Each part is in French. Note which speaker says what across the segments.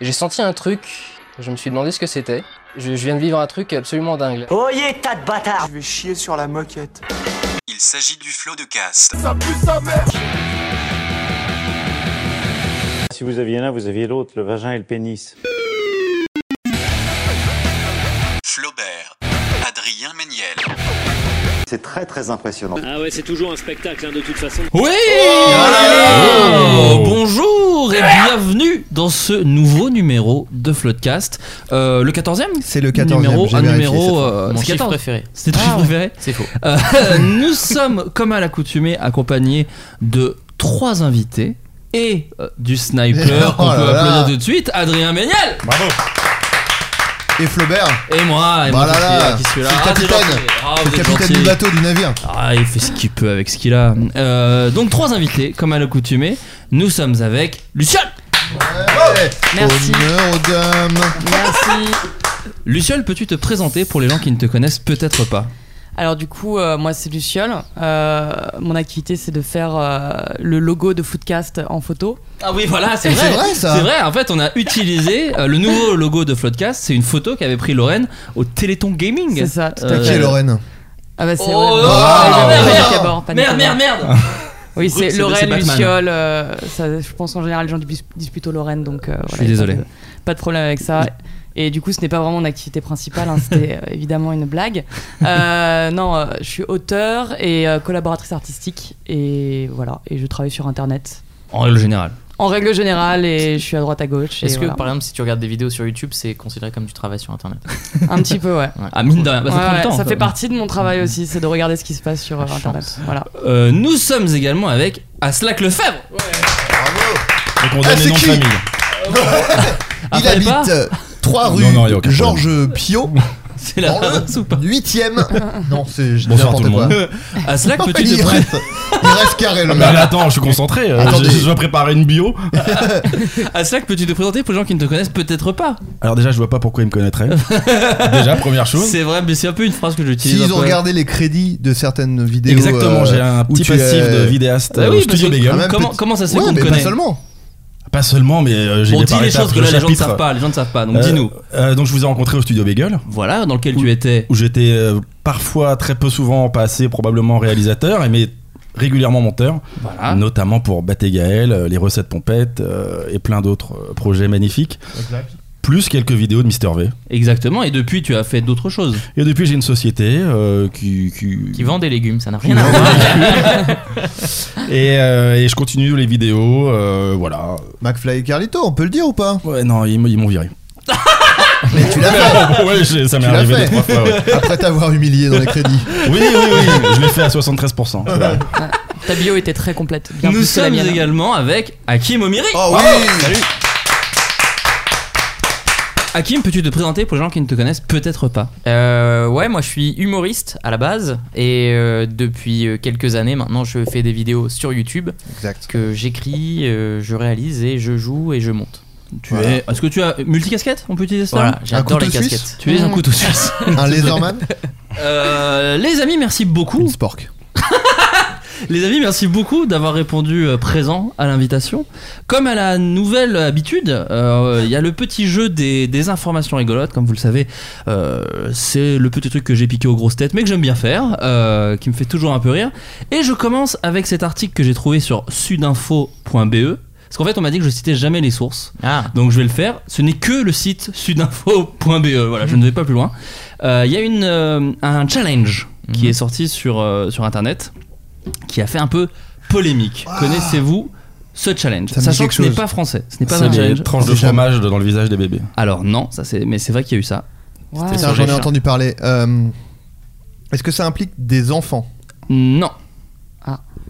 Speaker 1: J'ai senti un truc, je me suis demandé ce que c'était. Je, je viens de vivre un truc absolument dingue.
Speaker 2: Oyez, tas de bâtards
Speaker 3: Je vais chier sur la moquette.
Speaker 4: Il s'agit du flot de cast.
Speaker 5: Si vous aviez l'un, vous aviez l'autre, le vagin et le pénis.
Speaker 4: Flaubert. Adrien Méniel.
Speaker 6: C'est très très impressionnant.
Speaker 7: Ah ouais, c'est toujours un spectacle hein, de toute façon.
Speaker 8: Oui
Speaker 1: Oh
Speaker 8: Oh, Bonjour et bienvenue dans ce nouveau numéro de Floodcast. Euh, le 14e
Speaker 9: C'est le 14e.
Speaker 8: numéro,
Speaker 9: j'ai
Speaker 8: un
Speaker 9: vérifié cette
Speaker 8: numéro.
Speaker 9: fois.
Speaker 8: euh,
Speaker 10: Mon
Speaker 8: c'est
Speaker 10: chiffre
Speaker 8: 14.
Speaker 10: préféré.
Speaker 8: C'est ton
Speaker 10: Ah
Speaker 8: chiffre
Speaker 10: ouais.
Speaker 8: préféré
Speaker 10: C'est faux.
Speaker 8: Euh, nous sommes, comme à l'accoutumée, accompagnés de trois invités et euh, du sniper
Speaker 9: Oh
Speaker 8: qu'on
Speaker 9: là
Speaker 8: peut
Speaker 9: là.
Speaker 8: applaudir tout de suite, Adrien Méniel
Speaker 9: Et
Speaker 11: Ah,
Speaker 9: Flaubert,
Speaker 8: et moi, et moi
Speaker 9: Voilà
Speaker 8: qui, suis là,
Speaker 9: Bah là.
Speaker 8: qui suis là. Ah, t'es
Speaker 9: C'est le capitaine.
Speaker 8: gentil. Ah, vous
Speaker 9: le
Speaker 8: êtes
Speaker 9: capitaine
Speaker 8: gentil.
Speaker 9: du bateau du navire.
Speaker 8: Ah, il fait ce qu'il peut avec ce qu'il a. Euh, donc trois invités, comme à l'accoutumée, nous sommes avec Luciole.
Speaker 9: Ouais.
Speaker 10: Merci.
Speaker 9: Honneur aux dames.
Speaker 10: Merci.
Speaker 8: Luciole, peux-tu te présenter pour les gens qui ne te connaissent peut-être pas
Speaker 10: Alors du coup, euh, moi c'est Luciole. Euh, mon activité c'est de faire euh, le logo de Foodcast en photo.
Speaker 8: Ah oui, voilà, c'est
Speaker 9: Eh,
Speaker 8: vrai.
Speaker 9: c'est vrai, ça.
Speaker 8: C'est vrai. En fait, on a utilisé euh, le nouveau logo de Floodcast. C'est une photo qu'avait pris Lorraine au Téléthon Gaming.
Speaker 10: C'est ça, tout à
Speaker 8: Euh,
Speaker 9: Qui est Lorraine
Speaker 10: Ah bah c'est
Speaker 8: Oh,
Speaker 10: ouais,
Speaker 8: oh,
Speaker 10: bah,
Speaker 8: oh,
Speaker 10: panique
Speaker 8: merde,
Speaker 10: à
Speaker 8: merde.
Speaker 10: bord, panique à
Speaker 8: Merde,
Speaker 10: bord.
Speaker 8: merde, merde.
Speaker 10: Oui,
Speaker 8: Brooke,
Speaker 10: c'est
Speaker 8: c'est- c'est
Speaker 10: Lorraine,
Speaker 8: Batman.
Speaker 10: Luciole. euh, ça, je pense en général les gens dis- disent plutôt Lorraine, donc euh,
Speaker 8: Je
Speaker 10: voilà,
Speaker 8: suis désolé.
Speaker 10: Pas de, pas de problème avec ça. Et du coup, ce n'est pas vraiment mon activité principale, hein, c'était euh, évidemment une blague. Euh, non, euh, je suis auteur et euh, collaboratrice artistique, et voilà, et je travaille sur Internet.
Speaker 8: En règle générale.
Speaker 10: En règle générale, et je suis à droite à gauche. et
Speaker 12: Est-ce que
Speaker 10: voilà.
Speaker 12: par exemple si tu regardes des vidéos sur YouTube c'est considéré comme du travail sur internet
Speaker 10: Un petit peu, ouais.
Speaker 8: Ah mine de rien, bah, ça
Speaker 10: Ouais,
Speaker 8: prend
Speaker 10: ouais,
Speaker 8: le temps.
Speaker 10: ça
Speaker 8: en
Speaker 10: fait partie de mon travail aussi, c'est de regarder ce qui se passe sur euh,
Speaker 12: La
Speaker 10: Internet.
Speaker 12: chance.
Speaker 10: Voilà.
Speaker 8: Euh, nous sommes également avec Aslak Lefebvre.
Speaker 9: Bravo.
Speaker 11: Donc on
Speaker 9: Ah,
Speaker 11: donne les
Speaker 9: c'est
Speaker 11: noms de
Speaker 9: qui
Speaker 11: famille.
Speaker 9: Il
Speaker 11: Ah,
Speaker 8: Après pas.
Speaker 9: habite euh, trois
Speaker 11: Non,
Speaker 9: rues
Speaker 11: non, y a aucun
Speaker 9: Georges Pio,
Speaker 8: C'est la
Speaker 9: dans
Speaker 8: base ou pas
Speaker 9: le 8ème. Non, c'est je dis
Speaker 11: Bonsoir
Speaker 9: n'importe
Speaker 11: tout le
Speaker 9: quoi.
Speaker 11: monde.
Speaker 8: Aslak, peux-tu
Speaker 9: il,
Speaker 8: te pré-
Speaker 9: reste, il reste carré le
Speaker 11: Mais
Speaker 9: mec.
Speaker 11: attends, je suis concentré. euh,
Speaker 9: Attendez.
Speaker 11: Ah, je, je dois préparer une bio.
Speaker 8: Aslak, peux-tu te présenter pour les gens qui ne te connaissent peut-être pas
Speaker 11: Alors déjà, je vois pas pourquoi ils me connaîtraient. déjà, première chose.
Speaker 8: C'est vrai, mais c'est un peu une phrase que j'utilise.
Speaker 9: S'ils
Speaker 8: un
Speaker 9: ont
Speaker 8: peu.
Speaker 9: regardé les crédits de certaines vidéos.
Speaker 11: Exactement,
Speaker 9: euh,
Speaker 11: j'ai un
Speaker 9: où
Speaker 11: petit
Speaker 9: tu
Speaker 11: passif
Speaker 9: es-
Speaker 11: de vidéaste
Speaker 8: Ah
Speaker 11: euh,
Speaker 8: oui,
Speaker 11: au
Speaker 8: parce
Speaker 11: studio
Speaker 8: que-
Speaker 11: Bagel.
Speaker 9: Ah, même
Speaker 8: Comment,
Speaker 9: petit-
Speaker 8: comment ça se fait
Speaker 9: Ouais,
Speaker 8: qu'on te
Speaker 9: mais pas
Speaker 8: connaît
Speaker 9: seulement.
Speaker 11: Pas seulement, mais euh, j'ai
Speaker 8: On
Speaker 11: des
Speaker 8: dit des
Speaker 11: paragraphes,
Speaker 8: choses que là
Speaker 11: je
Speaker 8: les gens ne
Speaker 11: chapitre.
Speaker 8: savent pas. Les gens ne savent pas. Donc
Speaker 11: Euh,
Speaker 8: dis-nous.
Speaker 11: euh, donc je vous ai rencontré au studio Bagel,
Speaker 8: Voilà, dans lequel
Speaker 11: Ouh.
Speaker 8: tu étais.
Speaker 11: où j'étais euh, parfois, très peu souvent, pas assez probablement réalisateur, mais régulièrement monteur,
Speaker 8: Voilà.
Speaker 11: notamment pour Bat et Gaël, euh, les recettes pompettes euh, et plein d'autres euh, projets magnifiques. Plus quelques vidéos de Mister V.
Speaker 8: Exactement. Et depuis, tu as fait d'autres choses.
Speaker 11: Et depuis, j'ai une société euh, qui, qui-
Speaker 12: Qui vend des légumes, ça n'a rien à voir.
Speaker 11: et, euh, et je continue les vidéos, euh, voilà.
Speaker 9: McFly et Carlito, on peut le dire ou pas
Speaker 11: Ouais, non, ils, m- ils m'ont viré.
Speaker 9: Mais tu l'as fait
Speaker 11: ouais, j'ai- ça m'est
Speaker 9: Tu l'as
Speaker 11: arrivé
Speaker 9: fait.
Speaker 11: deux, trois fois. ouais.
Speaker 9: après t'avoir humilié dans les crédits.
Speaker 11: Oui, oui, oui, je l'ai fait à 73%. Voilà.
Speaker 10: Ta bio était très complète. Bien
Speaker 8: Nous
Speaker 10: plus que la
Speaker 8: sommes
Speaker 10: mienne.
Speaker 8: également avec Hakim Omiri. Ah,
Speaker 9: Oh oui
Speaker 8: Hakim, peux-tu te présenter pour les gens qui ne te connaissent peut-être pas
Speaker 12: Euh, ouais, moi je suis humoriste à la base et euh, depuis euh, quelques années maintenant je fais des vidéos sur YouTube
Speaker 9: Exact.
Speaker 12: que j'écris, euh, je réalise et je joue et je monte.
Speaker 8: Tu
Speaker 9: Voilà.
Speaker 8: es. Est-ce que tu as multicasquette On peut utiliser ça
Speaker 12: Voilà,
Speaker 9: couteau
Speaker 12: j'adore les
Speaker 9: suisse
Speaker 12: casquettes.
Speaker 8: Tu es un couteau suisse.
Speaker 9: Un laserman
Speaker 8: Euh, les amis, merci beaucoup.
Speaker 9: Une spork.
Speaker 8: Les amis, merci beaucoup d'avoir répondu euh, présent à l'invitation. Comme à la nouvelle habitude, euh, il y a le petit jeu des, des informations rigolotes. Comme vous le savez, euh, c'est le petit truc que j'ai piqué aux grosses têtes, mais que j'aime bien faire, euh, qui me fait toujours un peu rire. Et je commence avec cet article que j'ai trouvé sur sudinfo.be. E. Parce qu'en fait, on m'a dit que je citais jamais les sources.
Speaker 12: Ah,
Speaker 8: Donc je vais le faire. Ce n'est que le site sudinfo.be. E. Voilà, je ne vais pas plus loin. Euh, Il y a une, euh, un challenge qui
Speaker 12: Mhm.
Speaker 8: est sorti sur, euh, sur Internet qui a fait un peu polémique. Connaissez-vous ce challenge
Speaker 9: Ah. Ça me dit
Speaker 8: Sachant
Speaker 9: quelque
Speaker 8: que ce n'est
Speaker 9: chose.
Speaker 8: pas français. Ce n'est pas
Speaker 11: C'est
Speaker 8: un
Speaker 11: des
Speaker 8: challenge.
Speaker 11: tranches de
Speaker 9: Déjà.
Speaker 11: fromage dans le visage des bébés.
Speaker 8: Alors non, ça c'est. Mais c'est vrai qu'il y a eu ça.
Speaker 10: Wow.
Speaker 8: C'était
Speaker 9: Tiens,
Speaker 8: sur
Speaker 9: j'en
Speaker 8: les
Speaker 9: ai
Speaker 8: chats.
Speaker 9: entendu parler. Euh, Est-ce que ça implique des enfants
Speaker 8: Non.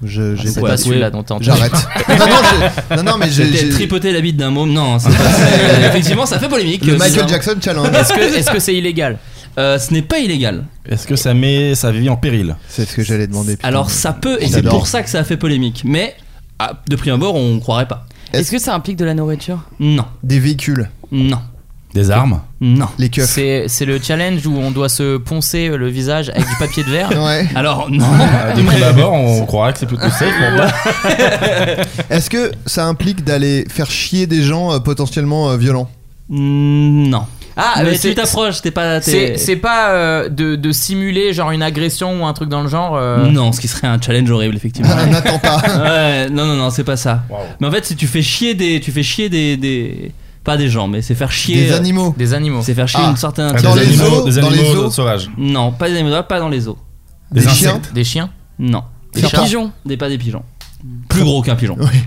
Speaker 9: Je- j'ai
Speaker 12: c'est
Speaker 8: Ouais,
Speaker 12: pas
Speaker 8: oui.
Speaker 12: celui-là dont t'as entendu.
Speaker 9: J'arrête. non, non, j'ai- non, non, mais j'ai.
Speaker 8: C'était
Speaker 9: j'ai-
Speaker 8: tripoter la bite d'un môme. Non, c'est pas- c'est- effectivement, ça fait polémique.
Speaker 9: Le
Speaker 8: euh,
Speaker 9: Michael
Speaker 8: bizarre.
Speaker 9: Jackson challenge.
Speaker 12: Est-ce que est-ce que c'est illégal
Speaker 8: Euh, ce n'est pas illégal.
Speaker 11: Est-ce que ça met sa vie en péril
Speaker 9: C'est ce que j'allais demander. putain.
Speaker 8: Alors ça peut, et
Speaker 9: On
Speaker 8: c'est
Speaker 9: adore.
Speaker 8: pour ça que ça a fait polémique. Mais ah, de prime abord, on ne croirait pas.
Speaker 10: Est-ce que ça implique de la nourriture
Speaker 8: Non,
Speaker 9: Des véhicules,
Speaker 8: non,
Speaker 11: Des armes
Speaker 8: non.
Speaker 9: les keufs.
Speaker 12: C'est c'est le challenge où on doit se poncer euh, le visage avec du papier de verre.
Speaker 9: Ouais.
Speaker 8: Alors non.
Speaker 11: Euh, De prime abord, on croirait que c'est plutôt safe. mais en vrai,
Speaker 9: Est-ce que ça implique d'aller faire chier des gens euh, potentiellement euh, violents
Speaker 8: Mm, Non.
Speaker 12: Ah,
Speaker 8: mais
Speaker 12: mais
Speaker 8: tu
Speaker 12: c'est-
Speaker 8: t'approches, t'es pas. t'es-
Speaker 12: C'est c'est pas euh, de, de simuler genre une agression ou un truc dans le genre. euh,
Speaker 8: Non, ce qui serait un challenge horrible, effectivement.
Speaker 9: Ah, N'attends pas.
Speaker 8: ouais, non, non, non, c'est pas ça. Mais en fait, si tu fais chier des. Tu fais chier des. des- Pas des gens, mais c'est faire chier.
Speaker 9: Des
Speaker 8: euh,
Speaker 9: animaux.
Speaker 12: Des animaux.
Speaker 8: C'est faire chier
Speaker 9: Ah.
Speaker 8: une certaine.
Speaker 9: Dans
Speaker 11: des
Speaker 9: les
Speaker 11: animaux,
Speaker 9: zoos,
Speaker 11: des
Speaker 9: dans les
Speaker 11: animaux
Speaker 9: zoos.
Speaker 11: sauvages.
Speaker 8: Non, pas des animaux, pas dans les eaux.
Speaker 9: Des,
Speaker 11: Des
Speaker 9: chiens.
Speaker 12: Des chiens
Speaker 8: Non.
Speaker 12: Des
Speaker 8: Des
Speaker 12: chats.
Speaker 8: pigeons. Des pas des pigeons. Plus gros qu'un pigeon.
Speaker 9: Oui.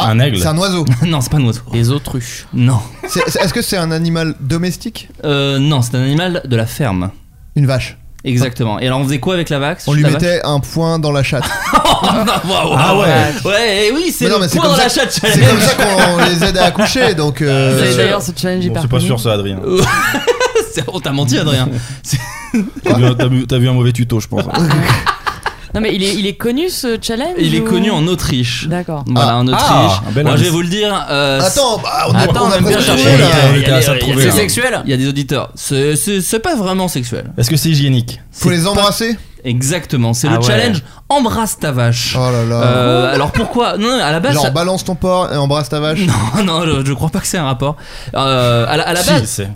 Speaker 9: Ah,
Speaker 11: Un aigle.
Speaker 9: C'est un oiseau.
Speaker 8: non, c'est pas un oiseau.
Speaker 12: Des autruches.
Speaker 8: Non.
Speaker 9: C'est- c'est- Est-ce que c'est un animal domestique
Speaker 8: Euh, non, c'est un animal de la ferme.
Speaker 9: Une vache.
Speaker 8: Exactement. Et alors on faisait quoi avec la vax
Speaker 9: On lui
Speaker 8: la
Speaker 9: mettait un point dans la chatte.
Speaker 8: vache Waouh,
Speaker 11: Ah ouais.
Speaker 8: waouh. Ouais, et oui, c'est
Speaker 9: Mais non,
Speaker 8: le
Speaker 9: mais c'est
Speaker 8: point
Speaker 9: comme
Speaker 8: dans la
Speaker 9: ça-
Speaker 8: chatte
Speaker 9: C'est comme ça qu'on les aide à accoucher. Donc, euh,
Speaker 10: C'est
Speaker 11: Euh,
Speaker 10: d'ailleurs ce challenge
Speaker 11: Bon,
Speaker 10: hyper
Speaker 11: c'est pas
Speaker 10: connu.
Speaker 11: sûr ça, Adrien.
Speaker 8: On t'a menti, Adrien.
Speaker 11: T'as vu, t'as vu- t'as vu un mauvais tuto, je pense.
Speaker 10: Non mais il est, il est connu ce challenge
Speaker 8: Il est
Speaker 10: ou-
Speaker 8: connu en Autriche.
Speaker 10: D'accord.
Speaker 8: Voilà, en Autriche.
Speaker 11: Ah, un bel
Speaker 8: Moi, je
Speaker 11: indice.
Speaker 8: vais vous le dire. euh,
Speaker 9: attends, bah, on, est-
Speaker 8: Attends,
Speaker 9: on a
Speaker 8: on aime bien
Speaker 9: presque
Speaker 8: chercher. euh,
Speaker 9: trouvé, là.
Speaker 11: Ouais, ouais, ouais.
Speaker 8: Il y a
Speaker 11: T'as
Speaker 8: des-
Speaker 11: trouvé,
Speaker 8: il y a
Speaker 12: C'est
Speaker 11: hein.
Speaker 8: des-
Speaker 12: sexuel
Speaker 8: Il y a des auditeurs. C'est- C'est c'est pas vraiment sexuel.
Speaker 11: Est-ce que c'est hygiénique
Speaker 9: Faut
Speaker 8: C'est
Speaker 9: les embrasser.
Speaker 8: Exactement. C'est
Speaker 12: Ah
Speaker 8: le
Speaker 12: ouais.
Speaker 8: challenge embrasse ta vache.
Speaker 9: Oh là là.
Speaker 8: Euh, alors pourquoi Non, non, à la base.
Speaker 9: Genre
Speaker 8: ça-
Speaker 9: balance ton porc et embrasse ta vache.
Speaker 8: Non, non, je, je crois pas que c'est un rapport. Euh, à la, à la
Speaker 11: Si,
Speaker 8: base,
Speaker 11: c'est-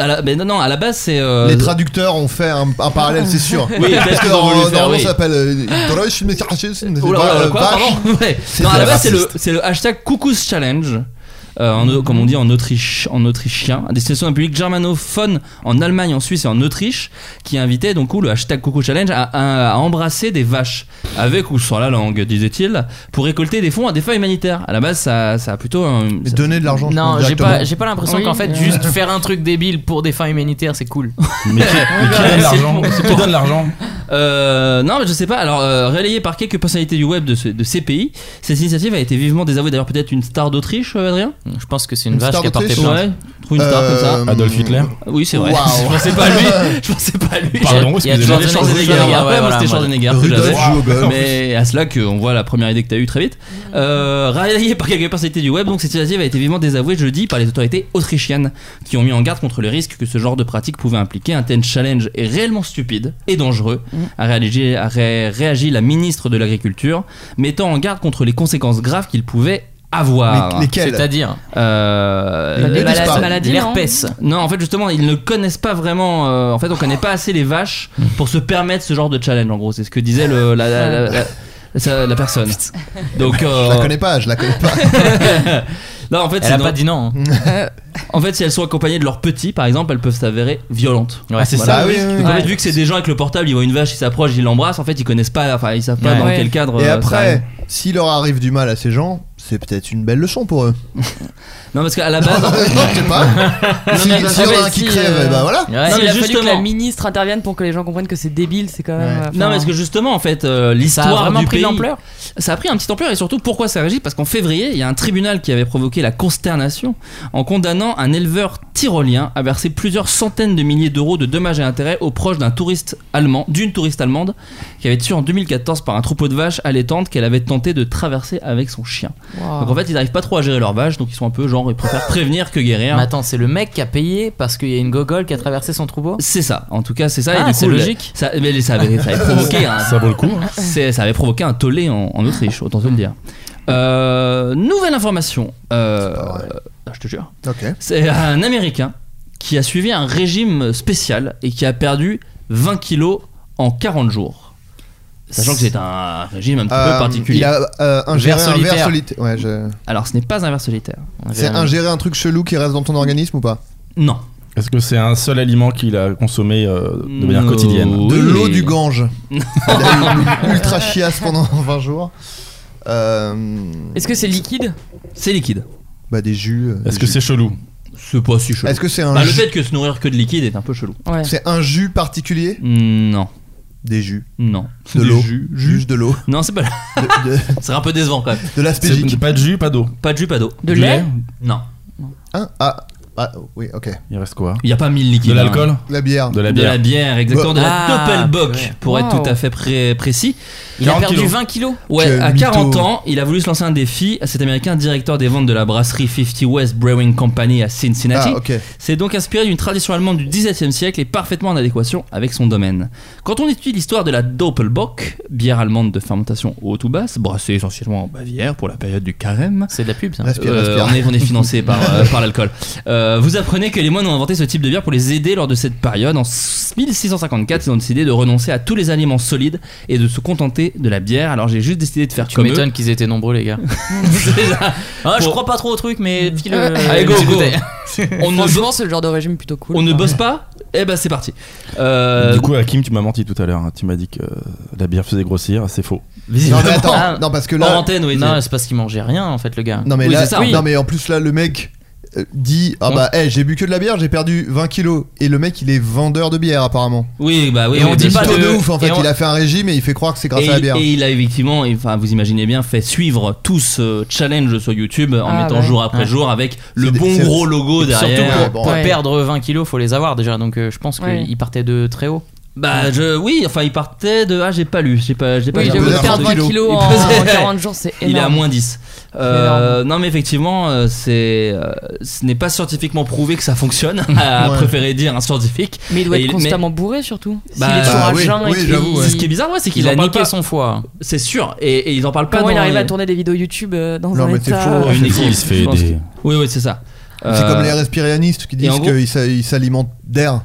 Speaker 8: à la- mais non, non, à la base c'est. euh,
Speaker 9: Les traducteurs ont fait un, un parallèle, c'est sûr.
Speaker 8: Oui, peut-être
Speaker 9: parce que
Speaker 8: qu'ils ont voulu
Speaker 9: normalement
Speaker 8: faire,
Speaker 9: normalement,
Speaker 8: oui.
Speaker 9: ça s'appelle. euh, Deutsch, mais c'est- c'est- c'est-
Speaker 8: Oh là, oh là,
Speaker 9: euh,
Speaker 8: quoi,
Speaker 9: vache.
Speaker 8: pardon Ouais.
Speaker 9: C'est
Speaker 8: Non, à la
Speaker 9: très
Speaker 8: base, c'est le,
Speaker 9: raciste.
Speaker 8: c'est le hashtag Coucous Challenge. euh, en- comme on dit en, Autriche, en autrichien, à destination d'un public germanophone en Allemagne, en Suisse et en Autriche, qui invitait donc le hashtag Coucou Challenge à, à- à embrasser des vaches, avec ou sans la langue, disait-il, pour récolter des fonds à des fins humanitaires. À la base, ça, ça a plutôt un.
Speaker 9: Mais
Speaker 8: ça-
Speaker 9: donner de l'argent. je
Speaker 12: Non,
Speaker 9: pense,
Speaker 12: j'ai
Speaker 9: directement.
Speaker 12: pas, j'ai pas l'impression
Speaker 10: Oui,
Speaker 12: qu'en fait,
Speaker 10: euh.
Speaker 12: juste faire un truc débile pour des fins humanitaires, c'est cool.
Speaker 11: Mais qui, mais qui donne l'argent Qui donne l'argent
Speaker 8: Euh, non, mais je sais pas. Alors, euh, relayé par quelques personnalités du web de, ce- de ces pays, cette initiative a été vivement désavouée. D'ailleurs, peut-être une star d'Autriche, euh, Adrien
Speaker 12: Je pense que c'est
Speaker 9: Une
Speaker 12: une vache
Speaker 9: star
Speaker 12: qui a porté
Speaker 9: d'autriche,
Speaker 12: plainte.
Speaker 8: Ouais, trouve une star comme ça.
Speaker 9: Euh,
Speaker 11: Adolf Hitler
Speaker 8: Oui, c'est vrai.
Speaker 9: Waouh.
Speaker 8: Je pensais pas à lui. Je pensais pas à lui.
Speaker 11: Pardon,
Speaker 12: Il y a
Speaker 11: excusez-moi.
Speaker 12: toujours
Speaker 8: J'avais
Speaker 12: des
Speaker 8: Schwarzenegger.
Speaker 12: Ouais,
Speaker 8: Après,
Speaker 12: ouais,
Speaker 8: moi,
Speaker 12: voilà,
Speaker 8: c'était
Speaker 12: moi,
Speaker 8: Schwarzenegger que
Speaker 9: Rudolf
Speaker 8: j'avais.
Speaker 9: joue au golf.
Speaker 8: Euh, Mais à cela qu'on voit la première idée que t'as eue très vite. Euh, relayée par quelques personnalités du web, donc cette initiative a été vivement désavouée jeudi par les autorités autrichiennes qui ont mis en garde contre le risque que ce genre de pratique pouvait impliquer. Un tel challenge est réellement stupide et dangereux, a réagi, a ré- réagi la ministre de l'Agriculture, mettant en garde contre les conséquences graves qu'il pouvait avoir.
Speaker 9: Mais- Lesquels
Speaker 12: C'est-à-dire
Speaker 8: Euh,
Speaker 12: Bah,
Speaker 9: Les
Speaker 8: la-
Speaker 9: maladies,
Speaker 10: maladies, non
Speaker 12: l'herpès.
Speaker 8: non, en fait, justement, ils ne connaissent pas vraiment. euh, en fait, on connaît pas assez les vaches pour se permettre ce genre de challenge. En gros, c'est ce que disait le, la, la, la- la- la- la personne. Donc, euh,
Speaker 9: Je la connais pas, je la connais pas.
Speaker 8: non, en fait,
Speaker 12: Elle
Speaker 8: c'est
Speaker 12: a
Speaker 8: dans-
Speaker 12: pas dit non. hein.
Speaker 8: en fait, si elles sont accompagnées de leurs petits, par exemple, elles peuvent s'avérer violentes.
Speaker 11: Ah,
Speaker 12: Ouais, c'est
Speaker 9: Bah oui, oui,
Speaker 8: Donc,
Speaker 9: oui.
Speaker 8: en fait,
Speaker 10: Ouais.
Speaker 8: vu que c'est des gens avec le portable, ils voient une vache, ils s'approchent, ils l'embrassent. En fait, ils connaissent pas. Enfin, ils savent pas
Speaker 12: Ouais.
Speaker 8: dans
Speaker 10: Ouais.
Speaker 8: quel cadre.
Speaker 9: Et
Speaker 8: euh, ça arrive.
Speaker 9: après, s'il leur arrive du mal à ces gens, c'est peut-être une belle leçon pour eux.
Speaker 8: Non, parce qu'à la base.
Speaker 9: Non, je sais pas. Si-
Speaker 10: mais
Speaker 9: S'il y en a
Speaker 10: attends,
Speaker 9: un qui
Speaker 10: si,
Speaker 9: crève,
Speaker 10: euh,
Speaker 9: eh ben voilà.
Speaker 12: Ouais.
Speaker 8: Non, mais
Speaker 10: il a fallu que
Speaker 8: justement.
Speaker 10: la ministre intervienne pour que les gens comprennent que c'est débile, c'est quand même.
Speaker 9: Ouais.
Speaker 10: euh,
Speaker 8: Non,
Speaker 10: enfin,
Speaker 8: parce que justement, en fait, euh,
Speaker 12: Ça a
Speaker 8: l'histoire
Speaker 12: vraiment
Speaker 8: du
Speaker 12: pris
Speaker 8: pays,
Speaker 12: l'ampleur.
Speaker 8: ça a pris un petit ampleur et surtout pourquoi ça réagit Parce qu'en février, il y a un tribunal qui avait provoqué la consternation en condamnant un éleveur tyrolien à verser plusieurs centaines de milliers d'euros de dommages et intérêts aux proches d'un touriste allemand, d'une touriste allemande, qui avait été tuée en 2014 par un troupeau de vaches allaitantes qu'elle avait tenté de traverser avec son chien.
Speaker 10: wow.
Speaker 8: Donc en fait, ils n'arrivent pas trop à gérer leurs vaches, donc ils sont un peu genre, ils préfèrent prévenir que guérir.
Speaker 12: Mais attends, c'est le mec qui a payé parce qu'il y a une gogole qui a traversé son troupeau
Speaker 8: C'est ça, en tout cas, c'est ça.
Speaker 12: Ah,
Speaker 8: et du
Speaker 12: c'est
Speaker 8: coup, le-
Speaker 12: logique.
Speaker 8: Ça, mais ça avait, ça avait provoqué un,
Speaker 11: Ça vaut le coup. hein.
Speaker 8: C'est- ça avait provoqué un tollé en, en Autriche, autant te le dire. Euh, nouvelle information. Euh,
Speaker 9: pas vrai.
Speaker 8: euh, je te jure.
Speaker 9: Ok.
Speaker 8: C'est un Américain qui a suivi un régime spécial et qui a perdu 20 kilos en 40 jours. Sachant que c'est un régime un petit peu
Speaker 9: Euh,
Speaker 8: particulier.
Speaker 9: Il a euh, ingéré
Speaker 12: Vers
Speaker 9: un verre
Speaker 12: solitaire.
Speaker 9: solitaire. Ouais, je-
Speaker 8: Alors ce n'est pas un verre solitaire.
Speaker 9: C'est ingérer un truc chelou qui reste dans ton organisme ou pas
Speaker 8: Non.
Speaker 11: Est-ce que c'est un seul aliment qu'il a consommé euh, de manière
Speaker 8: No.
Speaker 11: quotidienne
Speaker 9: De
Speaker 8: Oui,
Speaker 9: l'eau
Speaker 8: mais-
Speaker 9: du Gange. Il a eu une ultra chiasse pendant 20 jours. Euh,
Speaker 10: Est-ce que c'est liquide
Speaker 8: C'est liquide.
Speaker 9: bah des jus. euh,
Speaker 11: Est-ce
Speaker 9: des
Speaker 11: que
Speaker 9: jus.
Speaker 11: c'est chelou
Speaker 8: C'est pas si chelou.
Speaker 9: Est-ce que c'est un
Speaker 8: Bah, le
Speaker 9: jus-
Speaker 8: fait que se nourrir que de liquide est un peu chelou.
Speaker 10: Ouais.
Speaker 9: c'est un jus particulier
Speaker 8: Non.
Speaker 9: Des jus.
Speaker 8: Non.
Speaker 9: De
Speaker 8: Des
Speaker 9: l'eau.
Speaker 8: jus.
Speaker 9: Juste de l'eau.
Speaker 8: Non, c'est pas.
Speaker 9: De, de,
Speaker 8: C'est un peu décevant quand même.
Speaker 9: de
Speaker 11: C'est-
Speaker 9: l'aspégique.
Speaker 11: Pas de jus, pas d'eau.
Speaker 8: Pas de jus, pas d'eau.
Speaker 10: De
Speaker 11: Du
Speaker 10: lait
Speaker 8: Non.
Speaker 9: Hein ah, ah, oui, ok.
Speaker 11: Il reste quoi
Speaker 8: Il n'y a pas 1000 liquides.
Speaker 11: De
Speaker 8: hein.
Speaker 11: l'alcool
Speaker 9: La bière.
Speaker 11: De la
Speaker 8: De la
Speaker 11: bière
Speaker 8: bière, exactement, de la
Speaker 12: Ah,
Speaker 8: Doppelbock,
Speaker 12: purée.
Speaker 8: pour être
Speaker 10: Wow.
Speaker 8: tout à fait pré- précis.
Speaker 12: Il a
Speaker 11: 40
Speaker 12: perdu
Speaker 11: kilos.
Speaker 12: 20 kilos
Speaker 8: Ouais,
Speaker 9: Quel
Speaker 8: à
Speaker 9: mytho.
Speaker 8: 40 ans, il a voulu se lancer un défi à cet américain directeur des ventes de la brasserie 50 West Brewing Company à Cincinnati.
Speaker 9: Ah, ok.
Speaker 8: C'est donc inspiré d'une tradition allemande du XVIIe siècle et parfaitement en adéquation avec son domaine. Quand on étudie l'histoire de la Doppelbock, bière allemande de fermentation haute ou basse, brassée essentiellement en Bavière pour la période du carême,
Speaker 12: C'est de la pub, ça.
Speaker 9: Respire,
Speaker 8: euh,
Speaker 9: respire.
Speaker 8: on, est, on est financé par, euh, par l'alcool. Euh, vous apprenez que les moines ont inventé ce type de bière pour les aider lors de cette période. En 1654, ils ont décidé de renoncer à tous les aliments solides et de se contenter de la bière. Alors j'ai juste décidé de faire
Speaker 12: Tu
Speaker 8: comme eux.
Speaker 12: m'étonnes qu'ils étaient nombreux, les gars.
Speaker 8: C'est ça.
Speaker 12: Ah, je
Speaker 8: Pour-
Speaker 12: crois pas trop au truc, mais file. euh,
Speaker 8: Allez, go,
Speaker 12: les
Speaker 8: go.
Speaker 12: bouteilles.
Speaker 8: On ne, bo-
Speaker 10: Franchement, c'est le genre de régime plutôt cool.
Speaker 8: on ne
Speaker 10: Enfin,
Speaker 8: bosse pas Eh ben c'est parti. Euh,
Speaker 11: Du coup, Hakim, tu m'as menti tout à l'heure. hein. Tu m'as dit que euh, la bière faisait grossir. Ah, C'est faux.
Speaker 9: Non,
Speaker 8: visiblement-
Speaker 9: mais
Speaker 12: Ah.
Speaker 9: attends, non, parce que
Speaker 8: Hors
Speaker 9: là.
Speaker 8: antenne, oui.
Speaker 12: Non, c'est parce qu'ils mangeaient rien, en fait, le gars.
Speaker 9: Non, mais
Speaker 8: Oui,
Speaker 9: là,
Speaker 8: c'est ça.
Speaker 9: non, mais en plus, là, le mec euh, dit Ah
Speaker 8: On-
Speaker 9: bah, eh, j'ai bu que de la bière, j'ai perdu 20 kilos. Et le mec, il est vendeur de bière, apparemment.
Speaker 8: Oui, bah oui.
Speaker 12: Et
Speaker 8: oui,
Speaker 12: on
Speaker 8: bien
Speaker 12: dit
Speaker 8: sûr.
Speaker 12: pas
Speaker 9: Taux de
Speaker 12: de-
Speaker 9: ouf, en fait.
Speaker 12: et on-
Speaker 9: Il a fait un régime et il fait croire que c'est grâce
Speaker 8: Et,
Speaker 9: à la bière.
Speaker 8: et il a effectivement, et, enfin, vous imaginez bien, fait suivre tout ce challenge sur YouTube en
Speaker 10: Ah,
Speaker 8: mettant
Speaker 10: ouais.
Speaker 8: jour après
Speaker 12: Ouais.
Speaker 8: jour avec le
Speaker 9: C'est des-
Speaker 8: bon
Speaker 9: c'est-
Speaker 8: gros logo
Speaker 12: Surtout
Speaker 8: derrière.
Speaker 12: pour,
Speaker 9: bon,
Speaker 12: pour
Speaker 10: ouais.
Speaker 12: perdre 20 kilos, faut les avoir déjà. Donc euh, je pense qu'ils
Speaker 10: Ouais.
Speaker 12: partaient de très haut.
Speaker 8: Bah je, oui, enfin il partait de ah j'ai pas lu, j'ai pas, j'ai pas
Speaker 10: Oui,
Speaker 8: lu.
Speaker 10: j'ai
Speaker 9: un peu
Speaker 10: voulu
Speaker 9: d'art
Speaker 10: perdre
Speaker 9: de
Speaker 10: 20
Speaker 9: kilo.
Speaker 10: kilos en,
Speaker 8: Il
Speaker 10: en
Speaker 8: pesait-
Speaker 10: 40 jours, c'est énorme.
Speaker 8: Il est à moins 10. Euh, non mais effectivement, euh, c'est, euh, ce n'est pas scientifiquement prouvé que ça fonctionne. À
Speaker 9: Ouais.
Speaker 8: préférer dire un scientifique.
Speaker 10: Mais il doit
Speaker 8: Et
Speaker 10: être
Speaker 8: il-
Speaker 10: constamment bourré surtout.
Speaker 8: Bah,
Speaker 10: S'il est toujours
Speaker 9: bah
Speaker 10: à
Speaker 9: oui,
Speaker 10: jeun et
Speaker 9: oui,
Speaker 10: qu'il-
Speaker 9: j'avoue, ouais.
Speaker 8: Ce qui est bizarre, ouais, c'est
Speaker 12: Il
Speaker 8: qu'ils
Speaker 12: a
Speaker 8: en parlent
Speaker 12: niqué
Speaker 8: pas.
Speaker 12: son foie.
Speaker 8: C'est sûr, et, et ils en parlent pas.
Speaker 10: Comment il
Speaker 8: dans
Speaker 10: arrive
Speaker 8: les-
Speaker 10: à tourner des vidéos YouTube euh, dans
Speaker 9: Non,
Speaker 10: un
Speaker 9: mais t'es
Speaker 10: état
Speaker 9: fou,
Speaker 10: euh,
Speaker 9: ouais.
Speaker 8: Une équipe,
Speaker 11: Il se fait
Speaker 8: je pense
Speaker 11: aider.
Speaker 8: que- Oui oui c'est ça.
Speaker 9: C'est
Speaker 8: Euh,
Speaker 9: comme les respirianistes qui
Speaker 8: et en
Speaker 9: disent
Speaker 8: gros-
Speaker 9: qu'ils s'a- ils s'alimentent d'air.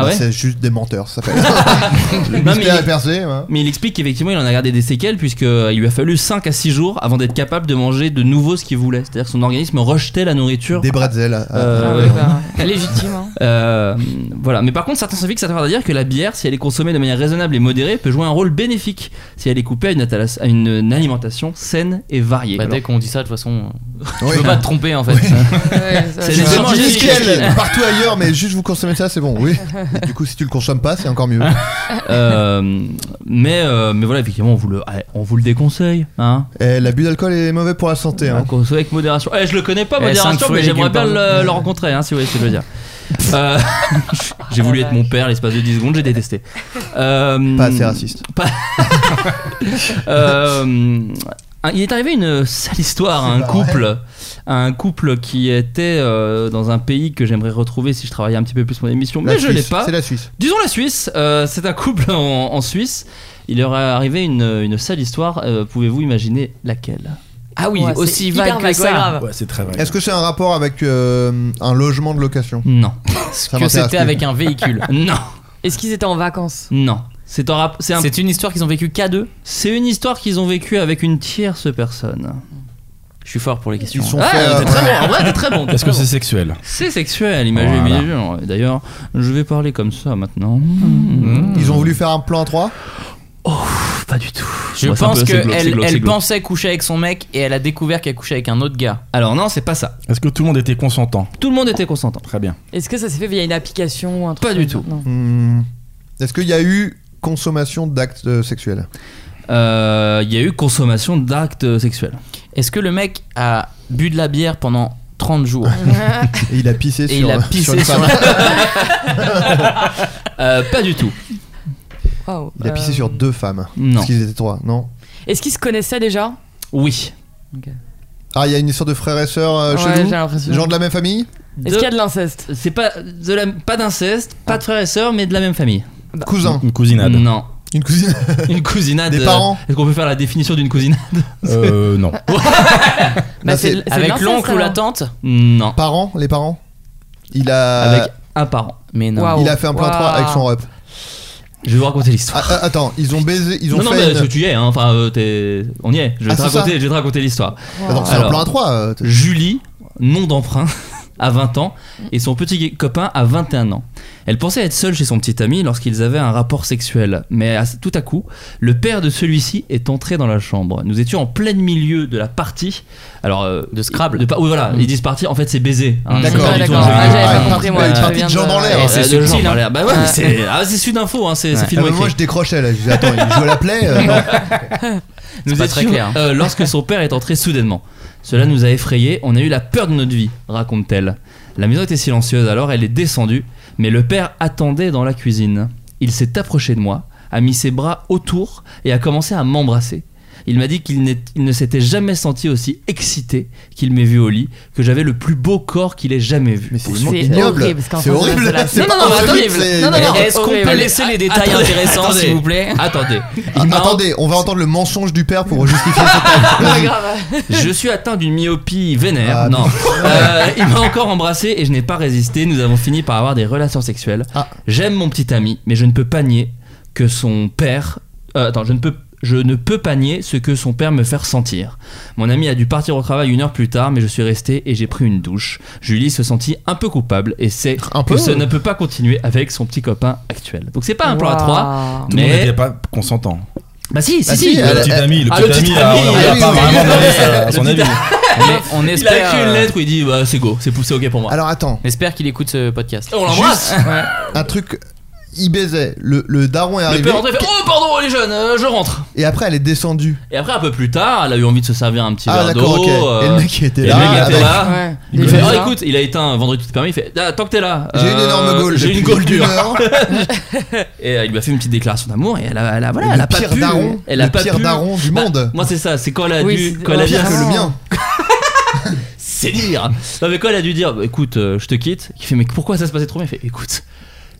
Speaker 8: Ah
Speaker 9: Bah,
Speaker 8: ouais.
Speaker 9: C'est juste des menteurs, ça s'appelle. Le
Speaker 8: Non, mais
Speaker 9: mystère
Speaker 8: il-
Speaker 9: est percé. ouais.
Speaker 8: Mais il explique qu'effectivement, il en a gardé des séquelles, puisqu'il lui a fallu 5 à 6 jours avant d'être capable de manger de nouveau ce qu'il voulait. C'est-à-dire que son organisme rejetait la nourriture.
Speaker 9: Des bretzels. ah,
Speaker 8: Euh,
Speaker 10: Ah ouais, bah, Légitime. hein.
Speaker 8: Euh, voilà. Mais par contre, certains scientifiques s'attardent à dire que la bière, si elle est consommée de manière raisonnable et modérée, peut jouer un rôle bénéfique si elle est coupée à une, atala- à une- une alimentation saine et variée.
Speaker 12: Bah,
Speaker 8: Alors,
Speaker 12: dès qu'on dit ça, de toute façon,
Speaker 9: oui.
Speaker 12: tu peux pas te tromper en fait.
Speaker 10: Ouais, ça,
Speaker 8: C'est
Speaker 10: ça-
Speaker 9: C'est
Speaker 8: vraiment
Speaker 9: du
Speaker 8: juste
Speaker 9: nickel,
Speaker 8: nickel.
Speaker 9: partout ailleurs, mais juste vous consommez ça, c'est bon, oui. Et du coup, si tu le consommes pas, c'est encore mieux.
Speaker 8: euh, mais, euh, mais voilà, effectivement, on vous le, on vous le déconseille. Hein
Speaker 9: Eh, L'abus d'alcool est mauvais pour la santé.
Speaker 8: Ah,
Speaker 9: Hein.
Speaker 8: qu'on soit avec modération. Eh, je le connais pas,
Speaker 12: Eh, cinq
Speaker 8: modération,
Speaker 12: fruits
Speaker 8: mais
Speaker 12: et
Speaker 8: j'aimerais
Speaker 12: légumes
Speaker 8: bien
Speaker 12: par
Speaker 8: le, le rencontrer, hein, si vous voyez ce que je veux dire. Euh, j'ai voulu être mon père l'espace de 10 secondes, j'ai détesté. Euh,
Speaker 9: Pas assez raciste.
Speaker 8: euh, un- il est arrivé une sale histoire à
Speaker 9: C'est
Speaker 8: un
Speaker 9: pas
Speaker 8: couple, à un couple qui était euh, dans un pays que j'aimerais retrouver si je travaillais un petit peu plus mon émission,
Speaker 9: La
Speaker 8: mais je l'ai
Speaker 9: Suisse,
Speaker 8: pas.
Speaker 9: C'est la Suisse.
Speaker 8: Disons la Suisse, euh, c'est un couple en, en Suisse. Il leur est arrivé une, une sale histoire. euh, Pouvez-vous imaginer laquelle
Speaker 12: Ah oui,
Speaker 10: Ouais, c'est
Speaker 12: aussi
Speaker 10: hyper
Speaker 12: vague que
Speaker 10: ouais,
Speaker 12: ça.
Speaker 10: grave.
Speaker 11: Ouais, c'est très vrai.
Speaker 9: Est-ce que c'est un rapport avec euh, un logement de location
Speaker 8: Non,
Speaker 9: Ça
Speaker 12: que
Speaker 9: m'intéresse
Speaker 12: c'était
Speaker 9: plus.
Speaker 12: avec un véhicule.
Speaker 8: non.
Speaker 10: Est-ce qu'ils étaient en vacances
Speaker 8: Non. C'est un rap- c'est un-
Speaker 12: C'est une histoire qu'ils ont vécu qu'à deux.
Speaker 8: c'est une histoire qu'ils ont vécue avec une tierce personne.
Speaker 12: Je suis fort pour les questions.
Speaker 9: Ils sont
Speaker 8: Ouais,
Speaker 9: faits,
Speaker 8: t'es
Speaker 9: euh,
Speaker 8: Ah, très bon. En vrai, t'es très bon. t'es
Speaker 11: Est-ce que
Speaker 8: très
Speaker 11: c'est
Speaker 8: bon.
Speaker 11: sexuel
Speaker 8: C'est sexuel, imagine
Speaker 11: Voilà.
Speaker 8: bien. D'ailleurs, je vais parler comme ça maintenant.
Speaker 12: Mm.
Speaker 9: Ils ont voulu faire un plan à trois
Speaker 8: Pff, Hmm. Pas du tout.
Speaker 12: Je
Speaker 8: Ouais, c'est un
Speaker 12: pense
Speaker 8: peu- c'est glauque, c'est
Speaker 12: qu'elle
Speaker 8: glauque, c'est
Speaker 12: elle
Speaker 8: glauque.
Speaker 12: pensait coucher avec son mec et elle a découvert qu'elle couchait avec un autre gars.
Speaker 8: Alors non, c'est pas ça.
Speaker 11: Est-ce que tout le monde était consentant
Speaker 8: Tout le monde était consentant.
Speaker 11: Très bien.
Speaker 10: Est-ce que ça s'est fait via une application ou un truc
Speaker 8: Pas
Speaker 10: comme
Speaker 8: du
Speaker 10: ça
Speaker 8: tout.
Speaker 10: Non.
Speaker 9: Hmm. Est-ce qu'il y a eu consommation d'actes euh, sexuels
Speaker 8: Euh, Il y a eu consommation d'actes sexuels.
Speaker 12: Est-ce que le mec a bu de la bière pendant 30 jours
Speaker 9: Et il a pissé
Speaker 12: Et
Speaker 9: sur,
Speaker 12: il a
Speaker 9: sur
Speaker 12: pissé
Speaker 9: une
Speaker 12: sur-
Speaker 9: femme.
Speaker 8: Euh, pas du tout.
Speaker 10: Waouh.
Speaker 9: Il a pissé
Speaker 10: Euh,
Speaker 9: sur deux femmes.
Speaker 8: Non.
Speaker 9: Parce qu'ils étaient trois, non
Speaker 10: Est-ce qu'ils se connaissaient déjà
Speaker 8: Oui.
Speaker 9: Ah, il y a une histoire de frères et sœurs euh, chez
Speaker 10: Ouais,
Speaker 9: vous
Speaker 10: j'ai l'impression.
Speaker 9: Genre de la même famille
Speaker 10: Est-ce qu'il y a de l'inceste
Speaker 8: C'est pas de la- pas d'inceste, pas de frères et sœurs, mais de la même famille.
Speaker 9: Cousin
Speaker 11: Une cousinade
Speaker 8: Non.
Speaker 9: Mm. Une cousine
Speaker 8: Une cousinade.
Speaker 9: Des
Speaker 8: euh,
Speaker 9: parents
Speaker 8: Est-ce qu'on peut faire la définition d'une cousinade
Speaker 11: Euh, non.
Speaker 9: c'est-
Speaker 10: Bah, c'est- c'est de
Speaker 12: Avec
Speaker 10: l'inceste,
Speaker 12: l'oncle ou
Speaker 10: alors.
Speaker 12: la tante
Speaker 8: Non.
Speaker 9: Parents Les parents Il a.
Speaker 8: Avec un parent.
Speaker 12: Mais non.
Speaker 10: Waouh.
Speaker 9: Il a fait un plan à trois
Speaker 10: Waouh.
Speaker 9: avec son rep.
Speaker 8: Je vais vous raconter l'histoire.
Speaker 9: Ah, ah, attends, ils ont baisé, ils ont
Speaker 8: non, non,
Speaker 9: fait.
Speaker 8: mais
Speaker 9: une-
Speaker 8: tu y es, hein, enfin, euh, t'es- on y est. Je vais, te,
Speaker 9: Ah, c'est
Speaker 8: raconter,
Speaker 9: ça
Speaker 8: je vais te raconter l'histoire.
Speaker 10: Waouh.
Speaker 9: Attends, c'est un euh,
Speaker 8: Alors.
Speaker 9: plan à 3.
Speaker 8: Julie, nom d'emprunt, à 20 ans, et son petit copain à 21 ans. Elle pensait être seule chez son petit ami lorsqu'ils avaient un rapport sexuel. Mais à- tout à coup, le père de celui-ci est entré dans la chambre. Nous étions en plein milieu de la partie. Alors, euh,
Speaker 12: De Scrabble.
Speaker 8: de pa- oui, voilà, ils disent partie, en fait, c'est baiser. hein,
Speaker 9: D'accord.
Speaker 8: c'est pas
Speaker 10: Ouais,
Speaker 8: du tout un
Speaker 10: d'accord.
Speaker 8: jeu
Speaker 10: Ah,
Speaker 8: vidéo.
Speaker 10: j'avais
Speaker 9: Ah,
Speaker 10: pas
Speaker 9: une
Speaker 10: compris, moi.
Speaker 9: partie
Speaker 10: je
Speaker 9: de
Speaker 10: viens
Speaker 9: jambes en l'air.
Speaker 8: Et
Speaker 9: Ah,
Speaker 8: c'est
Speaker 12: c'est
Speaker 8: de
Speaker 12: subtil,
Speaker 8: genre,
Speaker 12: hein.
Speaker 8: voilà. Bah ouais,
Speaker 10: Ouais.
Speaker 8: mais c'est ah, c'est une info, hein, c'est c'est finement écrit.
Speaker 9: moi je décrochais là, je disais attends, il joue à la play euh, non.
Speaker 8: Nous
Speaker 12: pas très
Speaker 8: étions,
Speaker 12: clair, hein.
Speaker 8: euh, lorsque son père est entré soudainement. Cela nous a effrayés, on a eu la peur de notre vie, raconte-t-elle. La maison était silencieuse alors, elle est descendue, mais le père attendait dans la cuisine. Il s'est approché de moi, a mis ses bras autour et a commencé à m'embrasser. Il m'a dit qu'il n'est- il ne s'était jamais senti aussi excité qu'il m'ait vu au lit, que j'avais le plus beau corps qu'il ait jamais vu.
Speaker 9: Mais c'est
Speaker 8: Pourtant,
Speaker 10: C'est
Speaker 9: ignoble.
Speaker 10: horrible, parce qu'en
Speaker 9: C'est
Speaker 10: France, on
Speaker 9: horrible.
Speaker 10: a de la-
Speaker 9: c'est
Speaker 10: Non,
Speaker 9: pas
Speaker 10: non, non,
Speaker 9: horrible,
Speaker 10: attendez,
Speaker 9: c'est-
Speaker 10: non, non, non.
Speaker 12: Est-ce qu'on peut
Speaker 10: Horrible.
Speaker 12: laisser les détails
Speaker 8: Attendez,
Speaker 12: intéressants,
Speaker 8: attendez.
Speaker 12: s'il vous plaît
Speaker 8: Attendez.
Speaker 9: Ah, mais
Speaker 8: Ah,
Speaker 9: attendez, on va entendre le mensonge du père pour justifier cette table.
Speaker 10: Pas
Speaker 9: Vas-y.
Speaker 10: grave.
Speaker 8: Je suis atteint d'une myopie vénère.
Speaker 9: Ah,
Speaker 8: non. Euh, il m'a encore embrassé et je n'ai pas résisté. Nous avons fini par avoir des relations sexuelles.
Speaker 9: Ah.
Speaker 8: J'aime mon petit ami, mais je ne peux pas nier que son père. euh, attends, je ne peux. Je ne peux pas nier ce que son père me fait ressentir. Mon ami a dû partir au travail une heure plus tard, mais je suis resté et j'ai pris une douche. Julie se sentit un peu coupable et sait
Speaker 9: Un
Speaker 8: que
Speaker 9: peu.
Speaker 8: ça ne peut pas continuer avec son petit copain actuel. Donc c'est pas un plan à trois,
Speaker 10: Waouh.
Speaker 11: Tout le monde
Speaker 8: mais
Speaker 11: n'était pas consentant.
Speaker 8: bah si, si,
Speaker 9: Bah
Speaker 8: si.
Speaker 9: si,
Speaker 11: Le
Speaker 9: elle-
Speaker 11: petit
Speaker 9: elle-
Speaker 11: ami, le
Speaker 8: Ah,
Speaker 11: petit ami, là, on
Speaker 9: oui,
Speaker 11: n'a
Speaker 9: oui,
Speaker 11: pas
Speaker 9: oui,
Speaker 11: vraiment
Speaker 9: oui.
Speaker 11: donné euh,
Speaker 8: Le
Speaker 11: son
Speaker 8: petit
Speaker 11: avis.
Speaker 12: Mais on
Speaker 8: Il a
Speaker 12: espère.
Speaker 8: écrit une
Speaker 12: euh,
Speaker 8: lettre où il dit bah, c'est go, c'est c'est ok pour moi.
Speaker 9: Alors attends,
Speaker 12: On espère qu'il écoute ce podcast.
Speaker 8: On l'embrasse.
Speaker 9: un truc. Il baisait, le, le daron est
Speaker 8: Le
Speaker 9: arrivé
Speaker 8: père André fait Oh, pardon, les jeunes, euh, je rentre.
Speaker 9: et après elle est descendue.
Speaker 8: Et après, un peu plus tard, elle a eu envie de se servir un petit
Speaker 9: Ah
Speaker 8: verre
Speaker 9: d'accord,
Speaker 8: d'eau.
Speaker 9: ok.
Speaker 8: euh,
Speaker 9: et le mec qui était
Speaker 8: et
Speaker 9: là. ah,
Speaker 8: le mec était
Speaker 9: avec-
Speaker 8: là.
Speaker 10: Ouais.
Speaker 8: Il,
Speaker 9: Il
Speaker 8: fait
Speaker 9: est
Speaker 8: Oh,
Speaker 9: là.
Speaker 8: écoute, il a éteint vendredi tout permis. Il fait Ah, Tant que t'es là.
Speaker 9: J'ai une
Speaker 8: euh,
Speaker 9: énorme gaule.
Speaker 8: J'ai
Speaker 9: depuis hein.
Speaker 8: une gaule dure.
Speaker 9: une heure.
Speaker 8: Et euh, il lui a fait une petite déclaration d'amour. Et elle a, elle a, voilà,
Speaker 9: Le
Speaker 8: elle a pas
Speaker 9: pire
Speaker 8: pu.
Speaker 9: daron,
Speaker 8: elle a
Speaker 9: le
Speaker 8: pas
Speaker 9: pire
Speaker 8: pu-
Speaker 9: daron du
Speaker 8: Bah,
Speaker 9: monde.
Speaker 8: Moi, c'est ça. C'est quand elle a
Speaker 10: Oui,
Speaker 8: dû.
Speaker 10: c'est-
Speaker 8: Quand elle a
Speaker 10: ouais,
Speaker 8: dû
Speaker 9: Pire que le
Speaker 10: vraiment.
Speaker 9: mien.
Speaker 8: c'est dire. Non mais quand elle a dû dire, bah, écoute, euh, je te quitte. Il fait, mais pourquoi ça se passait trop bien Il fait, écoute,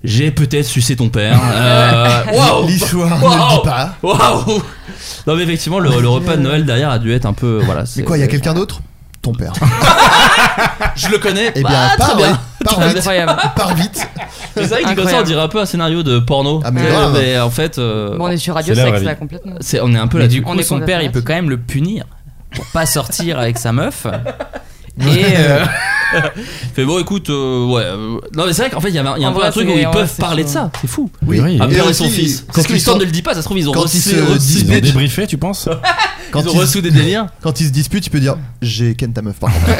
Speaker 8: j'ai peut-être sucé ton père. Euh, Waouh.
Speaker 9: L'histoire ne
Speaker 8: Waouh.
Speaker 9: le dit pas.
Speaker 8: Waouh. Non mais effectivement, le, le repas de Noël derrière a dû être un peu, voilà.
Speaker 9: Mais
Speaker 8: c'est- Ah,
Speaker 9: quoi, il y a quelqu'un d'autre Ton père.
Speaker 8: Je le connais.
Speaker 9: Eh bien,
Speaker 8: Bah,
Speaker 9: pars,
Speaker 8: très bien.
Speaker 9: ouais, pars
Speaker 8: Très
Speaker 9: vite.
Speaker 10: Incroyable.
Speaker 9: Pars vite.
Speaker 8: Mais C'est vrai que dit comme ça, on
Speaker 10: Incroyable.
Speaker 8: dirait un peu un scénario de porno.
Speaker 9: Ah, mais
Speaker 8: Euh,
Speaker 10: bah,
Speaker 9: grave.
Speaker 8: mais en fait, euh,
Speaker 10: Bon, on est sur Radio
Speaker 11: C'est la
Speaker 10: Sex
Speaker 11: vraie
Speaker 10: là
Speaker 11: vie.
Speaker 10: complètement.
Speaker 8: c'est- on est un peu
Speaker 12: Mais
Speaker 8: là.
Speaker 12: du
Speaker 10: On
Speaker 12: coup,
Speaker 10: est
Speaker 12: son père, il peut quand même le punir pour pas sortir avec sa meuf.
Speaker 10: Et euh,
Speaker 8: Fait bon, écoute, euh, ouais. euh, Non mais c'est vrai qu'en fait, il y a, un- il y a un
Speaker 10: En
Speaker 8: peu
Speaker 10: vrai,
Speaker 8: un truc où
Speaker 10: c'est-
Speaker 8: ils
Speaker 10: ouais,
Speaker 8: peuvent
Speaker 10: c'est
Speaker 8: parler de
Speaker 10: chaud.
Speaker 8: ça. C'est fou.
Speaker 11: Oui, oui.
Speaker 8: Un
Speaker 9: Et
Speaker 8: Ah, père et
Speaker 9: aussi,
Speaker 8: son fils.
Speaker 9: quand
Speaker 8: Parce que
Speaker 9: ils
Speaker 8: l'histoire
Speaker 9: sont-
Speaker 8: ne le dit pas. Ça se trouve, ils ont
Speaker 9: quand ils
Speaker 8: reçu
Speaker 9: se
Speaker 11: Ils ont
Speaker 9: disputent,
Speaker 11: débriefé, tu penses
Speaker 9: quand
Speaker 8: ils ont
Speaker 9: ils-
Speaker 8: reçu des délires.
Speaker 9: Quand ils se disputent, tu peux dire J'ai ken ta meuf par contre.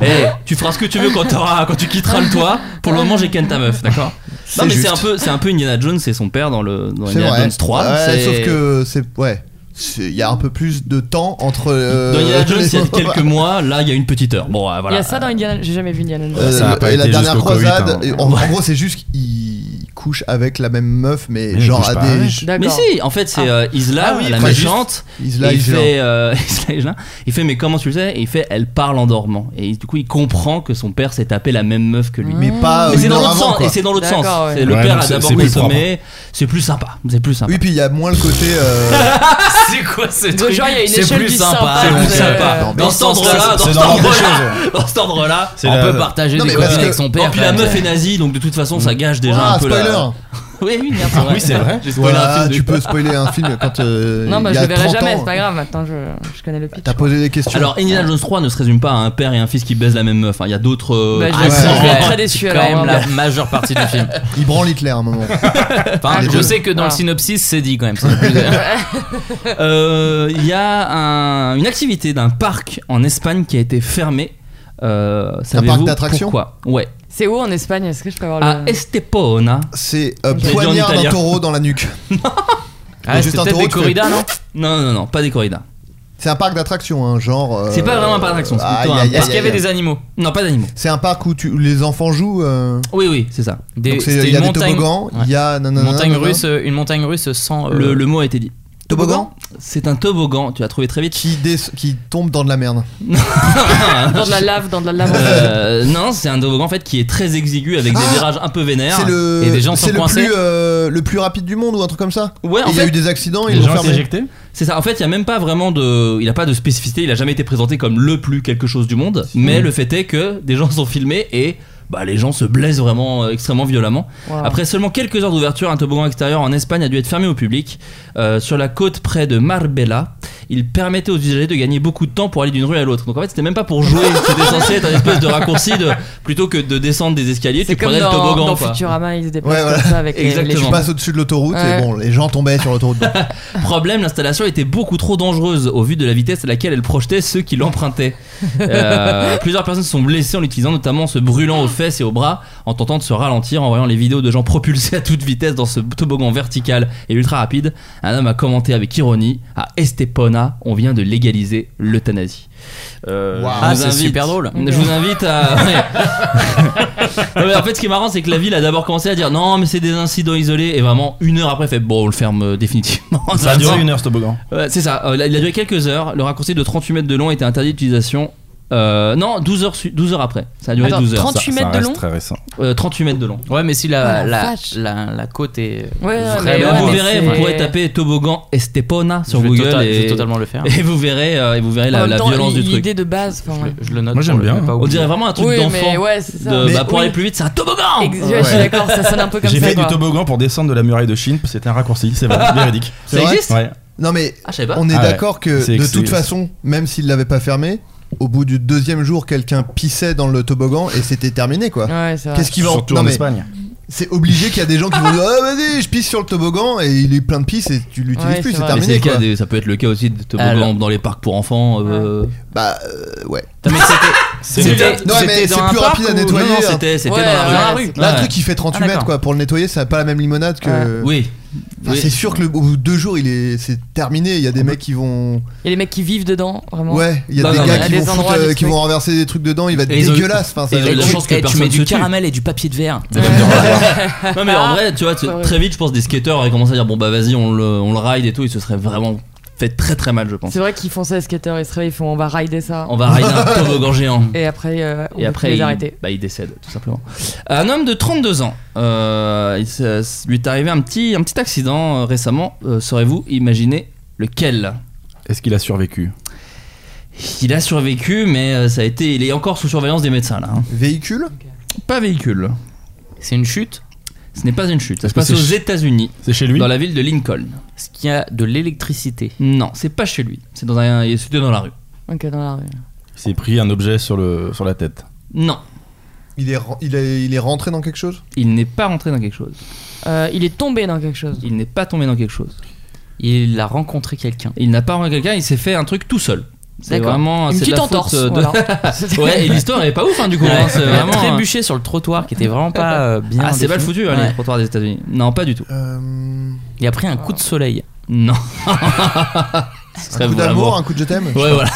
Speaker 8: Eh, tu feras ce que tu veux quand, t'auras- quand tu quitteras le toit. Pour le moment, j'ai ken ta meuf, d'accord Non, mais
Speaker 9: juste.
Speaker 8: c'est un peu, c'est un peu Indiana Jones et son père dans le dans
Speaker 9: C'est
Speaker 8: Indiana
Speaker 9: vrai.
Speaker 8: Jones 3.
Speaker 9: Ouais,
Speaker 8: c'est-
Speaker 9: Sauf que c'est. Ouais. C'est- Il y a un peu plus de temps entre. euh,
Speaker 8: dans Indiana Jones, il y a
Speaker 9: les-
Speaker 8: quelques mois. Là, il y a une petite heure. Bon, euh,
Speaker 10: il y
Speaker 8: voilà.
Speaker 10: a ça dans Indiana. J'ai jamais vu Indiana Jones.
Speaker 9: Euh,
Speaker 11: Ça a
Speaker 9: le-
Speaker 11: pas
Speaker 9: et la
Speaker 11: été
Speaker 9: dernière
Speaker 11: jusqu'au Covid,
Speaker 9: croisade,
Speaker 11: hein.
Speaker 9: et en, en gros, c'est juste qu'il couche avec la même meuf, mais,
Speaker 11: Mais il
Speaker 9: genre
Speaker 11: couche
Speaker 9: à
Speaker 11: pas
Speaker 9: des.
Speaker 11: avec.
Speaker 9: j-
Speaker 8: Mais
Speaker 10: D'accord.
Speaker 8: si, en fait, c'est euh, Isla,
Speaker 9: Ah oui,
Speaker 8: la
Speaker 9: enfin,
Speaker 8: méchante.
Speaker 9: Ils
Speaker 8: Et
Speaker 9: là,
Speaker 8: il
Speaker 9: ils là.
Speaker 8: fait, euh, Isla, Isla. il fait, mais comment tu le sais Et il fait, elle parle en dormant. Et du coup, il comprend que son père s'est tapé la même meuf que lui.
Speaker 9: Mais pas.
Speaker 8: Mais c'est
Speaker 9: euh,
Speaker 8: dans
Speaker 9: une heure
Speaker 8: l'autre
Speaker 9: avant,
Speaker 8: sens.
Speaker 9: quoi.
Speaker 8: Et c'est dans l'autre sens.
Speaker 10: D'accord, ouais.
Speaker 8: C'est Le
Speaker 11: Ouais,
Speaker 8: père
Speaker 11: donc
Speaker 8: a
Speaker 11: c'est-
Speaker 8: d'abord
Speaker 11: c'est plus
Speaker 8: consommé. C'est plus sympa. C'est plus sympa.
Speaker 9: Oui, puis il y a moins le côté. euh,
Speaker 12: C'est quoi ce
Speaker 10: truc genre, il y a une
Speaker 12: C'est
Speaker 10: échelle
Speaker 12: plus
Speaker 10: du
Speaker 12: sympa.
Speaker 10: sympa,
Speaker 8: C'est
Speaker 10: vous
Speaker 8: plus
Speaker 10: avez-
Speaker 8: sympa.
Speaker 9: Non, mais
Speaker 8: Dans
Speaker 12: dans
Speaker 8: cet
Speaker 12: ce
Speaker 8: ordre-là,
Speaker 12: sens-là,
Speaker 8: dans
Speaker 11: c'est
Speaker 8: cet
Speaker 11: dans l'ordre des
Speaker 8: ordre-là, dans cet ordre-là,
Speaker 11: C'est
Speaker 12: on
Speaker 11: la-
Speaker 12: peut partager
Speaker 9: Non,
Speaker 12: des
Speaker 9: mais parce
Speaker 12: conneries
Speaker 9: que-
Speaker 12: avec son père.
Speaker 8: Oh, puis la
Speaker 12: quand même.
Speaker 8: meuf est nazie, donc de toute façon, ça gage déjà
Speaker 9: Ah,
Speaker 8: un peu
Speaker 9: spoiler
Speaker 8: la. Oui, oui, merde,
Speaker 11: Oui, c'est vrai.
Speaker 8: J'ai spoilé un
Speaker 9: Voilà,
Speaker 8: film de-
Speaker 9: tu peux spoiler un film quand. euh,
Speaker 10: Non, bah
Speaker 9: il y
Speaker 10: je
Speaker 9: a
Speaker 10: le verrai
Speaker 9: 30
Speaker 10: jamais,
Speaker 9: ans.
Speaker 10: c'est pas grave. Maintenant, je, je connais le pitch.
Speaker 9: T'as posé des questions.
Speaker 8: Alors, Indiana Jones 3 ne se résume pas à un père et un fils qui baisent la même meuf. hein. Il y a d'autres. euh,
Speaker 10: Bah, je,
Speaker 12: Ah,
Speaker 10: vais-
Speaker 12: ouais.
Speaker 10: je vais être
Speaker 12: Ouais.
Speaker 10: très déçu
Speaker 12: quand
Speaker 10: alors.
Speaker 12: même
Speaker 10: vraiment.
Speaker 12: la majeure partie du film.
Speaker 9: il branle Hitler à un moment.
Speaker 12: Enfin,
Speaker 9: Ah,
Speaker 12: je
Speaker 9: oui.
Speaker 12: sais que dans le
Speaker 10: Ah.
Speaker 12: synopsis, c'est dit quand même. c'est plus-
Speaker 8: Euh, Il y a un- une activité d'un parc en Espagne qui a été fermée. Euh, savez-vous
Speaker 9: d'attractions
Speaker 8: Pourquoi Ouais.
Speaker 10: C'est où en Espagne Est-ce que je peux avoir
Speaker 8: À
Speaker 10: le.
Speaker 8: Estepona.
Speaker 9: C'est euh,
Speaker 10: J'ai dit
Speaker 8: en
Speaker 9: poignard d'un
Speaker 8: italien.
Speaker 9: taureau dans la nuque.
Speaker 12: Ah,
Speaker 9: Juste
Speaker 12: c'est
Speaker 9: un
Speaker 12: peut-être
Speaker 9: taureau,
Speaker 12: des
Speaker 9: tu fais-
Speaker 12: corridas, non
Speaker 8: Non, non, non, pas des corridas.
Speaker 9: C'est un parc d'attractions, hein, genre. euh,
Speaker 8: C'est pas vraiment un parc d'attractions, c'est
Speaker 9: aïe,
Speaker 8: plutôt un
Speaker 9: aïe, aïe,
Speaker 12: Est-ce qu'il y avait
Speaker 9: aïe.
Speaker 12: des animaux
Speaker 8: Non, pas d'animaux.
Speaker 9: C'est un parc où, tu- où les enfants jouent. euh,
Speaker 8: Oui, oui, c'est ça.
Speaker 12: Des-
Speaker 9: donc c'est-
Speaker 12: c'était
Speaker 9: il y a
Speaker 12: une
Speaker 9: des
Speaker 12: montagne-
Speaker 9: toboggans, il y a
Speaker 12: Une
Speaker 9: nanana,
Speaker 12: montagne
Speaker 9: nanana.
Speaker 12: russe, euh, une montagne russe sans euh,
Speaker 8: Le, le mot a été dit.
Speaker 9: Toboggan
Speaker 8: C'est un toboggan, tu as trouvé très vite. Ah,
Speaker 9: qui, des- qui tombe dans de la merde.
Speaker 10: Dans de la lave, dans de la lave.
Speaker 8: Euh, non, c'est un toboggan en fait qui est très exigu avec des
Speaker 9: Ah
Speaker 8: virages un peu vénères.
Speaker 9: C'est le,
Speaker 12: et des gens sont
Speaker 9: c'est le
Speaker 12: coincés.
Speaker 9: plus, euh, le plus rapide du monde ou un truc comme ça.
Speaker 8: Ouais,
Speaker 9: Et
Speaker 8: en
Speaker 9: il y a eu
Speaker 8: fait,
Speaker 9: des accidents,
Speaker 11: Les
Speaker 9: ils l'ont
Speaker 11: gens étaient
Speaker 9: fermé.
Speaker 11: éjectés
Speaker 8: c'est ça. En fait, il y a même pas vraiment de, il a pas de spécificité. Il a jamais été présenté comme le plus quelque chose du monde.
Speaker 9: Mm.
Speaker 8: Mais le fait est que des gens sont filmés et bah les gens se blessent vraiment euh, extrêmement violemment.
Speaker 9: Ah.
Speaker 10: Wow.
Speaker 8: Après seulement quelques heures d'ouverture, un toboggan extérieur en Espagne a dû être fermé au public. Euh, sur la côte près de Marbella, il permettait aux usagers de gagner beaucoup de temps pour aller d'une rue à l'autre. Donc en fait, c'était même pas pour jouer, c'était censé être un espèce de raccourci de, plutôt que de descendre des escaliers,
Speaker 10: c'est
Speaker 8: tu
Speaker 10: comme
Speaker 8: prenais
Speaker 10: dans,
Speaker 8: le toboggan.
Speaker 10: dans
Speaker 8: quoi.
Speaker 10: Futurama, ils se déplacent
Speaker 9: Ouais, voilà.
Speaker 10: comme ça avec les- les,
Speaker 8: Exactement.
Speaker 9: Tu passes au-dessus de l'autoroute
Speaker 10: Ouais.
Speaker 9: et bon, les gens tombaient sur l'autoroute. Donc,
Speaker 8: Problème, l'installation était beaucoup trop dangereuse au vu de la vitesse à laquelle elle projetait ceux qui l'empruntaient. Euh, plusieurs personnes se sont blessées en l'utilisant, notamment en se brûlant au fesses et aux bras en tentant de se ralentir en voyant les vidéos de gens propulsés à toute vitesse dans ce toboggan vertical et ultra rapide. Un homme a commenté avec ironie à Estepona, on vient de légaliser l'euthanasie. Euh, je
Speaker 9: Wow.
Speaker 12: Ah,
Speaker 8: vous
Speaker 12: c'est
Speaker 8: invite-
Speaker 12: super drôle.
Speaker 8: Je vous invite à. ouais. Non, mais en fait, ce qui est marrant, c'est que la ville a d'abord commencé à dire non, mais c'est des incidents isolés, et vraiment une heure après, fait bon, on le ferme euh, définitivement.
Speaker 11: Ça a duré une heure ce toboggan.
Speaker 8: Ouais, c'est ça, euh, il a duré quelques heures. Le raccourci de 38 mètres de long était interdit d'utilisation. Euh, non, 12 heures, su- 12 heures après. Ça a duré
Speaker 10: Attends,
Speaker 8: 12 heures. ça.
Speaker 10: 38
Speaker 11: ça
Speaker 10: mètres de
Speaker 11: reste
Speaker 10: long
Speaker 11: très récent.
Speaker 8: Euh, 38 mètres de long.
Speaker 12: Ouais, mais si la,
Speaker 10: Oh, la
Speaker 12: la,
Speaker 10: vache.
Speaker 12: la, la côte est
Speaker 10: Ouais, ouais,
Speaker 8: Et
Speaker 12: vraiment.
Speaker 8: là, vous
Speaker 10: mais
Speaker 8: verrez,
Speaker 10: c'est-
Speaker 8: vous pourrez taper toboggan Estepona sur
Speaker 12: je vais
Speaker 8: Google
Speaker 12: tota- je vais
Speaker 8: et,
Speaker 12: totalement le faire.
Speaker 8: et vous verrez, euh, et vous verrez
Speaker 10: En
Speaker 8: la,
Speaker 10: même
Speaker 8: la
Speaker 10: temps,
Speaker 8: violence
Speaker 10: l-
Speaker 8: du truc.
Speaker 10: L'idée de base, enfin,
Speaker 12: Je
Speaker 10: ouais.
Speaker 12: le- je le note.
Speaker 11: Moi, j'aime
Speaker 12: pour le-
Speaker 11: bien.
Speaker 12: pas
Speaker 8: On
Speaker 12: oublier.
Speaker 8: dirait vraiment un truc
Speaker 10: Oui,
Speaker 8: d'enfant.
Speaker 10: mais ouais, c'est ça.
Speaker 8: de,
Speaker 9: Mais
Speaker 8: bah, pour
Speaker 9: oui.
Speaker 8: aller plus vite, c'est un toboggan.
Speaker 10: Ex- ouais, Je suis
Speaker 11: Ouais.
Speaker 10: d'accord, ça sonne un peu comme
Speaker 11: J'ai
Speaker 10: ça.
Speaker 11: fait du
Speaker 10: quoi.
Speaker 11: toboggan pour descendre de la muraille de Chine, c'était un raccourci, c'est vrai, véridique.
Speaker 9: C'est
Speaker 8: Ça
Speaker 9: vrai
Speaker 8: existe
Speaker 11: Ouais.
Speaker 9: Non mais
Speaker 8: Ah, je savais pas.
Speaker 9: on est
Speaker 11: Ah ouais.
Speaker 9: d'accord que
Speaker 11: C'est
Speaker 9: de
Speaker 11: ex-
Speaker 9: toute
Speaker 11: c'est-
Speaker 9: façon, même s'il l'avait pas fermé, au bout du deuxième jour, quelqu'un pissait dans le toboggan et c'était terminé quoi.
Speaker 10: Ouais, c'est vrai.
Speaker 9: Qu'est-ce qu'il va
Speaker 11: Surtout
Speaker 9: Non,
Speaker 11: en
Speaker 9: mais
Speaker 11: Espagne.
Speaker 9: C'est obligé qu'il y a des gens qui vont dire Ah, vas-y, je pisse sur le toboggan et il est plein de pisse et tu l'utilises
Speaker 10: Ouais,
Speaker 9: plus,
Speaker 10: c'est
Speaker 9: c'est
Speaker 10: vrai.
Speaker 8: Mais c'est
Speaker 9: terminé
Speaker 8: le cas
Speaker 9: Ah, quoi.
Speaker 8: des- ça peut être le cas aussi de toboggan
Speaker 12: Alors.
Speaker 8: dans les parcs pour enfants. euh,
Speaker 9: Bah euh, ouais.
Speaker 12: Putain, mais c'était-
Speaker 11: C'est
Speaker 12: c'était.
Speaker 9: Non, mais
Speaker 12: c'était
Speaker 9: c'est
Speaker 12: dans un
Speaker 9: plus
Speaker 12: parc
Speaker 9: rapide à
Speaker 12: ou-
Speaker 9: nettoyer.
Speaker 8: Non, non,
Speaker 9: hein.
Speaker 8: c'était c'était
Speaker 10: Ouais,
Speaker 8: dans la rue.
Speaker 10: dans la rue.
Speaker 9: Là,
Speaker 8: Ouais.
Speaker 9: le truc, il fait 38
Speaker 12: Ah, d'accord.
Speaker 9: mètres quoi. Pour le nettoyer, ça n'a pas la même limonade que.
Speaker 8: Oui.
Speaker 9: Enfin,
Speaker 8: Oui.
Speaker 9: C'est sûr que le, au bout de deux jours, il est, c'est terminé. Il y a des mecs qui vont.
Speaker 10: Il y a les mecs qui vivent dedans, vraiment.
Speaker 9: Ouais, il y a
Speaker 8: Non,
Speaker 9: des
Speaker 8: non,
Speaker 9: gars
Speaker 8: mais-
Speaker 9: qui,
Speaker 10: Il y a
Speaker 9: vont
Speaker 10: des
Speaker 9: foutre,
Speaker 10: endroits,
Speaker 9: euh, qui
Speaker 10: des trucs.
Speaker 9: vont renverser des trucs dedans. Il va être
Speaker 8: Et ils ont eu-
Speaker 9: dégueulasse. enfin, ça
Speaker 8: et ils
Speaker 9: va
Speaker 8: ont eu
Speaker 9: être
Speaker 8: la
Speaker 12: Tu-
Speaker 8: chance que
Speaker 12: eh, tu
Speaker 8: personne
Speaker 12: mets
Speaker 8: se
Speaker 12: du
Speaker 8: tue.
Speaker 12: caramel et du papier de verre.
Speaker 8: Non mais en vrai, tu vois, tu-
Speaker 10: Ouais, ouais.
Speaker 8: très vite, je pense, des skateurs auraient commencé à dire bon bah vas-y, on le, on le ride et tout, il se serait vraiment fait très très mal, je pense.
Speaker 10: C'est vrai qu'ils font ça, les skateurs, ils se réveillent, ils font on va rider ça.
Speaker 8: On va rider un toboggan géant.
Speaker 10: Et après, euh, on
Speaker 8: Et
Speaker 10: peut
Speaker 8: après,
Speaker 10: plus les
Speaker 8: il,
Speaker 10: arrêter.
Speaker 8: bah, il décède, tout simplement. Euh, Un homme de 32 ans, euh, il se- lui est arrivé un petit, un petit accident euh, récemment. Euh, Saurez-vous imaginer lequel
Speaker 11: Est-ce qu'il a survécu
Speaker 8: Il a survécu, mais euh, ça a été, il est encore sous surveillance des médecins là. hein.
Speaker 9: Véhicule
Speaker 8: Pas véhicule.
Speaker 12: C'est une chute.
Speaker 8: Ce n'est pas une chute. Ça
Speaker 11: Est-ce
Speaker 8: se
Speaker 11: que
Speaker 8: passe
Speaker 11: c'est
Speaker 8: aux
Speaker 11: ch-
Speaker 8: États-Unis,
Speaker 11: C'est chez lui
Speaker 8: dans la ville de Lincoln.
Speaker 12: Est-ce qu'il y a de l'électricité
Speaker 8: Non, c'est pas chez lui. C'est dans un, c'était dans la rue.
Speaker 10: Ok, dans la rue.
Speaker 11: Il s'est pris un objet sur, le, sur la tête.
Speaker 8: Non,
Speaker 9: il est, ren- il, est, il est rentré dans quelque chose
Speaker 8: il n'est pas rentré dans quelque chose.
Speaker 10: Euh, il est tombé dans quelque chose.
Speaker 8: Il n'est pas tombé dans quelque chose.
Speaker 12: Il a rencontré quelqu'un.
Speaker 8: Il n'a pas rentré quelqu'un. Il s'est fait un truc tout seul. C'est
Speaker 12: D'accord.
Speaker 8: vraiment
Speaker 10: Une
Speaker 8: c'est de la
Speaker 10: petite
Speaker 8: faute,
Speaker 10: entorse.
Speaker 8: euh, de-
Speaker 10: voilà.
Speaker 8: Ouais, et l'histoire elle est pas ouf hein, du coup.
Speaker 12: Ouais,
Speaker 8: hein, c'est
Speaker 12: il a
Speaker 8: vraiment. hein.
Speaker 12: trébuché sur le trottoir qui était vraiment pas euh, bien.
Speaker 8: Ah, c'est
Speaker 12: défini.
Speaker 8: mal foutu hein, les
Speaker 12: Ouais.
Speaker 8: trottoirs des États-Unis. Non, pas du tout.
Speaker 9: Euh,
Speaker 12: Il a pris un coup de soleil.
Speaker 8: Non. Ce serait
Speaker 9: Un coup
Speaker 8: vraiment-
Speaker 9: d'amour, un coup de je t'aime
Speaker 8: Ouais, voilà.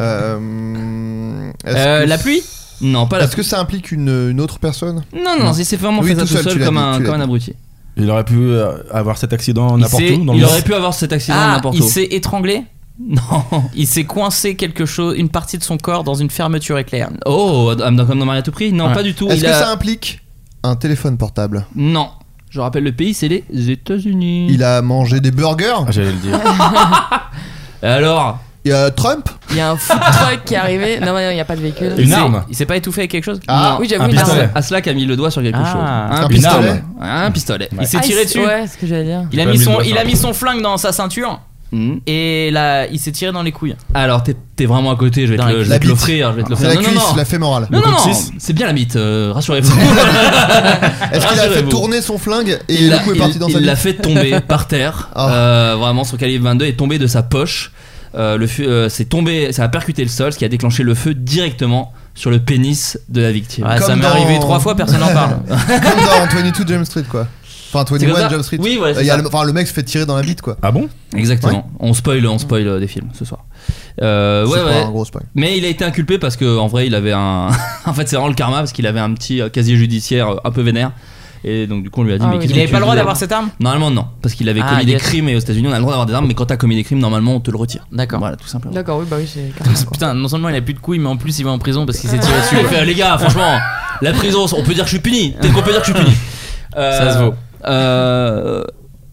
Speaker 9: Euh, est-ce
Speaker 12: Euh,
Speaker 9: que-
Speaker 12: la pluie
Speaker 8: Non, pas la.
Speaker 9: Est-ce que ça implique une, une autre personne
Speaker 8: Non, non, il s'est vraiment
Speaker 9: Oui,
Speaker 8: fait ça
Speaker 9: tout
Speaker 8: tout
Speaker 9: seul,
Speaker 8: seul
Speaker 9: tu l'as
Speaker 8: comme
Speaker 9: dit,
Speaker 8: un
Speaker 9: tu l'as
Speaker 8: comme un
Speaker 9: dit.
Speaker 8: abruti.
Speaker 11: Il aurait pu euh, avoir cet accident
Speaker 12: Il
Speaker 11: n'importe
Speaker 12: s'est-
Speaker 11: où dans
Speaker 8: Il
Speaker 11: le
Speaker 8: aurait pu avoir cet accident
Speaker 12: Ah,
Speaker 8: n'importe
Speaker 12: il
Speaker 8: où.
Speaker 12: s'est étranglé
Speaker 8: Non.
Speaker 12: Il s'est coincé quelque chose, une partie de son corps dans une fermeture éclair.
Speaker 8: Oh, comme dans Maria tout prix Non,
Speaker 12: Ouais.
Speaker 8: pas du tout.
Speaker 9: Ah. Est-ce
Speaker 8: il
Speaker 9: que
Speaker 8: a-
Speaker 9: ça implique un téléphone portable
Speaker 8: Non. Je rappelle le pays, c'est les États-Unis.
Speaker 9: Il a mangé des burgers
Speaker 11: Ah, J'allais le dire.
Speaker 8: Alors,
Speaker 9: Il y a Trump
Speaker 10: Il y a un food truck qui est arrivé. Non, mais non, il n'y a pas de véhicule.
Speaker 11: Une
Speaker 12: Il s'est-
Speaker 11: arme.
Speaker 12: Il s'est pas étouffé avec quelque chose
Speaker 9: Ah,
Speaker 10: oui, j'avoue,
Speaker 11: un
Speaker 10: une arme.
Speaker 11: pistolet.
Speaker 8: Aslak a mis le doigt sur quelque
Speaker 12: Ah,
Speaker 8: chose.
Speaker 12: un
Speaker 8: Un
Speaker 9: pistolet.
Speaker 8: pistolet. Un pistolet.
Speaker 12: Il s'est
Speaker 10: Ah,
Speaker 12: tiré
Speaker 10: il-
Speaker 12: dessus.
Speaker 10: Ouais, c'est ce que j'allais dire.
Speaker 12: Il a,
Speaker 11: Pas
Speaker 12: mis
Speaker 11: mis
Speaker 12: son,
Speaker 11: le doigt,
Speaker 12: il
Speaker 11: ça.
Speaker 12: a mis son flingue dans sa ceinture
Speaker 8: Hmm.
Speaker 12: et là, il s'est tiré dans les couilles.
Speaker 8: Alors, t'es t'es vraiment à côté, je vais te
Speaker 12: Dingue.
Speaker 8: le- je
Speaker 9: La
Speaker 8: vais te
Speaker 9: bite.
Speaker 8: l'offrir. je vais te
Speaker 9: C'est
Speaker 8: l'offrir.
Speaker 9: la
Speaker 8: Non, non,
Speaker 9: cuisse,
Speaker 8: non.
Speaker 9: la fémorale.
Speaker 8: Non, non,
Speaker 11: Le
Speaker 8: non,
Speaker 11: coccyx.
Speaker 8: c'est bien la mythe, rassurez-vous.
Speaker 9: Est-ce qu'il a fait
Speaker 8: Rassurez-vous.
Speaker 9: tourner son flingue et
Speaker 8: Ah, il
Speaker 9: le
Speaker 8: l'a-
Speaker 9: coup est
Speaker 8: il-
Speaker 9: parti dans
Speaker 8: il
Speaker 9: sa
Speaker 8: l'a
Speaker 9: vie
Speaker 8: fait tomber par terre,
Speaker 9: Ah.
Speaker 8: euh, vraiment son calibre 22 est tombé de sa poche. Euh, le feu- euh, c'est tombé, ça a percuté le sol, ce qui a déclenché le feu directement sur le pénis de la victime.
Speaker 12: Ah,
Speaker 9: Comme
Speaker 12: ça m'est
Speaker 9: dans-
Speaker 12: arrivé trois fois, personne n'en parle.
Speaker 9: Comme dans 22 Jump Street quoi. Enfin
Speaker 8: C'est comme ça
Speaker 9: 21 Jump Street.
Speaker 8: Oui, voilà,
Speaker 9: Euh,
Speaker 8: c'est
Speaker 9: il y a
Speaker 8: ça.
Speaker 9: le, enfin, le mec se fait tirer dans la bite quoi.
Speaker 11: Ah bon
Speaker 8: Exactement. On spoil, on spoil euh, des films ce soir. Euh,
Speaker 9: C'est
Speaker 8: ouais,
Speaker 9: pas
Speaker 8: ouais.
Speaker 9: un gros spoil.
Speaker 8: Mais il a été inculpé parce que en vrai, il avait un. en fait, c'est vraiment le karma parce qu'il avait un petit euh, casier judiciaire euh, un peu vénère. Et donc, du coup, on lui a dit
Speaker 10: Ah
Speaker 8: Mais
Speaker 10: oui.
Speaker 8: qu'est-ce
Speaker 12: Il
Speaker 8: que
Speaker 12: n'avait
Speaker 8: tu
Speaker 12: pas le droit
Speaker 8: faisais
Speaker 12: d'avoir cette arme
Speaker 8: Normalement, non. Parce qu'il avait
Speaker 12: Ah,
Speaker 8: commis
Speaker 12: yes.
Speaker 8: des crimes et aux États-Unis, on a le droit d'avoir des armes, mais quand t'as commis des crimes, normalement, on te le retire.
Speaker 12: D'accord.
Speaker 8: Voilà, tout simplement.
Speaker 10: D'accord, oui, bah oui, c'est carrément, quoi.
Speaker 12: Putain, non seulement il a plus de couilles, mais en plus il va en prison parce qu'il s'est tiré dessus.
Speaker 8: Il fait, les gars, franchement, la prison, on peut dire que je suis puni. Peut-être qu'on peut dire que je suis puni. Euh,
Speaker 12: Ça se vaut.
Speaker 8: euh,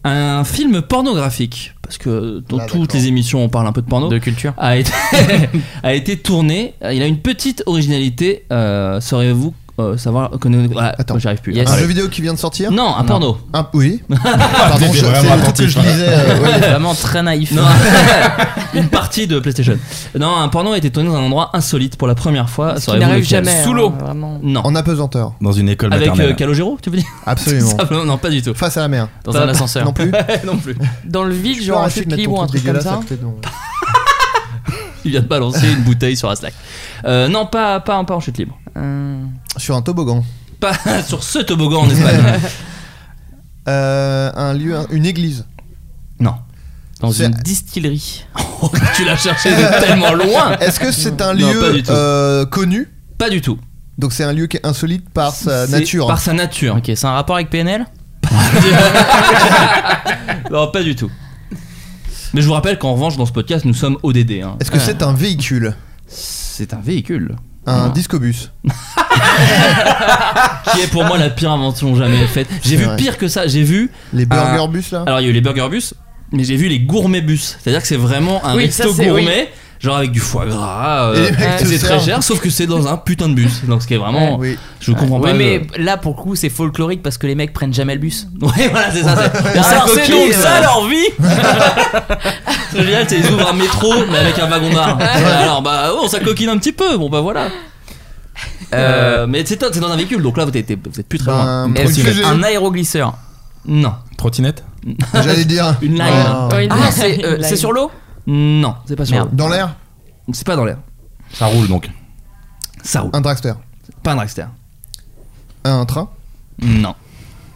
Speaker 8: un film pornographique, parce que dans
Speaker 9: Ah,
Speaker 8: toutes
Speaker 9: d'accord.
Speaker 8: les émissions, on parle un peu de porno.
Speaker 12: De culture.
Speaker 8: a été, a été tourné. Il a une petite originalité. Euh, Sauriez-vous euh, savoir connaître ah,
Speaker 9: Attends.
Speaker 8: j'arrive plus.
Speaker 12: Yes.
Speaker 9: Un
Speaker 12: Ouais.
Speaker 9: jeu vidéo qui vient de sortir
Speaker 8: Non, un
Speaker 12: Non.
Speaker 8: porno.
Speaker 9: Un- Oui. Pardon,
Speaker 11: T'étais
Speaker 9: je-
Speaker 11: vraiment
Speaker 9: c'est le truc
Speaker 11: attentif,
Speaker 8: hein.
Speaker 9: que je
Speaker 11: voilà.
Speaker 9: lisais. euh, ouais.
Speaker 12: Vraiment très naïf.
Speaker 8: Non, une partie de PlayStation. Non, un porno a été tourné dans un endroit insolite pour la première fois.
Speaker 10: Ce qui
Speaker 8: Sauriez-vous
Speaker 10: n'arrive
Speaker 8: lequel
Speaker 10: jamais.
Speaker 12: Sous
Speaker 10: hein,
Speaker 12: l'eau.
Speaker 10: Vraiment.
Speaker 8: Non.
Speaker 9: En apesanteur.
Speaker 11: Dans une école
Speaker 8: Avec euh,
Speaker 11: maternelle.
Speaker 8: Calogero, tu veux dire
Speaker 9: Absolument.
Speaker 8: Simplement, Non, pas du tout.
Speaker 9: Face à la mer.
Speaker 12: Dans
Speaker 8: Pas-
Speaker 12: un ascenseur.
Speaker 9: Non plus.
Speaker 8: non plus.
Speaker 10: Dans le vide,
Speaker 9: Je
Speaker 10: genre
Speaker 9: peux
Speaker 10: en
Speaker 9: arrêter de
Speaker 10: chute
Speaker 9: mettre
Speaker 10: libre
Speaker 9: ton
Speaker 10: ou un
Speaker 9: truc
Speaker 10: truc comme
Speaker 9: dégueulasse à
Speaker 10: ça.
Speaker 9: côté de nous.
Speaker 8: Il vient de balancer une bouteille sur un slack. Euh, non, pas, pas, pas en chute libre.
Speaker 12: Euh,
Speaker 9: Sur un toboggan.
Speaker 8: Pas sur ce toboggan en Espagne.
Speaker 9: Euh, un lieu, un- une église.
Speaker 8: non. Dans
Speaker 9: C'est-
Speaker 8: une distillerie. Oh, tu l'as cherché de tellement loin.
Speaker 9: Est-ce que c'est un
Speaker 8: Non,
Speaker 9: lieu
Speaker 8: pas du tout.
Speaker 9: euh, connu
Speaker 8: Pas du tout.
Speaker 9: Donc c'est un lieu qui est insolite par sa
Speaker 8: C'est
Speaker 9: nature. hein.
Speaker 8: Par sa nature.
Speaker 12: Ok, c'est un rapport avec PNL
Speaker 8: non, pas du tout. Mais je vous rappelle qu'en revanche, dans ce podcast, nous sommes ODD. hein.
Speaker 9: Est-ce que c'est un véhicule
Speaker 8: C'est un véhicule.
Speaker 9: Un
Speaker 8: Non.
Speaker 9: discobus
Speaker 8: Qui est pour moi la pire invention jamais faite. J'ai
Speaker 9: C'est
Speaker 8: vu
Speaker 9: vrai.
Speaker 8: pire que ça. J'ai vu.
Speaker 9: Les
Speaker 8: Ah.
Speaker 9: burger bus là
Speaker 8: Alors, il y a eu les burger bus, mais j'ai vu les gourmet bus. C'est-à-dire que c'est vraiment un
Speaker 10: Oui,
Speaker 8: resto
Speaker 10: ça, c'est-
Speaker 8: gourmet, genre avec du foie gras.
Speaker 9: Et
Speaker 8: euh,
Speaker 9: les mecs
Speaker 8: et
Speaker 9: te
Speaker 8: c'est très
Speaker 9: servent.
Speaker 8: cher, sauf que c'est dans un putain de bus. Donc, ce qui est vraiment.
Speaker 9: Oui.
Speaker 8: Je comprends
Speaker 12: Oui,
Speaker 8: pas.
Speaker 12: mais
Speaker 8: le-
Speaker 12: là pour le coup, c'est folklorique parce que les mecs prennent jamais le bus.
Speaker 8: Ouais, voilà, c'est ça. C'est
Speaker 12: Alors, c'est donc ça,
Speaker 8: leur vie C'est génial, c'est ils ouvrent un métro, mais avec un wagon bar. Alors, bah, oh, ça coquine un petit peu, bon, bah voilà. Euh, mais c'est c'est dans un véhicule, donc là, vous êtes, vous êtes plus très loin.
Speaker 9: Ben,
Speaker 12: Est-ce que
Speaker 9: trottinette.
Speaker 12: un aéroglisseur
Speaker 8: Non.
Speaker 11: Trottinette
Speaker 9: J'allais dire.
Speaker 8: Une line.
Speaker 9: Ah.
Speaker 10: Oui,
Speaker 12: Ah,
Speaker 10: non,
Speaker 12: c'est euh,
Speaker 10: une
Speaker 12: c'est
Speaker 10: blague.
Speaker 12: sur l'eau
Speaker 8: Non, c'est pas sur
Speaker 12: Merde.
Speaker 9: Dans l'air
Speaker 8: C'est pas dans l'air.
Speaker 11: Ça roule donc.
Speaker 8: Ça roule.
Speaker 9: Un dragster.
Speaker 8: Pas un dragster.
Speaker 9: Un train
Speaker 8: Non.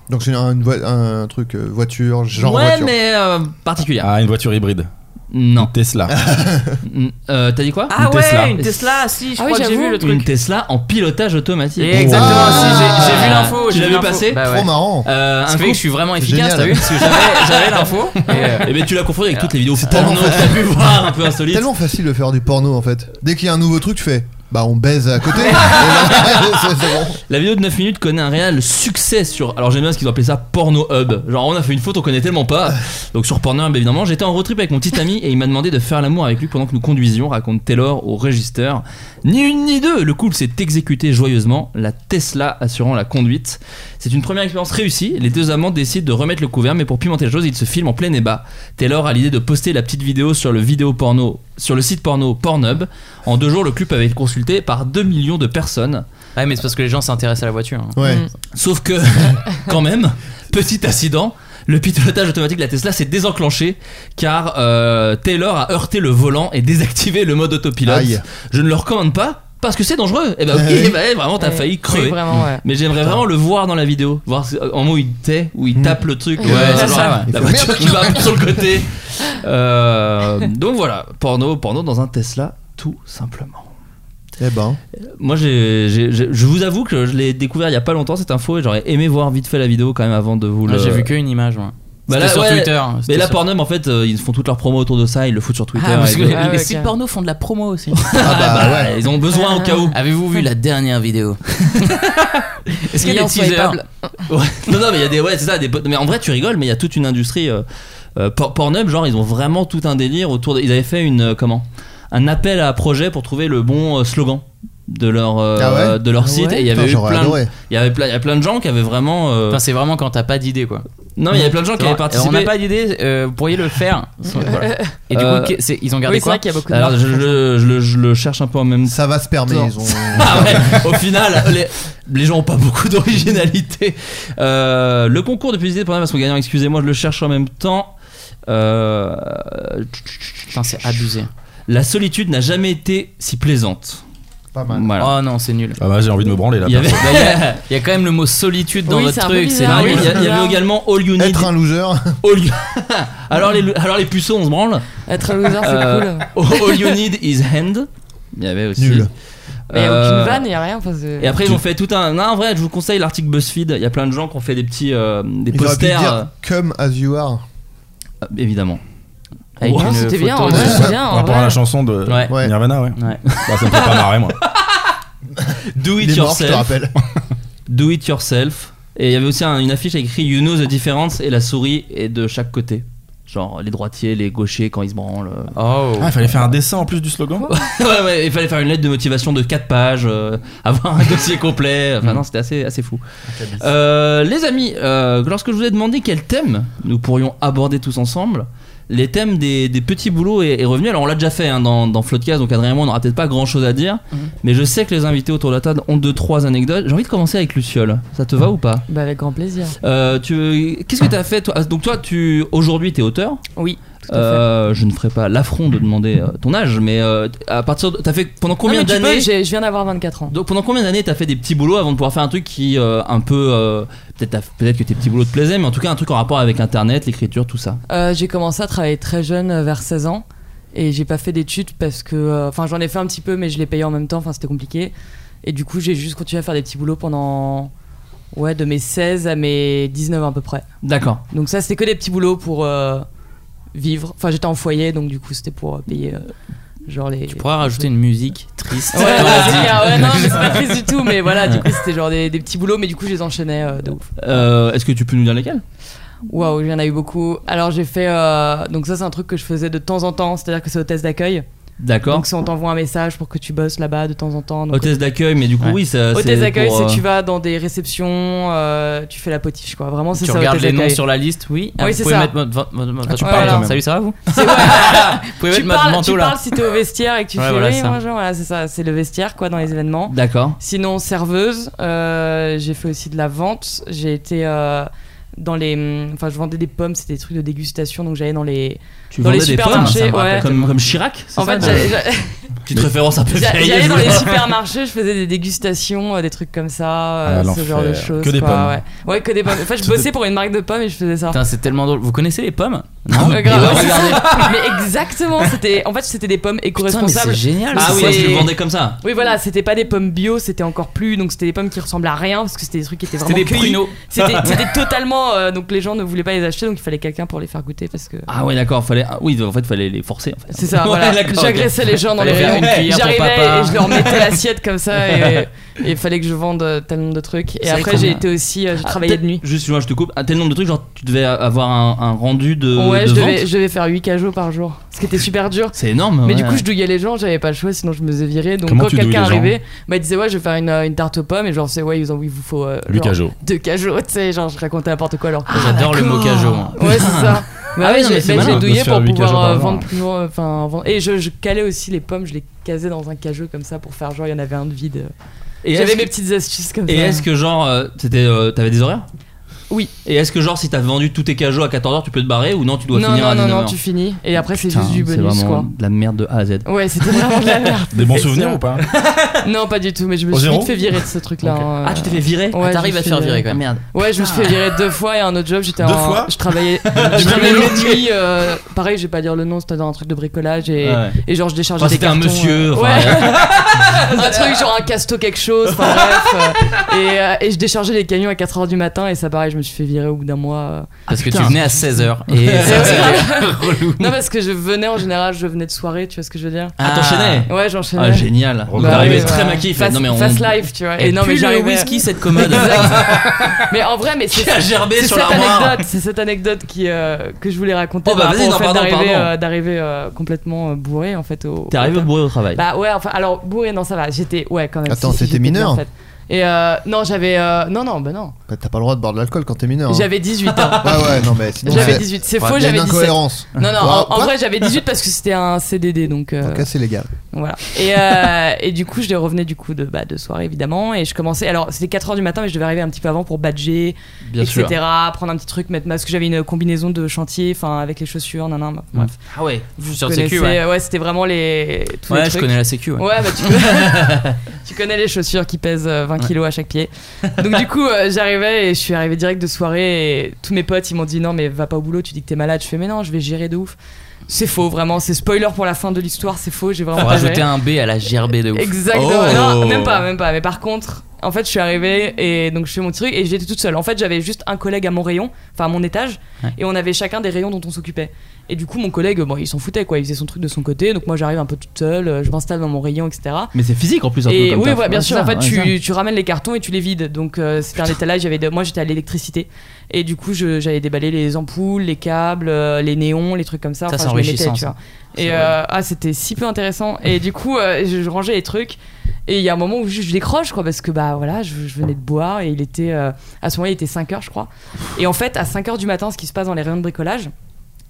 Speaker 9: Donc c'est un, une voi- un truc euh, voiture, genre
Speaker 8: ouais,
Speaker 9: voiture.
Speaker 8: mais euh, particulière.
Speaker 11: Ah, une voiture hybride.
Speaker 8: Non.
Speaker 11: Tesla.
Speaker 8: Mm, euh, T'as dit quoi
Speaker 12: Ah
Speaker 11: Une
Speaker 12: ouais,
Speaker 11: Tesla.
Speaker 12: une Tesla, si, je
Speaker 10: Ah oui,
Speaker 12: crois que j'ai
Speaker 10: j'avoue.
Speaker 12: vu le
Speaker 8: Une
Speaker 12: truc.
Speaker 8: Tesla en pilotage automatique.
Speaker 12: Et exactement,
Speaker 9: Ah.
Speaker 12: si, j'ai- j'ai vu l'info.
Speaker 8: Tu
Speaker 12: j'ai
Speaker 8: l'as
Speaker 12: vu
Speaker 8: vu
Speaker 12: l'info.
Speaker 8: passer
Speaker 12: Bah ouais.
Speaker 9: Trop marrant.
Speaker 12: Ça
Speaker 8: Euh, un
Speaker 12: fait
Speaker 8: couple-
Speaker 12: que je suis vraiment
Speaker 9: C'est
Speaker 12: efficace,
Speaker 9: génial.
Speaker 12: t'as vu Parce que j'avais j'avais l'info. et, euh,
Speaker 8: Eh ben tu l'as confondu avec toutes les vidéos porno
Speaker 9: tellement
Speaker 8: que t'as pu voir un peu insolite.
Speaker 9: Tellement facile de faire du porno en fait. Dès qu'il y a un nouveau truc, tu fais bah on baise à côté. Et là, c'est- c'est bon.
Speaker 8: La vidéo de 9 minutes connaît un réel succès sur. Alors j'aime bien ce qu'ils ont appelé ça Porno Hub. Genre on a fait une faute, on connaît tellement pas. Donc sur Porno Hub évidemment, j'étais en road trip avec mon petit ami et il m'a demandé de faire l'amour avec lui pendant que nous conduisions, raconte Taylor au régisseur. Ni une ni deux, le couple s'est exécuté joyeusement, la Tesla assurant la conduite. C'est une première expérience réussie, les deux amants décident de remettre le couvert, mais pour pimenter les choses, ils se filment en plein débat. Taylor a l'idée de poster la petite vidéo sur le vidéo porno, sur le site porno Pornhub. En deux jours, le clip avait été consulté par 2 millions de personnes.
Speaker 12: Ouais, mais c'est parce que les gens s'intéressent à la voiture. hein.
Speaker 9: Ouais.
Speaker 10: Mm.
Speaker 8: Sauf que, quand même, petit accident, le pilotage automatique de la Tesla s'est désenclenché car euh, Taylor a heurté le volant et désactivé le mode autopilote.
Speaker 9: Aïe.
Speaker 8: Je ne le recommande pas parce que c'est dangereux. Et bah,
Speaker 9: Ah oui.
Speaker 8: vraiment, t'as
Speaker 10: Ouais.
Speaker 8: failli
Speaker 10: Oui,
Speaker 8: crever.
Speaker 10: vraiment, ouais.
Speaker 8: Mais j'aimerais vraiment le voir dans la vidéo, voir ce- en mot il tait, où
Speaker 9: Hmm.
Speaker 8: il tape le truc,
Speaker 12: c'est
Speaker 8: genre,
Speaker 12: ça.
Speaker 8: la
Speaker 9: Il fait
Speaker 8: voiture qui va sur le côté. Euh, donc voilà, porno, porno dans un Tesla, tout simplement.
Speaker 9: Eh ben.
Speaker 8: Moi, j'ai- j'ai- j'ai- je vous avoue que je l'ai découvert il y a pas longtemps cette info et j'aurais aimé voir vite fait la vidéo quand même avant de vous
Speaker 12: Moi,
Speaker 8: le.
Speaker 12: Ah, J'ai vu qu'une image, moi.
Speaker 8: Bah
Speaker 12: C'était
Speaker 8: là,
Speaker 12: sur
Speaker 8: ouais.
Speaker 12: Twitter.
Speaker 8: Mais
Speaker 12: euh, c'était
Speaker 8: là,
Speaker 12: sur-
Speaker 8: Pornhub, en fait, euh, ils font toutes leurs promos autour de ça, ils le foutent sur Twitter.
Speaker 12: Ah, parce
Speaker 8: et
Speaker 12: que
Speaker 8: tout.
Speaker 12: les,
Speaker 10: Ah ouais,
Speaker 12: les
Speaker 10: ok.
Speaker 12: sites porno font de la promo aussi.
Speaker 9: Ah bah ouais.
Speaker 8: Ils ont besoin au cas où.
Speaker 12: Avez-vous vu la dernière vidéo Est-ce qu'il y a
Speaker 10: Client
Speaker 12: des teasers
Speaker 10: swipeable.
Speaker 8: Ouais. Non, non, mais il y a des. Ouais, c'est ça. Des... Mais en vrai, tu rigoles, mais il y a toute une industrie. Euh, euh, Por- Pornhub, genre, ils ont vraiment tout un délire autour. de- Ils avaient fait une. euh, comment Un appel à projet pour trouver le bon euh, slogan de leur, euh,
Speaker 9: Ah ouais
Speaker 8: de leur
Speaker 10: Ah
Speaker 8: site.
Speaker 10: ouais
Speaker 8: Et il y avait
Speaker 9: Putain,
Speaker 8: eu
Speaker 9: j'aurais
Speaker 8: plein. de-
Speaker 9: adoré.
Speaker 8: Il y avait plein, il y a plein de gens qui avaient vraiment. euh,
Speaker 12: Enfin, c'est vraiment quand t'as pas d'idée, quoi.
Speaker 8: non, il y avait plein de gens qui
Speaker 12: Alors,
Speaker 8: avaient participé.
Speaker 12: On n'a pas d'idée, euh, vous pourriez le faire. Voilà. Et du
Speaker 8: Euh,
Speaker 12: coup, qu'est- c'est- ils ont gardé
Speaker 10: Oui, c'est
Speaker 12: quoi
Speaker 10: vrai qu'il y a beaucoup de.
Speaker 8: Alors, je, je- je le- je le cherche un peu en même temps.
Speaker 9: Ça va se permettre. Ils ont...
Speaker 8: Ah ouais, au final, les, les gens ont pas beaucoup d'originalité. Euh, le concours de publicité pour parce qu'on gagnant, excusez-moi, je le cherche en même temps. Euh,
Speaker 12: Putain, c'est abusé.
Speaker 8: la solitude n'a jamais été si plaisante.
Speaker 9: Pas mal.
Speaker 8: Voilà.
Speaker 12: Oh non, c'est nul.
Speaker 11: Ah bah, j'ai envie de me branler là.
Speaker 8: Il y avait,
Speaker 11: perso.
Speaker 12: Bah, Il y, a- il y a quand même le mot solitude dans
Speaker 10: Oui,
Speaker 12: votre
Speaker 10: c'est un peu
Speaker 12: truc. C'est
Speaker 10: bizarre.
Speaker 8: Ah
Speaker 12: nul.
Speaker 8: oui, il y a- il y avait
Speaker 10: Bizarre.
Speaker 8: également All You Need.
Speaker 9: Être un loser.
Speaker 8: All You- alors, les, alors les puceaux, on se branle.
Speaker 10: Être un loser, Oh, c'est
Speaker 8: Euh,
Speaker 10: cool.
Speaker 8: All You Need is Hand. Il y avait aussi.
Speaker 9: Nul.
Speaker 10: Mais il n'y a
Speaker 8: Euh,
Speaker 10: aucune vanne, il n'y a rien. enfin, c'est-
Speaker 8: Et après ils ont fait tout un. Non en vrai je vous conseille l'article BuzzFeed. Il y a plein de gens qui ont fait des petits euh, des
Speaker 9: Ils auraient pu
Speaker 8: posters.
Speaker 9: dire Come as you are.
Speaker 8: euh, évidemment.
Speaker 12: Avec
Speaker 10: Ouais,
Speaker 12: une
Speaker 10: c'était
Speaker 12: photo
Speaker 10: bien,
Speaker 12: de-
Speaker 10: en vrai.
Speaker 11: Ouais,
Speaker 10: bien, en
Speaker 11: Par rapport à
Speaker 10: vrai.
Speaker 11: la chanson de
Speaker 12: Ouais.
Speaker 9: Ouais.
Speaker 11: Nirvana, ouais.
Speaker 12: Ouais.
Speaker 11: Bah, ça me fait pas marrer, moi.
Speaker 8: Do
Speaker 9: Il
Speaker 8: it
Speaker 9: est mort, je te
Speaker 8: yourself.
Speaker 9: rappelle.
Speaker 8: Do it yourself. Et il y avait aussi un- une affiche avec écrit You know the difference et la souris est de chaque côté. Genre les droitiers, les gauchers quand ils se branlent. euh.
Speaker 12: Oh.
Speaker 11: Ah, il fallait faire un dessin en plus du slogan
Speaker 8: ouais, ouais, il fallait faire une lettre de motivation de 4 pages, euh, avoir un dossier complet. Enfin non, c'était assez, assez fou. Euh, les amis, euh, lorsque je vous ai demandé quel thème nous pourrions aborder tous ensemble, les thèmes des, des petits boulots est, est revenu. Alors on l'a déjà fait hein, dans, dans Floodcast, donc Adrien et moi on n'aura peut-être pas grand chose à dire. Mais je sais que les invités autour de la table ont deux trois anecdotes. J'ai envie de commencer avec Luciole. Ça te va ou pas
Speaker 10: Bah, avec grand plaisir.
Speaker 8: Euh, tu- Qu'est-ce que t'as fait toi Ah, Donc toi, tu aujourd'hui t'es auteur.
Speaker 10: Oui. tout à fait.
Speaker 8: Euh, je ne ferai pas l'affront de demander euh, ton âge, mais euh, à partir, de- t'as fait pendant combien
Speaker 10: Non, Ah, mais tu
Speaker 8: d'années
Speaker 10: peux, j'ai- Je viens d'avoir 24 ans.
Speaker 8: Donc pendant combien d'années t'as fait des petits boulots avant de pouvoir faire un truc qui euh, un peu euh, peut-être t'as- peut-être que tes petits boulots te plaisaient, mais en tout cas un truc en rapport avec Internet, l'écriture, tout ça.
Speaker 10: Euh, j'ai commencé à travailler très jeune, euh, vers 16 ans. Et j'ai pas fait d'études parce que. euh, Enfin, j'en ai fait un petit peu, mais je les payais en même temps. Enfin, c'était compliqué. Et du coup, j'ai juste continué à faire des petits boulots pendant. Ouais, de mes 16 à mes 19 à peu près.
Speaker 8: D'accord.
Speaker 10: Donc, ça, c'était que des petits boulots pour euh, vivre. Enfin, j'étais en foyer, donc du coup, c'était pour euh, payer. euh, genre les.
Speaker 12: Tu pourras rajouter une musique triste.
Speaker 10: Ouais, ouais, ouais, non, mais c'est pas triste du tout, mais voilà, du coup, c'était genre des, des petits boulots, mais du coup, je les enchaînais euh, de ouf.
Speaker 8: Euh, Est-ce que tu peux nous dire lesquels
Speaker 10: Waouh, il y en a eu beaucoup. Alors j'ai fait. euh, donc ça, c'est un truc que je faisais de temps en temps, c'est-à-dire que c'est hôtesse d'accueil.
Speaker 8: D'accord.
Speaker 10: Donc si on t'envoie un message pour que tu bosses là-bas de temps en temps. donc-
Speaker 8: Hôtesse d'accueil, mais du coup
Speaker 12: Ouais.
Speaker 8: oui, ça,
Speaker 10: hôtesse d'accueil,
Speaker 8: pour,
Speaker 10: c'est
Speaker 8: euh,
Speaker 10: tu vas dans des réceptions, euh, tu fais la potiche, quoi. Vraiment, c'est
Speaker 12: Tu
Speaker 10: ça.
Speaker 12: regardes
Speaker 10: hôtesse
Speaker 12: les noms
Speaker 10: d'accueil.
Speaker 12: sur la liste, oui.
Speaker 10: Oui,
Speaker 12: vous
Speaker 10: c'est
Speaker 12: pouvez
Speaker 10: ça. Ah,
Speaker 12: mettre votre- votre- votre- votre-
Speaker 10: tu
Speaker 12: votre-
Speaker 10: parles,
Speaker 12: voilà.
Speaker 10: quand
Speaker 12: Salut, ça va vous
Speaker 10: C'est- ouais.
Speaker 12: Vous pouvez
Speaker 10: tu
Speaker 12: mettre votre
Speaker 10: parles, tu
Speaker 12: manteau là.
Speaker 10: parles si t'es au vestiaire et que tu
Speaker 12: Ouais,
Speaker 10: fais
Speaker 12: voilà
Speaker 10: oui,
Speaker 12: ça.
Speaker 10: bonjour, voilà, c'est ça, c'est le vestiaire, quoi, dans les événements.
Speaker 8: D'accord.
Speaker 10: Sinon, serveuse, euh, j'ai fait aussi de la vente. J'ai été euh, dans les. hum, Enfin, je vendais des pommes, c'était des trucs de dégustation, donc j'allais dans les.
Speaker 8: Tu
Speaker 10: Dans les
Speaker 8: vendais des
Speaker 10: supermarchés,
Speaker 8: pommes, ça me rappelle.
Speaker 10: ouais.
Speaker 8: comme, comme Chirac. c'est
Speaker 10: En
Speaker 8: ça,
Speaker 10: fait,
Speaker 8: dans-
Speaker 10: j'allais- j'allais-
Speaker 8: petite référence un peu
Speaker 10: J'a-
Speaker 8: vieille.
Speaker 10: J'allais dans
Speaker 8: je-
Speaker 10: les supermarchés, je faisais des dégustations, euh, des trucs comme ça, euh,
Speaker 11: Ah,
Speaker 10: ce
Speaker 11: l'enfer.
Speaker 10: genre de choses.
Speaker 11: Que des
Speaker 10: quoi,
Speaker 11: pommes.
Speaker 10: Ouais. Ouais, que des pommes. Enfin, je bossais pour une marque de pommes et je faisais ça.
Speaker 12: Putain, c'est tellement drôle. Vous connaissez les pommes
Speaker 10: Euh, grave.
Speaker 12: Eh ben, regardez.
Speaker 10: mais exactement, c'était en fait c'était des pommes
Speaker 12: Putain, mais c'est
Speaker 10: éco-responsables.
Speaker 12: génial.
Speaker 8: Ah
Speaker 12: ça.
Speaker 8: oui,
Speaker 10: C'est-
Speaker 8: je le vendais comme ça.
Speaker 10: Oui voilà, c'était pas des pommes bio, c'était encore plus donc c'était des pommes qui ressemblent à rien parce que c'était des trucs qui étaient vraiment
Speaker 12: C'était des
Speaker 10: cueillis.
Speaker 12: pruneaux.
Speaker 10: C'était c'était totalement euh, donc les gens ne voulaient pas les acheter donc il fallait quelqu'un pour les faire goûter parce que
Speaker 8: Ah oui, d'accord. Fallait. ah oui, en fait, fallait les forcer. En fait.
Speaker 10: c'est ça
Speaker 8: Ouais,
Speaker 10: voilà.
Speaker 8: d'accord, ok.
Speaker 10: J'agressais les gens dans les
Speaker 12: Fallait faire
Speaker 10: rayons.
Speaker 12: une cuillère pour
Speaker 10: J'arrivais
Speaker 12: papa.
Speaker 10: et je leur mettais l'assiette comme ça et il fallait que je vende euh, tellement de trucs et
Speaker 12: C'est
Speaker 10: après
Speaker 12: vrai
Speaker 10: j'ai
Speaker 12: qu'on a-
Speaker 10: été aussi euh, j'ai
Speaker 8: Ah,
Speaker 10: travaillé de
Speaker 8: peut-être-
Speaker 10: nuit.
Speaker 8: Juste, moi, je te coupe. Un tel nombre de trucs, genre, tu devais avoir un, un rendu de.
Speaker 10: ouais,
Speaker 8: de
Speaker 10: je
Speaker 8: vente.
Speaker 10: devais, je devais faire 8 cajots par jour, ce qui était super dur.
Speaker 8: C'est énorme.
Speaker 10: Mais
Speaker 8: ouais.
Speaker 10: du coup, je douillais les gens, j'avais pas le choix, sinon je me faisais virer. Donc,
Speaker 11: Comment
Speaker 10: quand
Speaker 11: tu douilles
Speaker 10: quelqu'un
Speaker 11: les gens
Speaker 10: arrivait, bah, il disait Ouais, je vais faire une, euh, une tarte aux pommes, et genre, c'est Ouais, ils ont, il vous faut euh, genre,
Speaker 11: Lucas Jo.
Speaker 10: deux cajots, tu sais, genre, je racontais n'importe quoi alors.
Speaker 12: J'adore le mot cajot. moi.
Speaker 10: Ah, ouais, c'est ça. Mais
Speaker 8: Ah
Speaker 10: ouais,
Speaker 8: oui, non, mais
Speaker 10: j'ai-
Speaker 8: c'est
Speaker 10: mais
Speaker 8: malin
Speaker 10: j'ai
Speaker 11: de
Speaker 10: douillé
Speaker 11: se faire
Speaker 10: pour
Speaker 11: huit cajots
Speaker 10: pouvoir
Speaker 11: par
Speaker 10: euh,
Speaker 11: jour.
Speaker 10: vendre plus loin, enfin, vendre- Et je, je calais aussi les pommes, je les casais dans un cajot comme ça pour faire genre, il y en avait un de vide.
Speaker 8: Et est-ce
Speaker 10: J'avais
Speaker 8: que-
Speaker 10: mes petites astuces comme
Speaker 8: Et
Speaker 10: ça.
Speaker 8: est-ce que, genre, euh, c'était, euh, t'avais des horaires
Speaker 10: Oui.
Speaker 8: Et est-ce que, genre, si t'as vendu tous tes cajots à 14h, tu peux te barrer ou non, tu dois
Speaker 10: Non,
Speaker 8: finir
Speaker 10: non,
Speaker 8: à
Speaker 10: non,
Speaker 8: 19h?
Speaker 10: non, tu finis. Et après, c'est
Speaker 8: Putain,
Speaker 10: juste du bonus,
Speaker 8: vraiment
Speaker 10: quoi.
Speaker 8: De la merde de A à Z.
Speaker 10: Ouais, c'était vraiment de la merde.
Speaker 11: Des bons
Speaker 10: C'est
Speaker 11: souvenirs
Speaker 10: ça.
Speaker 11: ou pas
Speaker 10: Non, pas du tout, mais je me
Speaker 11: Au
Speaker 10: suis
Speaker 11: zéro
Speaker 10: vite fait virer de ce truc-là.
Speaker 11: Ok.
Speaker 10: hein.
Speaker 8: Ah, tu t'es fait virer
Speaker 10: Ouais,
Speaker 12: Ah, T'arrives
Speaker 10: je
Speaker 12: à te
Speaker 10: me suis
Speaker 12: faire
Speaker 10: fait
Speaker 12: virer quand
Speaker 8: Ah,
Speaker 12: même.
Speaker 8: merde.
Speaker 10: Ouais, je me suis fait virer deux fois et un autre job, j'étais
Speaker 11: Deux
Speaker 10: en-
Speaker 11: fois
Speaker 10: je travaillais, je travaillais la nuit, euh, pareil, je vais pas dire le nom, c'était dans un truc de bricolage et,
Speaker 8: Ouais.
Speaker 10: et genre je déchargeais
Speaker 8: Enfin,
Speaker 10: des
Speaker 8: Ah, c'était un
Speaker 10: cartons.
Speaker 8: monsieur,
Speaker 10: euh,
Speaker 8: enfin,
Speaker 10: ouais. un truc genre un casto quelque chose, enfin bref. euh, et, euh, et je déchargeais les camions à 4h du matin et ça pareil, je me suis fait virer au bout d'un mois. euh.
Speaker 12: Parce que tu
Speaker 8: putain.
Speaker 12: venais à 16h. Et
Speaker 8: Ouais.
Speaker 12: ça, c'est
Speaker 10: Non, parce que je venais en général, je venais de soirée, tu vois ce que je veux dire
Speaker 8: Ah, t'enchaînais
Speaker 10: Ouais, j'enchaînais.
Speaker 8: Ah, génial.
Speaker 11: Bah,
Speaker 8: T'es arrivé
Speaker 10: ouais,
Speaker 8: très
Speaker 10: voilà.
Speaker 8: maquillé. fait,
Speaker 10: Face,
Speaker 8: non, mais on.
Speaker 10: face live, tu vois.
Speaker 12: Et non, mais le
Speaker 10: j'arrivais-
Speaker 12: whisky, cette commode.
Speaker 10: Mais en vrai, mais c'est
Speaker 8: Qui a gerbé
Speaker 10: C'est
Speaker 8: sur
Speaker 10: cette
Speaker 8: l'armoire.
Speaker 10: anecdote, c'est cette anecdote qui, euh, que je voulais raconter
Speaker 8: Oh, bah,
Speaker 10: par
Speaker 8: vas-y,
Speaker 10: rapport
Speaker 8: non,
Speaker 10: au fait
Speaker 8: pardon,
Speaker 10: d'arriver,
Speaker 8: pardon.
Speaker 10: euh, d'arriver, euh, complètement euh, bourré en fait au.
Speaker 8: T'es arrivé
Speaker 10: au-
Speaker 8: bourré au travail.
Speaker 10: Bah ouais, enfin alors bourré non ça va, j'étais ouais quand même.
Speaker 9: Attends,
Speaker 10: si, si,
Speaker 9: c'était
Speaker 10: j'étais bien,
Speaker 9: mineur
Speaker 10: en fait. Et euh, non j'avais euh, non non bah non
Speaker 9: Bah, T'as pas le droit de boire de l'alcool quand t'es mineur. hein.
Speaker 10: j'avais 18 ans.
Speaker 9: Ah ouais, non mais sinon
Speaker 10: J'avais
Speaker 9: c'est-
Speaker 10: 18, c'est
Speaker 9: Ouais,
Speaker 10: faux,
Speaker 9: il y a une
Speaker 10: j'avais 17.
Speaker 9: incohérence.
Speaker 10: Non, non,
Speaker 9: Ah,
Speaker 10: en, en
Speaker 9: quoi
Speaker 10: vrai j'avais 18 parce que c'était un CDD donc. euh,
Speaker 9: Donc là, c'est légal.
Speaker 10: Voilà. Et, euh, et du coup, je revenais du coup de, bah, de soirée évidemment. Et je commençais. Alors, c'était 4h du matin, mais je devais arriver un petit peu avant pour badger,
Speaker 8: Bien
Speaker 10: etc.
Speaker 8: sûr.
Speaker 10: Prendre un petit truc, mettre masque. J'avais une combinaison de chantier, enfin, avec les chaussures, nanan. Bref.
Speaker 9: Mmh.
Speaker 12: Ah ouais,
Speaker 10: Vous
Speaker 12: sur
Speaker 10: connaissez-
Speaker 12: sécu, ouais.
Speaker 10: c'était vraiment les. Tous les
Speaker 12: Ouais, je
Speaker 10: trucs.
Speaker 12: connais la sécu, ouais.
Speaker 10: Ouais, bah tu connais, tu connais les chaussures qui pèsent euh, 20 kilos à chaque pied. Donc, du coup, euh, j'arrivais et je suis arrivé direct de soirée. Et tous mes potes, ils m'ont dit Non, mais va pas au boulot, tu dis que t'es malade. Je fais Mais non, je vais gérer de ouf. C'est faux, vraiment. C'est spoiler pour la fin de l'histoire, c'est faux. J'ai vraiment
Speaker 12: Faut
Speaker 10: pas géré.
Speaker 12: rajouter un B à la gerbée de ouf.
Speaker 10: Exactement.
Speaker 8: Oh.
Speaker 10: Non, même pas, même pas. Mais par contre, en fait, je suis arrivée et donc je fais mon truc et j'étais toute seule. En fait, j'avais juste un collègue à mon rayon, enfin à mon étage,
Speaker 12: Ouais.
Speaker 10: et on avait chacun des rayons dont on s'occupait. Et du coup, mon collègue, bon, il s'en foutait quoi, il faisait son truc de son côté. Donc moi, j'arrive un peu toute seule, euh, je m'installe dans mon rayon, etc.
Speaker 8: Mais c'est physique en plus un peu
Speaker 10: Et
Speaker 8: comme
Speaker 10: oui,
Speaker 8: taf.
Speaker 10: ouais, bien
Speaker 8: Ouais,
Speaker 10: sûr.
Speaker 8: c'est
Speaker 10: en
Speaker 8: ça,
Speaker 10: fait,
Speaker 8: ouais, c'est ça.
Speaker 10: tu, tu ramènes les cartons et tu les vides. Donc, euh, c'était un étalage. J'avais de- moi, j'étais à l'électricité. Et du coup, je- j'avais déballé les ampoules, les câbles, euh, les néons, les trucs comme ça.
Speaker 12: Ça, c'est
Speaker 10: je les
Speaker 12: enrichissant,
Speaker 10: tu
Speaker 12: ça.
Speaker 10: vois.
Speaker 12: C'est
Speaker 10: Et
Speaker 12: vrai.
Speaker 10: euh, ah, c'était si peu intéressant. Et du coup, euh, je, je rangeais les trucs. Et il y a un moment où je, je décroche, quoi, parce que bah voilà, je, je venais de boire et il était euh, à ce moment-là, il était 5 heures, je crois. Et en fait, à 5 heures du matin, ce qui se passe dans les rayons de bricolage,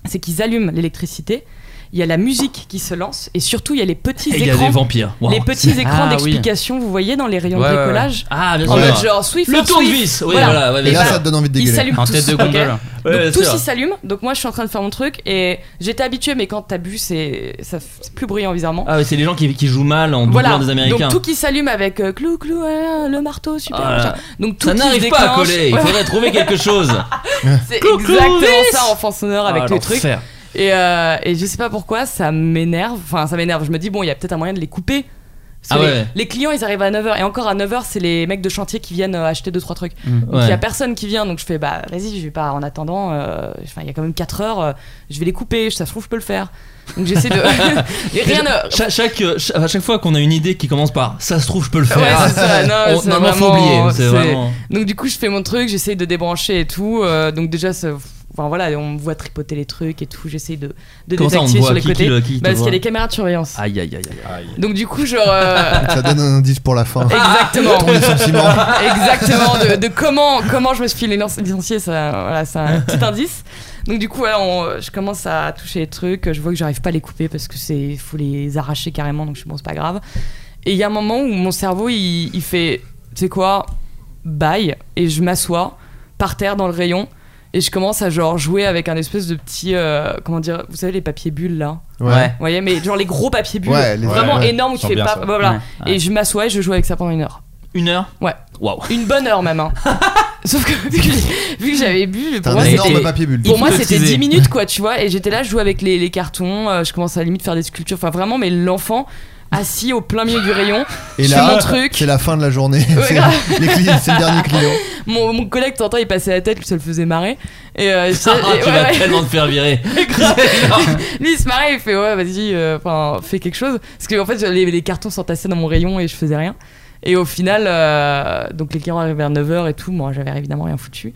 Speaker 10: c'est qu'ils allument l'électricité il y a la musique qui se lance et surtout il y a les petits
Speaker 8: Et il y a
Speaker 10: écrans.
Speaker 8: des vampires. Wow.
Speaker 10: Les petits écrans
Speaker 12: Ah, oui.
Speaker 10: d'explication, vous voyez dans les rayons
Speaker 12: Ouais, ouais,
Speaker 10: de
Speaker 12: ouais.
Speaker 10: bricolage.
Speaker 8: Ah, bien
Speaker 10: En
Speaker 9: Ouais.
Speaker 10: mode
Speaker 8: sûr.
Speaker 10: genre Swift,
Speaker 8: Le
Speaker 10: Swift,
Speaker 8: tournevis. Oui,
Speaker 10: Voilà.
Speaker 8: voilà. ouais,
Speaker 9: Et
Speaker 8: bien
Speaker 9: là,
Speaker 8: sûr.
Speaker 9: ça te donne envie de
Speaker 10: Ils
Speaker 9: dégueuler.
Speaker 10: s'allument
Speaker 12: En
Speaker 10: tous.
Speaker 12: tête de
Speaker 10: Ok.
Speaker 12: gondole.
Speaker 10: Donc,
Speaker 8: Ouais, bien
Speaker 10: tous
Speaker 8: sûr.
Speaker 10: ils s'allument, donc moi je suis en train de faire mon truc et j'étais habituée mais quand t'as bu c'est ça f- c'est plus bruyant bizarrement.
Speaker 8: Ah, ouais, c'est les gens qui, qui jouent mal en doublant
Speaker 10: voilà,
Speaker 8: des Américains.
Speaker 10: donc tout qui s'allume avec euh, clou clou euh, le marteau super.
Speaker 8: Ah,
Speaker 10: machin. Donc tout
Speaker 8: ça
Speaker 10: qui
Speaker 8: n'arrive
Speaker 10: déclenche.
Speaker 8: pas à coller. Il
Speaker 10: Ouais,
Speaker 8: faudrait trouver quelque chose.
Speaker 10: c'est
Speaker 8: Clou, clou,
Speaker 10: exactement
Speaker 8: yes.
Speaker 10: ça en fond sonore avec
Speaker 8: Ah,
Speaker 10: tous les trucs.
Speaker 8: l'enfer.
Speaker 10: Et, euh, et je sais pas pourquoi, ça m'énerve. Enfin, ça m'énerve. Je me dis, bon, il y a peut-être un moyen de les couper. Parce que
Speaker 8: Ah
Speaker 10: les,
Speaker 8: ouais.
Speaker 10: les clients, ils arrivent à 9h. Et encore à 9h, c'est les mecs de chantier qui viennent euh, acheter 2-3 trucs. Donc il
Speaker 8: Ouais.
Speaker 10: y a personne qui vient. Donc je fais, bah vas-y, je vais pas en attendant. euh, Enfin, il y a quand même 4 heures. euh, je vais les couper. Ça se trouve, je peux le faire. Donc j'essaie de. et rien ne.
Speaker 8: Cha- chaque, euh, cha- à chaque fois qu'on a une idée qui commence par ça se trouve, je peux le faire.
Speaker 10: Ouais, c'est ça. Non,
Speaker 8: On-
Speaker 10: c'est
Speaker 8: normalement, faut
Speaker 10: vraiment-
Speaker 8: oublier. C'est
Speaker 10: c'est-
Speaker 8: vraiment.
Speaker 10: Donc du coup, je fais mon truc, j'essaye de débrancher et tout. euh, donc déjà, ça- enfin voilà, on me voit tripoter les trucs et tout. J'essaye de, de
Speaker 8: Comment ça, on te
Speaker 10: désactiver
Speaker 8: voit
Speaker 10: sur les
Speaker 8: Qui- qui
Speaker 10: côtés.
Speaker 8: le- qui Ah. te
Speaker 10: Bah, parce qu'il y
Speaker 8: voit
Speaker 10: a des caméras de surveillance.
Speaker 8: Aïe, aïe, aïe, aïe.
Speaker 10: Donc du coup, genre. euh,
Speaker 8: Ah.
Speaker 9: Ça donne un indice pour la fin.
Speaker 10: Exactement.
Speaker 9: Ton sentiment.
Speaker 10: Exactement. De, de comment, comment je me suis lic- licenciée, ça, voilà, c'est un petit indice. Donc du coup, voilà, on- je commence à toucher les trucs. Je vois que j'arrive pas à les couper parce que c'est faut les arracher carrément. Donc je suis bon, c'est pas grave. Et il y a un moment où mon cerveau, il, il fait, tu sais quoi, bye. Et je m'assois par terre dans le rayon. Et je commence à genre jouer avec un espèce de petit, euh, comment dire, vous savez les papiers bulles là.
Speaker 12: Ouais.
Speaker 10: Vous voyez, mais genre les gros papiers bulles,
Speaker 9: Ouais, les-
Speaker 10: vraiment
Speaker 9: ouais, ouais.
Speaker 10: énormes, où tu
Speaker 11: Sens
Speaker 10: fais
Speaker 11: bien
Speaker 10: pas,
Speaker 11: ça.
Speaker 10: voilà.
Speaker 12: Ouais.
Speaker 10: Et je m'assois et je joue avec ça pendant une heure.
Speaker 8: Une heure
Speaker 10: Ouais.
Speaker 8: Waouh.
Speaker 10: Une bonne heure même. hein. Sauf que vu que, vu que j'avais bu,
Speaker 9: T'as
Speaker 10: pour
Speaker 9: un
Speaker 10: moi
Speaker 9: énorme
Speaker 10: c'était.
Speaker 9: papier bulle.
Speaker 10: Pour moi, c'était
Speaker 8: hypnotisé.
Speaker 10: 10 minutes, quoi, tu vois. Et j'étais là, je jouais avec les, les cartons, euh, je commençais à limite faire des sculptures. Enfin, vraiment, mais l'enfant assis au plein milieu du rayon,
Speaker 9: Et
Speaker 10: je fais
Speaker 9: là,
Speaker 10: mon truc.
Speaker 9: c'est la fin de la journée.
Speaker 10: Ouais,
Speaker 9: C'est
Speaker 10: grave.
Speaker 9: les clients- c'est le dernier client.
Speaker 10: Mon, mon collègue, t'entends, il passait la tête, ça le faisait marrer. Et, euh,
Speaker 8: Ah,
Speaker 10: je- et-
Speaker 8: tu
Speaker 10: ouais,
Speaker 8: vas
Speaker 10: ouais.
Speaker 8: tellement te faire virer.
Speaker 10: Lui, il se marrait, il fait ouais, vas-y, euh, enfin, fais quelque chose. Parce que en fait, les, les cartons s'entassaient dans mon rayon et je faisais rien. Et au final, euh, donc les clients arrivaient vers 9h et tout. Moi, j'avais évidemment rien foutu.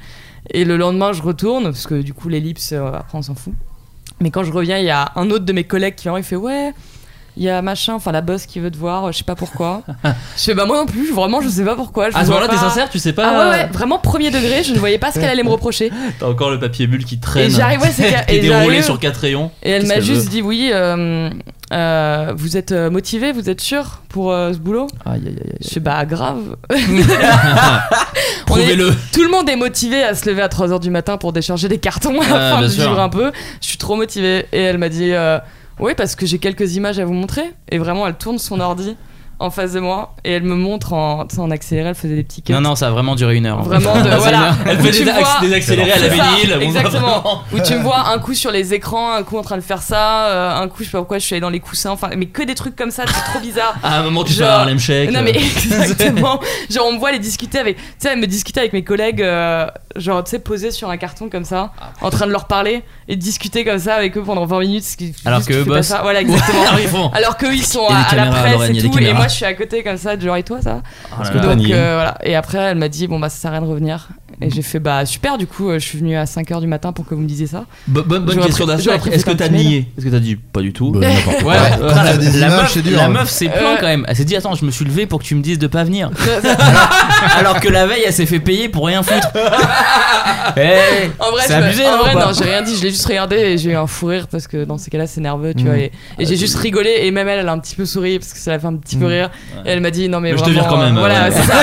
Speaker 10: Et le lendemain, je retourne, parce que du coup, l'ellipse, euh, après, on s'en fout. Mais quand je reviens, il y a un autre de mes collègues qui vient, il fait ouais. Il y a machin, enfin la boss qui veut te voir, euh, je sais pas pourquoi. je sais bah moi non plus, vraiment je sais pas pourquoi. je
Speaker 8: À ce
Speaker 10: vois
Speaker 8: moment-là, t'es
Speaker 10: pas.
Speaker 8: sincère, tu sais pas.
Speaker 10: Ah ouais, ouais, vraiment premier degré, je ne voyais pas ce qu'elle allait me reprocher.
Speaker 8: T'as encore le papier bulle qui traîne.
Speaker 10: Et j'arrive, ouais, c'est
Speaker 8: qui est
Speaker 10: et
Speaker 8: déroulé
Speaker 10: j'arrive-
Speaker 8: sur quatre rayons.
Speaker 10: et elle
Speaker 8: Qu'est-ce
Speaker 10: m'a
Speaker 8: qu'elle
Speaker 10: juste
Speaker 8: veut
Speaker 10: dit oui, euh, euh, vous êtes euh, motivé, vous êtes sûr pour euh, ce boulot
Speaker 8: Aïe, aïe, aïe.
Speaker 10: Je suis bah grave. On est-
Speaker 8: Prouvez-le.
Speaker 10: Tout le monde est motivé à se lever à 3h du matin pour décharger des cartons
Speaker 8: Ah,
Speaker 10: afin
Speaker 8: bien
Speaker 10: de
Speaker 8: sûr.
Speaker 10: vivre un peu. Je suis trop motivée. Et elle m'a dit euh, oui parce que j'ai quelques images à vous montrer. Et vraiment elle tourne son ordi en face de moi et elle me montre en, tu sais, en accéléré, elle faisait des petits cuts.
Speaker 12: Non, non, ça a vraiment duré une heure.
Speaker 10: Vraiment de voilà.
Speaker 8: Elle
Speaker 10: Où
Speaker 8: fait
Speaker 10: tu
Speaker 8: des,
Speaker 10: vois-
Speaker 8: acc- des accélérés à la
Speaker 10: C'est ça,
Speaker 8: vinyle.
Speaker 10: exactement. où tu me vois un coup sur les écrans, un coup en train de faire ça, euh, un coup je sais pas pourquoi je suis allée dans les coussins, enfin mais que des trucs comme ça, c'est trop bizarre.
Speaker 8: À un moment, tu
Speaker 10: Genre-
Speaker 8: fais un Harlem Shake.
Speaker 10: Non mais exactement. Genre on me voit les discuter avec, tu sais, elle me discuter avec mes collègues, euh, genre tu sais posés sur un carton comme ça,
Speaker 8: Ah,
Speaker 10: en train de leur parler et de discuter comme ça avec eux pendant 20 minutes. ce qui-
Speaker 12: Alors
Speaker 10: juste,
Speaker 12: que
Speaker 10: tu
Speaker 12: eux
Speaker 10: fais pas
Speaker 12: bossent.
Speaker 10: ça. Voilà exactement.
Speaker 8: Exactement. Ils font.
Speaker 10: Alors qu'eux ils sont
Speaker 8: Ah Il y a
Speaker 10: à,
Speaker 8: des
Speaker 10: à la
Speaker 8: caméras,
Speaker 10: presse
Speaker 8: Lorraine, il y
Speaker 10: et
Speaker 8: a des
Speaker 10: tout, et
Speaker 8: caméras.
Speaker 10: moi je suis à côté comme ça, genre et toi ça.
Speaker 8: Oh là
Speaker 11: que
Speaker 8: là.
Speaker 11: t'as-
Speaker 10: Donc
Speaker 11: Panier.
Speaker 10: euh, voilà. Et après, elle m'a dit bon bah ça sert à rien de revenir. Et j'ai fait bah super. Du coup, euh, je suis venu à 5h du matin pour que vous me disiez ça.
Speaker 8: Bo- Bonne bonne
Speaker 10: J'aurais
Speaker 8: question
Speaker 10: pris-
Speaker 8: d'aspect.
Speaker 10: j'aurais pris
Speaker 8: Est-ce que
Speaker 10: cette
Speaker 8: t'as
Speaker 10: semaine.
Speaker 8: nié Est-ce que t'as dit pas du tout
Speaker 11: Bah, n'importe quoi.
Speaker 12: Ouais,
Speaker 9: Ouais,
Speaker 12: euh,
Speaker 9: quand
Speaker 12: la,
Speaker 9: t'as des
Speaker 12: la
Speaker 9: images,
Speaker 12: meuf,
Speaker 9: c'est dur,
Speaker 12: la
Speaker 9: hein.
Speaker 12: meuf s'est plaint
Speaker 10: Ouais.
Speaker 12: quand même. Elle s'est dit Attends, je me suis levé pour que tu me dises de pas venir. Alors que la veille, elle s'est fait payer pour rien foutre. Eh,
Speaker 10: en vrai,
Speaker 12: c'est
Speaker 10: je-
Speaker 12: abusé,
Speaker 10: en
Speaker 12: non,
Speaker 10: vrai,
Speaker 12: ou pas
Speaker 10: non, j'ai rien dit. Je l'ai juste regardé et j'ai eu un fou rire parce que dans ces cas-là, c'est nerveux, tu
Speaker 9: Mm.
Speaker 10: vois. Et, et j'ai juste rigolé. Et même elle, elle a un petit peu souri parce que ça l'a fait un petit peu
Speaker 9: Mm.
Speaker 10: rire. Et elle m'a dit non mais,
Speaker 8: Mais je te
Speaker 10: vraiment,
Speaker 8: vire quand
Speaker 10: euh,
Speaker 8: même,
Speaker 10: Voilà,
Speaker 8: ouais.
Speaker 10: c'est ça.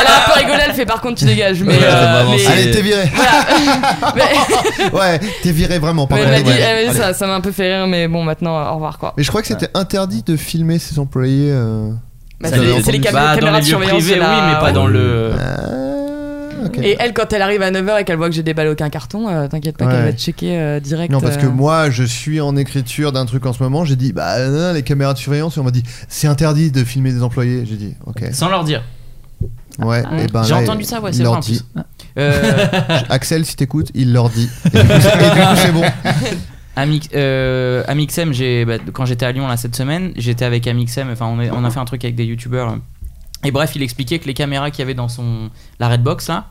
Speaker 10: Elle a un peu rigolé. Elle fait par contre tu dégages. Mais,
Speaker 8: Ouais,
Speaker 10: euh,
Speaker 8: vraiment,
Speaker 10: mais-
Speaker 8: c'est-
Speaker 9: Allez, t'es viré. Ah,
Speaker 10: mais-
Speaker 9: Ouais, t'es viré vraiment. par
Speaker 10: mais elle
Speaker 9: contre.
Speaker 10: m'a dit
Speaker 9: Ouais.
Speaker 10: elle m'a dit,
Speaker 9: Allez.
Speaker 10: ça, ça m'a un peu fait rire. Mais bon, maintenant euh, au revoir quoi.
Speaker 9: Mais je crois que c'était interdit de filmer ses employés. euh.
Speaker 10: Bah,
Speaker 9: Ça
Speaker 10: c'est
Speaker 9: dépend
Speaker 10: les- c'est les
Speaker 9: du-
Speaker 10: cam-
Speaker 12: Bah, dans
Speaker 10: caméras
Speaker 12: les
Speaker 10: de
Speaker 12: lieux
Speaker 10: surveillance.
Speaker 12: privés, oui,
Speaker 10: c'est la-
Speaker 12: mais pas dans le.
Speaker 9: Ah, ok.
Speaker 10: Euh, Et elle, quand elle arrive à 9h et qu'elle voit que j'ai déballé aucun carton, euh, t'inquiète pas
Speaker 9: Ouais.
Speaker 10: qu'elle va te checker euh, direct.
Speaker 9: Non, parce que
Speaker 10: euh.
Speaker 9: moi, je suis en écriture d'un truc en ce moment. J'ai dit, bah, nan, nan, les caméras de surveillance. Et on m'a dit, c'est interdit de filmer des employés. J'ai dit, ok.
Speaker 12: Sans leur dire.
Speaker 9: Ouais,
Speaker 8: Ah.
Speaker 9: et ben
Speaker 12: J'ai
Speaker 9: là,
Speaker 12: entendu ça, ouais, c'est
Speaker 9: il leur
Speaker 12: vrai en
Speaker 9: dit.
Speaker 12: Euh,
Speaker 9: Axel, si t'écoutes, il leur dit. Et du coup, c'est- et du coup, c'est bon.
Speaker 12: Amix, euh, Amixem, j'ai, bah, quand j'étais à Lyon là cette semaine, j'étais avec Amixem. Enfin, on, est- on a fait un truc avec des youtubeurs. euh. Et bref, il expliquait que les caméras qu'il y avait dans son la Redbox là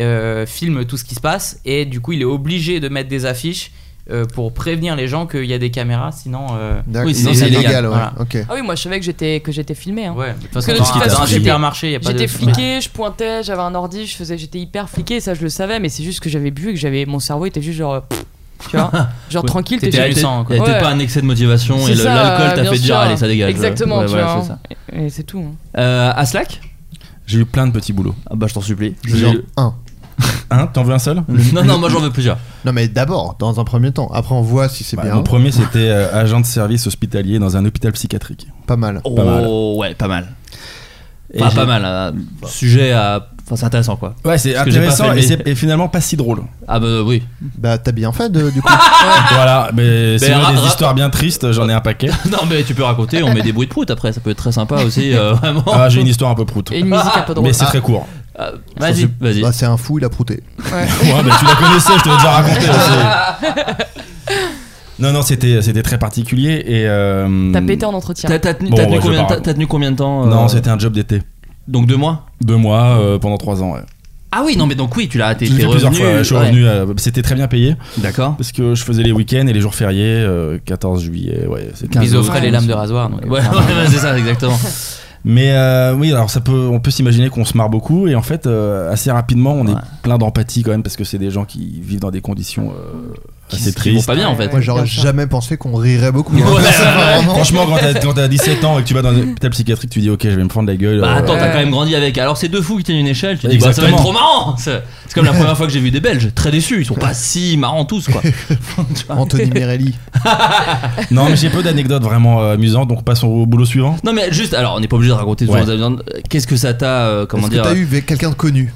Speaker 12: euh, filment tout ce qui se passe et du coup, il est obligé de mettre des affiches euh, pour prévenir les gens qu'il y a des caméras, sinon. euh,
Speaker 9: D'accord.
Speaker 8: Oui,
Speaker 9: Non,
Speaker 8: c'est
Speaker 9: c'est
Speaker 8: illégal,
Speaker 9: légal, ouais.
Speaker 12: voilà.
Speaker 9: Ok.
Speaker 10: Ah oui, moi je savais que j'étais que j'étais filmé. Hein.
Speaker 12: Ouais, de toute
Speaker 10: que
Speaker 12: façon,
Speaker 10: de
Speaker 12: dans
Speaker 10: toute
Speaker 12: un-
Speaker 10: façon,
Speaker 12: dans un
Speaker 10: j'étais-
Speaker 12: supermarché, il y a pas de.
Speaker 10: J'étais fliqué, je pointais, j'avais un ordi, je faisais, j'étais hyper fliqué, ça je le savais, mais c'est juste que j'avais bu et que j'avais mon cerveau était juste genre. euh, pff, Tu vois Genre
Speaker 8: Oui.
Speaker 10: tranquille, t'es
Speaker 8: T'étais-
Speaker 10: chez
Speaker 8: t'étais-
Speaker 10: sang.
Speaker 8: y a peut-être
Speaker 10: Ouais.
Speaker 8: pas un excès de motivation
Speaker 10: C'est
Speaker 8: et le-
Speaker 10: ça,
Speaker 8: l'alcool t'a
Speaker 10: bien
Speaker 8: fait dire
Speaker 10: sûr.
Speaker 8: allez ça dégage.
Speaker 10: Exactement,
Speaker 8: Ouais,
Speaker 10: tu
Speaker 8: voilà,
Speaker 10: vois.
Speaker 8: c'est ça.
Speaker 10: Et c'est tout. hein.
Speaker 8: Euh, Aslak
Speaker 11: J'ai eu plein de petits boulots.
Speaker 8: Ah bah je t'en supplie.
Speaker 11: J'ai
Speaker 8: J'ai-
Speaker 11: eu-
Speaker 9: Un.
Speaker 11: Hein T'en veux un seul
Speaker 8: non non moi j'en veux plusieurs.
Speaker 9: Non, mais d'abord, dans un premier temps. Après, on voit si c'est
Speaker 11: Bah,
Speaker 9: bien.
Speaker 11: Mon premier, c'était euh, agent de service hospitalier dans un hôpital psychiatrique.
Speaker 9: Pas mal.
Speaker 8: Oh
Speaker 11: Pas mal.
Speaker 8: ouais pas mal.
Speaker 11: Et
Speaker 8: Enfin,
Speaker 11: j'ai-
Speaker 8: pas mal. euh, sujet à. Enfin c'est intéressant quoi.
Speaker 11: Ouais, c'est
Speaker 8: Parce que j'ai pas
Speaker 11: intéressant
Speaker 8: fait
Speaker 11: et,
Speaker 8: le-
Speaker 11: c'est- et finalement pas si drôle.
Speaker 8: Ah bah oui.
Speaker 9: Bah, t'as bien fait, de- du coup.
Speaker 11: voilà, mais c'est
Speaker 8: ra-
Speaker 11: des
Speaker 8: ra-
Speaker 11: histoires bien tristes, j'en ai un paquet.
Speaker 8: non mais tu peux raconter, on met des bruits de prout après, ça peut être très sympa aussi, euh, vraiment.
Speaker 11: Ah, j'ai une histoire un peu proute.
Speaker 10: Oh. Et une musique un peu drôle.
Speaker 11: Mais c'est très court.
Speaker 8: Ah, vas-y, vas-y.
Speaker 9: Bah, c'est un fou, il a prouté.
Speaker 11: Ouais, bah, tu la connaissais, je te l'ai déjà raconté. c'est- Non, non, c'était c'était très particulier et. euh,
Speaker 10: T'as pété en entretien.
Speaker 8: T'as, t'as tenu,
Speaker 11: Bon,
Speaker 8: t'as tenu
Speaker 11: ouais, je
Speaker 8: combien,
Speaker 11: parle.
Speaker 8: t'as- t'as tenu combien de temps euh,
Speaker 11: Non, c'était un job d'été.
Speaker 8: Donc deux mois
Speaker 11: Deux mois euh, pendant trois ans. Ouais.
Speaker 8: Ah oui, non mais donc oui, tu l'as t'es,
Speaker 11: Je l'ai
Speaker 8: t'es
Speaker 11: fait plusieurs
Speaker 8: revenu,
Speaker 11: fois. ouais, Je suis
Speaker 8: ouais.
Speaker 11: revenu. euh, C'était très bien payé
Speaker 8: D'accord.
Speaker 11: parce que je faisais les week-ends et les jours fériés. euh, 14 juillet. Ouais. c'était-
Speaker 8: Quinze
Speaker 12: Ils
Speaker 8: euros.
Speaker 12: offraient les lames de rasoir. donc,
Speaker 8: Ouais,
Speaker 12: euh,
Speaker 8: ouais,
Speaker 12: enfin,
Speaker 8: ouais, c'est ça, exactement.
Speaker 11: Mais euh, oui, alors ça peut, on peut s'imaginer qu'on se marre beaucoup et en fait, euh, assez rapidement, on
Speaker 8: Ouais.
Speaker 11: est plein d'empathie quand même parce que c'est des gens qui vivent dans des conditions euh, assez
Speaker 8: Qui vont
Speaker 11: tristes.
Speaker 8: pas bien en fait.
Speaker 9: Moi, j'aurais
Speaker 10: bien sûr.
Speaker 9: jamais pensé qu'on rirait beaucoup. hein.
Speaker 8: Ouais,
Speaker 9: C'est pas vraiment-
Speaker 11: Franchement, quand t'as- quand t'as 17 ans et que tu vas dans un hôpital psychiatrique, tu dis ok, je vais me prendre la gueule.
Speaker 8: Bah
Speaker 11: euh,
Speaker 8: attends, t'as
Speaker 10: Ouais.
Speaker 8: quand même grandi avec. Alors c'est deux fous qui tiennent une échelle, tu dis bah ça va être
Speaker 11: Exactement.
Speaker 8: trop marrant. C'est c'est comme la première fois que j'ai vu des Belges, très déçus, ils sont pas si marrants tous quoi. Tu vois.
Speaker 9: Anthony Mirelli.
Speaker 11: Non, mais j'ai peu d'anecdotes vraiment euh, amusantes, donc passons au boulot suivant.
Speaker 8: Non mais juste, alors on n'est pas obligé de raconter tout
Speaker 11: Ouais.
Speaker 8: Qu'est-ce que ça t'a, euh, comment
Speaker 9: Est-ce que
Speaker 8: dire
Speaker 9: t'as eu avec quelqu'un de connu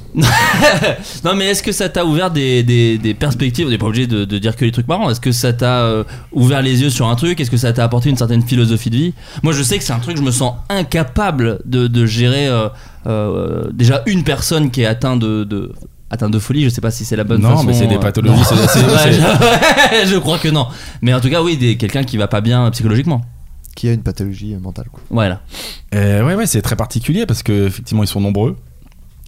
Speaker 8: Non mais est-ce que ça t'a ouvert des, des- des perspectives On n'est pas obligé de, de dire que les trucs marrants. Est-ce que ça t'a euh, ouvert les yeux sur un truc Est-ce que ça t'a apporté une certaine philosophie de vie Moi je sais que c'est un truc je me sens incapable de, de gérer euh, euh, déjà une personne qui est atteinte de, de atteinte de folie. Je sais pas si c'est la bonne
Speaker 11: non,
Speaker 8: façon.
Speaker 11: mais c'est des
Speaker 8: euh,
Speaker 11: pathologies. c'est- c'est-
Speaker 8: Ouais,
Speaker 11: c'est-
Speaker 8: je... je crois que non. Mais en tout cas oui, des- quelqu'un qui va pas bien psychologiquement.
Speaker 9: qui a une pathologie euh, mentale quoi.
Speaker 8: Voilà.
Speaker 11: Euh, ouais, ouais, c'est très particulier parce que effectivement, ils sont nombreux,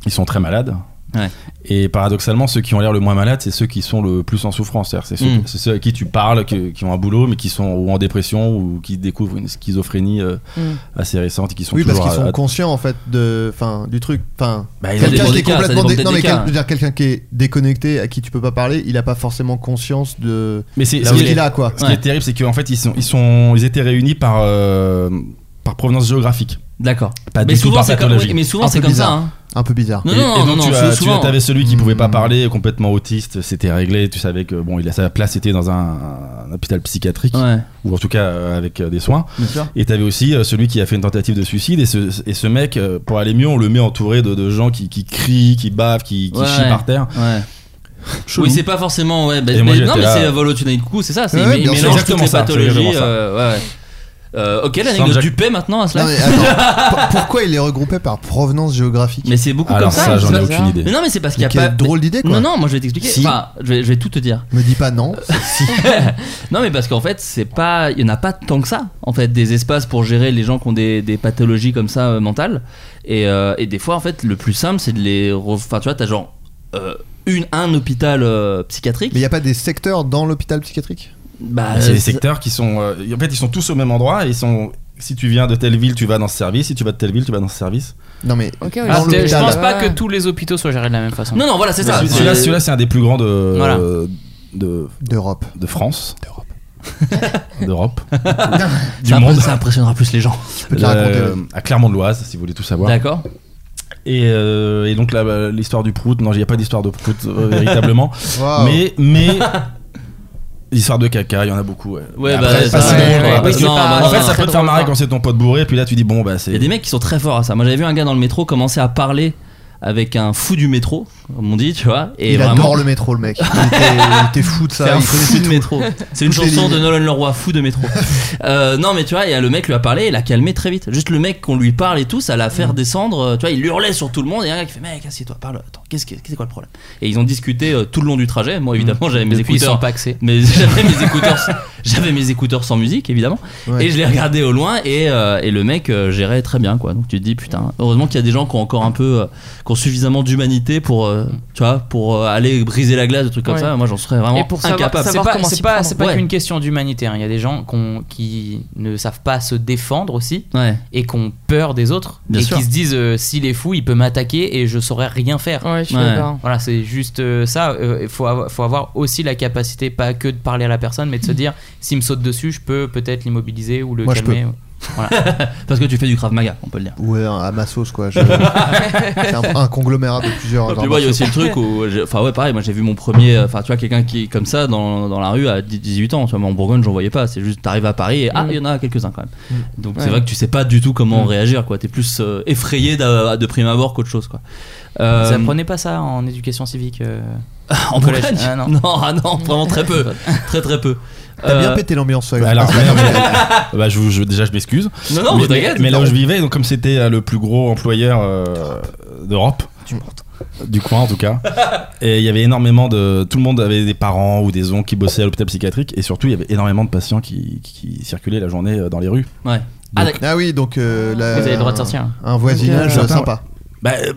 Speaker 11: ils sont très malades.
Speaker 8: Ouais.
Speaker 11: Et paradoxalement, ceux qui ont l'air le moins malades, c'est ceux qui sont le plus en souffrance. C'est-à-dire, C'est ceux,
Speaker 8: Mm.
Speaker 11: c'est ceux à qui tu parles, que- qui ont un boulot, mais qui sont ou en dépression ou qui découvrent une schizophrénie euh,
Speaker 10: Mm.
Speaker 11: assez récente et qui sont
Speaker 9: Oui, parce
Speaker 11: toujours
Speaker 9: qu'ils
Speaker 11: à-
Speaker 9: sont
Speaker 11: à-
Speaker 9: conscients en fait de, enfin, du truc. Enfin,
Speaker 11: Bah, ils ont-
Speaker 9: quelqu'un
Speaker 8: dépend
Speaker 9: qui
Speaker 8: des
Speaker 9: est
Speaker 8: cas, ça
Speaker 9: complètement,
Speaker 8: dépend
Speaker 9: dé-
Speaker 8: peut-être
Speaker 9: non
Speaker 8: des
Speaker 9: mais
Speaker 8: cas.
Speaker 9: quel- je veux dire quelqu'un qui est déconnecté, à qui tu peux pas parler, il a pas forcément conscience de
Speaker 11: Mais c'est
Speaker 9: ce
Speaker 11: ce qui est-
Speaker 9: qu'il a quoi.
Speaker 11: ce qui
Speaker 8: Ouais.
Speaker 11: est terrible, c'est qu'en fait, ils sont, ils sont, ils étaient réunis par euh, par provenance géographique.
Speaker 8: D'accord.
Speaker 11: Pas
Speaker 8: Mais
Speaker 11: du tout
Speaker 8: souvent
Speaker 11: par
Speaker 8: c'est comme,
Speaker 11: pathologie.
Speaker 8: mais souvent
Speaker 9: Un
Speaker 8: c'est
Speaker 9: peu
Speaker 8: comme
Speaker 9: bizarre.
Speaker 8: ça. hein.
Speaker 9: Un peu bizarre.
Speaker 8: Non
Speaker 11: et,
Speaker 8: non
Speaker 11: et
Speaker 8: non
Speaker 11: donc
Speaker 8: non.
Speaker 11: tu,
Speaker 8: sou-
Speaker 11: as- tu
Speaker 8: souvent. hein.
Speaker 11: avais celui qui pouvait pas
Speaker 9: Mm.
Speaker 11: parler, complètement autiste, c'était réglé, tu savais que bon, il a sa place était dans un, un hôpital psychiatrique
Speaker 8: Ouais.
Speaker 11: ou en tout cas euh, avec euh, des soins.
Speaker 8: Bien sûr.
Speaker 11: Et t'avais aussi euh, celui qui a fait une tentative de suicide et ce, et ce mec, euh, pour aller mieux, on le met entouré de, de gens qui, qui crient, qui bavent, qui, qui
Speaker 8: Ouais,
Speaker 11: chient
Speaker 8: ouais.
Speaker 11: par terre.
Speaker 8: Ouais.
Speaker 11: Chelou.
Speaker 8: Oui, c'est pas forcément. Ouais, bah,
Speaker 11: Et moi,
Speaker 8: mais-
Speaker 11: j'étais
Speaker 8: non, mais
Speaker 11: là.
Speaker 8: c'est vol au tunnel de coup, c'est ça. C'est
Speaker 9: Ouais, ouais,
Speaker 8: il
Speaker 9: bien sûr,
Speaker 8: mélange toutes
Speaker 11: exactement
Speaker 8: les
Speaker 11: ça,
Speaker 8: pathologies.
Speaker 11: exactement ça.
Speaker 8: euh, ouais, ouais. Euh, ok, l'anecdote
Speaker 11: Saint-Jacques-
Speaker 8: du paix maintenant à cela.
Speaker 9: Non, mais attends, pour- pourquoi il est regroupé par provenance géographique
Speaker 8: Mais c'est beaucoup
Speaker 11: Alors
Speaker 8: comme ça.
Speaker 11: ça, j'en ai
Speaker 10: bizarre.
Speaker 11: aucune idée.
Speaker 8: Mais non, mais c'est parce qu'il y a
Speaker 9: Mais Quelle
Speaker 8: pas.
Speaker 9: drôle d'idée quoi.
Speaker 8: Non, non, moi je vais t'expliquer.
Speaker 9: Si.
Speaker 8: Enfin, je vais, je vais tout te dire.
Speaker 9: Me dis pas non.
Speaker 8: Non, mais parce qu'en fait, c'est pas, il y en a pas tant que ça. En fait, des espaces pour gérer les gens qui ont des, des pathologies comme ça euh, mentales. Et, euh, et des fois, en fait, le plus simple, c'est de les. ref- Enfin, tu vois, t'as genre euh, une, un hôpital euh, psychiatrique.
Speaker 9: Mais y a pas des secteurs dans l'hôpital psychiatrique
Speaker 8: Bah,
Speaker 11: Bah, c'est
Speaker 8: euh,
Speaker 11: des secteurs qui sont. euh, en fait, ils sont tous au même endroit et ils sont. Si tu viens de telle ville, tu vas dans ce service. Si tu vas de telle ville, tu vas dans ce service.
Speaker 9: Non mais
Speaker 10: Ok,
Speaker 8: Ah,
Speaker 9: Dans
Speaker 12: Ah, je-
Speaker 9: l'hôpital.
Speaker 12: je pense
Speaker 10: Ouais.
Speaker 12: pas que tous les hôpitaux soient gérés de la même façon.
Speaker 8: Non, non, voilà, c'est ça.
Speaker 11: Celui-
Speaker 8: C'est-
Speaker 11: Celui-là, celui-là, c'est un des plus grands de,
Speaker 12: Voilà.
Speaker 11: de,
Speaker 9: d'Europe.
Speaker 11: de France. D'Europe. du
Speaker 8: ça,
Speaker 11: monde.
Speaker 8: ça impressionnera plus les gens.
Speaker 9: Je peux te la raconter.
Speaker 11: Euh,
Speaker 9: vas-y.
Speaker 11: à Clermont-de-Loise, si vous voulez tout savoir.
Speaker 8: D'accord.
Speaker 11: Et, euh, et donc là, bah, l'histoire du prout, non, il n'y a pas d'histoire de prout euh, véritablement.
Speaker 9: Waouh.
Speaker 11: Mais, mais l'histoire de caca, il y en a beaucoup. Ouais,
Speaker 8: Ouais,
Speaker 11: Mais
Speaker 8: bah,
Speaker 11: après, c'est pas
Speaker 8: ça,
Speaker 11: si
Speaker 8: ouais,
Speaker 11: drôle,
Speaker 8: ouais,
Speaker 11: quoi,
Speaker 8: ouais,
Speaker 11: parce
Speaker 8: ouais,
Speaker 11: que-
Speaker 8: non, bah,
Speaker 11: en
Speaker 8: non,
Speaker 11: fait,
Speaker 8: non,
Speaker 11: ça
Speaker 8: très
Speaker 11: peut te faire
Speaker 12: drôle,
Speaker 11: marrer
Speaker 12: ça.
Speaker 11: quand c'est ton pote bourré, puis là, tu dis, bon, bah,
Speaker 8: Il y a
Speaker 11: c'est.
Speaker 8: des mecs qui sont très forts à ça. Moi, j'avais vu un gars dans le métro commencer à parler avec un fou du métro, comme on dit, tu vois. Et
Speaker 9: il
Speaker 8: vraiment,
Speaker 9: adore le métro le mec. Il était, il était fou de
Speaker 8: c'est
Speaker 9: ça.
Speaker 8: un
Speaker 9: Il
Speaker 8: fou
Speaker 9: connaissait
Speaker 8: de
Speaker 9: tout.
Speaker 8: métro. C'est une
Speaker 9: Toutes les
Speaker 8: chanson de
Speaker 9: lignes.
Speaker 8: Nolan Leroy, fou de métro. Euh, non, mais tu vois, et le mec lui a parlé, il a calmé très vite. Juste le mec qu'on lui parle et tout, ça l'a fait descendre. euh, Tu vois, il hurlait sur tout le monde. Et il y a un gars qui fait, mec, assieds-toi, parle. Attends, qu'est-ce que c'est quoi le problème Et ils ont discuté euh, tout le long du trajet. Moi, évidemment, j'avais mes
Speaker 12: Depuis, ils sont
Speaker 8: écouteurs.
Speaker 12: paxés.
Speaker 8: Mais j'avais mes écouteurs, j'avais mes écouteurs sans musique évidemment,
Speaker 9: Ouais.
Speaker 8: et je l'ai regardé au loin et, euh, et le mec euh, gérait très bien quoi. Donc tu te dis putain, heureusement qu'il y a des gens qui ont encore un peu, euh,
Speaker 13: qui ont suffisamment d'humanité pour, euh, tu vois, pour euh, aller briser la glace, des trucs comme
Speaker 8: Ouais.
Speaker 13: ça. Moi, j'en serais vraiment
Speaker 10: Et pour savoir-
Speaker 13: incapable.
Speaker 8: C'est
Speaker 10: savoir
Speaker 8: pas,
Speaker 10: comment
Speaker 8: c'est
Speaker 10: s'y
Speaker 8: pas,
Speaker 10: prendre.
Speaker 8: c'est pas
Speaker 13: Ouais.
Speaker 8: qu'une question d'humanité. hein. Il y a des gens qu'on- qui ne savent pas se défendre aussi
Speaker 13: Ouais.
Speaker 8: et qui ont peur des autres
Speaker 13: Bien
Speaker 8: et
Speaker 13: sûr.
Speaker 8: qui se disent euh, s'il est fou, il peut m'attaquer et je saurais rien faire.
Speaker 10: Ouais, je suis
Speaker 13: Ouais.
Speaker 10: d'accord.
Speaker 8: Voilà, c'est juste euh, ça. Il faut, avoir, faut avoir aussi la capacité, pas que de parler à la personne, mais de se
Speaker 10: Mm.
Speaker 8: dire s'il me saute dessus, je peux peut-être l'immobiliser ou le
Speaker 9: Moi, je
Speaker 8: calmer.
Speaker 13: Parce que tu fais du Krav Maga, on peut le dire.
Speaker 9: Ouais, à ma sauce, quoi. Je- C'est un, un conglomérat de plusieurs.
Speaker 13: Et puis
Speaker 9: arts
Speaker 13: moi, il y a aussi
Speaker 9: martiaux.
Speaker 13: le truc où, j'ai- enfin ouais, pareil, moi j'ai vu mon premier, euh, enfin tu vois, quelqu'un qui est comme ça dans, dans la rue à 10 18 ans, tu vois, moi en Bourgogne, j'en voyais pas, c'est juste t'arrives à Paris et ah,
Speaker 10: Mm.
Speaker 13: il y en a quelques-uns quand même. Donc c'est
Speaker 8: Ouais.
Speaker 13: vrai que tu sais pas du tout comment
Speaker 8: Mm.
Speaker 13: réagir, quoi, t'es plus euh, effrayé d'a- de prime abord qu'autre chose, quoi. Euh,
Speaker 8: Vous apprenez pas ça en éducation civique euh,
Speaker 13: en
Speaker 8: collège
Speaker 13: Bourgogne
Speaker 8: Ah,
Speaker 13: non.
Speaker 8: non.
Speaker 13: ah non, vraiment très peu, très très peu.
Speaker 9: T'as bien
Speaker 13: Euh,
Speaker 9: pété l'ambiance, ça.
Speaker 11: Bah, alors, merde, mais- bah, je, vous- je- déjà, je m'excuse.
Speaker 13: Non, non,
Speaker 11: mais,
Speaker 13: mais t'inquiète.
Speaker 11: mais là où je vivais, donc comme c'était euh, le plus gros employeur euh, d'Europe, du coin en tout cas, et il y avait énormément de, tout le monde avait des parents ou des oncles qui bossaient à l'hôpital psychiatrique, et surtout il y avait énormément de patients qui, qui circulaient la journée euh, dans les rues.
Speaker 13: Ouais.
Speaker 11: Donc,
Speaker 9: Ah oui, donc. euh, la-
Speaker 8: Vous avez le droit de sortir.
Speaker 9: Un voisinage
Speaker 11: Donc, euh,
Speaker 9: sympa.
Speaker 11: bah, euh,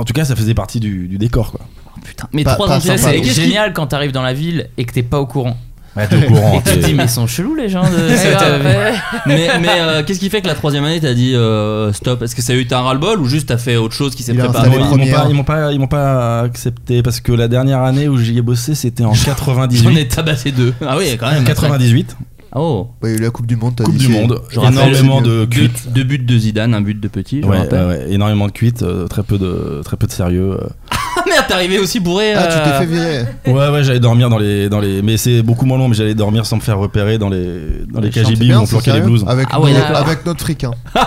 Speaker 11: en tout cas, ça faisait partie du, du décor, quoi.
Speaker 13: Oh, Putain, mais
Speaker 9: Pas-
Speaker 13: trois
Speaker 9: pas
Speaker 13: ans de
Speaker 9: sympa,
Speaker 13: GSA,
Speaker 9: Et
Speaker 8: C'est
Speaker 13: qu'est-ce qui-
Speaker 8: génial quand t'arrives dans la ville et que t'es pas au courant.
Speaker 11: Bah, t'es au
Speaker 13: Oh,
Speaker 11: courant.
Speaker 8: Et que tu te
Speaker 11: t'es-
Speaker 8: dis, mais ils sont chelous les gens de
Speaker 10: Ouais,
Speaker 8: cette euh,
Speaker 10: grave, ouais.
Speaker 13: Mais, mais, euh, qu'est-ce qui fait que la troisième année t'as dit euh, stop Est-ce que ça a eu t'as un ras-le-bol ou juste t'as fait autre chose qui s'est
Speaker 9: Il a
Speaker 13: préparé
Speaker 11: Non,
Speaker 9: installé
Speaker 11: ils
Speaker 9: les
Speaker 11: m'ont pas,
Speaker 9: premières.
Speaker 11: ils m'ont pas, ils m'ont pas accepté parce que la dernière année où j'y ai bossé, c'était en
Speaker 13: J'en
Speaker 11: 98.
Speaker 13: ai tabassé deux. Ah oui, quand même.
Speaker 11: 98,
Speaker 13: Oh.
Speaker 9: Bah, il y a eu la Coupe du Monde, t'as
Speaker 11: Coupe
Speaker 9: dit,
Speaker 11: du
Speaker 9: c'est-
Speaker 11: Monde,
Speaker 13: Je rappelle,
Speaker 11: énormément
Speaker 9: c'est
Speaker 11: de
Speaker 13: Euh, Deux,
Speaker 11: cuites,
Speaker 13: deux buts de Zidane, un but de petit, je
Speaker 11: Ouais,
Speaker 13: rappelle.
Speaker 11: ouais, ouais, énormément de cuites, euh, très peu de, très peu de sérieux. euh.
Speaker 13: Ah merde, t'es arrivé aussi bourré.
Speaker 9: Ah, tu
Speaker 13: euh,
Speaker 9: t'es fait virer.
Speaker 11: Ouais, ouais, j'allais dormir dans les, dans les, mais c'est beaucoup moins long, mais j'allais dormir sans me faire repérer dans les, dans les
Speaker 9: Putain, c'est
Speaker 11: KGB où
Speaker 9: bien,
Speaker 11: on
Speaker 9: c'est
Speaker 11: planquait les
Speaker 9: sérieux
Speaker 11: blouses.
Speaker 9: Avec,
Speaker 13: Ah ouais,
Speaker 9: nos-
Speaker 13: d'accord.
Speaker 9: avec notre fric. hein.
Speaker 11: Je te,
Speaker 9: Ah,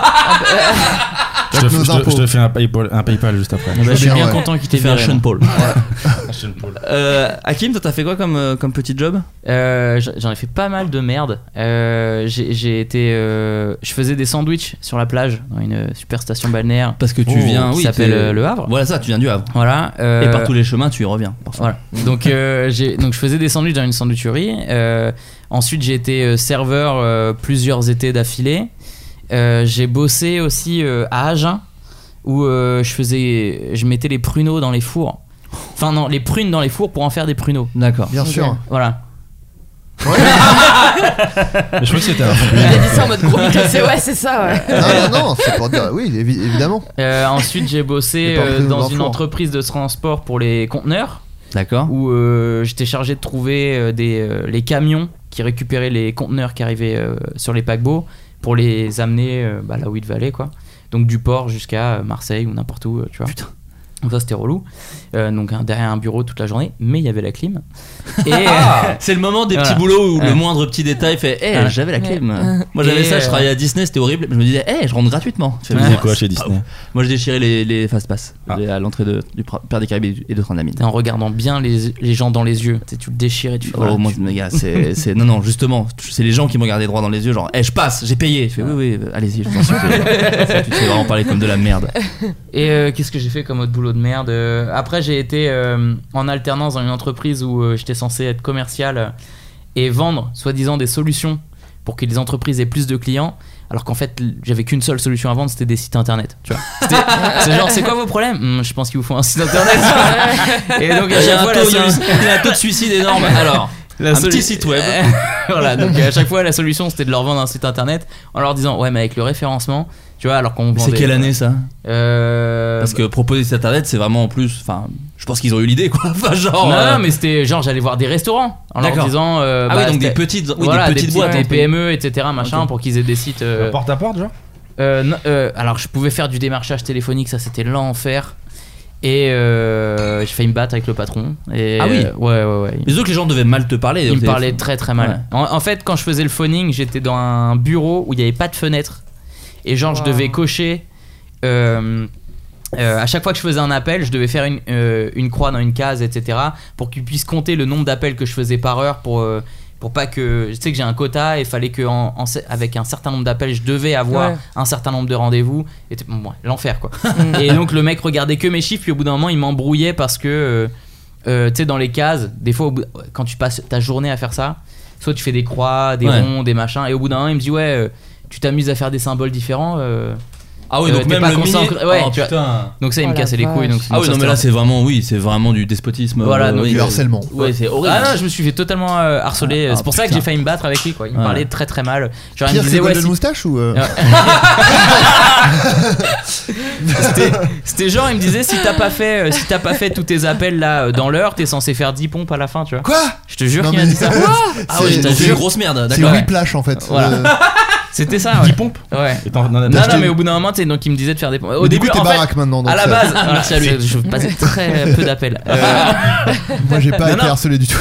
Speaker 9: Avec nos
Speaker 11: je te-
Speaker 9: impôts.
Speaker 11: je te fais un PayPal, un PayPal juste après.
Speaker 13: bah,
Speaker 9: veux
Speaker 13: je suis
Speaker 9: bien,
Speaker 13: bien
Speaker 9: ouais.
Speaker 13: content qu'il t'ait fait un
Speaker 8: Ferré,
Speaker 13: Sean
Speaker 8: moi.
Speaker 13: Paul. Euh, Hakim, toi, t'as fait quoi comme, euh, comme petit job
Speaker 8: Euh, j- J'en ai fait pas mal de merde. Euh, j'ai j'ai été, euh, je faisais des sandwichs sur la plage dans une euh, super station balnéaire
Speaker 13: Parce que tu
Speaker 8: Oh,
Speaker 13: viens,
Speaker 8: qui
Speaker 13: oui,
Speaker 8: s'appelle,
Speaker 13: t'es-
Speaker 8: euh, Le Havre.
Speaker 13: Voilà ça, tu viens du Havre.
Speaker 8: Voilà. euh,
Speaker 13: Et par tous les chemins, tu y reviens. parfois.
Speaker 8: Voilà. Donc, euh, j'ai- donc je faisais des sandwichs dans une sandwicherie. Euh, ensuite, j'ai été euh, serveur euh, plusieurs étés d'affilée. Euh, j'ai bossé aussi euh, à Agen, où euh, je faisais, je mettais les pruneaux dans les fours. Enfin non, les prunes dans les fours pour en faire des pruneaux.
Speaker 13: D'accord.
Speaker 9: Bien sûr.
Speaker 8: Voilà.
Speaker 11: Mais je crois que c'était un
Speaker 10: Elle a dit ça en mode gros mytho, c'est ouais, c'est ça, ouais.
Speaker 9: Non, non, non, c'est pour dire. Oui, évi- évidemment.
Speaker 8: Euh, ensuite, j'ai bossé
Speaker 9: Les pruneaux
Speaker 8: euh,
Speaker 9: dans
Speaker 8: dans
Speaker 9: le
Speaker 8: une
Speaker 9: four.
Speaker 8: entreprise de transport pour les conteneurs,
Speaker 13: D'accord.
Speaker 8: où euh, j'étais chargé de trouver euh, des, euh, les camions qui récupéraient les conteneurs qui arrivaient euh, sur les paquebots pour les amener euh, bah, là où il fallait, quoi. Donc du port jusqu'à euh, Marseille ou n'importe où, euh, tu vois. Donc ça c'était relou. Euh, donc un- derrière un bureau toute la journée, mais il y avait la clim. Et, euh,
Speaker 13: Ah, C'est le moment des
Speaker 8: Voilà.
Speaker 13: petits boulots où le
Speaker 8: Ouais.
Speaker 13: moindre petit détail fait Eh,
Speaker 8: Voilà.
Speaker 13: j'avais la clim. Moi,
Speaker 8: Et,
Speaker 13: j'avais ça, je
Speaker 8: euh,
Speaker 13: travaillais à Disney, c'était horrible. Je me disais Eh, je rentre gratuitement. Tu fais,
Speaker 11: Tu
Speaker 13: Mais
Speaker 11: faisais quoi
Speaker 13: c'est
Speaker 11: chez
Speaker 13: pas
Speaker 11: Disney
Speaker 13: Moi j'ai déchiré les, les fast pass
Speaker 11: Ah.
Speaker 13: à l'entrée de- du pr- Père des Caraïbes et de Trandamine.
Speaker 8: en regardant bien les, les gens dans les yeux, tu sais, tu le déchires et tu fais,
Speaker 13: Oh,
Speaker 8: voilà,
Speaker 13: moi,
Speaker 8: tu-
Speaker 13: les gars, c'est, c'est- Non, non, justement, c'est les gens qui me regardaient droit dans les yeux, genre, Eh je passe, j'ai payé. Je fais, oui, oui, euh, allez-y, je vous en supplie. tu te fais vraiment parler comme de la merde.
Speaker 8: Et euh, qu'est-ce que j'ai fait comme autre boulot de merde Euh, Après, j'ai été euh, en alternance dans une entreprise où euh, j'étais censé être commercial euh, et vendre, soi-disant, des solutions pour que les entreprises aient plus de clients. Alors qu'en fait, l- j'avais qu'une seule solution à vendre, c'était des sites internet. Tu vois C'était- C'est genre, c'est quoi vos problèmes Hum, Je pense qu'il vous faut un site internet. et donc, à
Speaker 13: Il y,
Speaker 8: chaque
Speaker 13: a un
Speaker 8: fois, la
Speaker 13: taux, il y a un-
Speaker 8: solution-
Speaker 13: il y a un taux de suicide énorme. Alors,
Speaker 8: la
Speaker 13: un
Speaker 8: solu-
Speaker 13: petit site web.
Speaker 8: voilà, donc à chaque fois, la solution, c'était de leur vendre un site internet en leur disant, ouais, mais avec le référencement, tu vois, alors qu'on
Speaker 13: c'est
Speaker 8: vendait-
Speaker 13: quelle année ça
Speaker 8: Euh,
Speaker 13: Parce que proposer cette internet, c'est vraiment en plus. Enfin, je pense qu'ils ont eu l'idée, quoi. Enfin, genre.
Speaker 8: Non,
Speaker 13: euh,
Speaker 8: non, mais c'était genre j'allais voir des restaurants en leur
Speaker 13: D'accord.
Speaker 8: disant euh,
Speaker 13: Ah
Speaker 8: bah,
Speaker 13: oui, donc
Speaker 8: c'était-
Speaker 13: des petites, oui,
Speaker 8: voilà,
Speaker 13: des petites
Speaker 8: petites-
Speaker 13: boîtes.
Speaker 8: des
Speaker 13: en fait.
Speaker 8: PME, etc. machin, pour qu'ils aient des sites. euh,
Speaker 11: Porte à porte, genre
Speaker 8: euh, non, euh, alors je pouvais faire du démarchage téléphonique, ça c'était l'enfer. Et euh, j'ai failli me battre avec le patron. Et,
Speaker 13: Ah oui.
Speaker 8: euh, Ouais, ouais, ouais.
Speaker 13: Mais surtout que les gens devaient mal te parler.
Speaker 8: Il
Speaker 13: au
Speaker 8: me
Speaker 13: téléphone.
Speaker 8: parlait très très mal. En, en fait, quand je faisais le phoning, j'étais dans un bureau où il n'y avait pas de fenêtre. Et genre, je
Speaker 10: Wow.
Speaker 8: devais cocher. euh, euh, à chaque fois que je faisais un appel, je devais faire une, euh, une croix dans une case, etc. Pour qu'ils puissent compter le nombre d'appels que je faisais par heure pour. euh, pour pas que je sais que j'ai un quota et fallait que en- en- avec un certain nombre d'appels je devais avoir
Speaker 10: Ouais. Mm.
Speaker 8: un certain nombre de rendez-vous et t- bon, ouais, l'enfer quoi et donc le mec regardait que mes chiffres puis au bout d'un moment il m'embrouillait parce que euh, euh, tu sais dans les cases des fois au bout- quand tu passes ta journée à faire ça soit tu fais des croix des
Speaker 13: Ouais.
Speaker 8: ronds des machins et au bout d'un moment il me dit ouais euh, tu t'amuses à faire des symboles différents euh,
Speaker 11: Ah oui,
Speaker 8: Euh,
Speaker 11: donc
Speaker 8: t'es
Speaker 11: même
Speaker 8: pas
Speaker 11: le mini.
Speaker 8: concentré- ouais.
Speaker 11: Oh, putain.
Speaker 8: Donc ça, il
Speaker 10: Oh
Speaker 8: me
Speaker 10: la
Speaker 8: cassait les couilles. Donc,
Speaker 10: vache.
Speaker 11: Ah oui, non,
Speaker 8: ça,
Speaker 11: mais
Speaker 8: c'était
Speaker 11: là, c'est vraiment, oui, c'est vraiment du despotisme.
Speaker 8: Voilà, donc,
Speaker 11: oui,
Speaker 9: du
Speaker 8: euh,
Speaker 9: harcèlement.
Speaker 8: Ouais, c'est horrible. Ah non, je me suis fait totalement euh, harceler.
Speaker 11: Ah,
Speaker 8: c'est pour ça que
Speaker 11: putain.
Speaker 8: j'ai failli me battre avec lui. Quoi. Il me
Speaker 11: Ouais.
Speaker 8: parlait très très mal. Genre, il me
Speaker 9: Pire, c'est
Speaker 8: disait, ouais,
Speaker 9: Golden
Speaker 8: si-
Speaker 9: Moustache ou. euh,
Speaker 8: Ouais. c'était, c'était genre, il me disait, si t'as pas fait, euh, si t'as pas fait tous tes appels là euh, dans l'heure, t'es censé faire 10 pompes à la fin, tu vois.
Speaker 11: Quoi
Speaker 8: Je te jure
Speaker 9: Non,
Speaker 8: qu'il m'a
Speaker 9: mais-
Speaker 8: dit ça.
Speaker 11: Ah oui,
Speaker 9: C'est-
Speaker 11: donc
Speaker 9: c'est-
Speaker 11: une grosse merde,
Speaker 9: C'est
Speaker 11: d'accord.
Speaker 9: Whiplash en fait.
Speaker 8: Voilà.
Speaker 9: Euh,
Speaker 8: C'était ça, ouais.
Speaker 14: 10 pompes
Speaker 8: Ouais.
Speaker 14: Et t'en- non, non,
Speaker 8: Non,
Speaker 14: t'as
Speaker 8: non,
Speaker 14: acheté-
Speaker 8: mais au bout d'un moment, tu sais, donc il me disait de faire des pompes. Au
Speaker 9: mais Euh, du
Speaker 8: début,
Speaker 9: coup, t'es
Speaker 8: en fait,
Speaker 9: baraque maintenant. donc euh,
Speaker 8: à la
Speaker 9: ça-
Speaker 8: base, voilà,
Speaker 11: Merci à lui.
Speaker 8: c'est- je passais très peu d'appels. Euh,
Speaker 9: Moi, j'ai pas
Speaker 8: Non,
Speaker 9: été
Speaker 8: non.
Speaker 9: harcelé du tout.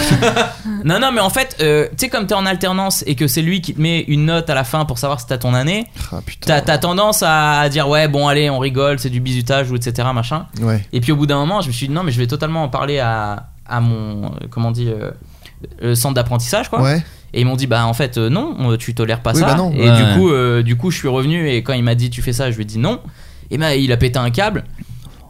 Speaker 8: Non, non, mais en fait, euh, tu sais, comme t'es en alternance et que c'est lui qui te met une note à la fin pour savoir si t'as ton année,
Speaker 9: Ah putain.
Speaker 8: t'as t'as tendance à dire ouais, bon, allez, on rigole, c'est du bizutage ou etc. machin.
Speaker 9: Ouais.
Speaker 8: Et puis au bout d'un moment, je me suis dit non, mais je vais totalement en parler à, à mon. euh, Comment on dit euh, euh, centre d'apprentissage quoi
Speaker 9: Ouais.
Speaker 8: et ils m'ont dit bah en fait euh, non euh, tu tolères pas
Speaker 9: Oui,
Speaker 8: ça
Speaker 9: bah non.
Speaker 8: et
Speaker 11: Ouais.
Speaker 8: du coup euh, du coup je suis revenu et quand il m'a dit tu fais ça je lui ai dit non et bah il a pété un câble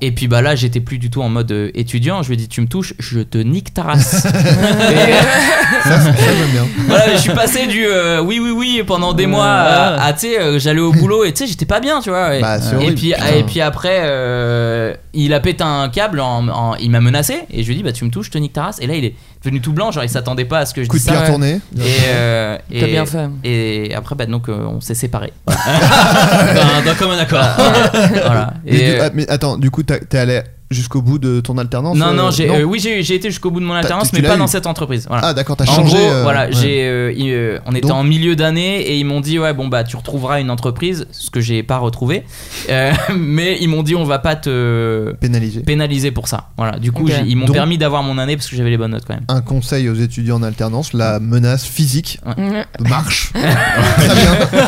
Speaker 8: et puis bah là j'étais plus du tout en mode euh, étudiant je lui ai dit tu me touches je te nique ta race Et-
Speaker 9: Ça, c'est- ça, j'aime bien.
Speaker 8: voilà, mais je suis passé du euh, oui, oui, oui pendant des mois à, à, tu sais, euh, j'allais au boulot et tu sais, j'étais pas bien, tu vois. Et,
Speaker 9: Bah, c'est
Speaker 8: et
Speaker 9: horrible,
Speaker 8: puis,
Speaker 9: putain.
Speaker 8: et puis après, euh, il a pété un câble, en, en- il m'a menacé et je lui ai dit, bah tu me touches, je te nique ta race. Et là, il est devenu tout blanc, genre il s'attendait pas à ce que je
Speaker 9: Coup de
Speaker 8: dise ça.
Speaker 9: pierre tourné.
Speaker 8: Et, euh, et,
Speaker 10: T'as bien fait.
Speaker 8: Et après, bah donc, euh, on s'est séparés.
Speaker 9: Bah,
Speaker 11: D'un d'un commun accord.
Speaker 8: voilà.
Speaker 9: Mais,
Speaker 8: Et, euh,
Speaker 9: du- ah, mais attends, du coup, t'as- t'es allé jusqu'au bout de ton alternance
Speaker 8: non,
Speaker 9: euh,
Speaker 8: non, j'ai, euh, oui, j'ai, j'ai été jusqu'au bout de mon alternance,
Speaker 9: tu
Speaker 8: mais
Speaker 9: l'as
Speaker 8: pas
Speaker 9: eu.
Speaker 8: dans cette entreprise. Voilà.
Speaker 9: Ah d'accord, t'as
Speaker 8: En
Speaker 9: changé.
Speaker 8: gros,
Speaker 9: euh,
Speaker 8: voilà,
Speaker 9: ouais.
Speaker 8: j'ai, euh, il- euh, on était
Speaker 9: Donc-
Speaker 8: en milieu d'année et ils m'ont dit ouais bon bah tu retrouveras une entreprise, ce que j'ai pas retrouvé, Euh, mais ils m'ont dit on va pas te
Speaker 9: pénalisé.
Speaker 8: pénaliser pour ça. Voilà, du coup
Speaker 10: Ok.
Speaker 8: j'ai- ils m'ont
Speaker 9: Donc-
Speaker 8: permis d'avoir mon année parce que j'avais les bonnes notes quand même.
Speaker 9: Un conseil aux étudiants en alternance la menace physique
Speaker 10: N'hésitez
Speaker 9: marche. Très bien.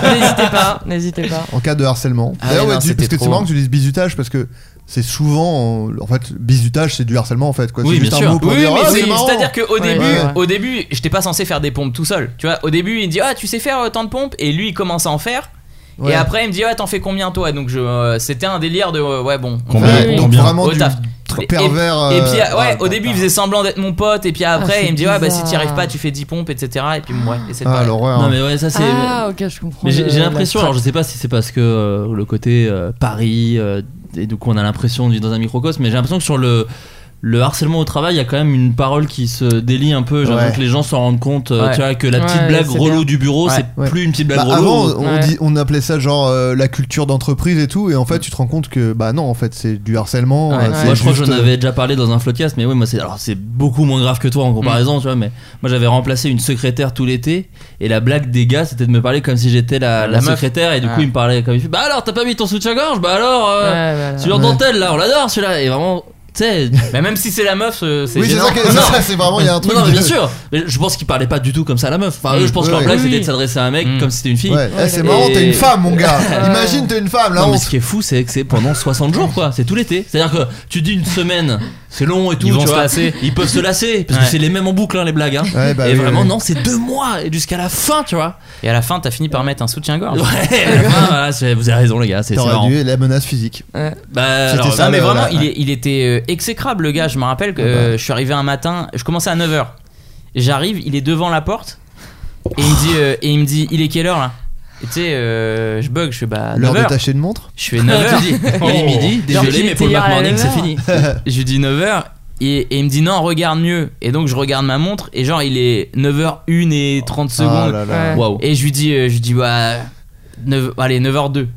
Speaker 10: pas, n'hésitez pas.
Speaker 9: En cas de harcèlement.
Speaker 8: Ah
Speaker 9: D'ailleurs,
Speaker 8: ouais, non,
Speaker 9: tu-
Speaker 8: c'était
Speaker 9: parce que c'est
Speaker 8: trop.
Speaker 9: marrant que tu dises bizutage parce que c'est souvent en en fait bizutage c'est du harcèlement en fait quoi.
Speaker 11: Oui,
Speaker 9: c'est juste
Speaker 11: bien
Speaker 9: un
Speaker 11: sûr.
Speaker 9: mot pour
Speaker 8: Oui,
Speaker 9: dire
Speaker 8: mais
Speaker 9: Ah,
Speaker 8: c'est-
Speaker 9: marrant.
Speaker 8: c'est-à-dire qu'au
Speaker 10: Ouais.
Speaker 8: début,
Speaker 9: Ouais.
Speaker 8: au début, j'étais pas censé faire des pompes tout seul. Tu vois, au début, il dit ah tu sais faire euh, tant de pompes et lui il commence à en faire.
Speaker 9: Ouais.
Speaker 8: Et après, il me dit ouais t'en fais combien toi Donc je, euh, c'était un délire de euh, ouais bon. on
Speaker 14: Combien-
Speaker 8: fait-
Speaker 9: Ouais,
Speaker 14: Combien-
Speaker 9: donc
Speaker 14: combien-
Speaker 9: vraiment
Speaker 8: au
Speaker 9: du
Speaker 8: taf.
Speaker 9: tr-
Speaker 8: Et-
Speaker 9: pervers.
Speaker 8: Et
Speaker 9: euh,
Speaker 8: puis, ouais,
Speaker 9: ouais,
Speaker 8: au début, il faisait semblant d'être mon pote, et puis après,
Speaker 10: Ah,
Speaker 8: il me dit,
Speaker 10: c'est
Speaker 8: ouais, bah si
Speaker 10: bizarre.
Speaker 8: t'y arrives pas, tu fais 10 pompes, etc. Et puis, ouais, et c'est
Speaker 9: Ah
Speaker 8: pas-
Speaker 9: l'horreur.
Speaker 11: Non, mais ouais, ça c'est.
Speaker 10: Ah, ok, je comprends.
Speaker 11: Mais j'ai
Speaker 10: le-
Speaker 11: j'ai
Speaker 10: la
Speaker 11: l'impression, alors je sais pas si c'est parce que euh, le côté euh, Paris, euh, et du coup on a l'impression d'être dans un microcosme, mais j'ai l'impression que sur le, le harcèlement au travail, il y a quand même une parole qui se délie un peu. J'ai l'impression
Speaker 9: Ouais.
Speaker 11: que les gens s'en rendent compte, euh,
Speaker 8: Ouais.
Speaker 11: tu vois, que la petite
Speaker 10: Ouais,
Speaker 11: blague
Speaker 10: c'est
Speaker 11: relou
Speaker 10: bien.
Speaker 11: du bureau,
Speaker 8: Ouais.
Speaker 11: c'est
Speaker 9: Ouais.
Speaker 11: plus une petite
Speaker 9: Bah,
Speaker 11: blague
Speaker 9: avant,
Speaker 11: relou.
Speaker 9: on,
Speaker 10: Ouais.
Speaker 9: dit- on appelait ça genre euh, la culture d'entreprise et tout, et en fait, tu te rends compte que bah non, en fait, c'est du harcèlement.
Speaker 8: Ouais,
Speaker 9: euh,
Speaker 8: ouais.
Speaker 9: c'est
Speaker 11: Moi, je crois que
Speaker 9: juste,
Speaker 11: j'en
Speaker 9: euh,
Speaker 11: avais déjà parlé dans un floodcast, mais oui, moi, c'est alors c'est beaucoup moins grave que toi
Speaker 8: Mm.
Speaker 11: en comparaison, tu vois. Mais moi, j'avais remplacé une secrétaire tout l'été, et la blague des gars, c'était de me parler comme si j'étais la,
Speaker 8: La
Speaker 11: la
Speaker 8: meuf.
Speaker 11: secrétaire, et du coup,
Speaker 8: Ouais.
Speaker 11: ils me parlaient comme ils bah alors, t'as pas mis ton soutien-gorge, bah alors,
Speaker 10: Ouais,
Speaker 11: euh,
Speaker 10: voilà.
Speaker 11: celui en
Speaker 9: Ouais.
Speaker 11: dentelle là, on l'adore celui-là, et vraiment, tu sais.
Speaker 8: Mais même si c'est la meuf, euh, c'est
Speaker 9: Oui, c'est
Speaker 8: gênant.
Speaker 9: ça, qui est- c'est
Speaker 11: Non.
Speaker 9: ça, c'est vraiment, il y a un truc.
Speaker 11: non, non, mais
Speaker 9: de-
Speaker 11: bien sûr, mais je pense qu'ils parlaient pas du tout comme ça à la meuf. Enfin, eux, je pense que leur
Speaker 9: Ouais.
Speaker 11: blague,
Speaker 10: Oui,
Speaker 11: c'était
Speaker 10: oui.
Speaker 11: de s'adresser à un mec
Speaker 8: Mm.
Speaker 11: comme si c'était une fille.
Speaker 9: Ouais, eh, c'est
Speaker 10: Et-
Speaker 9: marrant, t'es une femme, mon gars.
Speaker 8: Euh,
Speaker 9: Imagine, t'es une femme, là,
Speaker 11: non,
Speaker 9: on
Speaker 11: mais
Speaker 9: s-
Speaker 11: ce qui est fou, c'est que c'est pendant 60 jours, quoi. C'est tout l'été. C'est-à-dire que tu dis une semaine, c'est long et tout.
Speaker 8: Ils vont
Speaker 11: tu
Speaker 8: se
Speaker 11: vois.
Speaker 8: lasser.
Speaker 11: Ils peuvent se lasser, parce que
Speaker 8: Ouais.
Speaker 11: c'est les mêmes en boucle, hein, les blagues. Hein.
Speaker 9: Ouais, bah
Speaker 11: et
Speaker 9: oui,
Speaker 11: vraiment,
Speaker 9: oui.
Speaker 11: non, c'est deux mois et jusqu'à la fin, tu vois.
Speaker 8: Et à la fin, t'as fini par mettre un soutien-gorge.
Speaker 11: Ouais, à la fin, voilà, c'est- vous avez raison, les gars, c'est c'est
Speaker 9: T'aurais
Speaker 11: marrant.
Speaker 9: dû la menace physique.
Speaker 11: Bah,
Speaker 9: C'était
Speaker 11: alors,
Speaker 9: ça,
Speaker 8: Non, mais
Speaker 9: le-
Speaker 8: vraiment,
Speaker 9: la-
Speaker 8: il, est- il était euh, exécrable, le gars. Je me rappelle
Speaker 11: Ah bah.
Speaker 8: que euh, je suis arrivé un matin, je commençais à 9h. J'arrive, il est devant la porte, et il me dit, euh, et il, me dit il est quelle heure là Et tu sais, euh, je bug, je fais bah
Speaker 9: L'heure de
Speaker 8: 9h.
Speaker 9: tâcher de montre
Speaker 8: Je fais
Speaker 11: non,
Speaker 8: 9h.
Speaker 11: tu dis, il est midi,
Speaker 8: Genre,
Speaker 11: désolé,
Speaker 8: il
Speaker 11: mais
Speaker 8: était
Speaker 11: pour le
Speaker 10: hier à la
Speaker 11: morning, c'est
Speaker 10: même
Speaker 11: fini.
Speaker 8: Je lui dis 9h et, et il me dit non, regarde mieux. Et donc je regarde ma montre et genre il est 9h1 et 30
Speaker 9: Ah
Speaker 8: secondes.
Speaker 9: là là.
Speaker 11: Waouh.
Speaker 8: et je lui dis euh, je lui dis bah 9, allez 9h2.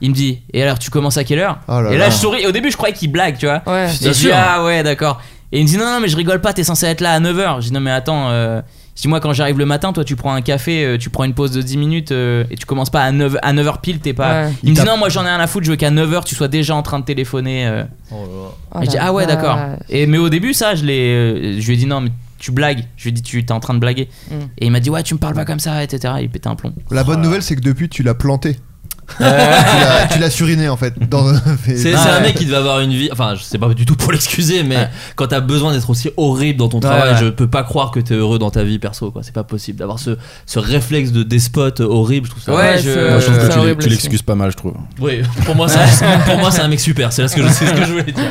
Speaker 8: Il me dit et alors tu commences à quelle heure
Speaker 9: Oh là
Speaker 8: Et
Speaker 9: là.
Speaker 8: là je souris. Et au début je croyais qu'il blague, tu vois.
Speaker 10: Ouais.
Speaker 8: Et je
Speaker 11: Bien
Speaker 8: dis
Speaker 11: sûr.
Speaker 8: ah ouais, d'accord. Et il me dit non, non mais je rigole pas, t'es censé être là à 9h. Je dis non mais attends euh, je dis moi quand j'arrive le matin, toi tu prends un café, euh, tu prends une pause de 10 minutes euh, et tu commences pas à 9 à 9h pile, t'es pas
Speaker 10: Ouais.
Speaker 8: Il me
Speaker 9: Il
Speaker 8: dit
Speaker 9: t'a-
Speaker 8: non, moi j'en ai rien à foutre, je veux qu'à 9h tu sois déjà en train de téléphoner. euh,
Speaker 10: Oh
Speaker 8: et je dis,
Speaker 10: la
Speaker 8: ah ouais,
Speaker 10: vache.
Speaker 8: d'accord. Et mais au début, ça, je l'ai, euh, je lui ai dit non, mais tu blagues. Je lui ai dit tu t'es en train de blaguer.
Speaker 10: Mm.
Speaker 8: Et il m'a dit ouais, tu me parles pas comme ça, etc. Il pétait un plomb.
Speaker 9: La bonne nouvelle, c'est que depuis, tu l'as planté. Tu l'as- tu l'as suriné, en fait. dans-
Speaker 11: C'est c'est
Speaker 9: Ah,
Speaker 11: un
Speaker 8: ouais.
Speaker 11: mec qui devait avoir une vie. Enfin, je sais pas du tout pour l'excuser, mais
Speaker 8: Ouais.
Speaker 11: quand t'as besoin d'être aussi horrible dans ton travail,
Speaker 8: ouais.
Speaker 11: je peux pas croire que t'es heureux dans ta vie perso, quoi. C'est pas possible d'avoir ce, ce réflexe de despote horrible, je trouve ça.
Speaker 8: Ouais,
Speaker 10: je-
Speaker 8: je.
Speaker 14: Moi, je trouve
Speaker 10: Euh,
Speaker 14: que tu
Speaker 10: c'est
Speaker 14: l'es-
Speaker 10: horrible
Speaker 14: tu
Speaker 10: aussi.
Speaker 14: l'excuses pas mal, je trouve.
Speaker 11: Oui, pour moi, c'est un, pour moi, c'est un mec super, c'est là ce que je, c'est ce que je voulais dire.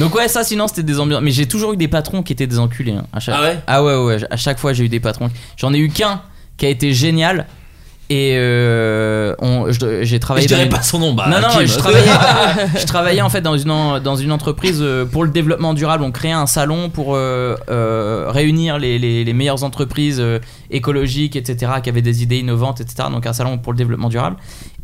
Speaker 8: Donc ouais, ça, sinon c'était des ambiances. Mais j'ai toujours eu des patrons qui étaient des enculés. hein, à chaque...
Speaker 11: Ah ouais
Speaker 8: Ah ouais, ouais. À chaque fois, j'ai eu des patrons. J'en ai eu qu'un qui a été génial.
Speaker 12: Et euh, on- je- j'ai travaillé.
Speaker 8: Je
Speaker 12: dans
Speaker 8: dirais
Speaker 12: une-
Speaker 8: pas son nom, bah.
Speaker 12: non, non,
Speaker 8: Kim.
Speaker 12: je travaillais, je travaillais en fait dans une, en- dans une entreprise euh, pour le développement durable. On créait un salon pour euh, euh, réunir les, les- les meilleures entreprises euh, écologiques, etc., qui avaient des idées innovantes, etc. Donc un salon pour le développement durable.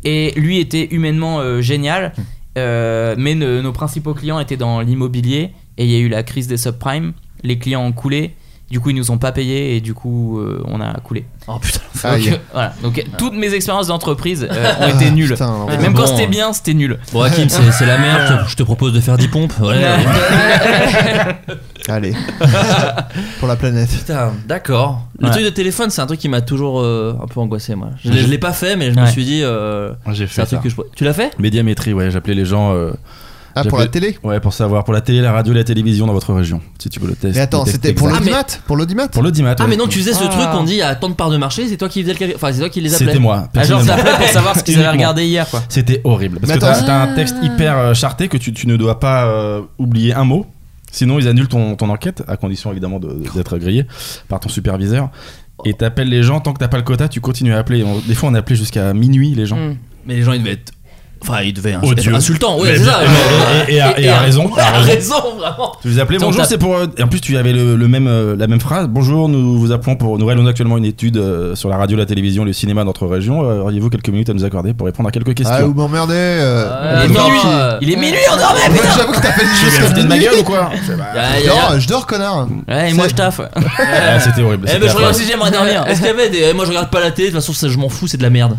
Speaker 12: Et lui était humainement euh, génial,
Speaker 8: Hmm.
Speaker 12: euh, mais ne- nos principaux clients étaient dans l'immobilier et il y a eu la crise des subprimes. Les clients ont coulé. Du coup, ils nous ont pas payés et du coup, euh, on a coulé.
Speaker 8: Oh putain.
Speaker 9: Aïe.
Speaker 12: Donc, euh, voilà. Donc,
Speaker 8: Ah.
Speaker 12: toutes mes expériences d'entreprise euh, ont été nulles.
Speaker 9: Ah, Putain,
Speaker 12: Et
Speaker 9: ouais.
Speaker 12: même
Speaker 8: bon,
Speaker 12: quand c'était
Speaker 8: euh,
Speaker 12: bien, c'était nul.
Speaker 8: Bon, Hakim, c'est c'est la merde. Je te propose de faire 10 pompes. Ouais.
Speaker 9: Allez. Pour la planète.
Speaker 8: Putain, d'accord. Le
Speaker 12: Ouais.
Speaker 8: truc de téléphone, c'est un truc qui m'a toujours euh, un peu angoissé, moi. Je, l'ai- je l'ai pas fait, mais je me
Speaker 12: Ouais.
Speaker 8: suis dit. euh,
Speaker 11: J'ai
Speaker 8: c'est un
Speaker 11: fait
Speaker 8: truc
Speaker 11: ça.
Speaker 8: que je. Tu l'as fait
Speaker 11: Médiamétrie, ouais, j'appelais les gens. euh,
Speaker 9: Ah, pour
Speaker 11: J'appelais-
Speaker 9: la télé
Speaker 11: Ouais, pour savoir, pour la télé, la radio, la télévision dans votre région. Si tu veux le test.
Speaker 9: Mais attends,
Speaker 11: le test
Speaker 9: c'était pour
Speaker 11: exact.
Speaker 9: l'audimat Pour l'audimat
Speaker 11: Pour l'audimat.
Speaker 8: Ah,
Speaker 11: ouais.
Speaker 8: mais non, tu faisais ce
Speaker 10: Ah.
Speaker 8: truc qu'on dit à tant de parts de marché, c'est toi qui faisais le calcul. Enfin, c'est toi qui les appelais.
Speaker 11: C'était moi.
Speaker 12: Ah, genre, ça
Speaker 11: personnellement.
Speaker 12: appelait pour savoir ce qu'ils avaient
Speaker 11: Uniquement.
Speaker 12: regardé hier, quoi.
Speaker 11: C'était horrible. Parce
Speaker 9: Mais
Speaker 11: que
Speaker 9: attends,
Speaker 11: t'as-
Speaker 9: c'est-
Speaker 11: t'as un texte hyper euh, charté que tu, tu ne dois pas euh, oublier un mot. Sinon, ils annulent ton, ton enquête, à condition évidemment de- de- d'être grillé par ton superviseur. Et t'appelles les gens, tant que t'as pas le quota, tu continues à appeler. On- des fois, on appelait jusqu'à minuit les gens.
Speaker 10: Mm.
Speaker 8: Mais les gens, ils devaient être. Enfin, ils devaient Ah,
Speaker 11: Odieux.
Speaker 8: être insultants. Ouais,
Speaker 11: Mais
Speaker 8: c'est
Speaker 11: bien-
Speaker 8: ça.
Speaker 11: et- et- et à- et à raison,
Speaker 8: Ouais,
Speaker 11: à
Speaker 8: À
Speaker 11: raison.
Speaker 8: raison, vraiment.
Speaker 11: Tu les appelais,
Speaker 8: Tant
Speaker 11: bonjour,
Speaker 8: t'as-
Speaker 11: c'est pour. euh, Et en plus, tu avais le, le même, euh, la même phrase. Bonjour, nous vous appelons pour. Nous réalisons actuellement une étude euh, sur la radio, la télévision, le cinéma de notre région. Euh, Auriez-vous quelques minutes à nous accorder pour répondre à quelques questions
Speaker 9: Ah, vous m'emmerdez euh,
Speaker 8: Euh,
Speaker 9: vous
Speaker 8: non,
Speaker 9: m'emmerdez.
Speaker 8: euh, Il est minuit, on dormait,
Speaker 9: Ouais, J'avoue que t'as fait
Speaker 11: Tu
Speaker 9: juste
Speaker 11: viens de ma gueule ou quoi
Speaker 8: Ouais, ouais, ouais.
Speaker 9: Non, je dors, connard.
Speaker 12: Ouais, et moi je taffe.
Speaker 11: Ah, C'était horrible.
Speaker 8: Eh
Speaker 11: c'était
Speaker 8: ben je
Speaker 11: affreux.
Speaker 8: regarde si j'aimerais dormir. Est-ce qu'il y avait des. eh, Moi je regarde pas la télé, de toute façon ça, je m'en fous, c'est de la merde.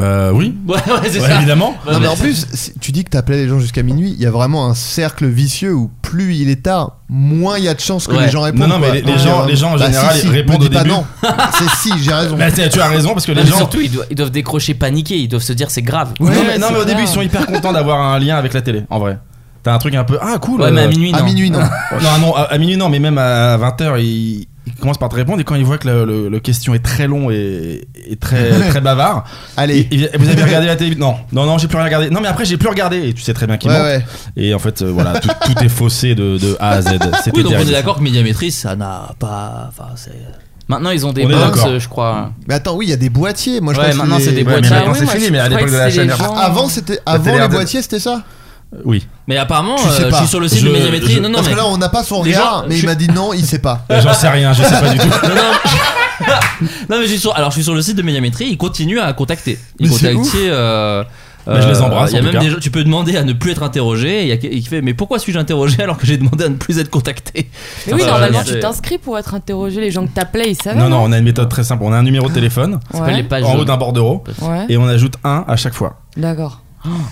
Speaker 11: Euh, oui,
Speaker 8: Ouais, ouais, c'est
Speaker 11: Ouais,
Speaker 8: ça.
Speaker 11: évidemment. Bah,
Speaker 8: Ouais,
Speaker 9: non, mais
Speaker 8: ouais.
Speaker 9: en plus, si tu dis que t'appelais les gens jusqu'à minuit, il y a vraiment un cercle vicieux où plus il est tard, moins il y a de chances que
Speaker 8: Ouais.
Speaker 9: les gens répondent.
Speaker 11: Non, non, mais
Speaker 9: quoi.
Speaker 11: les- les
Speaker 9: Ouais,
Speaker 11: gens-
Speaker 9: ouais.
Speaker 11: les gens, en
Speaker 9: Bah,
Speaker 11: général,
Speaker 9: si, si,
Speaker 11: répondent
Speaker 9: me
Speaker 11: au
Speaker 9: dis pas
Speaker 11: début. Bah,
Speaker 9: non. C'est si, j'ai raison.
Speaker 11: Mais c'est- tu as raison parce que les
Speaker 12: Mais
Speaker 11: gens.
Speaker 12: surtout, ils, doivent- ils doivent décrocher paniqués, ils doivent se dire c'est grave.
Speaker 11: non, mais, non, mais au
Speaker 10: c'est
Speaker 11: début
Speaker 10: clair.
Speaker 11: ils sont hyper contents d'avoir un lien avec la télé. En vrai, t'as un truc un peu ah cool.
Speaker 12: Ouais,
Speaker 11: euh,
Speaker 12: mais à minuit, non.
Speaker 9: à minuit, non.
Speaker 11: Non, ah non, à, à minuit non, mais même à 20h ils, ils commencent par te répondre et quand ils voient que le, le- le question est très long et, et très très bavard.
Speaker 9: Allez.
Speaker 11: ils- ils- vous avez regardé la télé Non, non, non, j'ai plus rien regardé. Non, mais après j'ai plus regardé. Et tu sais très bien qu'ils
Speaker 9: Ouais,
Speaker 11: mentent.
Speaker 9: ouais.
Speaker 11: Et en fait euh, voilà, tout, tout est faussé de, de A à Z. C'était
Speaker 8: Oui, donc on est
Speaker 11: terrible.
Speaker 8: d'accord que médiamétrie ça n'a pas. Enfin, c'est.
Speaker 12: Maintenant ils ont des
Speaker 11: On est
Speaker 12: box,
Speaker 11: d'accord.
Speaker 12: euh, je crois.
Speaker 9: Mais attends, oui, il y a des boîtiers. Moi, je
Speaker 12: Ouais,
Speaker 9: pense que
Speaker 12: maintenant,
Speaker 9: les-
Speaker 12: c'est des
Speaker 11: Ouais, mais
Speaker 12: boîtiers.
Speaker 11: maintenant
Speaker 10: Ah oui,
Speaker 11: c'est
Speaker 10: moi,
Speaker 11: fini,
Speaker 10: je
Speaker 11: mais à
Speaker 10: croyais
Speaker 11: l'époque
Speaker 10: que
Speaker 11: de la
Speaker 10: c'était
Speaker 11: chaîne.
Speaker 10: les gens.
Speaker 9: Ah, Avant, c'était avant
Speaker 11: télé
Speaker 9: les
Speaker 11: RDL.
Speaker 9: boîtiers, c'était ça.
Speaker 11: Oui.
Speaker 8: Mais apparemment,
Speaker 9: Tu sais
Speaker 8: euh, je
Speaker 9: pas.
Speaker 8: suis sur le site
Speaker 11: Je-
Speaker 8: de médiamétrie.
Speaker 11: je-
Speaker 8: Non, non,
Speaker 9: Parce
Speaker 8: mais.
Speaker 9: que là, on n'a pas son
Speaker 8: Les
Speaker 9: regard,
Speaker 8: gens-
Speaker 9: mais
Speaker 8: je-
Speaker 9: il m'a dit non, il sait pas.
Speaker 11: J'en sais rien, je sais pas du tout.
Speaker 8: Non, non. non, mais je suis sur. Alors, je suis sur le site de médiamétrie. Ils continuent à contacter. Ils
Speaker 9: Mais c'est
Speaker 8: contactent. euh,
Speaker 11: Bah, je les embrasse,
Speaker 8: Il y
Speaker 11: en
Speaker 8: a
Speaker 11: tout
Speaker 8: même
Speaker 11: cas.
Speaker 8: des gens- tu peux demander à ne plus être interrogé. Il y a qui qui fait mais pourquoi suis-je interrogé alors que j'ai demandé à ne plus être contacté
Speaker 10: Mais oui,
Speaker 8: Putain,
Speaker 10: normalement,
Speaker 8: c'est-
Speaker 10: tu t'inscris pour être interrogé. Les gens que t'appelaient, ils savaient.
Speaker 11: Non, non, on a une méthode très simple. On a un numéro de téléphone
Speaker 12: Ça s'appelle
Speaker 10: Ouais.
Speaker 12: les pages
Speaker 11: en haut
Speaker 12: jaunes.
Speaker 11: d'un bordereau
Speaker 10: Ouais,
Speaker 11: et on ajoute un à chaque fois.
Speaker 10: d'accord.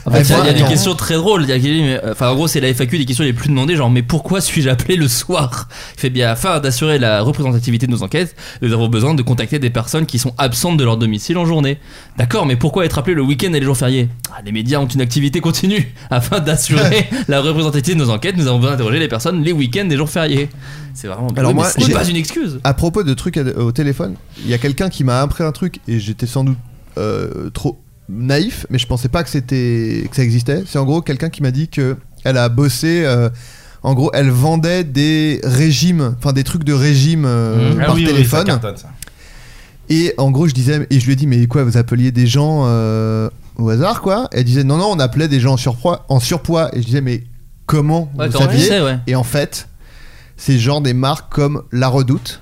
Speaker 8: En fait, il y a- il y a des
Speaker 9: Attends.
Speaker 8: questions très drôles. Il y a quelqu'un qui dit, mais, euh, Enfin, en gros, c'est la FAQ des questions les plus demandées, genre, mais pourquoi suis-je appelé le soir Il fait bien, afin d'assurer la représentativité de nos enquêtes, nous avons besoin de contacter des personnes qui sont absentes de leur domicile en journée. D'accord, mais pourquoi être appelé le week-end et les jours fériés Ah, Les médias ont une activité continue. Afin d'assurer la représentativité de nos enquêtes, nous avons besoin d'interroger les personnes les week-ends et les jours fériés. C'est vraiment.
Speaker 9: Alors
Speaker 8: Oui, mais
Speaker 9: moi,
Speaker 8: ce n'est
Speaker 9: j'ai-
Speaker 8: pas une excuse.
Speaker 9: À propos de trucs à- au téléphone, il y a quelqu'un qui m'a appris un truc et j'étais sans doute euh, trop naïf, mais je pensais pas que c'était que ça existait. C'est en gros quelqu'un qui m'a dit que elle a bossé. euh, en gros, elle vendait des régimes, enfin des trucs de régime
Speaker 11: Mmh.
Speaker 9: euh,
Speaker 11: Ah
Speaker 9: par téléphone. Et en gros, je disais, et je lui ai dit, mais quoi, vous appeliez des gens euh, au hasard, quoi Elle disait, non, non, on appelait des gens en surpoids. En surpoids. Et je disais, mais comment
Speaker 8: Ouais,
Speaker 9: vous
Speaker 8: comment tu
Speaker 9: saviez
Speaker 8: sais, ouais.
Speaker 9: Et en fait, c'est genre des marques comme La Redoute.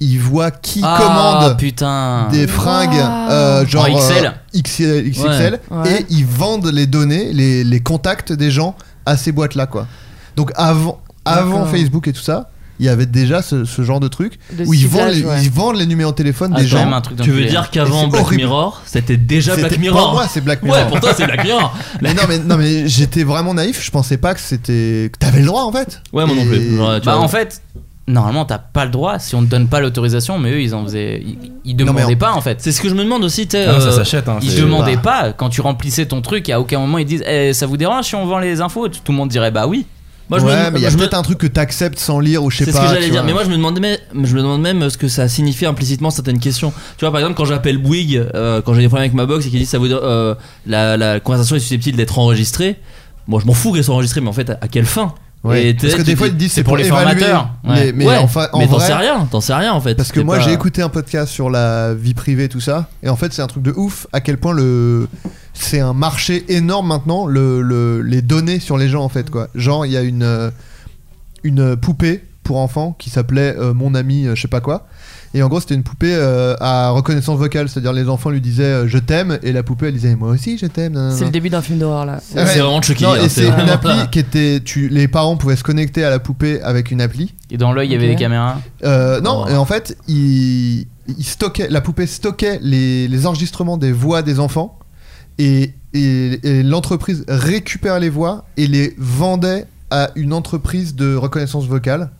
Speaker 9: Ils voient qui
Speaker 12: Ah,
Speaker 9: commande
Speaker 12: putain.
Speaker 9: des fringues euh, genre
Speaker 12: En XL.
Speaker 9: euh, XL, XXL,
Speaker 10: Ouais.
Speaker 9: et ils vendent les données, les, les contacts des gens à ces boîtes là quoi. Donc avant, avant
Speaker 10: D'accord.
Speaker 9: Facebook et tout ça, il y avait déjà ce, ce genre de truc
Speaker 10: De
Speaker 9: où ils vendent,
Speaker 10: ciblage,
Speaker 9: les,
Speaker 10: ouais.
Speaker 9: ils vendent les numéros de téléphone
Speaker 12: Ah,
Speaker 9: des
Speaker 12: quand
Speaker 9: gens.
Speaker 12: même un truc
Speaker 8: Tu veux
Speaker 12: d'enculé.
Speaker 8: dire qu'avant
Speaker 9: c'est
Speaker 8: Black
Speaker 9: horrible.
Speaker 8: Mirror, c'était déjà Black
Speaker 9: C'était-
Speaker 8: Mirror
Speaker 9: Pour moi, c'est Black Mirror.
Speaker 8: Ouais, pour toi, c'est Black Mirror.
Speaker 9: mais non mais non mais j'étais vraiment naïf, je pensais pas que c'était que t'avais le droit en fait.
Speaker 8: Ouais, moi non plus.
Speaker 9: Et-
Speaker 8: Ouais, tu
Speaker 12: Bah
Speaker 8: vois.
Speaker 12: en fait, normalement t'as pas le droit si on te donne pas l'autorisation, mais eux ils en faisaient. Ils, ils
Speaker 9: Non, mais
Speaker 12: demandaient
Speaker 9: en-
Speaker 12: pas en fait.
Speaker 8: C'est ce que je me demande aussi, tu sais,
Speaker 11: Ah, non, ça
Speaker 8: euh,
Speaker 11: s'achète. Hein,
Speaker 12: Ils
Speaker 11: c'est-
Speaker 12: demandaient pas quand tu remplissais ton truc, à aucun moment ils disent Eh, ça vous dérange si on vend les infos Tout le monde dirait bah oui.
Speaker 8: Moi, je
Speaker 9: ouais,
Speaker 8: me,
Speaker 9: mais il y a
Speaker 8: je me-
Speaker 9: peut-être un truc que t'acceptes sans lire ou je sais
Speaker 8: c'est
Speaker 9: pas.
Speaker 8: ce que j'allais
Speaker 9: tu
Speaker 8: dire.
Speaker 9: vois.
Speaker 8: Mais moi, je me demandais, mais- je me demande même ce que ça signifie implicitement certaines questions. Tu vois, par exemple, quand j'appelle Bouygues, euh, quand j'ai des problèmes avec ma box et qu'ils disent ça veut dire euh, la, la conversation est susceptible d'être enregistrée. Moi, je m'en fous qu'elle soit enregistrée, mais en fait, à, à quelle fin
Speaker 9: Ouais.
Speaker 8: Et t'es-
Speaker 9: Parce que
Speaker 8: tu
Speaker 9: des
Speaker 8: dis-
Speaker 9: fois ils te disent
Speaker 12: c'est
Speaker 9: c'est
Speaker 12: pour
Speaker 9: pour
Speaker 12: les
Speaker 9: évaluer.
Speaker 12: formateurs.
Speaker 9: Mais,
Speaker 12: Ouais.
Speaker 9: mais
Speaker 8: ouais,
Speaker 9: enfin, en
Speaker 8: mais t'en
Speaker 9: vrai,
Speaker 8: sais rien, t'en sais rien en fait.
Speaker 9: Parce que
Speaker 8: T'es
Speaker 9: moi
Speaker 8: pas-
Speaker 9: j'ai écouté un podcast sur la vie privée tout ça et en fait c'est un truc de ouf à quel point le c'est un marché énorme maintenant le, le- les données sur les gens en fait quoi. Genre il y a une euh, une poupée pour enfants qui s'appelait euh, mon ami euh, je sais pas quoi et en gros c'était une poupée euh, à reconnaissance vocale c'est-à-dire les enfants lui disaient euh, je t'aime et la poupée elle disait moi aussi je t'aime. nanana.
Speaker 10: C'est le début d'un film d'horreur là.
Speaker 9: Ah ouais.
Speaker 8: C'est vraiment Chucky.
Speaker 9: Non,
Speaker 8: hein,
Speaker 9: et c'est une
Speaker 8: vraiment-
Speaker 9: appli qui était tu les parents pouvaient se connecter à la poupée avec une appli
Speaker 12: Et dans l'œil, il y avait
Speaker 10: Ok.
Speaker 12: des caméras.
Speaker 9: euh, non,
Speaker 8: Oh.
Speaker 9: et en fait, il, il stockait, la poupée stockait les, les enregistrements des voix des enfants et, et- et l'entreprise récupère les voix et les vendait à une entreprise de reconnaissance vocale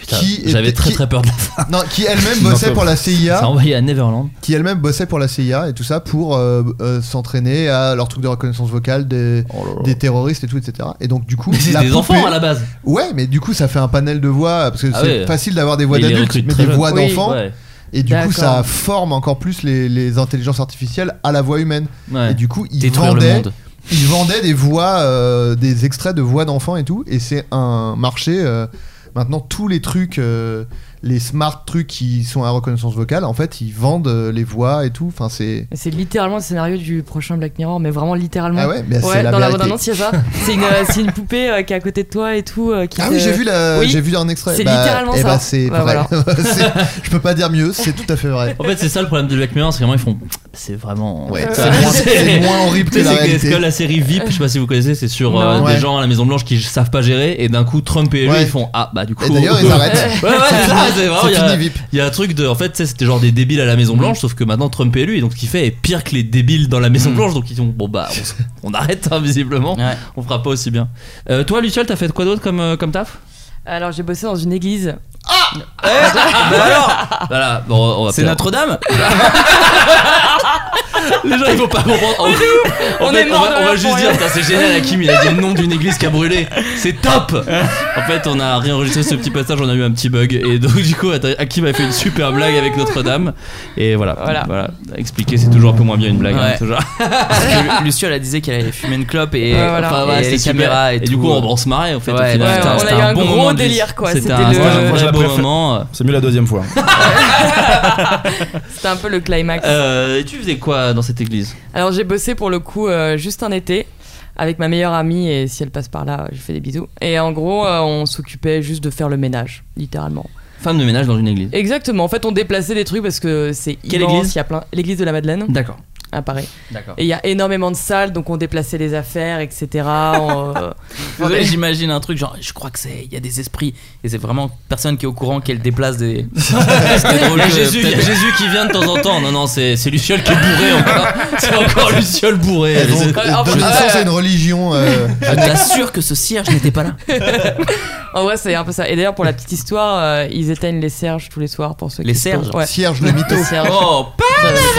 Speaker 8: Putain,
Speaker 9: qui était-
Speaker 8: J'avais très
Speaker 9: qui-
Speaker 8: très peur de la fin.
Speaker 9: non, qui elle-même
Speaker 11: Une
Speaker 9: bossait pour la
Speaker 8: Ça a
Speaker 9: CIA
Speaker 8: envoyé à Neverland.
Speaker 9: qui elle-même bossait pour la CIA et tout ça pour euh, euh, s'entraîner à leur truc de reconnaissance vocale des, des terroristes et tout etc et donc du coup
Speaker 8: Mais c'est
Speaker 9: la
Speaker 8: des
Speaker 9: poupée-
Speaker 8: enfants à la base.
Speaker 9: ouais mais du coup ça fait un panel de voix parce que
Speaker 8: Ah
Speaker 9: c'est
Speaker 8: ouais.
Speaker 9: facile d'avoir des voix
Speaker 8: Mais ils les
Speaker 9: d'adultes
Speaker 8: recrutent
Speaker 9: mais
Speaker 8: très
Speaker 9: des
Speaker 8: jeunes.
Speaker 9: voix
Speaker 10: Oui,
Speaker 9: d'enfants
Speaker 8: Ouais.
Speaker 9: et du coup,
Speaker 10: D'accord.
Speaker 9: ça forme encore plus les, les intelligences artificielles à la voix humaine.
Speaker 8: ouais.
Speaker 9: Et du coup, ils
Speaker 12: Détruire le
Speaker 9: vendaient,
Speaker 12: monde.
Speaker 9: ils vendaient des voix, euh, des extraits de voix d'enfants et tout. Et c'est un marché. euh, maintenant, tous les trucs, euh, les smart trucs qui sont à reconnaissance vocale, en fait, ils vendent euh, les voix et tout. Enfin, c'est.
Speaker 10: C'est littéralement le scénario du prochain Black Mirror, mais vraiment littéralement.
Speaker 9: Ah ouais, mais c'est
Speaker 10: Ouais,
Speaker 9: la
Speaker 10: dans la
Speaker 9: vérité.
Speaker 10: bande-annonce, il y a ça. C'est une, euh, c'est une poupée euh, qui est à côté de toi et tout. euh, qui
Speaker 9: Ah
Speaker 10: te-
Speaker 9: oui, j'ai vu, la,
Speaker 10: Oui.
Speaker 9: j'ai vu un extrait.
Speaker 10: C'est
Speaker 9: Bah,
Speaker 10: littéralement
Speaker 9: eh
Speaker 10: ça.
Speaker 9: bah, c'est
Speaker 10: Bah,
Speaker 9: vrai. C'est- je peux pas dire mieux, c'est tout à fait vrai.
Speaker 8: En fait, c'est ça le problème de Black Mirror, c'est que vraiment ils font. C'est vraiment.
Speaker 9: Ouais,
Speaker 8: Ça-
Speaker 9: c'est moins- c'est moins horrible
Speaker 8: Tu
Speaker 9: que
Speaker 8: sais,
Speaker 9: la
Speaker 8: c'est que- c'est
Speaker 9: réalité.
Speaker 8: que la série VIP, je sais pas si vous connaissez, c'est sur euh,
Speaker 9: Non.
Speaker 8: des
Speaker 9: Ouais.
Speaker 8: gens à la Maison Blanche qui savent pas gérer et d'un coup Trump et eux
Speaker 9: Ouais.
Speaker 8: ils font ah bah du coup.
Speaker 9: Et d'ailleurs, ils arrêtent.
Speaker 8: Ouais ouais, c'est ça, c'est vraiment, il
Speaker 9: C'est
Speaker 8: y a-
Speaker 9: fini, VIP.
Speaker 8: il y a un truc de en fait tu sais, c'était genre des débiles à la Maison
Speaker 9: Mm.
Speaker 8: Blanche sauf que maintenant Trump est élu et donc ce qu'il fait est pire que les débiles dans la Maison Blanche donc ils ont bon bah on, s- on arrête hein, visiblement
Speaker 12: Ouais.
Speaker 8: on fera pas aussi bien. Euh, toi Luciole t'as fait quoi d'autre comme euh, comme taf
Speaker 10: Alors j'ai bossé dans une église.
Speaker 8: Ah, Voilà bon, on va
Speaker 12: Bah C'est
Speaker 8: faire-
Speaker 12: Notre-Dame
Speaker 8: les gens ils vont pas comprendre. En fait, en
Speaker 10: on
Speaker 8: fait,
Speaker 10: est
Speaker 8: on
Speaker 10: mort
Speaker 8: va,
Speaker 10: de
Speaker 8: on va
Speaker 10: rire
Speaker 8: juste
Speaker 10: pour
Speaker 8: dire
Speaker 10: rien.
Speaker 8: putain, c'est génial Hakim il a dit le nom d'une église qui a brûlé c'est top en fait on a réenregistré ce petit passage on a eu un petit bug et donc du coup attends, Hakim a fait une super blague avec Notre-Dame et voilà
Speaker 10: Voilà.
Speaker 8: expliquer c'est toujours un peu moins bien une blague hein,
Speaker 12: Ouais.
Speaker 8: toujours.
Speaker 12: Parce que Luciole, elle disait qu'elle avait fumé une clope et,
Speaker 10: Ouais, voilà.
Speaker 12: enfin,
Speaker 8: ouais,
Speaker 12: et
Speaker 8: c'est
Speaker 12: les
Speaker 8: super.
Speaker 12: caméras et, tout.
Speaker 8: du coup, on, on se marrait en fait.
Speaker 12: Ouais,
Speaker 8: au final.
Speaker 12: ouais,
Speaker 8: C'était un-
Speaker 12: on a
Speaker 8: c'était
Speaker 10: eu un
Speaker 8: bon
Speaker 10: gros
Speaker 8: moment de vie.
Speaker 10: délire, quoi.
Speaker 8: C'était
Speaker 10: C'était
Speaker 8: un,
Speaker 10: le-
Speaker 8: c'était
Speaker 11: Moi,
Speaker 8: un
Speaker 11: je la
Speaker 8: vrai beau
Speaker 11: préfère.
Speaker 8: moment. euh,
Speaker 11: C'est mieux la deuxième fois.
Speaker 10: C'était un peu le climax.
Speaker 8: Euh, et tu faisais quoi dans cette église
Speaker 10: Alors j'ai bossé pour le coup euh, juste un été avec ma meilleure amie et si elle passe par là, je lui fais des bisous. Et en gros, euh, on s'occupait juste de faire le ménage, littéralement.
Speaker 8: Femme de ménage dans une église.
Speaker 10: Exactement. En fait, on déplaçait des trucs parce que c'est
Speaker 8: Quelle
Speaker 10: immense.
Speaker 8: église
Speaker 10: Il y a plein. L'église de la Madeleine
Speaker 8: D'accord.
Speaker 10: à Paris.
Speaker 8: D'accord.
Speaker 10: Et il y a énormément de salles, donc on déplaçait les affaires, etc. on, euh,
Speaker 12: Désolé, J'imagine un truc genre, je crois que c'est, il y a des esprits et c'est vraiment personne qui est au courant qu'elle déplace des. C'était drôle
Speaker 8: Il y a
Speaker 12: que
Speaker 8: Jésus, il y a
Speaker 12: peut-être-
Speaker 8: Jésus qui vient de temps en temps. Non, non, c'est c'est Luciole qui est bourré encore. C'est encore Luciole Ah, bourré.
Speaker 9: Elles ont- De toute
Speaker 10: Ah,
Speaker 9: façon, c'est une religion. euh,
Speaker 12: Je t'assure que ce cierge n'était pas là.
Speaker 10: En vrai, Oh c'est un peu ça. Et d'ailleurs, pour la petite histoire, euh, ils éteignent les cierges tous les soirs pour ceux
Speaker 12: Les
Speaker 10: qui se
Speaker 12: cierges
Speaker 10: posent- ouais.
Speaker 9: Cierge le mytho.
Speaker 10: Les cierges.
Speaker 12: Oh,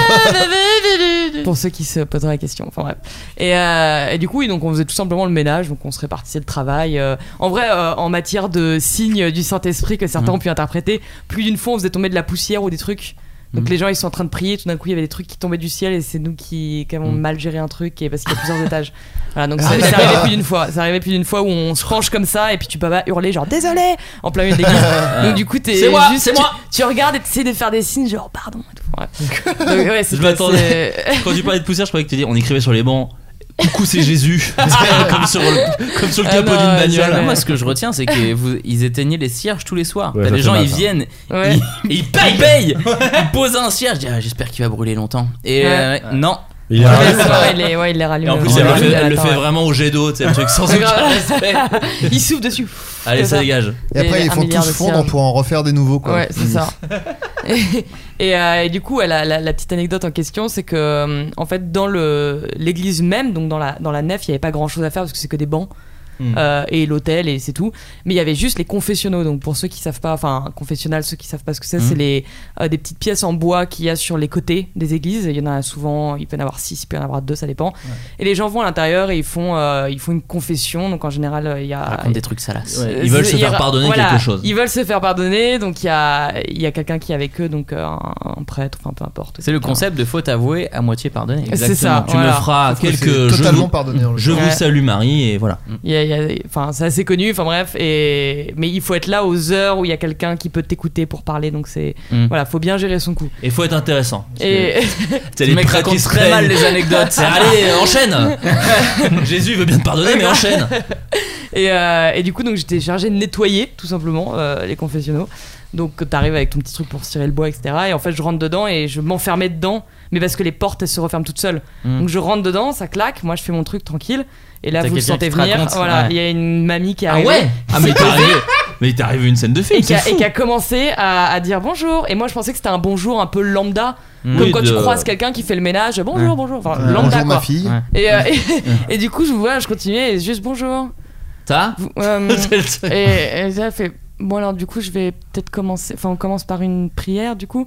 Speaker 10: pour ceux qui se poseraient la question. Enfin bref. Et, euh, et du coup, oui, donc on faisait tout simplement le ménage, donc on se répartissait le travail. euh. en vrai, euh, en matière de signes du Saint-Esprit que certains
Speaker 8: Mmh.
Speaker 12: Mhm.
Speaker 10: ont pu interpréter, plus d'une fois on faisait tomber de la poussière ou des trucs. Donc
Speaker 8: Mmh.
Speaker 12: Mhm.
Speaker 10: les gens ils sont en train de prier, tout d'un coup il y avait des trucs qui tombaient du ciel et c'est nous qui quand même,
Speaker 8: Mmh.
Speaker 10: avons
Speaker 12: Mhm.
Speaker 10: mal géré un truc et parce qu'il y a plusieurs étages. Voilà donc ça,
Speaker 9: Ah,
Speaker 10: ça
Speaker 9: d'accord.
Speaker 10: arrivait plus d'une fois, ça arrivait plus d'une fois où on se range comme ça et puis tu peux pas hurler genre désolé en plein milieu de l'église. donc du coup t'es
Speaker 8: C'est moi,
Speaker 10: juste-
Speaker 8: c'est
Speaker 10: tu-
Speaker 8: moi.
Speaker 10: Tu, regardes et t'essayes de faire des signes genre pardon et tout. Ouais. Donc, ouais, c'était-
Speaker 8: m'attendais.
Speaker 10: c'est-
Speaker 8: Quand tu parlais de poussière, je croyais que tu dis on écrivait sur les bancs. Coucou, c'est Jésus. comme, sur le, comme sur le
Speaker 10: Ah
Speaker 8: capot
Speaker 10: non,
Speaker 8: d'une
Speaker 10: Ah
Speaker 8: bagnole.
Speaker 10: jamais. ouais.
Speaker 12: Moi, ce que je retiens, c'est que vous, ils éteignaient les cierges tous les soirs.
Speaker 11: Ouais,
Speaker 12: T'as
Speaker 11: ça
Speaker 12: des
Speaker 11: fait
Speaker 12: gens,
Speaker 11: mal,
Speaker 12: ils
Speaker 11: ça.
Speaker 12: viennent,
Speaker 10: Ouais.
Speaker 12: ils, ils payent, payent. ils posent un cierge. je dis, ah, J'espère qu'il va brûler longtemps. Et euh, non,
Speaker 11: Il y a
Speaker 10: Ouais,
Speaker 11: un-
Speaker 10: c'est vrai, il les, ouais, il les rallume.
Speaker 8: Ah. Et en plus,
Speaker 10: Ouais,
Speaker 8: elle le
Speaker 10: ouais,
Speaker 8: fait,
Speaker 10: ouais,
Speaker 8: elle le
Speaker 10: attends,
Speaker 8: fait
Speaker 10: ouais.
Speaker 8: vraiment au jet d'eau, tu sais, le truc sans
Speaker 10: C'est
Speaker 8: aucun
Speaker 10: grave.
Speaker 8: respect.
Speaker 10: Il souffle dessus.
Speaker 8: Allez,
Speaker 10: C'est
Speaker 8: ça
Speaker 10: ça.
Speaker 8: dégage.
Speaker 9: Et après,
Speaker 10: Et
Speaker 9: ils
Speaker 10: un
Speaker 9: font
Speaker 10: milliard
Speaker 9: tous
Speaker 10: de
Speaker 9: fondre
Speaker 10: cierges.
Speaker 9: pour en refaire des nouveaux. Quoi.
Speaker 10: Ouais,
Speaker 12: Mm.
Speaker 10: c'est ça. et, et, euh, et du coup, la, la- la petite anecdote en question, c'est que euh, en fait, dans le l'église même, donc dans la dans la nef, il n'y avait pas grand chose à faire parce que c'est que des bancs.
Speaker 12: Mm.
Speaker 8: Hmm.
Speaker 10: euh, et l'hôtel et c'est tout mais il y avait juste les confessionnaux donc pour ceux qui savent pas enfin confessionnal ceux qui savent pas ce que c'est
Speaker 12: Hmm.
Speaker 10: c'est les euh, des petites pièces en bois qu'il y a sur les côtés des églises il y en a souvent il peut y en avoir six il peut y en avoir deux ça dépend et les gens vont à l'intérieur et ils font euh, ils font une confession donc en général euh, il y a
Speaker 12: raconte des trucs salaces.
Speaker 8: Ouais, ils veulent se
Speaker 10: Euh, il y a-
Speaker 8: faire pardonner
Speaker 10: voilà,
Speaker 8: quelque chose.
Speaker 10: Ils veulent se faire pardonner, donc il y a, il y a quelqu'un qui est avec eux, donc euh, un, un prêtre, enfin peu importe.
Speaker 12: C'est le
Speaker 10: etc.
Speaker 12: concept de faute avouée à moitié pardonnée.
Speaker 10: C'est ça,
Speaker 8: Tu me
Speaker 10: voilà.
Speaker 8: feras
Speaker 9: Sauf que
Speaker 8: quelques.
Speaker 9: c'est
Speaker 8: je
Speaker 9: totalement
Speaker 8: vous,
Speaker 9: pardonné. en le
Speaker 8: je vous
Speaker 10: Ouais.
Speaker 8: salue Marie et voilà.
Speaker 10: Il y a, il y y a- enfin, c'est assez connu, enfin bref, et, mais il faut être là aux heures où il y a quelqu'un qui peut t'écouter pour parler, donc c'est.
Speaker 12: Mm.
Speaker 10: Voilà, faut bien gérer son coup.
Speaker 8: Et faut être intéressant. Parce que
Speaker 10: Et
Speaker 12: Le
Speaker 8: t'as les
Speaker 12: mec
Speaker 8: prêtres qui
Speaker 12: raconte
Speaker 8: se
Speaker 12: très mal
Speaker 8: traînent.
Speaker 12: les anecdotes.
Speaker 8: Allez, enchaîne Jésus veut bien te pardonner, mais enchaîne
Speaker 10: Et, euh, et du coup, donc j'étais chargée de nettoyer tout simplement euh, les confessionnaux. Donc t'arrives avec ton petit truc pour cirer le bois, etc. Et en fait, je rentre dedans et je m'enfermais dedans, mais parce que les portes elles se referment toutes seules.
Speaker 12: Mm.
Speaker 10: Donc je rentre dedans, ça claque. Moi, je fais mon truc tranquille. Et là,
Speaker 12: T'as
Speaker 10: vous le
Speaker 12: quelqu'un
Speaker 10: sentez
Speaker 12: qui te
Speaker 10: venir.
Speaker 12: raconte,
Speaker 10: voilà,
Speaker 12: ouais.
Speaker 10: il y a une mamie qui est
Speaker 8: Ah
Speaker 10: arrivée.
Speaker 8: ouais Ah mais il t'est arrivé Mais il t'est arrivé une scène de film,
Speaker 10: Et qui,
Speaker 8: c'est
Speaker 10: a, et
Speaker 8: fou.
Speaker 10: qui a commencé à, à dire bonjour. Et moi, je pensais que c'était un bonjour un peu lambda.
Speaker 12: Mm.
Speaker 10: Comme
Speaker 8: Oui,
Speaker 10: quand tu
Speaker 8: de-
Speaker 10: croises quelqu'un qui fait le ménage. Bonjour,
Speaker 12: Ouais.
Speaker 10: bonjour. Enfin,
Speaker 9: Bonjour
Speaker 10: lambda,
Speaker 9: ma
Speaker 10: quoi.
Speaker 9: fille.
Speaker 12: Ouais.
Speaker 10: Et, euh, et, et du coup, je, voilà, je continuais et juste bonjour.
Speaker 8: Ça
Speaker 10: Vous- euh,
Speaker 8: C'est le truc.
Speaker 10: et, et ça fait bon alors du coup je vais peut-être commencer enfin on commence par une prière du coup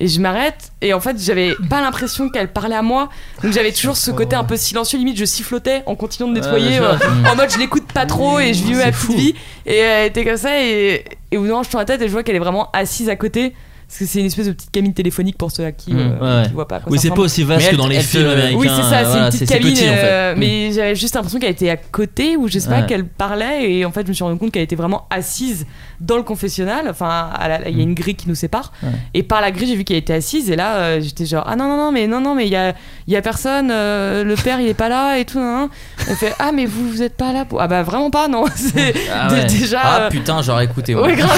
Speaker 10: et je m'arrête et en fait j'avais pas l'impression qu'elle parlait à moi donc j'avais toujours ce côté un peu silencieux limite je sifflotais en continuant de nettoyer
Speaker 12: Ouais, bien sûr.
Speaker 10: euh, en mode je l'écoute pas trop et je vis
Speaker 8: C'est
Speaker 10: ma
Speaker 8: fou.
Speaker 10: petite vie et euh, elle était comme ça et, et au bout d'un moment, je tourne la tête et je vois qu'elle est vraiment assise à côté parce que c'est une espèce de petite cabine téléphonique pour ceux à qui,
Speaker 12: Mm,
Speaker 10: euh,
Speaker 8: Mmh, ouais.
Speaker 10: qui voient pas à quoi
Speaker 8: Oui,
Speaker 10: ça
Speaker 8: c'est
Speaker 10: ressemble.
Speaker 8: pas aussi vaste
Speaker 12: Mais
Speaker 8: que
Speaker 12: elle-
Speaker 8: dans les
Speaker 12: elle
Speaker 8: films
Speaker 12: te-
Speaker 8: américains.
Speaker 10: Oui, c'est ça, c'est
Speaker 8: voilà,
Speaker 10: une petite
Speaker 8: c'est
Speaker 10: cabine.
Speaker 8: petit, en fait. Mm.
Speaker 10: euh, Mais j'avais juste l'impression qu'elle était à côté, ou je sais pas,
Speaker 8: Ouais.
Speaker 10: qu'elle parlait, et en fait, je me suis rendu compte qu'elle était vraiment assise dans le confessionnal. Enfin, à la- il y a une grille qui nous sépare.
Speaker 8: Mm. Ouais.
Speaker 10: Et par la grille, j'ai vu qu'elle était assise, et là, euh, j'étais genre, ah non, non, non, mais non, non, mais il y a, il y a personne, euh, le père, il est pas là, et tout, non, non. Elle fait, ah, mais vous, vous êtes pas là pour. Ah, bah, vraiment pas, non. C'est
Speaker 12: Ah,
Speaker 10: dé-
Speaker 12: ouais.
Speaker 10: déjà.
Speaker 12: Ah
Speaker 10: euh,
Speaker 12: putain, j'aurais écouté. moi.
Speaker 10: ouais, grave.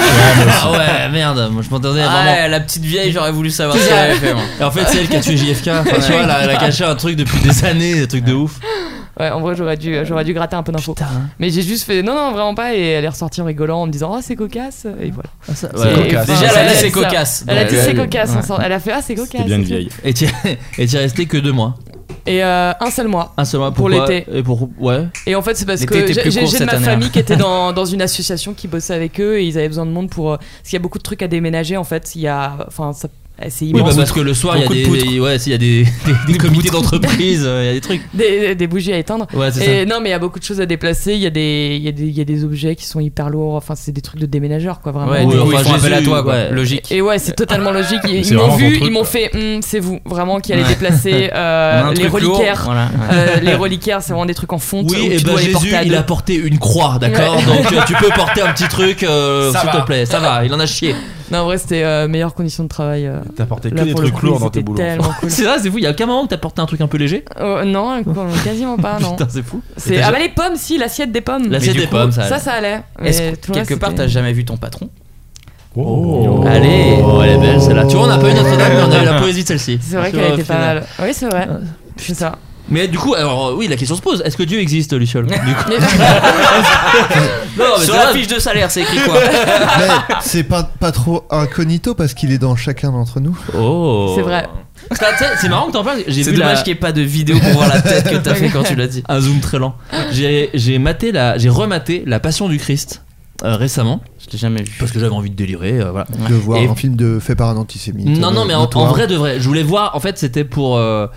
Speaker 8: Ah ouais, merde, moi je m'entendais
Speaker 12: Ah,
Speaker 8: vraiment.
Speaker 12: ouais, la petite vieille, j'aurais voulu savoir ce qu'elle avait fait. moi.
Speaker 8: Et en fait, c'est elle qui a tué JFK. Enfin, tu vois, elle a, elle a caché un truc depuis des années, un truc de ouf.
Speaker 10: Ouais, en vrai, j'aurais dû, j'aurais dû gratter un peu d'infos.
Speaker 8: Putain.
Speaker 10: Mais j'ai juste fait, non, non, vraiment pas, et elle est ressortie en rigolant, en me disant, ah c'est cocasse, et voilà.
Speaker 8: Ouais.
Speaker 10: Et-
Speaker 12: Déjà,
Speaker 11: cocasse.
Speaker 10: enfin, ah, ça
Speaker 12: elle a dit
Speaker 10: laisse
Speaker 12: c'est
Speaker 10: ça.
Speaker 12: cocasse.
Speaker 10: Elle a
Speaker 8: Bah
Speaker 10: dit
Speaker 12: Ouais.
Speaker 10: c'est cocasse, on
Speaker 12: Ouais.
Speaker 10: s'en- elle a fait ah c'est
Speaker 11: C'était
Speaker 10: cocasse.
Speaker 11: bien une
Speaker 10: c'est tout.
Speaker 11: vieille.
Speaker 8: euh, Et t'y et t'y es resté que deux mois.
Speaker 10: Et euh, un seul mois.
Speaker 8: Un seul mois
Speaker 10: Pour
Speaker 8: pourquoi
Speaker 10: l'été.
Speaker 8: Et pour ouais.
Speaker 10: Et en fait c'est parce
Speaker 12: L'été
Speaker 10: que
Speaker 12: était
Speaker 10: j'ai
Speaker 12: plus
Speaker 10: j'ai
Speaker 12: court
Speaker 10: de
Speaker 12: cette
Speaker 10: ma
Speaker 12: année,
Speaker 10: famille
Speaker 12: hein.
Speaker 10: qui était dans, dans une association qui bossait avec eux et ils avaient besoin de monde pour euh, parce qu'il y a beaucoup de trucs à déménager en fait. Il y a enfin ça- eh, c'est
Speaker 8: Oui, bah,
Speaker 10: immense.
Speaker 8: parce que le soir, il y a
Speaker 12: Beaucoup de
Speaker 8: des,
Speaker 12: poutres.
Speaker 8: des- ouais, s'il y a des, des, des comités d'entreprise, euh, il y a des trucs.
Speaker 10: des, des bougies à éteindre.
Speaker 8: Ouais, c'est ça.
Speaker 10: Et non mais il y a beaucoup de choses à déplacer. Il y a des il y a des, il y a des objets qui sont hyper lourds. Enfin c'est des trucs de déménageurs quoi vraiment.
Speaker 12: Ouais, du
Speaker 8: Ouais,
Speaker 12: coup,
Speaker 8: enfin,
Speaker 12: ils font appel à
Speaker 8: Jésus,
Speaker 12: toi, quoi.
Speaker 8: ouais.
Speaker 12: Logique.
Speaker 10: Et euh, ouais, c'est totalement logique. Ils,
Speaker 11: C'est
Speaker 10: ils m'ont
Speaker 11: vraiment ton
Speaker 10: vu,
Speaker 11: truc,
Speaker 10: ils m'ont
Speaker 11: quoi.
Speaker 10: fait, Hum, c'est vous, vraiment qui allez
Speaker 12: Ouais.
Speaker 10: déplacer
Speaker 12: On
Speaker 10: euh,
Speaker 12: a un
Speaker 10: les
Speaker 12: truc lourd,
Speaker 10: reliquaires.
Speaker 12: voilà.
Speaker 10: Euh, les reliquaires, c'est vraiment des trucs en fonte.
Speaker 8: Oui,
Speaker 10: où
Speaker 8: et
Speaker 10: tu
Speaker 8: ben
Speaker 10: dois les
Speaker 8: Jésus,
Speaker 10: porter à
Speaker 8: il
Speaker 10: deux.
Speaker 8: a porté une croix, d'accord
Speaker 10: Ouais.
Speaker 8: Donc euh, tu peux porter un petit truc, euh,
Speaker 11: Ça
Speaker 8: s'il
Speaker 11: va.
Speaker 8: te plaît, ça va, il en a chié.
Speaker 10: Non, en vrai, c'était euh, meilleure condition de travail. euh,
Speaker 11: T'as porté que
Speaker 10: là,
Speaker 11: des
Speaker 10: pour le
Speaker 11: trucs
Speaker 10: coup,
Speaker 11: lourds
Speaker 10: ils
Speaker 11: dans tes
Speaker 10: étaient
Speaker 11: boulots.
Speaker 10: tellement cool.
Speaker 8: C'est ça, c'est fou, il y a aucun moment que t'as porté un truc un peu léger
Speaker 10: Euh, non, quasiment pas, Ah, non.
Speaker 8: Putain, c'est fou.
Speaker 10: C'est-
Speaker 8: t'as
Speaker 10: Ah
Speaker 8: ja-
Speaker 10: bah les pommes, si, l'assiette des pommes.
Speaker 8: L'assiette
Speaker 12: du
Speaker 8: des
Speaker 12: coup,
Speaker 8: pommes, ça.
Speaker 10: Ça, ça allait. Mais
Speaker 12: Est-ce que
Speaker 10: tout le
Speaker 12: quelque
Speaker 10: reste,
Speaker 12: part t'as
Speaker 10: c'était-
Speaker 12: jamais vu ton patron
Speaker 11: Oh.
Speaker 8: Allez, oh, elle est belle celle-là. Tu vois, on n'a pas eu Notre-Dame, mais on a eu la poésie de celle-ci.
Speaker 10: C'est vrai
Speaker 8: Tu
Speaker 10: qu'elle
Speaker 8: vois,
Speaker 10: était pas
Speaker 8: finalement.
Speaker 10: mal. Oui, c'est vrai. C'est ça.
Speaker 8: Mais du coup, alors euh, oui, la question se pose est-ce que Dieu existe, Luciole Du coup-
Speaker 10: Mais-
Speaker 8: Non, mais
Speaker 12: Sur
Speaker 8: c'est
Speaker 12: la
Speaker 8: vrai.
Speaker 12: fiche de salaire, c'est écrit quoi
Speaker 9: Mais c'est pas, pas trop incognito parce qu'il est dans chacun d'entre nous.
Speaker 8: Oh.
Speaker 10: C'est vrai.
Speaker 8: Ça, tu sais, C'est marrant que t'en parles. J'ai
Speaker 12: C'est
Speaker 8: vu la-
Speaker 12: dommage qu'il n'y ait pas de vidéo pour voir la tête que t'as fait quand tu l'as dit.
Speaker 8: un zoom très lent. J'ai j'ai maté la, j'ai rematé la Passion du Christ euh, récemment
Speaker 12: Je l'ai jamais vu.
Speaker 8: parce que j'avais envie de délirer. euh, voilà.
Speaker 9: De voir
Speaker 8: Et-
Speaker 9: un film de fait par un antisémite.
Speaker 8: Non, non,
Speaker 9: euh,
Speaker 8: mais en, en
Speaker 9: notoire.
Speaker 8: vrai de vrai, je voulais voir. En fait, c'était pour. euh,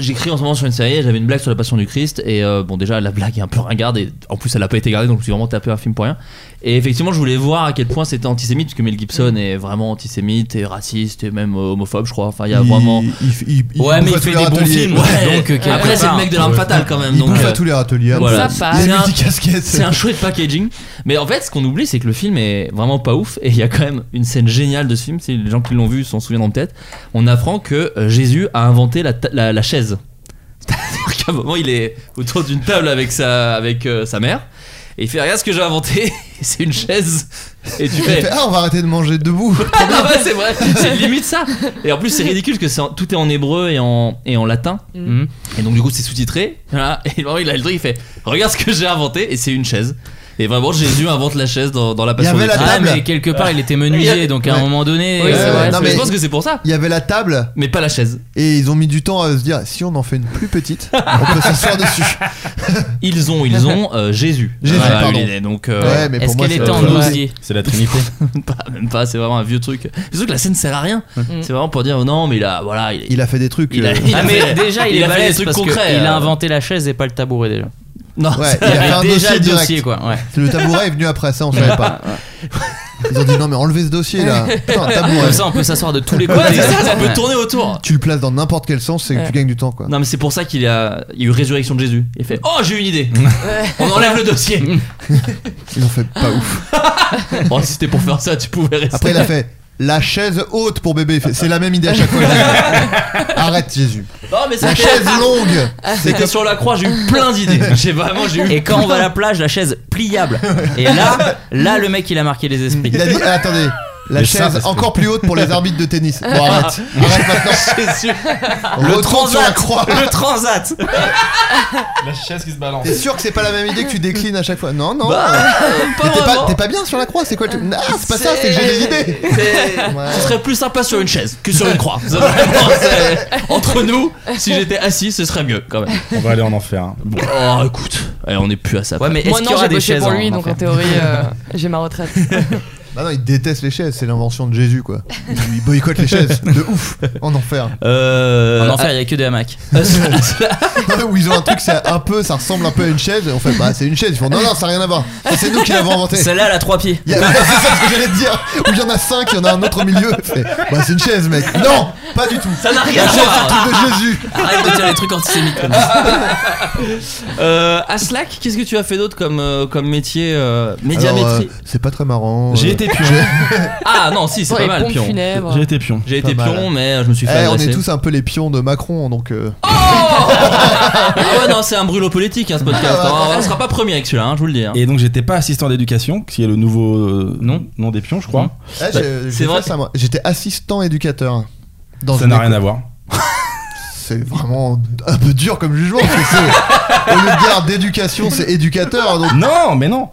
Speaker 8: J'écris en ce moment sur une série, j'avais une blague sur la passion du Christ, et euh, bon, déjà, la blague est un peu ringarde, et en plus, elle a pas été gardée, donc je me suis vraiment tapé un film pour rien. Et effectivement, je voulais voir à quel point c'était antisémite, parce que Mel Gibson est vraiment antisémite, et raciste, et même euh, homophobe, je crois. Enfin, il y a
Speaker 9: Il-
Speaker 8: vraiment.
Speaker 9: il- il- il
Speaker 12: Ouais, mais il
Speaker 9: bouffe
Speaker 12: fait
Speaker 9: à tous les
Speaker 12: des bons
Speaker 9: râteliers.
Speaker 12: films.
Speaker 8: Ouais.
Speaker 12: Donc, euh, quelque
Speaker 8: Après, c'est
Speaker 12: part.
Speaker 8: le mec de l'arme fatale quand même,
Speaker 9: Il
Speaker 8: donc.
Speaker 9: bouffe à
Speaker 8: euh,
Speaker 9: tous les râteliers. hein.
Speaker 8: voilà.
Speaker 10: Ça passe.
Speaker 9: Il
Speaker 8: C'est
Speaker 9: a
Speaker 8: un-
Speaker 9: une petite casquette.
Speaker 8: c'est un chouette packaging. Mais en fait, ce qu'on oublie, c'est que le film est vraiment pas ouf. Et il y a quand même une scène géniale de ce film. Si les gens qui l'ont vu s'en souviendront peut-être, on apprend que euh, Jésus a inventé la, ta- la- la chaise. C'est-à-dire qu'à un moment, il est autour d'une table avec sa, avec, euh, sa mère. Et il fait regarde ce que j'ai inventé, c'est une chaise. Et tu
Speaker 9: Il
Speaker 8: fais
Speaker 9: fait, ah, on va arrêter de manger debout.
Speaker 8: ah non, ouais, c'est vrai, c'est limite ça. Et en plus, c'est ridicule parce que c'est en- tout est en hébreu et en, et en latin.
Speaker 9: Mm.
Speaker 10: Mhm.
Speaker 8: Et donc, du coup, c'est sous-titré. Voilà. Et vraiment, il a le truc, il fait Regarde ce que j'ai inventé, et c'est une chaise. Et vraiment, Jésus invente la chaise dans, dans la passion.
Speaker 9: avait
Speaker 8: des
Speaker 9: la
Speaker 8: Christ.
Speaker 12: Ah,
Speaker 9: table.
Speaker 12: mais quelque part, il était menuisier, donc à un
Speaker 9: Ouais.
Speaker 12: moment donné.
Speaker 10: Oui, c'est
Speaker 12: euh,
Speaker 10: vrai.
Speaker 9: Non,
Speaker 8: Mais
Speaker 9: mais-
Speaker 8: Je pense que c'est pour ça.
Speaker 9: Il y avait la table
Speaker 8: Mais pas la chaise.
Speaker 9: et ils ont mis du temps à se dire si on en fait une plus petite, on peut s'asseoir dessus.
Speaker 8: Ils ont, ils ont euh, Jésus.
Speaker 9: Jésus,
Speaker 8: Voilà,
Speaker 9: pardon.
Speaker 8: l'idée. Donc, euh,
Speaker 9: Ouais, mais pour
Speaker 12: Est-ce
Speaker 9: moi,
Speaker 12: qu'elle
Speaker 9: c'est-
Speaker 12: était en
Speaker 9: Ouais.
Speaker 12: osier
Speaker 11: C'est la Trinité.
Speaker 8: pas, même pas, c'est vraiment un vieux truc. C'est sûr que la scène sert à rien. C'est vraiment pour dire Non, mais il a. Voilà, il,
Speaker 9: Mm. Il a fait des trucs.
Speaker 8: il a-
Speaker 9: euh,
Speaker 8: il a
Speaker 12: Ah, mais
Speaker 8: fait-
Speaker 12: déjà, il,
Speaker 8: il
Speaker 12: est
Speaker 8: a fait des
Speaker 12: balèze
Speaker 8: trucs
Speaker 12: parce que
Speaker 8: concrets,
Speaker 12: il a
Speaker 8: euh.
Speaker 12: inventé la chaise et pas le tabouret déjà.
Speaker 8: Non,
Speaker 9: Ouais,
Speaker 8: c'est-
Speaker 9: il a fait un
Speaker 12: déjà
Speaker 9: dossier
Speaker 12: le
Speaker 9: direct.
Speaker 12: dossier, quoi. Ouais.
Speaker 9: Le tabouret est venu après ça, on savait pas. Ils ont dit non mais enlevez ce dossier là. Putain, un tabouret.
Speaker 12: Comme ça, on peut s'asseoir de tous les côtés.
Speaker 8: Ouais, c'est ça, on peut
Speaker 12: Ouais.
Speaker 8: tourner autour.
Speaker 9: Tu le places dans n'importe quel sens, c'est que tu
Speaker 10: Ouais.
Speaker 9: gagnes du temps quoi.
Speaker 8: Non, mais c'est pour ça qu'il y a, il y a eu résurrection de Jésus. Il fait Oh, j'ai une idée. on enlève le dossier.
Speaker 9: Ils ont fait pas ouf.
Speaker 8: bon, si c'était pour faire ça, tu pouvais rester.
Speaker 9: Après il a fait la chaise haute pour bébé. Il fait, C'est la même idée à chaque fois. Jésus. Arrête Jésus.
Speaker 8: Non, mais
Speaker 9: La
Speaker 8: c'était,
Speaker 9: chaise longue.
Speaker 8: c'était sur la croix, j'ai eu plein d'idées. J'ai vraiment, j'ai eu.
Speaker 12: Et quand on va à la plage, la chaise pliable. Et là, là, le mec, il a marqué les esprits.
Speaker 9: Il a dit ah, attendez. La
Speaker 11: Mais ça,
Speaker 9: chaise
Speaker 11: respect.
Speaker 9: encore plus haute pour les arbitres de tennis. Bon, arrête. Arrête maintenant.
Speaker 8: Jésus.
Speaker 9: Le sur la croix.
Speaker 12: Le transat
Speaker 11: La chaise qui se balance.
Speaker 9: T'es sûr que c'est pas la même idée que tu déclines à chaque fois Non, non.
Speaker 8: Bah, Pas
Speaker 9: Mais t'es, pas,
Speaker 8: vraiment.
Speaker 9: t'es pas bien sur la croix, c'est quoi le truc Ah, c'est pas ça, c'est que j'ai des idées.
Speaker 8: C'est-
Speaker 9: Ouais.
Speaker 8: Ce serait plus sympa sur une chaise que sur une croix. Ça, vraiment, c'est- Entre nous, si j'étais assis, ce serait mieux quand même.
Speaker 11: On va aller en enfer. hein.
Speaker 8: Bon, oh, écoute, eh, on est plus à ça.
Speaker 12: Ouais, mais est-ce
Speaker 10: Moi
Speaker 12: qu'il y
Speaker 10: non,
Speaker 12: aura
Speaker 10: j'ai
Speaker 12: des
Speaker 10: bossé
Speaker 12: chaises
Speaker 10: pour
Speaker 12: en
Speaker 10: lui, donc en
Speaker 12: enfer
Speaker 10: théorie, euh, j'ai ma retraite.
Speaker 9: Bah non, il déteste les chaises, c'est l'invention de Jésus quoi. Il boycotte les chaises, de ouf, en enfer.
Speaker 8: Euh,
Speaker 12: En enfer, il y a que des hamacs.
Speaker 8: à- à cela- à cela-
Speaker 9: Ouais, Où ils ont un truc, c'est un peu, ça ressemble un peu à une chaise, et on fait bah c'est une chaise. Ils font non, non, ça n'a rien à voir, Ça, c'est nous qui l'avons inventé.
Speaker 12: Celle-là, elle a trois pieds.
Speaker 9: Il y a- c'est ça ce que j'allais te dire, où il y en a cinq, il y en a un autre au milieu. Fait, bah c'est une chaise, mec. Non, pas du tout.
Speaker 8: ça n'a rien
Speaker 9: La
Speaker 8: à
Speaker 9: chaise, c'est
Speaker 8: voir.
Speaker 9: le truc de Jésus.
Speaker 12: Arrête de dire les trucs antisémites comme ça.
Speaker 8: Euh, à Slack, qu'est-ce que tu as fait d'autre comme, euh, comme métier euh,
Speaker 9: Alors, euh,
Speaker 8: Médiamétrie.
Speaker 9: c'est pas très marrant.
Speaker 11: J'ai
Speaker 9: euh,
Speaker 11: été pion.
Speaker 8: Ah non, si, c'est
Speaker 10: Pour
Speaker 8: pas
Speaker 10: les
Speaker 8: mal,
Speaker 10: pompes
Speaker 8: pion.
Speaker 10: funèbres.
Speaker 11: J'ai été pion.
Speaker 8: J'ai
Speaker 9: Pas
Speaker 8: été
Speaker 9: mal.
Speaker 8: pion, mais euh, je me suis fait
Speaker 9: eh, on
Speaker 8: agresser.
Speaker 9: est tous un peu les pions de Macron, donc. euh,
Speaker 8: Ah ouais, non, c'est un brûlot politique hein, ce podcast. On, on sera pas premier avec celui-là, hein, je vous le dis. hein.
Speaker 11: Et donc j'étais pas assistant d'éducation, qui est le nouveau euh, nom, nom des pions, je crois.
Speaker 9: eh, j'ai- j'ai
Speaker 8: Bah, c'est
Speaker 9: fait
Speaker 8: vrai.
Speaker 9: ça, moi. J'étais assistant éducateur. Dans
Speaker 11: Ça
Speaker 9: une
Speaker 11: n'a
Speaker 9: école.
Speaker 11: rien à voir.
Speaker 9: C'est vraiment un peu dur comme jugement parce que c'est au lieu de dire d'éducation, c'est éducateur. Donc
Speaker 11: Non, mais non.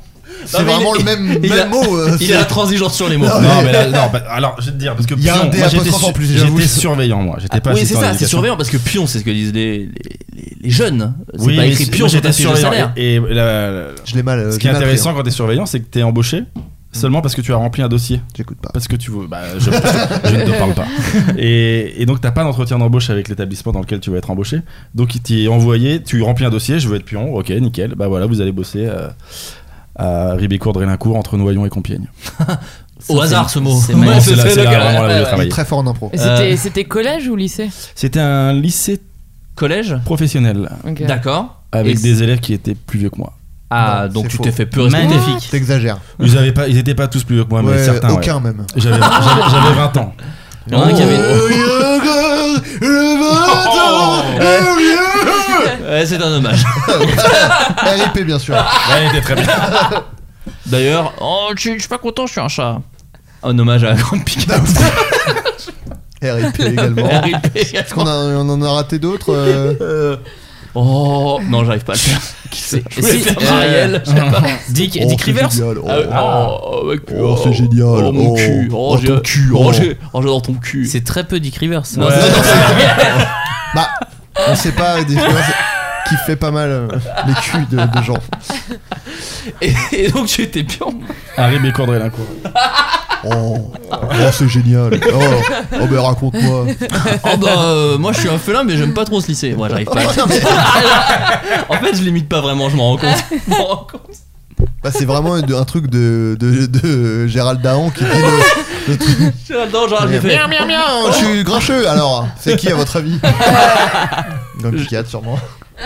Speaker 9: c'est
Speaker 8: mais il
Speaker 9: vraiment
Speaker 8: est-
Speaker 9: le même,
Speaker 8: il
Speaker 9: même
Speaker 8: a-
Speaker 9: mot. euh,
Speaker 8: Il
Speaker 9: c'est-
Speaker 8: est intransigeant sur les mots.
Speaker 9: Non,
Speaker 11: Non, mais là, non, bah, alors je vais te dire parce que
Speaker 9: Il y a
Speaker 11: pion,
Speaker 9: un D
Speaker 11: moi, j'étais
Speaker 9: apostrophe en
Speaker 11: su-
Speaker 9: plus, j'avoue.
Speaker 11: j'étais surveillant moi, j'étais pas
Speaker 8: Ah oui, c'est
Speaker 11: assistant
Speaker 8: ça, c'est
Speaker 11: d'éducation.
Speaker 8: surveillant parce que pion, c'est ce que disent les, les, les- les jeunes. C'est
Speaker 11: Oui,
Speaker 8: pas écrit
Speaker 11: c'est-
Speaker 8: pion,
Speaker 11: moi,
Speaker 8: sur
Speaker 11: j'étais
Speaker 8: ta fiche de
Speaker 11: surveillant.
Speaker 8: salaire.
Speaker 11: Et, et la- la- la-
Speaker 9: Je l'ai mal. euh,
Speaker 11: ce
Speaker 9: je
Speaker 11: qui est
Speaker 9: l'ai mal
Speaker 11: intéressant
Speaker 9: pris,
Speaker 11: quand t'es surveillant, c'est que t'es embauché seulement parce que tu as rempli un dossier.
Speaker 9: hein. J'écoute pas.
Speaker 11: Parce que tu veux. Bah, je, je ne te parle pas. Et, et donc, t'as pas d'entretien d'embauche avec l'établissement dans lequel tu vas être embauché. Donc, il t'est envoyé, tu remplis un dossier, je veux être pion, ok, nickel. Bah voilà, vous allez bosser euh, à Ribécourt, Drélincourt, entre Noyon et Compiègne.
Speaker 8: Au hasard, ce mot.
Speaker 12: C'est
Speaker 8: Ouais,
Speaker 11: Moi,
Speaker 12: magnifique.
Speaker 11: c'est là, c'est là
Speaker 8: le
Speaker 11: vraiment là où j'ai
Speaker 8: gars.
Speaker 9: Il est
Speaker 11: travaillé.
Speaker 9: très fort en impro.
Speaker 10: Et
Speaker 8: Euh.
Speaker 10: c'était- C'était collège ou lycée
Speaker 11: C'était un lycée
Speaker 8: Collège
Speaker 11: professionnel
Speaker 10: Ok.
Speaker 8: D'accord.
Speaker 11: avec
Speaker 8: Et-
Speaker 11: des élèves qui étaient plus vieux que moi.
Speaker 8: Ah,
Speaker 9: Non,
Speaker 8: donc
Speaker 9: c'est
Speaker 8: tu
Speaker 9: faux.
Speaker 8: t'es fait peu respecter.
Speaker 10: Magnifique.
Speaker 9: T'exagères.
Speaker 11: Ils avaient pas, ils étaient pas tous plus vieux que moi, mais
Speaker 9: Ouais,
Speaker 11: certains. ouais.
Speaker 9: aucun même.
Speaker 11: J'avais j'avais- j'avais 20 ans.
Speaker 8: Il y en a un qui avait-
Speaker 9: Oh, il regarde le
Speaker 8: Oh.
Speaker 9: matin, il regarde.
Speaker 8: Ouais, c'est un hommage.
Speaker 9: RIP bien sûr.
Speaker 11: Ouais, il était très bien.
Speaker 8: D'ailleurs, oh, je suis- je suis pas content, je suis un chat. Un hommage à Grand Picard.
Speaker 9: RIP également. Est-ce qu'on a- on en a raté d'autres euh,
Speaker 8: Euh, Oh non, j'arrive pas à le faire. Qui c'est Je voulais
Speaker 12: Si,
Speaker 8: faire
Speaker 12: euh,
Speaker 8: Marielle, j'arrive pas.
Speaker 12: Dick,
Speaker 9: oh,
Speaker 12: Dick
Speaker 9: c'est
Speaker 12: Rivers
Speaker 9: génial, oh.
Speaker 8: Ah, oh, mec,
Speaker 9: Oh, c'est génial.
Speaker 8: Oh mon
Speaker 9: Oh,
Speaker 8: cul.
Speaker 9: oh,
Speaker 8: j'ai-
Speaker 9: ton cul,
Speaker 8: Oh,
Speaker 9: oh.
Speaker 8: j'ai- oh, j'adore ton cul.
Speaker 12: C'est très peu Dick Rivers.
Speaker 8: hein. Non,
Speaker 9: Non,
Speaker 8: c'est-
Speaker 9: non, c'est- bah, on sait pas des fois, c'est- qui fait pas mal euh, les culs de, de gens.
Speaker 8: Et, et donc tu étais pion.
Speaker 11: Harry Bécourt, Drélincourt.
Speaker 9: Oh, oh, c'est génial. Oh, oh, ben raconte-moi.
Speaker 8: Oh bah euh, moi je suis un félin mais j'aime pas trop se lisser. Moi j'arrive pas. à- en fait je l'imite pas vraiment, je m'en rends compte. Je m'en rends compte.
Speaker 9: Bah, c'est vraiment un, un truc de, de, de Gérald Dahan qui dit le, le truc.
Speaker 8: Je suis là-dedans, genre j'ai fait.
Speaker 9: Oh, je suis grincheux alors. C'est qui à votre avis Donkey Cat sûrement.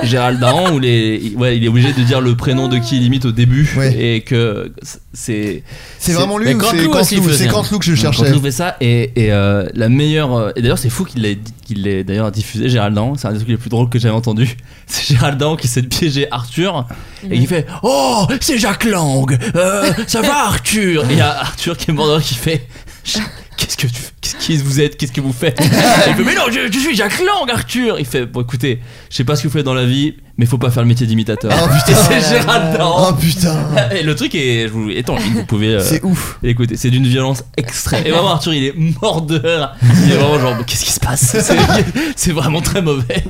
Speaker 8: Gérald Dahan où les, ouais, il est obligé de dire le prénom de qui il imite au début
Speaker 9: Ouais.
Speaker 8: et que c'est
Speaker 9: C'est vraiment lui
Speaker 8: Mais
Speaker 9: ou c'est
Speaker 8: Canteloup aussi, il
Speaker 9: Canteloup C'est
Speaker 8: faisait.
Speaker 9: Canteloup que je
Speaker 8: Quand
Speaker 9: cherchais.
Speaker 8: on fait ça et, et, euh, la meilleure euh, et d'ailleurs c'est fou qu'il l'ait qu'il l'ait d'ailleurs diffusé Gérald Dahan c'est un des trucs les plus drôles que j'avais entendu c'est Gérald Dahan qui essaie de piéger Arthur et il fait oh c'est Jacques Lang Euh, ça va Arthur et il y a Arthur qui est mort de rire qui fait qu'est-ce que tu qu'est-ce qui vous êtes qu'est-ce que vous faites il fait mais non je, je suis Jacques Lang Arthur il fait bon écoutez je sais pas ce que vous faites dans la vie mais faut pas faire le métier d'imitateur
Speaker 9: Oh, putain.
Speaker 8: Et c'est Gérald
Speaker 9: Oh
Speaker 8: Dahan
Speaker 9: putain,
Speaker 8: et le truc est je vous, étant en ligne, vous pouvez euh,
Speaker 9: c'est ouf.
Speaker 8: et Écoutez, c'est d'une violence extrême. Et vraiment, Arthur, il est mort de rire. Il est vraiment genre, mais qu'est-ce qui se passe C'est- C'est vraiment très mauvais.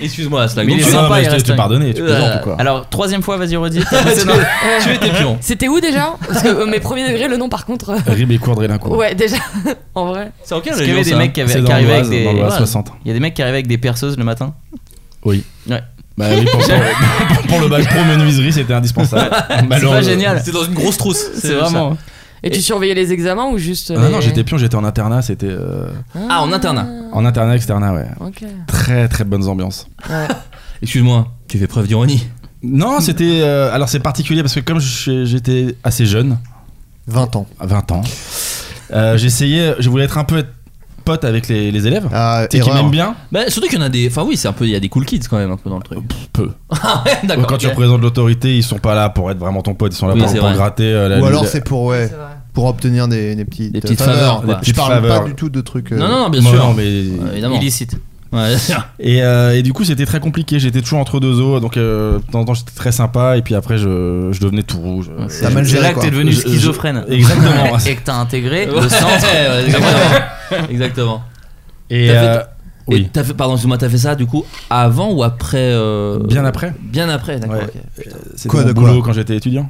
Speaker 8: Excuse-moi, Aslak.
Speaker 12: Mais
Speaker 8: Donc,
Speaker 12: il est
Speaker 8: tu-
Speaker 12: sympa,
Speaker 11: mais
Speaker 12: il
Speaker 11: je t'ai-
Speaker 12: reste
Speaker 11: je t'ai
Speaker 12: un-
Speaker 11: pardonné, tu
Speaker 8: Euh,
Speaker 11: plaisantes ou quoi
Speaker 12: Alors, troisième fois, vas-y, redis.
Speaker 8: tu étais pion.
Speaker 10: euh, C'était où déjà Parce que euh, mes premiers degrés, le nom par contre. euh,
Speaker 11: Ribécourt, Drélincourt.
Speaker 10: Ouais, déjà, en vrai.
Speaker 8: C'est en quelle
Speaker 12: Parce qu'il y avait des
Speaker 8: région, ça
Speaker 12: mecs qui, avaient-
Speaker 11: C'est
Speaker 12: qui
Speaker 11: dans
Speaker 12: arrivaient avec
Speaker 11: l'Oise,
Speaker 12: des.
Speaker 11: dans l'Oise
Speaker 12: Ouais.
Speaker 11: 60.
Speaker 12: Il y a des mecs qui arrivaient avec des perceuses le matin.
Speaker 11: Oui.
Speaker 12: Ouais.
Speaker 11: Bah oui, pour, pour- pour le bac pro menuiserie, c'était indispensable. euh,
Speaker 12: C'est pas génial.
Speaker 8: C'est dans une grosse trousse.
Speaker 12: C'est vraiment.
Speaker 10: Et tu surveillais les examens ou juste.
Speaker 11: Ah non,
Speaker 10: les-
Speaker 11: non, j'étais pion, j'étais en internat, c'était euh,
Speaker 8: Ah, en internat.
Speaker 11: en internat externat, ouais.
Speaker 10: Ok.
Speaker 11: Très très bonnes ambiances.
Speaker 10: Ouais.
Speaker 8: Excuse-moi, tu fais preuve d'ironie.
Speaker 11: Non, c'était euh, alors c'est particulier parce que comme j'ai- j'étais assez jeune,
Speaker 9: 20 ans.
Speaker 11: à 20 ans, euh, j'essayais, je voulais être un peu être pote avec les, les élèves.
Speaker 9: Ah,
Speaker 11: Tu sais, qui
Speaker 9: erreur.
Speaker 11: m'aiment bien
Speaker 8: Bah, surtout qu'il y en a des. Enfin, oui, c'est un peu. Il y a des cool kids quand même, un peu dans le truc.
Speaker 11: Peu.
Speaker 8: Ah ouais, d'accord.
Speaker 11: Quand tu
Speaker 8: ok.
Speaker 11: représentes l'autorité, ils sont pas là pour être vraiment ton pote, ils sont là
Speaker 8: Oui,
Speaker 11: pour,
Speaker 8: c'est
Speaker 11: pour
Speaker 8: vrai.
Speaker 11: gratter euh, la
Speaker 9: Ou
Speaker 11: lune.
Speaker 9: alors c'est pour ouais, pour obtenir des, des petites,
Speaker 8: Des petites faveurs, quoi.
Speaker 9: Des petites- Je
Speaker 11: Petites
Speaker 9: parle
Speaker 11: faveurs.
Speaker 9: pas du tout de trucs. euh,
Speaker 8: Non, non, non, bien
Speaker 11: Non,
Speaker 8: sûr.
Speaker 11: non, mais
Speaker 8: Euh, évidemment.
Speaker 12: Illicite.
Speaker 8: Ouais, bien sûr.
Speaker 11: Et, euh, et du coup, c'était très compliqué. J'étais toujours entre deux eaux. Donc, euh, de temps en temps, j'étais très sympa. Et puis après, je, je devenais tout rouge. Euh,
Speaker 9: T'as mal
Speaker 12: C'est
Speaker 9: géré,
Speaker 12: là que
Speaker 9: quoi.
Speaker 12: t'es devenu
Speaker 11: Je- je-
Speaker 12: schizophrène.
Speaker 11: Exactement.
Speaker 12: Et que t'as intégré
Speaker 8: Ouais,
Speaker 12: le centre.
Speaker 8: ouais, exactement. exactement.
Speaker 11: Et
Speaker 8: T'as fait-
Speaker 11: euh,
Speaker 8: Et
Speaker 11: oui.
Speaker 8: t'as fait, pardon, excuse-moi, t'as fait ça du coup avant ou après euh,
Speaker 11: Bien après.
Speaker 8: Bien après, d'accord.
Speaker 11: Ouais.
Speaker 8: ok. Putain.
Speaker 11: C'était
Speaker 9: Quoi,
Speaker 11: mon
Speaker 9: de quoi
Speaker 11: boulot quand j'étais étudiant.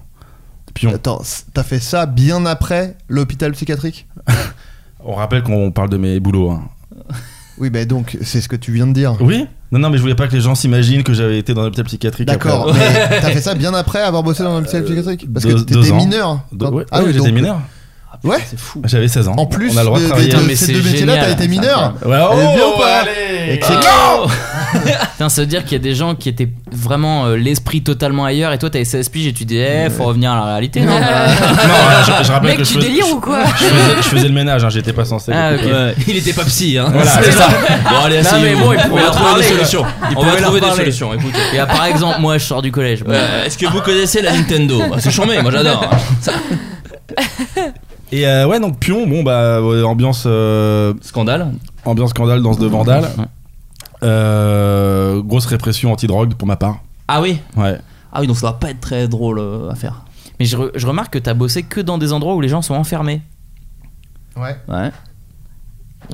Speaker 11: Pion.
Speaker 9: Attends, c- t'as fait ça bien après l'hôpital psychiatrique
Speaker 11: On rappelle qu'on parle de mes boulots. hein.
Speaker 9: Oui, bah donc c'est ce que tu viens de dire.
Speaker 11: Oui Non, non, mais je voulais pas que les gens s'imaginent que j'avais été dans l'hôpital psychiatrique.
Speaker 9: D'accord,
Speaker 11: après. Euh,
Speaker 9: mais t'as fait ça bien après avoir bossé dans l'hôpital psychiatrique Parce que
Speaker 11: deux- deux
Speaker 9: t'étais
Speaker 11: ans.
Speaker 9: mineur.
Speaker 11: De-
Speaker 9: quand- Ah
Speaker 11: ouais, ouais, j'étais
Speaker 9: donc-
Speaker 11: mineur.
Speaker 9: Ouais.
Speaker 8: C'est fou.
Speaker 11: J'avais 16 ans.
Speaker 9: En plus
Speaker 11: on a le droit de
Speaker 9: de-
Speaker 11: travailler. hein,
Speaker 9: de-
Speaker 12: Putain, mais
Speaker 9: ces
Speaker 12: c'est
Speaker 9: deux métiers-là,
Speaker 12: génial.
Speaker 9: t'as été mineur
Speaker 11: Ouais,
Speaker 9: Eh bien ou pas
Speaker 11: Oh, allez
Speaker 9: Et que c'est-
Speaker 12: Putain, ça veut dire qu'il y a des gens qui étaient vraiment euh, l'esprit totalement ailleurs et toi t'avais 16 piges et tu dis, eh, faut revenir à la réalité.
Speaker 8: Euh,
Speaker 12: non
Speaker 9: Ah,
Speaker 11: Non, je,
Speaker 9: bah,
Speaker 11: je rappelle
Speaker 10: Mec,
Speaker 11: que je
Speaker 10: tu
Speaker 11: faisais,
Speaker 10: délires ou quoi
Speaker 11: je faisais, je faisais le ménage, hein, j'étais pas censé.
Speaker 12: Ah, ok.
Speaker 8: Ouais, Il était pas psy, hein.
Speaker 11: Voilà, c'est ça.
Speaker 8: Bon,
Speaker 12: Non,
Speaker 8: allez,
Speaker 12: mais
Speaker 8: asseyez-vous.
Speaker 12: bon, il
Speaker 8: on
Speaker 12: pouvait
Speaker 8: va
Speaker 12: leur
Speaker 8: trouver
Speaker 12: parler.
Speaker 8: des solutions.
Speaker 12: Il
Speaker 8: on va
Speaker 12: pouvait leur
Speaker 8: trouver des
Speaker 12: parler.
Speaker 8: solutions, écoutez.
Speaker 12: Et là, par exemple, moi je sors du collège. Bon.
Speaker 8: Euh, Est-ce que vous connaissez la Nintendo Bah, C'est chambé, moi j'adore.
Speaker 11: Et euh, ouais, donc Pion, bon bah ouais, ambiance euh,
Speaker 8: Scandale.
Speaker 11: ambiance scandale danse de vandale. Euh, grosse répression anti-drogue pour ma part.
Speaker 8: Ah oui
Speaker 11: Ouais.
Speaker 8: Ah oui, donc ça va pas être très drôle euh, à faire.
Speaker 12: Mais je, re- je remarque que t'as bossé que dans des endroits où les gens sont enfermés.
Speaker 11: Ah.
Speaker 9: Ouais.
Speaker 8: Ouais.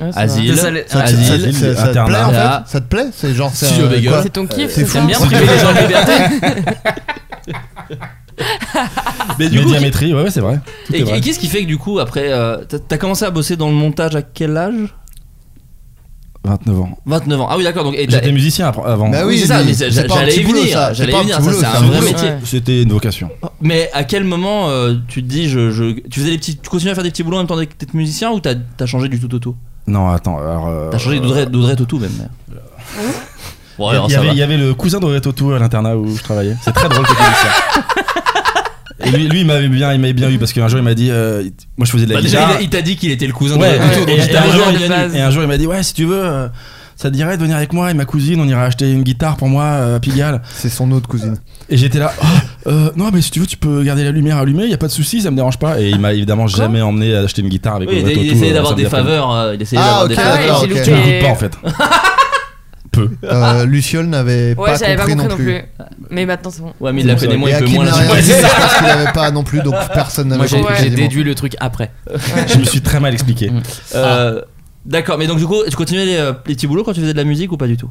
Speaker 10: Ouais, ça
Speaker 8: Asile.
Speaker 12: va. Ça, les-
Speaker 9: Ça,
Speaker 8: asile.
Speaker 9: ça- ça- ça te plaît en
Speaker 8: internat.
Speaker 9: fait Ça te plaît C'est genre. c'est
Speaker 8: Studio
Speaker 9: un-
Speaker 8: Bagel.
Speaker 9: quoi
Speaker 10: va. C'est ton kiff,
Speaker 9: C'est
Speaker 10: c'est ça
Speaker 12: T'aimes bien priver les gens de liberté
Speaker 11: Mais
Speaker 8: du coup,
Speaker 11: Médiamétrie, ouais, ouais, c'est vrai. Tout
Speaker 8: Et,
Speaker 11: est vrai.
Speaker 8: et qu'est-ce qui fait que du coup, après, euh, t'as- t'as commencé à bosser dans le montage à quel âge
Speaker 11: 29 ans.
Speaker 8: 29 ans. Ah oui, d'accord. Donc, et t'as- Ah
Speaker 11: J'étais Ah musicien après- avant.
Speaker 9: Bah
Speaker 8: oui,
Speaker 9: oui,
Speaker 8: c'est ça,
Speaker 9: oui,
Speaker 8: mais c'est-
Speaker 9: c'est pas un
Speaker 8: j'allais
Speaker 9: petit
Speaker 8: y
Speaker 9: boulot,
Speaker 8: venir,
Speaker 9: ça.
Speaker 8: j'allais
Speaker 9: C'est pas
Speaker 8: y
Speaker 9: un
Speaker 8: venir,
Speaker 9: petit
Speaker 8: ça,
Speaker 9: boulot,
Speaker 8: c'est un
Speaker 9: c'est un
Speaker 8: vrai
Speaker 9: boulot.
Speaker 8: métier.
Speaker 11: C'était une vocation.
Speaker 8: Mais à quel moment euh, tu te dis, je, je- tu faisais des petits, tu continuais à faire des petits boulots en même temps que t'étais musicien ou t'as t'as changé du tout au tout
Speaker 11: Non, attends. Alors, euh,
Speaker 8: T'as changé d'Audrey d'Audrey au tout même. Bon,
Speaker 11: Il y,
Speaker 8: alors,
Speaker 11: il y
Speaker 8: ça
Speaker 11: avait,
Speaker 8: va.
Speaker 11: il y avait le cousin d'Auré Toto à l'internat où je travaillais. C'est très drôle cette histoire. Et lui, lui il m'avait bien, il m'avait bien eu parce qu'un jour il m'a dit, euh, il- moi je faisais de la
Speaker 8: Bah, déjà,
Speaker 11: guitare.
Speaker 8: il a- il t'a dit qu'il était le cousin
Speaker 11: Ouais,
Speaker 8: de
Speaker 11: et-
Speaker 8: donc
Speaker 11: et,
Speaker 8: il
Speaker 11: et
Speaker 8: t'a
Speaker 11: un
Speaker 8: dit-
Speaker 11: jour,
Speaker 10: de
Speaker 11: il vient-
Speaker 10: base.
Speaker 11: et un jour, il m'a dit Ouais, si tu veux, euh, ça te dirait de venir avec moi et ma cousine, on ira acheter une guitare pour moi euh, à Pigalle.
Speaker 9: C'est son autre cousine.
Speaker 11: Et j'étais là Ah, euh, Non, mais si tu veux, tu peux garder la lumière allumée, il a pas de souci, ça me dérange pas. Et il m'a évidemment jamais emmené à acheter une guitare avec
Speaker 8: Oui,
Speaker 11: Audrey
Speaker 8: il, il
Speaker 11: Tautou,
Speaker 8: essayait
Speaker 11: euh,
Speaker 8: d'avoir
Speaker 11: samedi
Speaker 8: des
Speaker 11: après-midi.
Speaker 8: faveurs. euh, il essayait
Speaker 9: Ah,
Speaker 8: d'avoir
Speaker 9: ok,
Speaker 8: des
Speaker 10: Ah ouais,
Speaker 9: d'accord.
Speaker 10: j'ai
Speaker 9: ok.
Speaker 10: loupé.
Speaker 11: Je
Speaker 10: Et-
Speaker 11: l'écoute pas en fait. Peu.
Speaker 9: Euh, Luciole n'avait
Speaker 10: Ouais,
Speaker 9: pas
Speaker 10: j'avais pas
Speaker 9: compris non plus.
Speaker 10: Mais maintenant, c'est bon.
Speaker 8: Ouais, mais il l'a fait des mois,
Speaker 9: Et
Speaker 8: il peut
Speaker 9: Hakim
Speaker 8: moins
Speaker 9: n'a
Speaker 8: la
Speaker 9: rien
Speaker 8: Ouais,
Speaker 9: dit
Speaker 8: c'est ça.
Speaker 9: parce qu'il n'avait pas non plus, donc personne
Speaker 12: Moi
Speaker 9: n'avait
Speaker 12: j'ai
Speaker 9: compris.
Speaker 12: j'ai
Speaker 9: quasiment.
Speaker 12: déduit le truc après.
Speaker 11: Je me suis très mal expliqué.
Speaker 8: Euh, D'accord, mais donc du coup, tu continuais les, euh, les petits boulots quand tu faisais de la musique ou pas du tout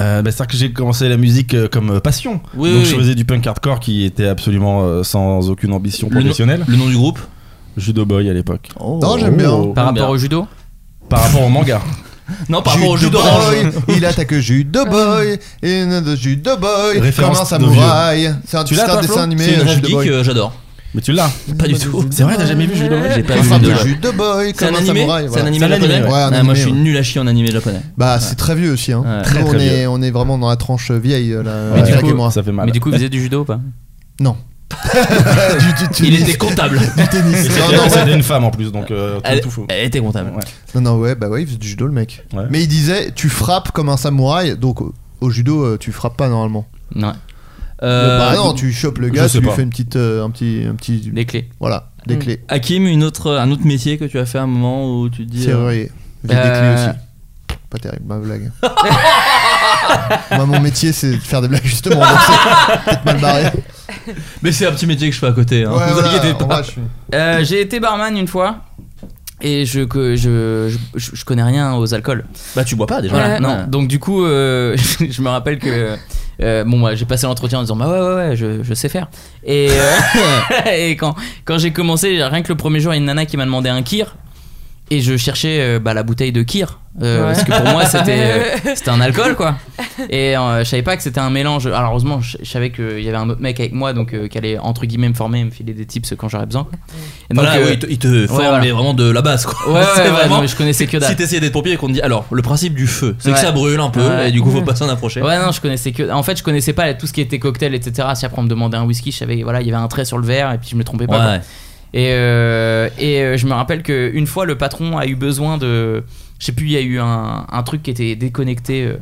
Speaker 11: Euh, bah, C'est-à-dire que j'ai commencé la musique euh, comme euh, passion.
Speaker 8: Oui,
Speaker 11: Donc
Speaker 8: oui,
Speaker 11: je
Speaker 8: oui.
Speaker 11: faisais du punk hardcore qui était absolument euh, sans aucune ambition
Speaker 8: Le nom-
Speaker 11: professionnelle.
Speaker 8: Le nom du groupe
Speaker 11: Judo Boy à l'époque.
Speaker 9: Non, j'aime bien.
Speaker 12: Par
Speaker 8: J'aime
Speaker 12: rapport
Speaker 8: bien.
Speaker 12: au judo
Speaker 11: Par rapport au manga.
Speaker 8: Non, par rapport au
Speaker 9: Jude
Speaker 8: jus d'orange.
Speaker 9: boy, il attaque Jude boy, il a de Jude boy,
Speaker 11: Référence
Speaker 9: comme un
Speaker 11: de
Speaker 9: samouraï. C'est un,
Speaker 11: Tu
Speaker 9: c'est
Speaker 11: l'as,
Speaker 9: un
Speaker 11: toi, Flo
Speaker 9: dessin animé,
Speaker 8: C'est une
Speaker 9: euh,
Speaker 8: rêve
Speaker 9: Jude
Speaker 8: geek,
Speaker 9: boy.
Speaker 8: euh, j'adore.
Speaker 11: Mais tu l'as
Speaker 8: Pas du Ah, tout.
Speaker 11: C'est vrai, t'as jamais vu Judo Boy
Speaker 8: J'ai pas
Speaker 9: Enfin,
Speaker 8: vu
Speaker 9: de
Speaker 8: Judo.
Speaker 9: Jude boy,
Speaker 8: C'est
Speaker 9: comme
Speaker 8: un
Speaker 9: un
Speaker 8: animé
Speaker 9: samouraï.
Speaker 8: C'est un
Speaker 9: voilà.
Speaker 8: animé
Speaker 11: C'est un animé,
Speaker 8: japonais
Speaker 9: ouais. Ouais, un
Speaker 8: Ah, Moi
Speaker 9: animé,
Speaker 8: je suis
Speaker 9: ouais.
Speaker 8: nul à chier en animé japonais.
Speaker 9: Bah, c'est très vieux aussi. Hein.
Speaker 8: Ouais.
Speaker 9: Nous,
Speaker 11: Très, très
Speaker 9: on, est, on est vraiment dans la tranche vieille. euh, Là,
Speaker 11: Mais du
Speaker 9: Jacques et
Speaker 12: coup,
Speaker 9: moi.
Speaker 11: Ça fait
Speaker 8: Bah,
Speaker 11: mal.
Speaker 12: Mais du coup, il faisait du judo ou pas
Speaker 9: Du- du
Speaker 8: Il
Speaker 9: tennis.
Speaker 8: était comptable.
Speaker 9: Du
Speaker 11: Et
Speaker 9: tennis.
Speaker 11: c'était-
Speaker 9: Non, non,
Speaker 11: C'était une femme en plus, donc euh, tout-
Speaker 8: Elle,
Speaker 11: tout fou.
Speaker 8: elle était comptable.
Speaker 11: Ouais.
Speaker 9: Non, non, ouais, bah ouais, il faisait du judo le mec.
Speaker 11: Ouais.
Speaker 9: Mais il disait, tu frappes comme un samouraï, donc au, au judo, euh, tu frappes pas normalement.
Speaker 12: Non,
Speaker 8: Euh,
Speaker 9: bah non, tu chopes le gars,
Speaker 11: je sais
Speaker 9: tu lui
Speaker 11: pas.
Speaker 9: fais une petite, euh, un petit, un petit,
Speaker 12: les clés.
Speaker 9: voilà, des
Speaker 10: Mm.
Speaker 9: clés.
Speaker 8: Hakim, une autre, un autre métier que tu as fait à un moment où tu te dis. euh,
Speaker 9: Serrurier, Vide des
Speaker 12: Euh.
Speaker 9: clés aussi. Pas terrible, ma blague. Moi, mon métier, c'est de faire des blagues justement. donc c'est peut-être mal barré. Ouais,
Speaker 8: Mais c'est un petit métier que je fais à côté. Hein. vous
Speaker 9: voilà,
Speaker 8: inquiétez pas.
Speaker 9: en vrai, je suis-
Speaker 12: Euh, j'ai été barman une fois. Et je, que- je, je, je connais rien aux alcools.
Speaker 8: Bah tu bois pas déjà.
Speaker 12: Voilà,
Speaker 8: Ouais.
Speaker 12: non. Donc du coup, euh, je me rappelle que euh, bon, moi, j'ai passé l'entretien en disant bah ouais ouais ouais, je, je sais faire. Et, euh, et quand quand j'ai commencé, rien que le premier jour, il y a une nana qui m'a demandé un kir et je cherchais euh, bah, la bouteille de kir euh,
Speaker 10: Ouais.
Speaker 12: parce que pour moi c'était euh, c'était un alcool quoi. Et euh, je savais pas que c'était un mélange. Alors heureusement, je, je savais qu'il y avait un autre mec avec moi donc euh, qui allait entre guillemets me former, et me filer des tips quand j'aurais besoin.
Speaker 8: Et donc,
Speaker 11: Voilà,
Speaker 8: euh,
Speaker 11: oui, ils te, ils te forment,
Speaker 8: voilà.
Speaker 11: mais vraiment de la base, quoi.
Speaker 8: ouais, ouais,
Speaker 11: C'est
Speaker 8: ouais,
Speaker 11: vraiment-
Speaker 8: non, mais je connaissais que
Speaker 15: Bah.
Speaker 8: dalle.
Speaker 11: Si t'essayais d'être pompier et qu'on te dit, alors, le principe du feu, c'est que
Speaker 8: Ouais.
Speaker 11: ça brûle un peu,
Speaker 8: Ouais.
Speaker 11: et du coup, faut pas s'en approcher.
Speaker 8: Ouais, non, je connaissais que. En fait, je connaissais pas tout ce qui était cocktail, etc. Si après on me demandait un whisky, je savais, voilà, il y avait un trait sur le verre et puis je me trompais pas. quoi.
Speaker 11: Ouais.
Speaker 8: Et, euh, et euh, je me rappelle qu'une fois, le patron a eu besoin de. Je sais plus, il y a eu un, un truc qui était déconnecté. euh,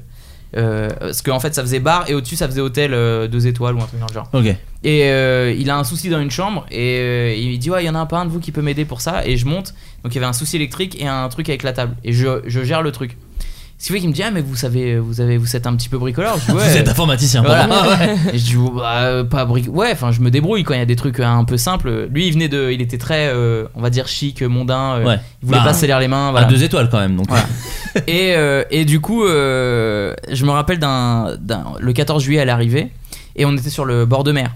Speaker 8: euh, parce qu'en fait, ça faisait bar et au-dessus, ça faisait hôtel euh, deux étoiles ou un truc dans le genre.
Speaker 11: Ok.
Speaker 8: Et euh, il a un souci dans une chambre et euh, il dit ouais il y en a un pas un de vous qui peut m'aider pour ça et je monte donc il y avait un souci électrique et un truc avec la table et je, je gère le truc. Ce qui fait qu'il me dit ah mais vous savez vous avez vous êtes un petit peu bricoleur. Je dis, ouais.
Speaker 11: Vous êtes informaticien,
Speaker 8: Voilà.
Speaker 11: pardon.
Speaker 8: Et je dis bah, euh, pas bric- ouais enfin je me débrouille quand il y a des trucs euh, un peu simples. Lui il venait de il était très euh, on va dire chic mondain. euh,
Speaker 11: Ouais.
Speaker 8: Il voulait
Speaker 11: Bah,
Speaker 8: pas se salir les mains.
Speaker 11: À
Speaker 8: Voilà
Speaker 11: deux étoiles quand même, donc.
Speaker 8: Ouais. et, euh, et du coup, euh, je me rappelle d'un, d'un- le 14 juillet à l'arrivée, et on était sur le bord de mer.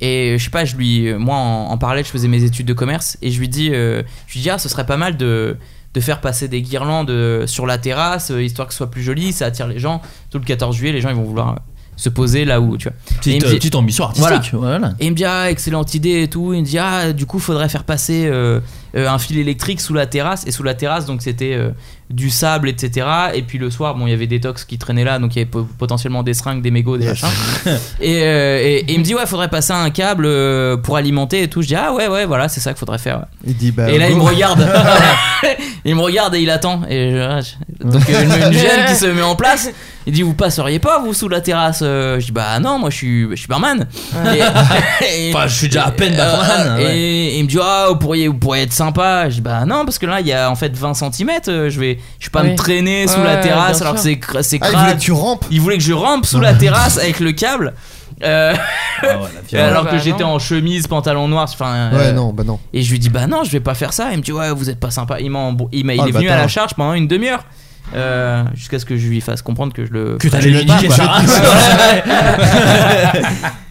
Speaker 8: Et je sais pas, je lui, euh, moi en, en parallèle, je faisais mes études de commerce, et je lui dis, euh, je lui dis, ah, ce serait pas mal de de faire passer des guirlandes euh, sur la terrasse, euh, histoire que ce soit plus joli, ça attire les gens. Tout le 14 juillet, les gens ils vont vouloir euh, se poser là où, tu vois. Et
Speaker 11: Petite,
Speaker 8: il me dit-
Speaker 11: euh, petite ambition artistique. Voilà.
Speaker 8: Et il me dit ah excellente idée et tout. Il me dit ah du coup faudrait faire passer euh, euh, un fil électrique sous la terrasse et sous la terrasse donc c'était euh, du sable etc. Et puis le soir bon il y avait des tox qui traînaient là donc il y avait po- potentiellement des seringues, des mégots, des machins. et, euh, et- et il me dit ouais faudrait passer un câble euh, pour alimenter et tout. Je dis ah ouais ouais voilà c'est ça qu'il faudrait faire.
Speaker 9: Il dit bah.
Speaker 8: Et là,
Speaker 9: go.
Speaker 8: il me regarde. il me regarde et il attend. Et je- je- donc, euh, une, une gêne qui se met en place. Il dit Vous passeriez pas, vous, sous la terrasse Euh, Je dis Bah non, moi, je suis, je suis barman. Et- et-
Speaker 11: Enfin, je suis déjà à peine barman,
Speaker 8: Et,
Speaker 11: ouais.
Speaker 8: et il me dit Ah, vous, pourriez, vous pourriez être sympa. Je dis Bah non, parce que là, il y a en fait 20 cm. Je vais, je vais pas
Speaker 10: Oui.
Speaker 8: me traîner sous
Speaker 10: Ouais,
Speaker 8: la
Speaker 10: ouais,
Speaker 8: terrasse
Speaker 10: bien
Speaker 8: alors que c'est cr- c'est
Speaker 9: Ah, il voulait que
Speaker 8: crade.
Speaker 9: tu rampes.
Speaker 8: Il voulait que je rampe sous la terrasse avec le câble. Euh,
Speaker 11: Ah
Speaker 8: alors
Speaker 10: bah,
Speaker 8: que j'étais
Speaker 10: non.
Speaker 8: en chemise, pantalon noir, enfin.
Speaker 9: Ouais,
Speaker 8: euh,
Speaker 9: non, bah non.
Speaker 8: et je lui dis bah non, je vais pas faire ça. Il me dit ouais, vous êtes pas sympa. Il, m'a embr- il, m'a- il
Speaker 9: Oh,
Speaker 8: est
Speaker 9: le
Speaker 8: venu à
Speaker 9: bâtard.
Speaker 8: la charge pendant une demi-heure. euh, jusqu'à ce que je lui fasse comprendre que je le
Speaker 11: Que t'allais
Speaker 8: je
Speaker 11: lui
Speaker 8: pas,
Speaker 11: niquer
Speaker 8: quoi.
Speaker 11: sa race.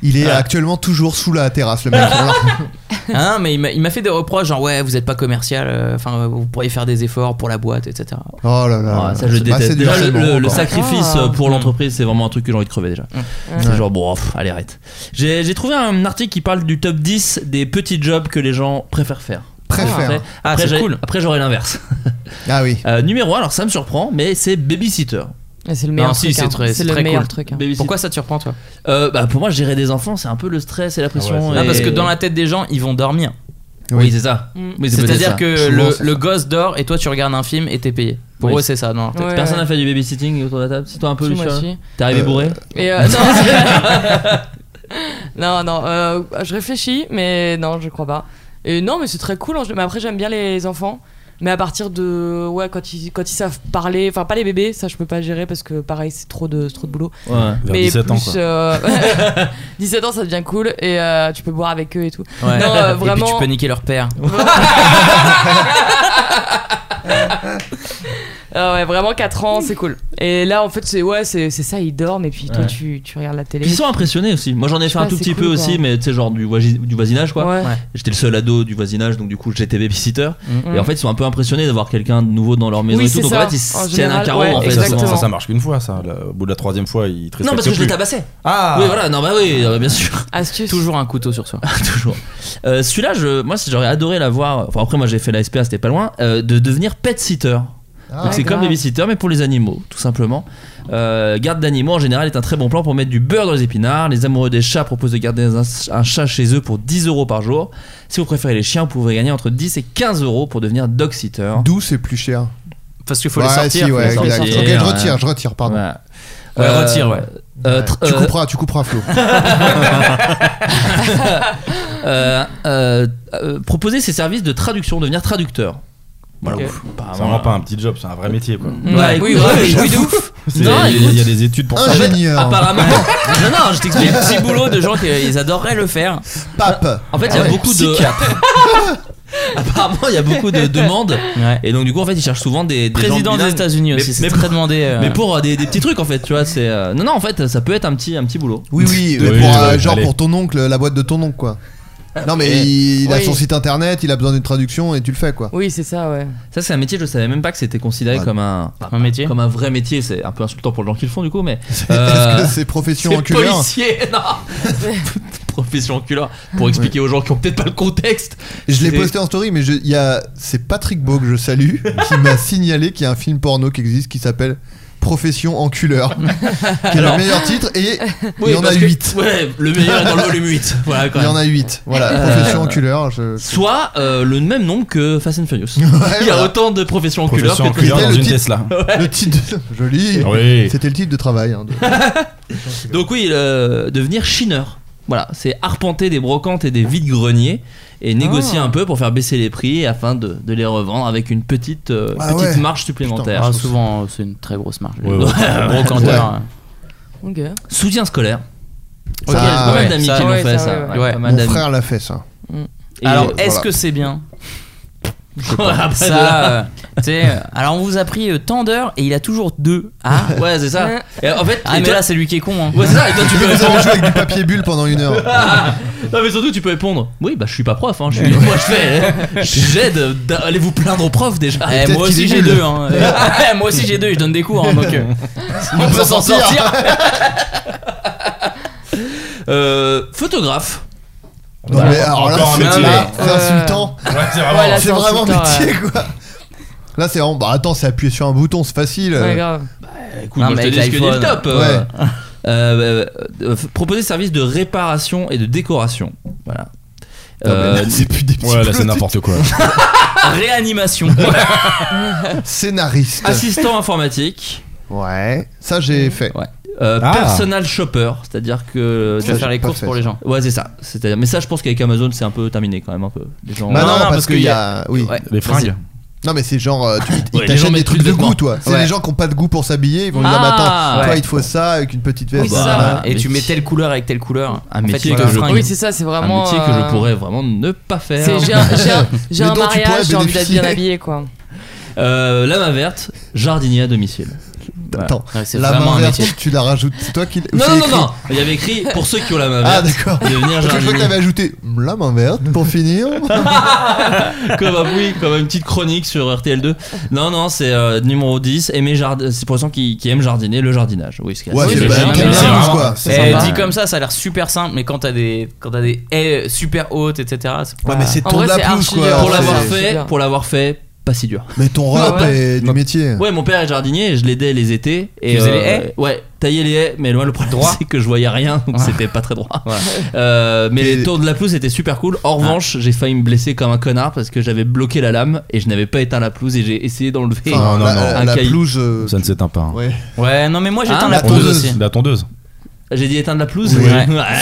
Speaker 9: Il est actuellement toujours sous la terrasse, le mec. Voilà.
Speaker 8: Ah non, mais il m'a- il m'a fait des reproches genre ouais vous êtes pas commercial euh, enfin euh, vous pourriez faire des efforts pour la boîte etc
Speaker 9: Oh là là.
Speaker 11: Ah, ça, je le
Speaker 9: Bah, c'est
Speaker 11: déteste.
Speaker 9: du
Speaker 11: Déjà, le,
Speaker 9: harcèlement,
Speaker 11: le- le
Speaker 9: encore.
Speaker 11: sacrifice
Speaker 10: Ah.
Speaker 11: euh, pour l'entreprise, c'est vraiment un truc que j'ai envie de crever déjà. C'est
Speaker 9: Ouais.
Speaker 11: genre, bon, pff, allez, arrête. J'ai j'ai trouvé un article qui parle du top 10 des petits jobs que les gens préfèrent faire.
Speaker 9: Préfère.
Speaker 11: Après,
Speaker 8: Ah,
Speaker 11: après,
Speaker 8: c'est
Speaker 11: j'aurais-
Speaker 8: cool.
Speaker 11: Après, j'aurais l'inverse.
Speaker 9: Ah oui.
Speaker 11: Euh, numéro 1, alors ça me surprend, mais c'est babysitter.
Speaker 10: Et C'est le
Speaker 8: Non,
Speaker 10: meilleur
Speaker 8: si,
Speaker 10: truc.
Speaker 8: c'est
Speaker 10: hein.
Speaker 8: très- c'est
Speaker 10: le
Speaker 8: très
Speaker 10: meilleur
Speaker 8: cool.
Speaker 10: truc. hein.
Speaker 8: pourquoi ça te surprend toi
Speaker 11: Euh, bah, Pour moi, gérer des enfants, c'est un peu le stress et la
Speaker 15: euh,
Speaker 11: pression.
Speaker 8: Ah,
Speaker 11: et-
Speaker 8: parce que dans la tête des gens ils vont dormir
Speaker 11: Oui, c'est ça.
Speaker 10: Mm.
Speaker 11: Oui,
Speaker 8: c'est à
Speaker 11: peut-être ça.
Speaker 8: dire que
Speaker 9: Souvent,
Speaker 8: le,
Speaker 9: c'est
Speaker 8: le
Speaker 9: ça.
Speaker 8: gosse dort et toi tu regardes un film et t'es payé pour
Speaker 11: Oui.
Speaker 8: eux c'est ça non
Speaker 10: Ouais,
Speaker 11: Personne
Speaker 10: ouais.
Speaker 11: n'a fait du babysitting autour de la table C'est toi un peu,
Speaker 10: Si, moi,
Speaker 11: Lucien
Speaker 10: si.
Speaker 11: T'es arrivé
Speaker 9: Euh,
Speaker 11: bourré
Speaker 10: Et euh, non, non, non euh, je réfléchis, mais non, je crois pas. Et non, mais c'est très cool. en général. Mais après, j'aime bien les enfants. Mais à partir de ouais, quand ils quand ils savent parler, enfin pas les bébés, ça je peux pas gérer parce que pareil, c'est trop de c'est trop de boulot.
Speaker 11: Ouais.
Speaker 15: Vers
Speaker 10: mais
Speaker 15: 17
Speaker 10: plus
Speaker 15: ans, quoi.
Speaker 10: euh, 17 ans, ça devient cool et euh, tu peux boire avec eux et tout.
Speaker 8: Ouais.
Speaker 10: Non, euh,
Speaker 8: Et puis
Speaker 10: vraiment.
Speaker 8: tu peux niquer leur père
Speaker 10: Ah ouais, vraiment 4 ans, c'est cool. Et là, en fait, c'est ouais, c'est c'est ça, ils dorment et puis toi
Speaker 11: Ouais.
Speaker 10: tu tu regardes la télé.
Speaker 11: Puis ils sont impressionnés aussi. Moi j'en ai
Speaker 10: Je sais
Speaker 11: fait un
Speaker 10: pas,
Speaker 11: tout
Speaker 10: c'est
Speaker 11: petit
Speaker 10: cool,
Speaker 11: peu
Speaker 10: quoi.
Speaker 11: aussi, mais tu sais, genre du, voisi- du voisinage quoi.
Speaker 10: Ouais.
Speaker 11: J'étais le seul ado du voisinage, donc du coup j'étais babysitter.
Speaker 8: Mm.
Speaker 11: Et en fait, ils sont un peu impressionnés d'avoir quelqu'un de nouveau dans leur maison
Speaker 10: Oui,
Speaker 11: et tout.
Speaker 10: c'est
Speaker 11: Donc
Speaker 10: ça.
Speaker 11: en fait, ils
Speaker 10: En
Speaker 11: se tiennent
Speaker 10: général,
Speaker 11: un carreau
Speaker 10: ouais,
Speaker 11: en fait.
Speaker 10: euh, exactement.
Speaker 15: ça, ça marche qu'une fois, ça. Là, au bout de la troisième fois, il te
Speaker 11: Non,
Speaker 15: respecte
Speaker 11: parce que je
Speaker 15: plus.
Speaker 11: les tabassais.
Speaker 15: Ah
Speaker 11: Oui, voilà, non, bah oui, euh, bien sûr.
Speaker 10: Astuce.
Speaker 8: toujours un couteau sur soi
Speaker 11: Toujours. Euh, Celui-là, je, moi, j'aurais adoré l'avoir. Enfin, après, moi, j'ai fait la SPA, c'était pas loin. euh, de devenir pet sitter.
Speaker 9: Ah.
Speaker 11: Donc, c'est comme
Speaker 10: grave.
Speaker 11: babysitter, mais pour les animaux, tout simplement. Euh, garde d'animaux, en général, est un très bon plan pour mettre du beurre dans les épinards. Les amoureux des chats proposent de garder un, un chat chez eux pour 10 euros par jour. Si vous préférez les chiens, vous pouvez gagner entre 10 et 15 euros pour devenir dog sitter.
Speaker 9: D'où c'est plus cher.
Speaker 8: parce qu'il faut
Speaker 9: ouais,
Speaker 8: les sortir
Speaker 9: si,
Speaker 8: faut
Speaker 9: ouais,
Speaker 8: les sortir.
Speaker 9: exact.
Speaker 11: sortir.
Speaker 9: Ok, je retire,
Speaker 11: Ouais.
Speaker 9: je retire, pardon.
Speaker 11: Voilà.
Speaker 8: Ouais, retire, ouais.
Speaker 11: Euh,
Speaker 9: Ouais.
Speaker 11: tr-
Speaker 9: tu
Speaker 11: euh,
Speaker 9: couperas, tu couperas Flo.
Speaker 11: euh, euh, euh, proposer ses services de traduction, devenir traducteur.
Speaker 15: Bah,
Speaker 11: Voilà.
Speaker 8: Ok.
Speaker 11: Ouf, apparemment.
Speaker 15: C'est vraiment pas un petit job, c'est un vrai métier quoi.
Speaker 10: Mm.
Speaker 11: Ouais,
Speaker 8: oui,
Speaker 11: écoute,
Speaker 8: ouais,
Speaker 11: oui,
Speaker 8: oui,
Speaker 11: de
Speaker 8: oui.
Speaker 11: ouf.
Speaker 15: C'est-
Speaker 11: Mm. Non,
Speaker 15: il y a- il y, a des études pour ça.
Speaker 9: Ingénieur,
Speaker 11: Apparemment.
Speaker 8: non non je t'explique des petits boulots de gens qui ils adoreraient le faire Ah
Speaker 9: pape.
Speaker 11: En fait, il y a
Speaker 9: Ouais.
Speaker 11: beaucoup de. Apparemment, il y a beaucoup de demandes.
Speaker 8: ouais
Speaker 11: Et donc, du coup, en fait, ils cherchent souvent des. des gens
Speaker 8: président des
Speaker 11: bilingues.
Speaker 8: États-Unis aussi,
Speaker 11: Mais-
Speaker 8: c'est
Speaker 11: mais
Speaker 8: très demandé. euh.
Speaker 11: Mais pour euh, des, des petits trucs, en fait, tu vois, c'est. euh, Non, non, en fait, ça peut être un petit, un petit boulot.
Speaker 9: Oui, oui,
Speaker 15: Oui,
Speaker 9: mais pour,
Speaker 15: oui,
Speaker 9: euh,
Speaker 15: oui,
Speaker 9: genre
Speaker 15: allez.
Speaker 9: pour ton oncle, la boîte de ton oncle, quoi. Non, mais
Speaker 8: Eh,
Speaker 9: il, il a
Speaker 10: Oui.
Speaker 9: son site internet, il a besoin d'une traduction et tu le fais, quoi.
Speaker 10: Oui, c'est ça, ouais.
Speaker 11: Ça, c'est un métier, je savais même pas que c'était considéré
Speaker 9: Ouais.
Speaker 11: comme un.
Speaker 8: un métier.
Speaker 11: Comme un vrai métier, c'est un peu insultant pour les gens qui le font, du coup, mais.
Speaker 9: Est-ce
Speaker 11: euh,
Speaker 9: que c'est profession
Speaker 11: c'est
Speaker 9: enculeur
Speaker 11: policier, non
Speaker 8: profession enculeur pour expliquer aux gens qui ont peut-être pas le contexte.
Speaker 9: Je l'ai
Speaker 8: C'est-
Speaker 9: posté en story, mais je- il y a, c'est Patrick Beau que je salue qui m'a signalé qu'il y a un film porno qui existe qui s'appelle Profession enculeur, qui est le
Speaker 8: Alors-
Speaker 9: meilleur titre et
Speaker 8: Oui,
Speaker 9: il y en a
Speaker 8: parce que-
Speaker 9: 8.
Speaker 8: Ouais, le meilleur est dans le volume 8. Voilà, quand
Speaker 9: Il y en
Speaker 8: même.
Speaker 9: a 8. Voilà,
Speaker 8: Euh,
Speaker 9: Profession enculeur. Je...
Speaker 8: Soit euh, le même nombre que Fast and Furious.
Speaker 9: Ouais,
Speaker 8: Il y a
Speaker 9: voilà.
Speaker 8: autant de professions enculeurs
Speaker 11: Profession
Speaker 8: que de
Speaker 11: enculeur
Speaker 9: C'était
Speaker 11: dans
Speaker 9: le
Speaker 11: une
Speaker 9: titre.
Speaker 11: Tesla.
Speaker 9: Le titre de- joli.
Speaker 11: Oui.
Speaker 9: C'était le titre de travail. hein, de-
Speaker 8: Donc oui, euh, devenir chineur. Voilà, c'est arpenter des brocantes et des vides greniers et négocier
Speaker 10: Ah.
Speaker 8: un peu pour faire baisser les prix afin de, de les revendre avec une petite, euh,
Speaker 9: Ah
Speaker 8: petite
Speaker 9: ouais.
Speaker 8: marge supplémentaire.
Speaker 12: Ah, souvent, euh, c'est une très grosse marge.
Speaker 11: Ouais, ouais.
Speaker 12: Brocanteur, hein.
Speaker 10: Ok.
Speaker 8: Soutien scolaire.
Speaker 9: Ça,
Speaker 8: Ok, pas mal
Speaker 12: Ah ouais,
Speaker 8: d'amis
Speaker 12: ça,
Speaker 8: qui l'ont
Speaker 10: ouais,
Speaker 8: fait
Speaker 10: ça,
Speaker 8: ça.
Speaker 10: ouais,
Speaker 12: ouais.
Speaker 8: pas mal
Speaker 9: Mon
Speaker 8: d'amis.
Speaker 9: frère l'a fait ça.
Speaker 8: Et-
Speaker 12: Alors, est-ce
Speaker 9: voilà.
Speaker 12: que c'est bien
Speaker 8: Voilà, après, de là-
Speaker 12: Ça, euh, tu sais, euh, alors on vous a pris euh, tant d'heures et il a toujours deux. Ah,
Speaker 8: Ouais, c'est ça. Et en fait,
Speaker 12: ah
Speaker 8: et
Speaker 12: mais
Speaker 8: toi-
Speaker 12: là, c'est lui qui est con. hein.
Speaker 8: Ouais, c'est ça. Et toi, tu peux
Speaker 9: Ils
Speaker 8: répondre.
Speaker 9: ont joué avec du papier bulle pendant une heure.
Speaker 8: non, mais surtout, tu peux répondre. Oui, bah, je suis pas prof. Hein, je suis... moi, je fais. J'aide. d'a- Allez vous plaindre aux profs déjà.
Speaker 12: Eh,
Speaker 9: peut-être
Speaker 12: moi
Speaker 9: qu'il est
Speaker 12: aussi j'ai
Speaker 9: nul.
Speaker 12: deux. hein. Eh, moi aussi j'ai deux. Je donne des cours, hein, donc euh, on peut s'en sortir.
Speaker 8: Euh, photographe.
Speaker 9: Non, mais alors là,
Speaker 11: Encore un
Speaker 9: c'est-
Speaker 11: métier.
Speaker 9: là, c'est
Speaker 10: Euh,
Speaker 9: insultant.
Speaker 11: Ouais, c'est vraiment.
Speaker 10: Ouais, là,
Speaker 9: C'est vraiment
Speaker 10: insultant, ouais.
Speaker 9: métier, quoi. Là, c'est vraiment. Bah attends, c'est appuyer sur un bouton, c'est facile.
Speaker 11: Euh,
Speaker 10: Ouais, grave.
Speaker 8: Eh, Écoute,
Speaker 12: Non,
Speaker 8: moi, je
Speaker 12: Ah, mais
Speaker 8: te dis
Speaker 12: avec
Speaker 8: ce que dit le
Speaker 12: l'iPhone.
Speaker 8: top. euh, euh, euh, f- proposer service de réparation et de décoration. Voilà. Euh,
Speaker 11: Euh, c'est plus des petits Ouais, là, c'est n'importe quoi.
Speaker 12: Réanimation.
Speaker 9: Scénariste.
Speaker 10: Ah,
Speaker 8: assistant informatique.
Speaker 9: Ouais. Ça, j'ai
Speaker 10: Mm.
Speaker 9: fait.
Speaker 8: Euh,
Speaker 11: Ah.
Speaker 8: Personal shopper. C'est-à-dire que.
Speaker 12: Je vais faire les
Speaker 9: pas
Speaker 12: courses
Speaker 9: fait,
Speaker 12: pour les gens.
Speaker 8: Ouais, c'est ça. C'est-à-dire, mais ça, je pense qu'avec Amazon, c'est un peu terminé quand même un peu. Les gens-
Speaker 9: Bah
Speaker 12: Non,
Speaker 9: non,
Speaker 12: non,
Speaker 9: parce
Speaker 12: parce
Speaker 9: qu'il
Speaker 12: que
Speaker 9: y
Speaker 12: y
Speaker 9: a. Oui.
Speaker 12: Ouais.
Speaker 11: Les fringues.
Speaker 9: Non, mais c'est genre. euh, Tu,
Speaker 8: les
Speaker 9: ils
Speaker 8: gens
Speaker 9: t'achètent des
Speaker 8: mettent
Speaker 9: trucs
Speaker 8: plus de
Speaker 9: de goût,
Speaker 8: vêtements.
Speaker 9: toi. C'est
Speaker 12: Ouais.
Speaker 9: les gens qui n'ont pas de goût pour s'habiller. Ils vont dire,
Speaker 10: Ah,
Speaker 9: bah attends, toi,
Speaker 12: ouais.
Speaker 9: il te faut ça avec une petite veste.
Speaker 10: Oui, c'est
Speaker 9: bah,
Speaker 10: ça.
Speaker 9: voilà.
Speaker 12: Et tu
Speaker 8: métier.
Speaker 12: mets telle couleur avec telle couleur.
Speaker 8: Un
Speaker 12: En fait, il
Speaker 8: métier
Speaker 12: y a
Speaker 8: que
Speaker 12: la
Speaker 8: je
Speaker 12: fringue.
Speaker 10: Oui, c'est ça, c'est
Speaker 8: un
Speaker 10: vraiment.
Speaker 8: métier que
Speaker 10: euh,
Speaker 8: je pourrais vraiment ne pas faire.
Speaker 10: C'est j'ai un, j'ai un- j'ai
Speaker 9: Mais
Speaker 10: un
Speaker 9: dont tu pourrais
Speaker 10: mariage, j'ai envie d'être
Speaker 9: bénéficier.
Speaker 10: bien habillé quoi.
Speaker 8: Euh, lame à verte, jardinier à domicile.
Speaker 9: Attends,
Speaker 12: Ouais, c'est
Speaker 9: la
Speaker 12: vraiment
Speaker 9: main
Speaker 12: un
Speaker 9: verte,
Speaker 12: métier.
Speaker 9: tu la rajoutes. C'est toi qui. l- ou
Speaker 8: Non,
Speaker 9: c'est
Speaker 8: non, non,
Speaker 9: écrit
Speaker 8: non. Il y avait écrit pour ceux qui ont la main
Speaker 9: Ah,
Speaker 8: verte.
Speaker 9: d'accord.
Speaker 8: Devenir
Speaker 9: Je crois que
Speaker 8: jardinier.
Speaker 9: t'avais ajouté la main verte pour finir.
Speaker 8: comme, un- oui, comme une petite chronique sur RTL2. Non, non, c'est euh, numéro 10. Aimer jard- C'est pour les gens qui, qui aiment jardiner le jardinage. Oui, ce qui est
Speaker 9: Ouais,
Speaker 8: assez
Speaker 12: Oui,
Speaker 9: c'est
Speaker 12: mais
Speaker 8: logique.
Speaker 9: bah,
Speaker 12: j'ai- mais
Speaker 9: Camille
Speaker 12: c'est
Speaker 9: Lambert,
Speaker 12: vraiment-
Speaker 9: quoi. C'est
Speaker 12: Eh,
Speaker 9: sympa.
Speaker 12: dit comme ça, ça a l'air super simple, mais quand t'as des quand t'as des haies super hautes, etc. c'est pas-
Speaker 9: Ouais, mais c'est
Speaker 10: En
Speaker 9: ton
Speaker 10: vrai,
Speaker 9: la
Speaker 10: c'est
Speaker 9: pelouse,
Speaker 10: archi
Speaker 9: quoi.
Speaker 10: dur.
Speaker 8: Pour
Speaker 9: C'est-
Speaker 8: l'avoir
Speaker 10: c'est- c'est
Speaker 8: fait,
Speaker 10: bien.
Speaker 8: pour l'avoir fait, pas si dur.
Speaker 9: Mais ton rap
Speaker 10: Ouais,
Speaker 9: est du métier.
Speaker 8: Ouais, mon père est jardinier et je l'aidais les étés. Et euh,
Speaker 12: Tu faisais les haies
Speaker 8: Ouais, tailler les haies, mais loin le problème
Speaker 12: Droit
Speaker 8: c'est que je voyais rien, donc c'était pas très droit.
Speaker 12: Ouais.
Speaker 8: Euh, mais
Speaker 9: Et-
Speaker 8: les tours de la pelouse étaient super cool. En revanche, j'ai failli me blesser comme un connard parce que j'avais bloqué la lame et je n'avais pas éteint la pelouse et j'ai essayé d'enlever.
Speaker 9: Enfin,
Speaker 11: Non, non,
Speaker 9: la-
Speaker 11: non.
Speaker 9: la-
Speaker 8: Un
Speaker 9: La
Speaker 8: caillou.
Speaker 9: pelouse. euh,
Speaker 11: Ça ne s'éteint pas. hein.
Speaker 9: Ouais.
Speaker 12: Ouais, non, mais moi j'éteins
Speaker 8: Ah,
Speaker 12: la
Speaker 9: la
Speaker 12: pelouse
Speaker 9: tondeuse.
Speaker 12: aussi.
Speaker 11: La tondeuse.
Speaker 8: J'ai dit éteindre la pelouse
Speaker 9: Oui.
Speaker 12: Ouais.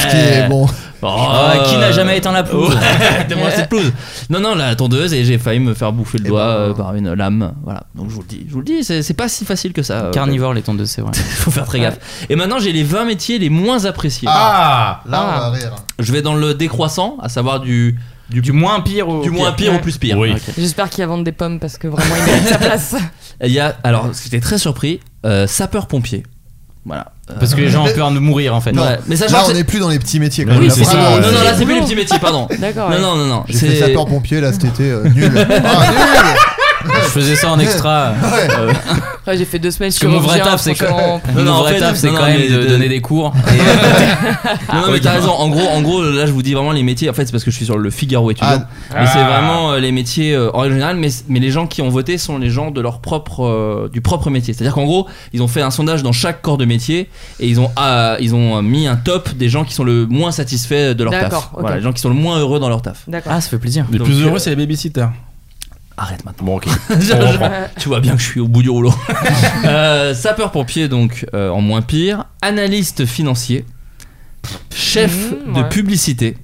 Speaker 9: Ce qui est bon.
Speaker 8: Oh,
Speaker 12: Ah, qui n'a jamais éteint la pelouse
Speaker 8: Ouais, donne-moi cette pelouse. Non, non, la tondeuse et j'ai failli me faire bouffer le
Speaker 9: Eh
Speaker 8: doigt
Speaker 9: ben.
Speaker 8: euh, par une lame. Voilà, donc je vous le dis, je vous le dis, c'est c'est pas si facile que ça. euh,
Speaker 12: Carnivore les tondeuses, c'est vrai.
Speaker 8: Faut faire très gaffe. Et maintenant, j'ai les 20 métiers les moins appréciés.
Speaker 11: Ah
Speaker 9: Là, on va rire.
Speaker 8: Je vais dans le décroissant, à savoir du,
Speaker 12: Du, moins pire au
Speaker 8: du moins pire au plus pire.
Speaker 11: Oui.
Speaker 10: J'espère qu'il va vendre des pommes parce que vraiment il mérite sa place.
Speaker 8: Et Il y a, alors, j'étais très surpris, euh, sapeur-pompier. Voilà. Euh,
Speaker 12: Parce que les gens ont peur de mourir en fait.
Speaker 9: Non.
Speaker 8: ouais, mais ça, je
Speaker 9: Là,
Speaker 8: pense
Speaker 9: on
Speaker 8: que-
Speaker 9: n'est plus dans les petits métiers.
Speaker 11: Oui,
Speaker 9: quand même. Là,
Speaker 11: c'est ça,
Speaker 9: vraiment,
Speaker 11: ouais.
Speaker 8: Non, non, là,
Speaker 9: euh,
Speaker 8: c'est plus les petits métiers, pardon.
Speaker 12: Ah
Speaker 10: D'accord.
Speaker 8: Non,
Speaker 10: ouais.
Speaker 8: non, non, non.
Speaker 9: J'ai fait
Speaker 8: c'est-
Speaker 9: sapeur-pompier là cet été, euh, nul. Ah,
Speaker 12: Je faisais ça en extra.
Speaker 9: nul Ouais.
Speaker 8: Euh,
Speaker 10: Après j'ai fait deux semaines
Speaker 12: Parce que mon vrai taf, c'est que-
Speaker 10: quand.
Speaker 12: Mon
Speaker 8: non, en
Speaker 12: vrai
Speaker 8: fait,
Speaker 12: taf, c'est
Speaker 8: non,
Speaker 12: quand
Speaker 8: non,
Speaker 12: même
Speaker 8: mais
Speaker 12: de
Speaker 8: de-
Speaker 12: donner des cours.
Speaker 8: euh, Non, non, mais t'as raison. En gros, en gros, là, je vous dis vraiment les métiers. En fait, c'est parce que je suis sur le Figaro étudiant.
Speaker 9: Ah.
Speaker 8: Mais c'est vraiment euh, les métiers euh, en règle générale. Mais, mais les gens qui ont voté sont les gens de leur propre, euh, du propre métier. C'est-à-dire qu'en gros, ils ont fait un sondage dans chaque corps de métier et ils ont, ah, ils ont euh, mis un top des gens qui sont le moins satisfaits de leur taf.
Speaker 10: D'accord, ok.
Speaker 8: Voilà, les gens qui sont le moins heureux dans leur taf.
Speaker 10: D'accord.
Speaker 12: Ah, ça fait plaisir.
Speaker 11: Les
Speaker 8: Donc,
Speaker 11: plus
Speaker 8: euh,
Speaker 11: heureux, c'est les babysitters.
Speaker 8: Arrête maintenant.
Speaker 11: Bon, ok.
Speaker 8: Je-
Speaker 11: On
Speaker 8: je-
Speaker 11: reprend.
Speaker 8: tu vois bien que je suis au bout du rouleau. euh, sapeur-pompier, donc euh, en moins pire. Analyste financier. Chef
Speaker 10: Mhm,
Speaker 8: de
Speaker 10: ouais.
Speaker 8: publicité.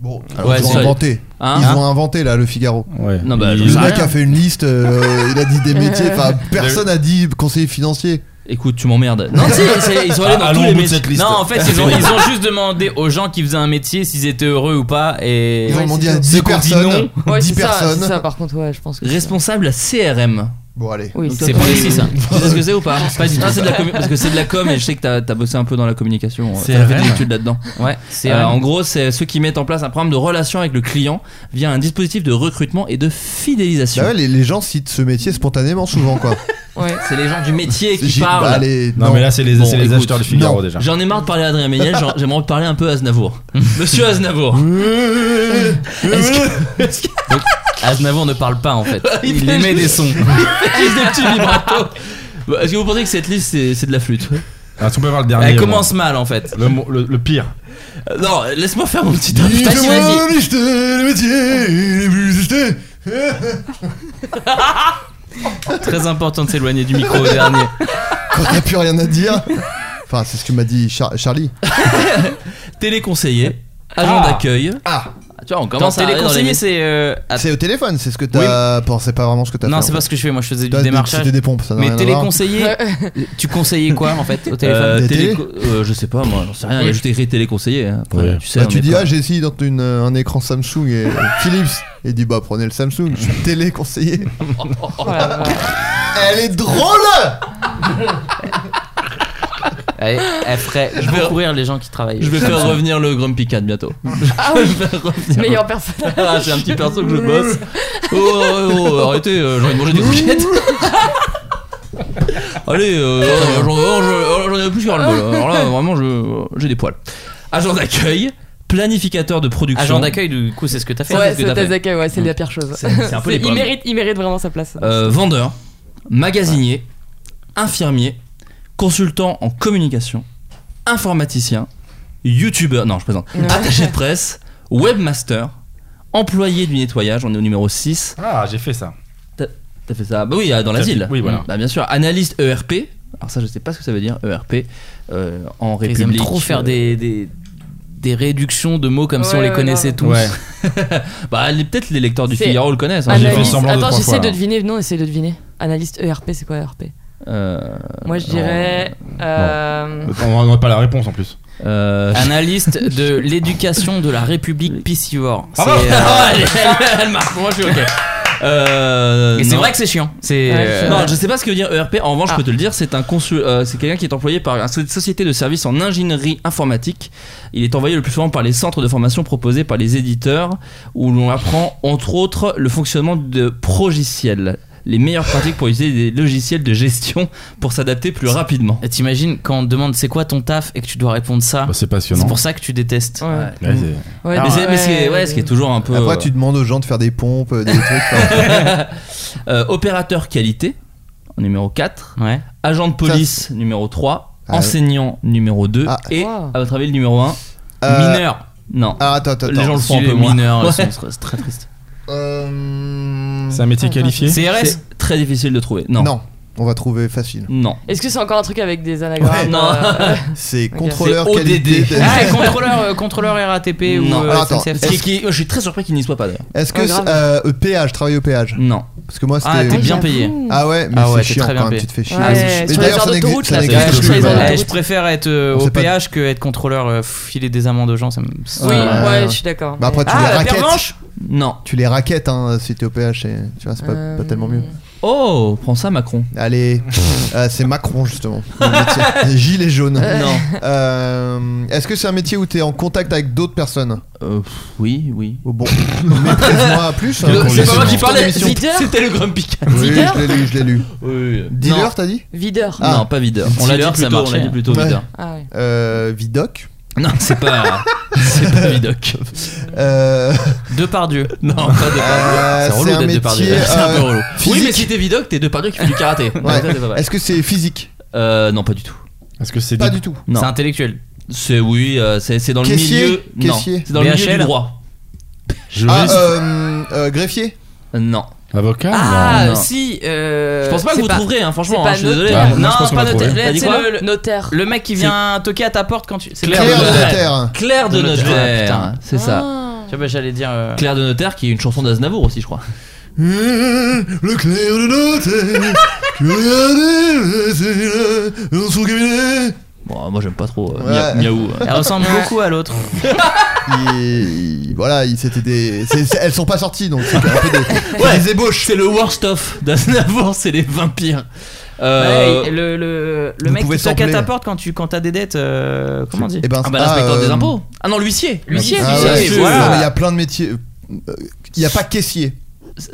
Speaker 9: Bon,
Speaker 11: Ah,
Speaker 8: Ouais,
Speaker 9: ils ont
Speaker 8: c'est-
Speaker 9: inventé.
Speaker 8: Hein
Speaker 9: ils ont inventé là le Figaro.
Speaker 11: Ouais.
Speaker 8: Non, bah,
Speaker 11: Ils-
Speaker 8: je-
Speaker 9: Le
Speaker 8: a
Speaker 9: mec
Speaker 8: rien.
Speaker 9: a fait une liste, euh, il a dit des métiers, enfin personne a dit conseiller financier.
Speaker 8: Écoute, tu m'emmerdes. Non, si, c'est- ils sont allés dans
Speaker 11: Allons
Speaker 8: tous
Speaker 11: au
Speaker 8: les
Speaker 11: bout de
Speaker 8: métiers.
Speaker 11: cette liste.
Speaker 12: Non, en fait, ils ont, ils ont juste demandé aux gens qui faisaient un métier s'ils étaient heureux ou pas. Et
Speaker 9: Ils ont
Speaker 10: Ouais,
Speaker 9: demandé
Speaker 10: c'est
Speaker 9: à
Speaker 10: ça.
Speaker 9: 10
Speaker 12: Ceux qui ont dit
Speaker 9: personnes.
Speaker 10: Ouais,
Speaker 9: 10
Speaker 10: c'est ça, c'est
Speaker 9: personnes.
Speaker 10: ça, par contre, ouais, je pense que. c'est-
Speaker 8: Responsable à CRM.
Speaker 9: Bon, allez. Bah
Speaker 10: Oui,
Speaker 12: C'est précis ça.
Speaker 8: Tu sais ce que c'est ou pas Pas du tout. c'est de la commu- parce que c'est de la com et je sais que t'as as bossé un peu dans la communication. euh, T'as fait
Speaker 11: CRM.
Speaker 8: des études là-dedans.
Speaker 12: Ouais, c'est
Speaker 8: Euh, en gros, c'est ceux qui mettent en place un programme de relation avec le client via un dispositif de recrutement et de fidélisation.
Speaker 9: Bah ouais, les, les gens citent ce métier spontanément souvent quoi.
Speaker 10: Ouais, Ouais.
Speaker 8: C'est les gens du métier qui
Speaker 9: J'ai-
Speaker 8: parlent.
Speaker 9: bah, allez,
Speaker 11: Non,
Speaker 9: non.
Speaker 11: mais là, c'est les,
Speaker 8: Bon,
Speaker 11: c'est les
Speaker 8: écoute,
Speaker 11: acheteurs du Figaro
Speaker 9: non.
Speaker 11: déjà.
Speaker 8: J'en ai marre de parler à Adrien Méniel, j'en- j'aimerais parler un peu à Aznavour. Monsieur Aznavour. Est-ce que- est-ce que-
Speaker 12: Aznavour ne parle pas en fait.
Speaker 8: Il
Speaker 12: Il
Speaker 8: fait
Speaker 12: émet des sons.
Speaker 8: Juste des petits vibratos. Bon, Est-ce que vous pensez que cette liste c'est c'est de la flûte
Speaker 11: Ah, Est-ce qu'on peut voir le dernier
Speaker 12: Elle
Speaker 11: au moins
Speaker 12: commence mal en fait.
Speaker 11: le, mo- le- le pire.
Speaker 8: Euh, Non, laisse-moi faire mon petit truc.
Speaker 12: Vas-y, vas-y.
Speaker 9: liste, le métier, les plus existés.
Speaker 12: Très important de s'éloigner du micro au dernier.
Speaker 9: Quand t'as plus rien à dire. Enfin, c'est ce que m'a dit Char- Charlie.
Speaker 8: Téléconseiller, agent
Speaker 12: Ah.
Speaker 8: d'accueil.
Speaker 9: Ah.
Speaker 8: Tu vois, on
Speaker 12: Dans
Speaker 8: commence à aller dans les
Speaker 12: téléconseiller, c'est. euh, att-
Speaker 9: C'est au téléphone, c'est ce que t'as pensé pas vraiment ce que t'as fait.
Speaker 12: Non,
Speaker 9: en
Speaker 12: c'est
Speaker 9: fait.
Speaker 12: pas ce que je fais. Moi, je faisais
Speaker 9: Toi,
Speaker 12: du démarchage.
Speaker 9: C'était des pompes, ça n'a
Speaker 12: Mais
Speaker 9: rien à voir.
Speaker 12: téléconseiller, tu conseillais quoi en fait au téléphone
Speaker 8: Euh,
Speaker 9: Des
Speaker 8: télé- euh, je sais pas moi, j'en sais rien, il y a juste écrit téléconseiller. hein. Après,
Speaker 11: Ouais.
Speaker 8: tu sais,
Speaker 9: Bah,
Speaker 8: on
Speaker 9: tu
Speaker 8: est
Speaker 9: dis,
Speaker 8: pas-
Speaker 9: ah, j'ai essayé dans une- un écran Samsung et Philips. Et dit, bah, prenez le Samsung, je suis téléconseiller.
Speaker 10: Voilà,
Speaker 9: Elle est drôle
Speaker 12: Elle, elle ferait
Speaker 8: Je vais-
Speaker 12: beaucoup rire les gens qui travaillent.
Speaker 8: Je vais faire revenir le Grumpy Cat bientôt.
Speaker 10: Ah
Speaker 8: Je
Speaker 10: oui,
Speaker 8: vais faire revenir le-
Speaker 10: meilleur personnage.
Speaker 8: Ah, c'est un petit perso que je bosse. Oh, oh, oh, arrêtez, euh, j'ai envie de manger des croquettes. Allez, euh, oh, j'en oh, je- oh, j'en ai plus qu'à le bol. Alors là, vraiment, je- j'ai des poils. Agent d'accueil, planificateur de production.
Speaker 12: Agent d'accueil, du coup, c'est ce que t'as fait.
Speaker 10: Ouais,
Speaker 12: ce que
Speaker 10: c'est
Speaker 12: t'as fait.
Speaker 10: Tazaka, ouais, c'est la pire chose.
Speaker 8: C'est- c'est un peu les
Speaker 10: C'est- il,
Speaker 8: pommes.
Speaker 10: mérite, il mérite vraiment sa place.
Speaker 8: Euh, vendeur, magasinier, infirmier, consultant en communication, informaticien, youtubeur, non je présente,
Speaker 10: Ouais.
Speaker 8: attaché de presse, webmaster, employé du nettoyage, on est au numéro 6.
Speaker 11: Ah, j'ai fait ça.
Speaker 8: T'as fait ça Bah oui, dans l'asile.
Speaker 11: Oui, voilà.
Speaker 8: Bah bien sûr, analyste ERP. Alors ça, je sais pas ce que ça veut dire ERP euh, en
Speaker 12: Ils aiment
Speaker 8: République. euh,
Speaker 12: trop faire des, des, des réductions de mots comme si on
Speaker 10: Ouais,
Speaker 12: les
Speaker 10: ouais,
Speaker 12: connaissait
Speaker 10: grave.
Speaker 12: tous.
Speaker 11: Ouais.
Speaker 8: bah les- peut-être les lecteurs du
Speaker 10: C'est
Speaker 8: Figaro le connaissent. hein,
Speaker 11: j'ai fait
Speaker 10: Analyse-
Speaker 11: semblant deux, trois
Speaker 10: Attends,
Speaker 11: fois,
Speaker 10: j'essaie de
Speaker 11: là.
Speaker 10: deviner. Non, essaie de deviner. Analyste ERP, c'est quoi ERP
Speaker 8: Euh,
Speaker 10: Moi, je
Speaker 8: non.
Speaker 10: dirais. euh,
Speaker 11: On n'a pas la réponse en plus.
Speaker 8: Euh,
Speaker 12: Analyste de l'éducation de la République piscivore. C'est,
Speaker 11: Bravo.
Speaker 12: euh,
Speaker 8: Ah, elle, elle- elle marque. Moi, je suis ok. Euh,
Speaker 12: et c'est
Speaker 8: non.
Speaker 12: vrai que c'est chiant. C'est
Speaker 10: Ouais,
Speaker 12: euh,
Speaker 10: c'est
Speaker 8: Non, je sais pas ce que veut dire ERP. En revanche, je peux
Speaker 12: Ah.
Speaker 8: te le dire, c'est un consul, euh, c'est quelqu'un qui est employé par une société de services en ingénierie informatique. Il est envoyé le plus souvent par les centres de formation proposés par les éditeurs, où l'on apprend entre autres le fonctionnement de progiciels, les meilleures pratiques pour utiliser des logiciels de gestion pour s'adapter plus rapidement.
Speaker 12: T'imagines quand on te demande c'est quoi ton taf et que tu dois répondre ça.
Speaker 11: Bah, c'est passionnant.
Speaker 12: C'est pour ça que tu détestes.
Speaker 10: ouais.
Speaker 11: Ouais, c'est-
Speaker 10: Ouais,
Speaker 8: mais c'est, mais
Speaker 10: Ah, ouais,
Speaker 8: c'est- ouais, ce qui est toujours un peu
Speaker 9: Après, tu demandes aux gens de faire des pompes, euh, des trucs. enfin,
Speaker 8: euh, opérateur qualité numéro 4,
Speaker 12: Ouais.
Speaker 8: agent de police numéro 3,
Speaker 9: Ah.
Speaker 8: enseignant numéro 2
Speaker 9: Ah.
Speaker 8: et
Speaker 10: Wow.
Speaker 8: à votre avis le numéro 1
Speaker 9: euh,
Speaker 12: Mineur.
Speaker 8: Non.
Speaker 9: Ah, attends, attends,
Speaker 8: Les gens
Speaker 9: attends.
Speaker 8: le font un
Speaker 12: Si
Speaker 8: peu
Speaker 12: les
Speaker 8: moins.
Speaker 12: mineurs,
Speaker 8: Ouais.
Speaker 12: sont- c'est très triste.
Speaker 9: Euh,
Speaker 11: C'est un métier qualifié.
Speaker 12: CRS
Speaker 8: Ah, C'est très difficile de trouver. Non.
Speaker 9: Non. on va trouver facile.
Speaker 8: Non.
Speaker 10: Est-ce que c'est encore un truc avec des anagrammes
Speaker 9: Ouais,
Speaker 8: non.
Speaker 10: euh,
Speaker 9: C'est
Speaker 10: Ok.
Speaker 9: contrôleur
Speaker 8: C'est ODD.
Speaker 9: qualité. de-
Speaker 12: Ah, et contrôleur, euh, contrôleur RATP ou
Speaker 8: Non.
Speaker 12: euh,
Speaker 9: Alors, attends.
Speaker 12: SNCF.
Speaker 8: Ce qui- qui- je suis très surpris qu'il n'y soit pas d'ailleurs.
Speaker 9: Est-ce que
Speaker 10: Ouais,
Speaker 9: c'est,
Speaker 10: grave.
Speaker 9: euh, euh, péage, travail au péage
Speaker 8: Non.
Speaker 9: Parce que moi c'était.
Speaker 12: Ah, t'es bien
Speaker 10: j'avoue.
Speaker 12: payé.
Speaker 9: Ah ouais, mais
Speaker 12: Ah ouais,
Speaker 9: c'est
Speaker 12: t'es
Speaker 9: chiant
Speaker 12: très
Speaker 9: quand
Speaker 12: bien
Speaker 9: même,
Speaker 12: payé.
Speaker 9: tu te fais chier.
Speaker 10: Ouais,
Speaker 9: Mais
Speaker 10: sur les
Speaker 9: d'ailleurs,
Speaker 10: heures
Speaker 9: ça n'exi-
Speaker 10: d'autoroute,
Speaker 9: ça
Speaker 10: là, c'est
Speaker 9: n'existe
Speaker 10: vrai,
Speaker 9: plus,
Speaker 10: sur les
Speaker 9: maintenant.
Speaker 10: heures
Speaker 12: Eh,
Speaker 10: d'autoroute.
Speaker 12: je préfère être euh,
Speaker 9: On
Speaker 12: au
Speaker 9: sait pas-
Speaker 12: péage que être contrôleur, euh, filer des amendes aux gens, ça me.
Speaker 10: Oui,
Speaker 9: Ouais,
Speaker 10: ouais,
Speaker 9: ouais.
Speaker 10: je suis d'accord.
Speaker 9: Bah après, tu
Speaker 12: Ah,
Speaker 9: les
Speaker 12: la
Speaker 9: raquettes.
Speaker 12: pervenche
Speaker 8: Non.
Speaker 9: Tu les raquettes hein, si t'es au péage, et- tu vois, c'est pas,
Speaker 10: Euh,
Speaker 9: pas tellement mieux.
Speaker 8: Oh, prends ça Macron.
Speaker 9: Allez, euh, c'est Macron justement. le métier. Les Gilets jaunes.
Speaker 8: Non.
Speaker 9: Euh, Est-ce que c'est un métier où t'es en contact avec d'autres personnes
Speaker 8: Euh, pff, oui, oui.
Speaker 9: Oh, Bon, maîtrise-moi à plus. hein,
Speaker 11: Le- c'est pas moi qui
Speaker 10: parlais, Videur
Speaker 8: C'était le Grumpy Cat.
Speaker 9: Oui,
Speaker 10: Dealer
Speaker 9: je l'ai lu, je l'ai lu.
Speaker 8: Oui.
Speaker 9: Dealer, t'as dit
Speaker 10: Videur.
Speaker 9: Ah.
Speaker 8: Non, pas videur. On l'a dit
Speaker 12: Dealer,
Speaker 8: plus
Speaker 12: ça
Speaker 8: tôt, on
Speaker 12: marchait.
Speaker 8: l'a dit plus tôt,
Speaker 9: Ouais.
Speaker 8: videur.
Speaker 10: Ah ouais.
Speaker 9: euh, Vidoc.
Speaker 8: Non, c'est pas. c'est pas vidoc.
Speaker 9: Euh,
Speaker 12: De par Dieu.
Speaker 8: Non, pas de
Speaker 9: Euh,
Speaker 8: C'est relou
Speaker 9: c'est un
Speaker 8: d'être de par
Speaker 9: métier,
Speaker 8: C'est un peu
Speaker 9: euh,
Speaker 8: relou. Oui,
Speaker 9: physique.
Speaker 8: mais si t'es vidoc, t'es de par qui fait du karaté. Donc
Speaker 9: Ouais.
Speaker 8: ça, c'est pas mal.
Speaker 9: Est-ce que c'est physique
Speaker 8: Euh, non, pas du tout.
Speaker 11: Est-ce que c'est
Speaker 9: Pas
Speaker 11: dit-
Speaker 9: du tout.
Speaker 8: Non.
Speaker 12: C'est intellectuel.
Speaker 8: C'est oui, euh, c'est c'est dans le
Speaker 9: Caissier
Speaker 8: milieu. Non.
Speaker 9: Caissier
Speaker 8: C'est dans le milieu du
Speaker 12: BHL?
Speaker 8: droit.
Speaker 9: Ah,
Speaker 11: juriste,
Speaker 9: euh, euh, greffier
Speaker 8: Non.
Speaker 11: avocat
Speaker 12: Ah,
Speaker 8: non.
Speaker 12: si. euh,
Speaker 8: Je pense pas que
Speaker 12: c'est
Speaker 8: vous trouverez, hein,
Speaker 10: c'est
Speaker 8: franchement.
Speaker 10: pas
Speaker 8: hein, je suis
Speaker 10: notaire.
Speaker 8: désolé.
Speaker 11: Ah, moi,
Speaker 12: Non,
Speaker 11: je pense qu'on
Speaker 12: pas
Speaker 11: l'a
Speaker 12: noté.
Speaker 11: trouvé.
Speaker 12: Là,
Speaker 8: T'as dit
Speaker 12: tu sais, le,
Speaker 8: quoi
Speaker 12: le-
Speaker 10: Notaire.
Speaker 12: le mec qui vient toquer à ta porte quand tu. C'est
Speaker 8: Claire
Speaker 12: Claire
Speaker 9: Claire
Speaker 8: de
Speaker 9: de
Speaker 8: notaire.
Speaker 9: notaire.
Speaker 8: Claire de
Speaker 12: De notaire,
Speaker 8: notaire. Ah.
Speaker 12: putain.
Speaker 8: C'est ça.
Speaker 10: Ah.
Speaker 12: Tu vois, bah, j'allais dire. euh,
Speaker 8: Claire de Notaire qui est une chanson d'Aznavour aussi je crois.
Speaker 9: Eh, Le clair de notaire. Je regardais dans son cabinet.
Speaker 8: Bon moi j'aime pas trop euh,
Speaker 9: Ouais.
Speaker 8: Mia- Miaou. euh.
Speaker 12: Elle ressemble beaucoup à l'autre.
Speaker 9: Il- il- voilà, il- c'était des. c'est- c'est- elles sont pas sorties donc c'est un peu des, c'est
Speaker 8: Ouais.
Speaker 9: des ébauches.
Speaker 8: C'est le worst of d'Aznavour, c'est les vampires. Euh,
Speaker 12: Ouais, Bah, et le le, le
Speaker 9: vous
Speaker 12: mec
Speaker 9: pouvez
Speaker 12: qui toque à
Speaker 9: sampler.
Speaker 12: ta porte quand tu quand t'as des dettes. euh, comment on dit
Speaker 9: Et ben,
Speaker 8: ah bah
Speaker 9: ah,
Speaker 8: l'inspecteur
Speaker 9: euh,
Speaker 8: des impôts. Ah non l'huissier.
Speaker 12: L'huissier,
Speaker 9: Ah
Speaker 12: l'huissier,
Speaker 9: ouais,
Speaker 12: voilà.
Speaker 9: non, mais Il y a plein de métiers. Euh, Il y a pas caissier.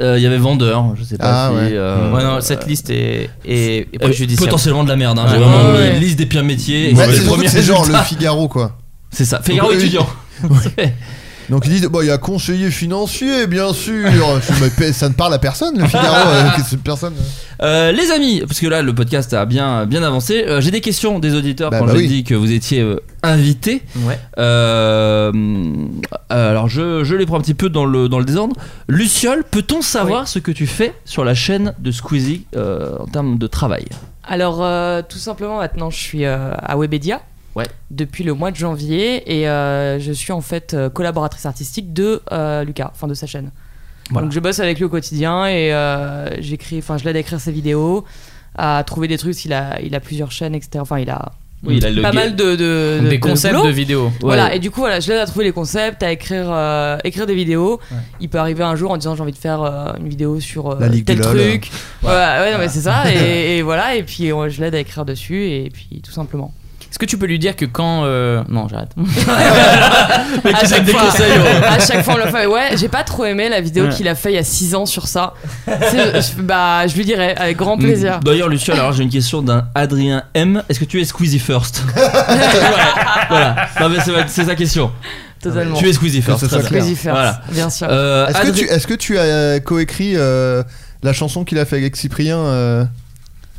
Speaker 8: euh, il y avait vendeur, je sais pas
Speaker 9: Ah,
Speaker 8: si.
Speaker 9: ouais.
Speaker 8: euh,
Speaker 12: Ouais, non, cette liste est, est, est
Speaker 8: euh,
Speaker 12: préjudiciable.
Speaker 8: potentiellement de la merde. hein. J'ai
Speaker 12: Ouais,
Speaker 8: vraiment
Speaker 12: ouais,
Speaker 8: une
Speaker 12: ouais.
Speaker 8: liste des pires métiers. et
Speaker 9: Bah,
Speaker 8: les
Speaker 9: c'est surtout
Speaker 8: premiers
Speaker 9: que c'est genre le
Speaker 8: résultats.
Speaker 9: Figaro quoi.
Speaker 8: C'est ça. Figaro
Speaker 9: Donc, eux,
Speaker 8: étudiant.
Speaker 9: Donc ils disent bon il y a conseiller financier bien sûr. Je me paie- ça ne parle à personne le Figaro. euh, qu'est-ce que personne.
Speaker 8: Euh, les amis, parce que là le podcast a bien bien avancé. euh, J'ai des questions des auditeurs
Speaker 9: Bah,
Speaker 8: quand
Speaker 9: bah
Speaker 8: j'ai
Speaker 9: oui.
Speaker 8: dit que vous étiez euh, invités.
Speaker 12: Ouais.
Speaker 8: Euh, euh, alors je, je les prends un petit peu dans le, dans le désordre. Luciole, peut-on savoir ce que tu fais sur la chaîne de Squeezie euh, en termes de travail
Speaker 10: Alors, euh, tout simplement, maintenant, je suis euh, à Webedia.
Speaker 8: Ouais.
Speaker 10: Depuis le mois de janvier. Et euh, je suis en fait euh, collaboratrice artistique de euh, Lucas, enfin de sa chaîne.
Speaker 8: Voilà.
Speaker 10: Donc, je bosse avec lui au quotidien et euh, j'écris, enfin, je l'aide à écrire ses vidéos, à trouver des trucs. Il a, il a plusieurs chaînes, etc. Enfin, il a
Speaker 8: Oui, il a le
Speaker 10: pas
Speaker 8: ga-
Speaker 10: mal de, de- de-
Speaker 12: des
Speaker 10: de
Speaker 12: concepts
Speaker 10: boulot.
Speaker 12: de vidéos.
Speaker 10: Voilà, et du coup, voilà, je l'aide à trouver les concepts, à écrire, euh, écrire des vidéos. Il peut arriver un jour en disant j'ai envie de faire euh, une vidéo sur euh,
Speaker 9: La Ligue
Speaker 10: tel
Speaker 9: du LOL.
Speaker 10: truc. Ouais, ouais, non, mais c'est ça. Et, et voilà, et puis euh, je l'aide à écrire dessus, et puis tout simplement.
Speaker 12: Est-ce que tu peux lui dire que quand. euh, Non, j'arrête.
Speaker 10: à, chaque
Speaker 12: des
Speaker 10: fois,
Speaker 12: conseils, ouais.
Speaker 10: à chaque fois, on le fait. Ouais, j'ai pas trop aimé la vidéo
Speaker 12: Ouais.
Speaker 10: qu'il a fait il y a 6 ans sur ça. C'est- je- bah, je lui dirai avec grand
Speaker 8: Mm.
Speaker 10: plaisir.
Speaker 8: D'ailleurs, Luciole, alors j'ai une question d'un Adrien M. Est-ce que tu es Squeezie first Voilà, voilà. Non, mais c'est ma- c'est sa question.
Speaker 10: Totalement.
Speaker 8: Tu es Squeezie first.
Speaker 9: Que ce
Speaker 8: très
Speaker 9: soit
Speaker 8: bien.
Speaker 10: Crazy First,
Speaker 8: Voilà.
Speaker 10: bien sûr.
Speaker 8: Euh,
Speaker 9: Est-ce que
Speaker 8: Adrien-
Speaker 9: tu est-ce que tu as euh, coécrit euh, la chanson qu'il a fait avec Cyprien euh,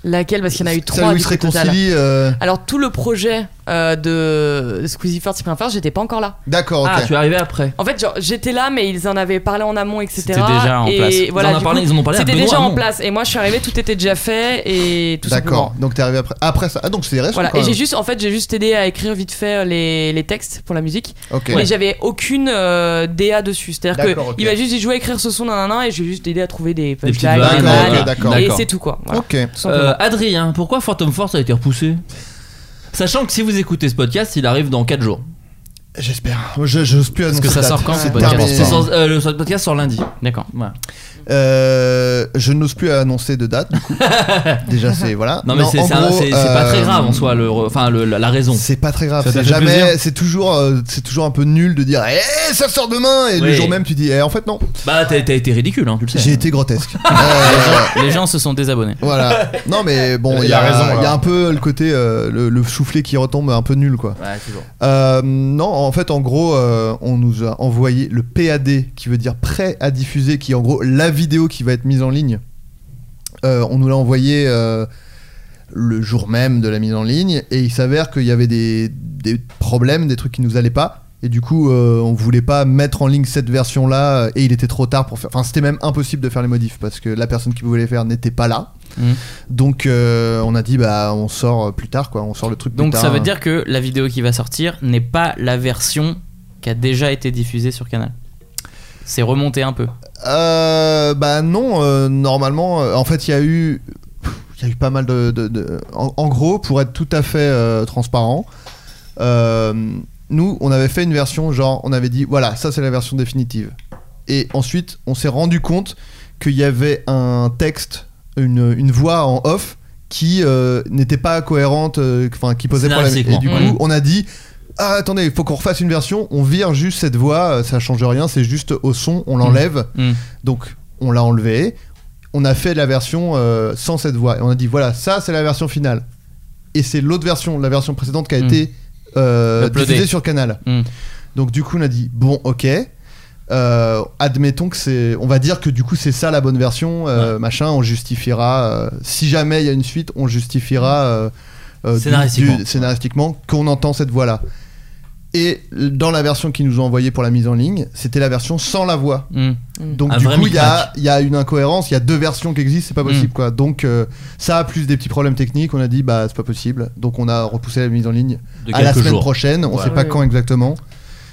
Speaker 10: Laquelle Parce qu'il y en a eu trois
Speaker 9: Salut il
Speaker 10: du
Speaker 9: se
Speaker 10: coup, au total.
Speaker 9: réconcilie. euh,
Speaker 10: Alors tout le projet euh, de Squeezie First, Cyprien First, j'étais pas encore là.
Speaker 9: D'accord ok.
Speaker 8: Ah, tu es arrivé après.
Speaker 10: En fait, genre, j'étais là, mais ils en avaient parlé en amont, etc.
Speaker 12: C'était déjà en
Speaker 10: et
Speaker 12: place.
Speaker 10: Voilà,
Speaker 8: ils, en ont
Speaker 10: du
Speaker 8: parlé,
Speaker 10: coup,
Speaker 8: ils en ont parlé à
Speaker 10: C'était
Speaker 8: Benoît
Speaker 10: déjà en
Speaker 8: Hamon.
Speaker 10: place. Et moi, je suis arrivée, tout était déjà fait et tout
Speaker 9: D'accord.
Speaker 10: simplement.
Speaker 9: Donc t'es arrivé après après ça. Ah donc c'est récent
Speaker 10: Voilà.
Speaker 9: quand
Speaker 10: Et j'ai
Speaker 9: même.
Speaker 10: juste, en fait, j'ai juste aidé à écrire vite fait euh, les, les textes pour la musique.
Speaker 9: Ok.
Speaker 10: Mais j'avais aucune euh, DA dessus. C'est-à-dire que
Speaker 9: D'accord, ok.
Speaker 10: il m'a juste dit, je vais écrire ce son, nanana, et j'ai juste aidé à trouver
Speaker 8: Des
Speaker 10: des
Speaker 8: petites
Speaker 10: punchlines,
Speaker 8: vannes,
Speaker 9: D'accord,
Speaker 10: des vannes,
Speaker 9: ok, d'accord.
Speaker 10: Et
Speaker 8: D'accord.
Speaker 10: c'est tout, quoi. Voilà,
Speaker 9: Ok.
Speaker 10: tout simplement.
Speaker 8: Euh, Adrien, pourquoi Phantom Force a été repoussé Sachant que si vous écoutez ce podcast, il arrive dans 4 jours.
Speaker 9: J'espère. Je j'ose plus annoncer.
Speaker 12: que ça
Speaker 9: la
Speaker 12: sort
Speaker 9: date.
Speaker 12: quand, ce
Speaker 9: Ouais.
Speaker 12: podcast
Speaker 9: Terminé.
Speaker 8: C'est sans- euh, le podcast sort lundi.
Speaker 12: D'accord.
Speaker 8: Voilà.
Speaker 9: Euh, je n'ose plus annoncer de date du coup. Déjà c'est voilà.
Speaker 8: Non, mais c'est
Speaker 9: en
Speaker 8: c'est un-
Speaker 9: gros,
Speaker 8: c'est- c'est pas
Speaker 9: euh,
Speaker 8: très grave en soi, le, re- enfin, le- la, la raison.
Speaker 9: C'est pas très grave,
Speaker 11: Ça t'a
Speaker 9: c'est
Speaker 11: fait
Speaker 9: jamais,
Speaker 11: plaisir
Speaker 9: c'est toujours, euh, c'est toujours un peu nul de dire, eh, ça sort demain, et le
Speaker 8: Oui.
Speaker 9: jour même tu dis, eh, en fait non,
Speaker 8: Bah, t'as t'as été ridicule, hein, tu le sais.
Speaker 9: j'ai été grotesque. Euh,
Speaker 12: Les gens se sont désabonnés.
Speaker 9: voilà. Non mais bon,
Speaker 11: Il
Speaker 9: il y a,
Speaker 11: a raison,
Speaker 9: il y a
Speaker 11: alors.
Speaker 9: un peu le côté, euh, le, le soufflet qui retombe un peu nul quoi.
Speaker 8: Ouais, toujours.
Speaker 9: Euh, non, en fait, en gros, euh, on nous a envoyé le PAD, qui veut dire prêt à diffuser, qui est en gros la vidéo qui va être mise en ligne. Euh, on nous l'a envoyé euh, le jour même de la mise en ligne, et il s'avère qu'il y avait des, des problèmes, des trucs qui nous allaient pas. Et du coup, euh, on voulait pas mettre en ligne cette version-là, euh, et il était trop tard pour faire. Enfin, c'était même impossible de faire les modifs parce que la personne qui voulait les faire n'était pas là.
Speaker 12: Mhm.
Speaker 9: Donc, euh, on a dit, bah, on sort plus tard, quoi. On sort le truc. plus
Speaker 12: Donc ça
Speaker 9: tard. hein.
Speaker 12: veut dire que la vidéo qui va sortir n'est pas la version qui a déjà été diffusée sur Canal. C'est remonté un peu.
Speaker 9: Euh, bah non, euh, normalement, euh, en fait, il y a eu, pff, il y a eu pas mal de, de- de- en, en gros, pour être tout à fait euh, transparent, euh, nous, on avait fait une version genre, on avait dit, voilà, ça c'est la version définitive. Et ensuite, on s'est rendu compte qu'il y avait un texte, une, une voix en off qui euh, n'était pas cohérente, euh, enfin qui posait problème. Et du coup,
Speaker 12: Scénaristiquement.
Speaker 9: on a dit. Ah, attendez, il faut qu'on refasse une version. On vire juste cette voix, euh, ça change rien, c'est juste au son, on l'enlève.
Speaker 12: Mm.
Speaker 9: Donc on l'a enlevé. On a fait la version euh, sans cette voix. Et on a dit voilà, ça c'est la version finale. Et c'est l'autre version, la version précédente qui a
Speaker 12: Mm.
Speaker 9: été euh,
Speaker 12: Uploadée.
Speaker 9: diffusée sur Canal.
Speaker 12: Mm.
Speaker 9: Donc du coup on a dit bon ok. euh, admettons que c'est, on va dire que du coup c'est ça la bonne version, euh, machin. On justifiera euh, si jamais il y a une suite, on justifiera euh, euh, du-
Speaker 8: Scénaristiquement.
Speaker 9: du- scénaristiquement qu'on entend cette voix là. Et euh, dans la version qu'ils nous ont envoyée pour la mise en ligne, c'était la version sans la voix.
Speaker 10: Hmm.
Speaker 12: Mm.
Speaker 9: Donc
Speaker 8: Un
Speaker 9: du
Speaker 8: vrai
Speaker 9: coup, il y a,
Speaker 8: micmac. Mm.
Speaker 9: il y a une incohérence, il y a deux versions qui existent, c'est pas possible quoi. Donc euh, ça, plus des petits problèmes techniques, on a dit bah c'est pas possible. Donc on a repoussé la mise en ligne
Speaker 8: De
Speaker 9: à la
Speaker 8: quelques
Speaker 9: semaine
Speaker 8: jours.
Speaker 9: prochaine, on
Speaker 8: Ouais.
Speaker 9: sait pas
Speaker 10: Oui.
Speaker 9: quand exactement.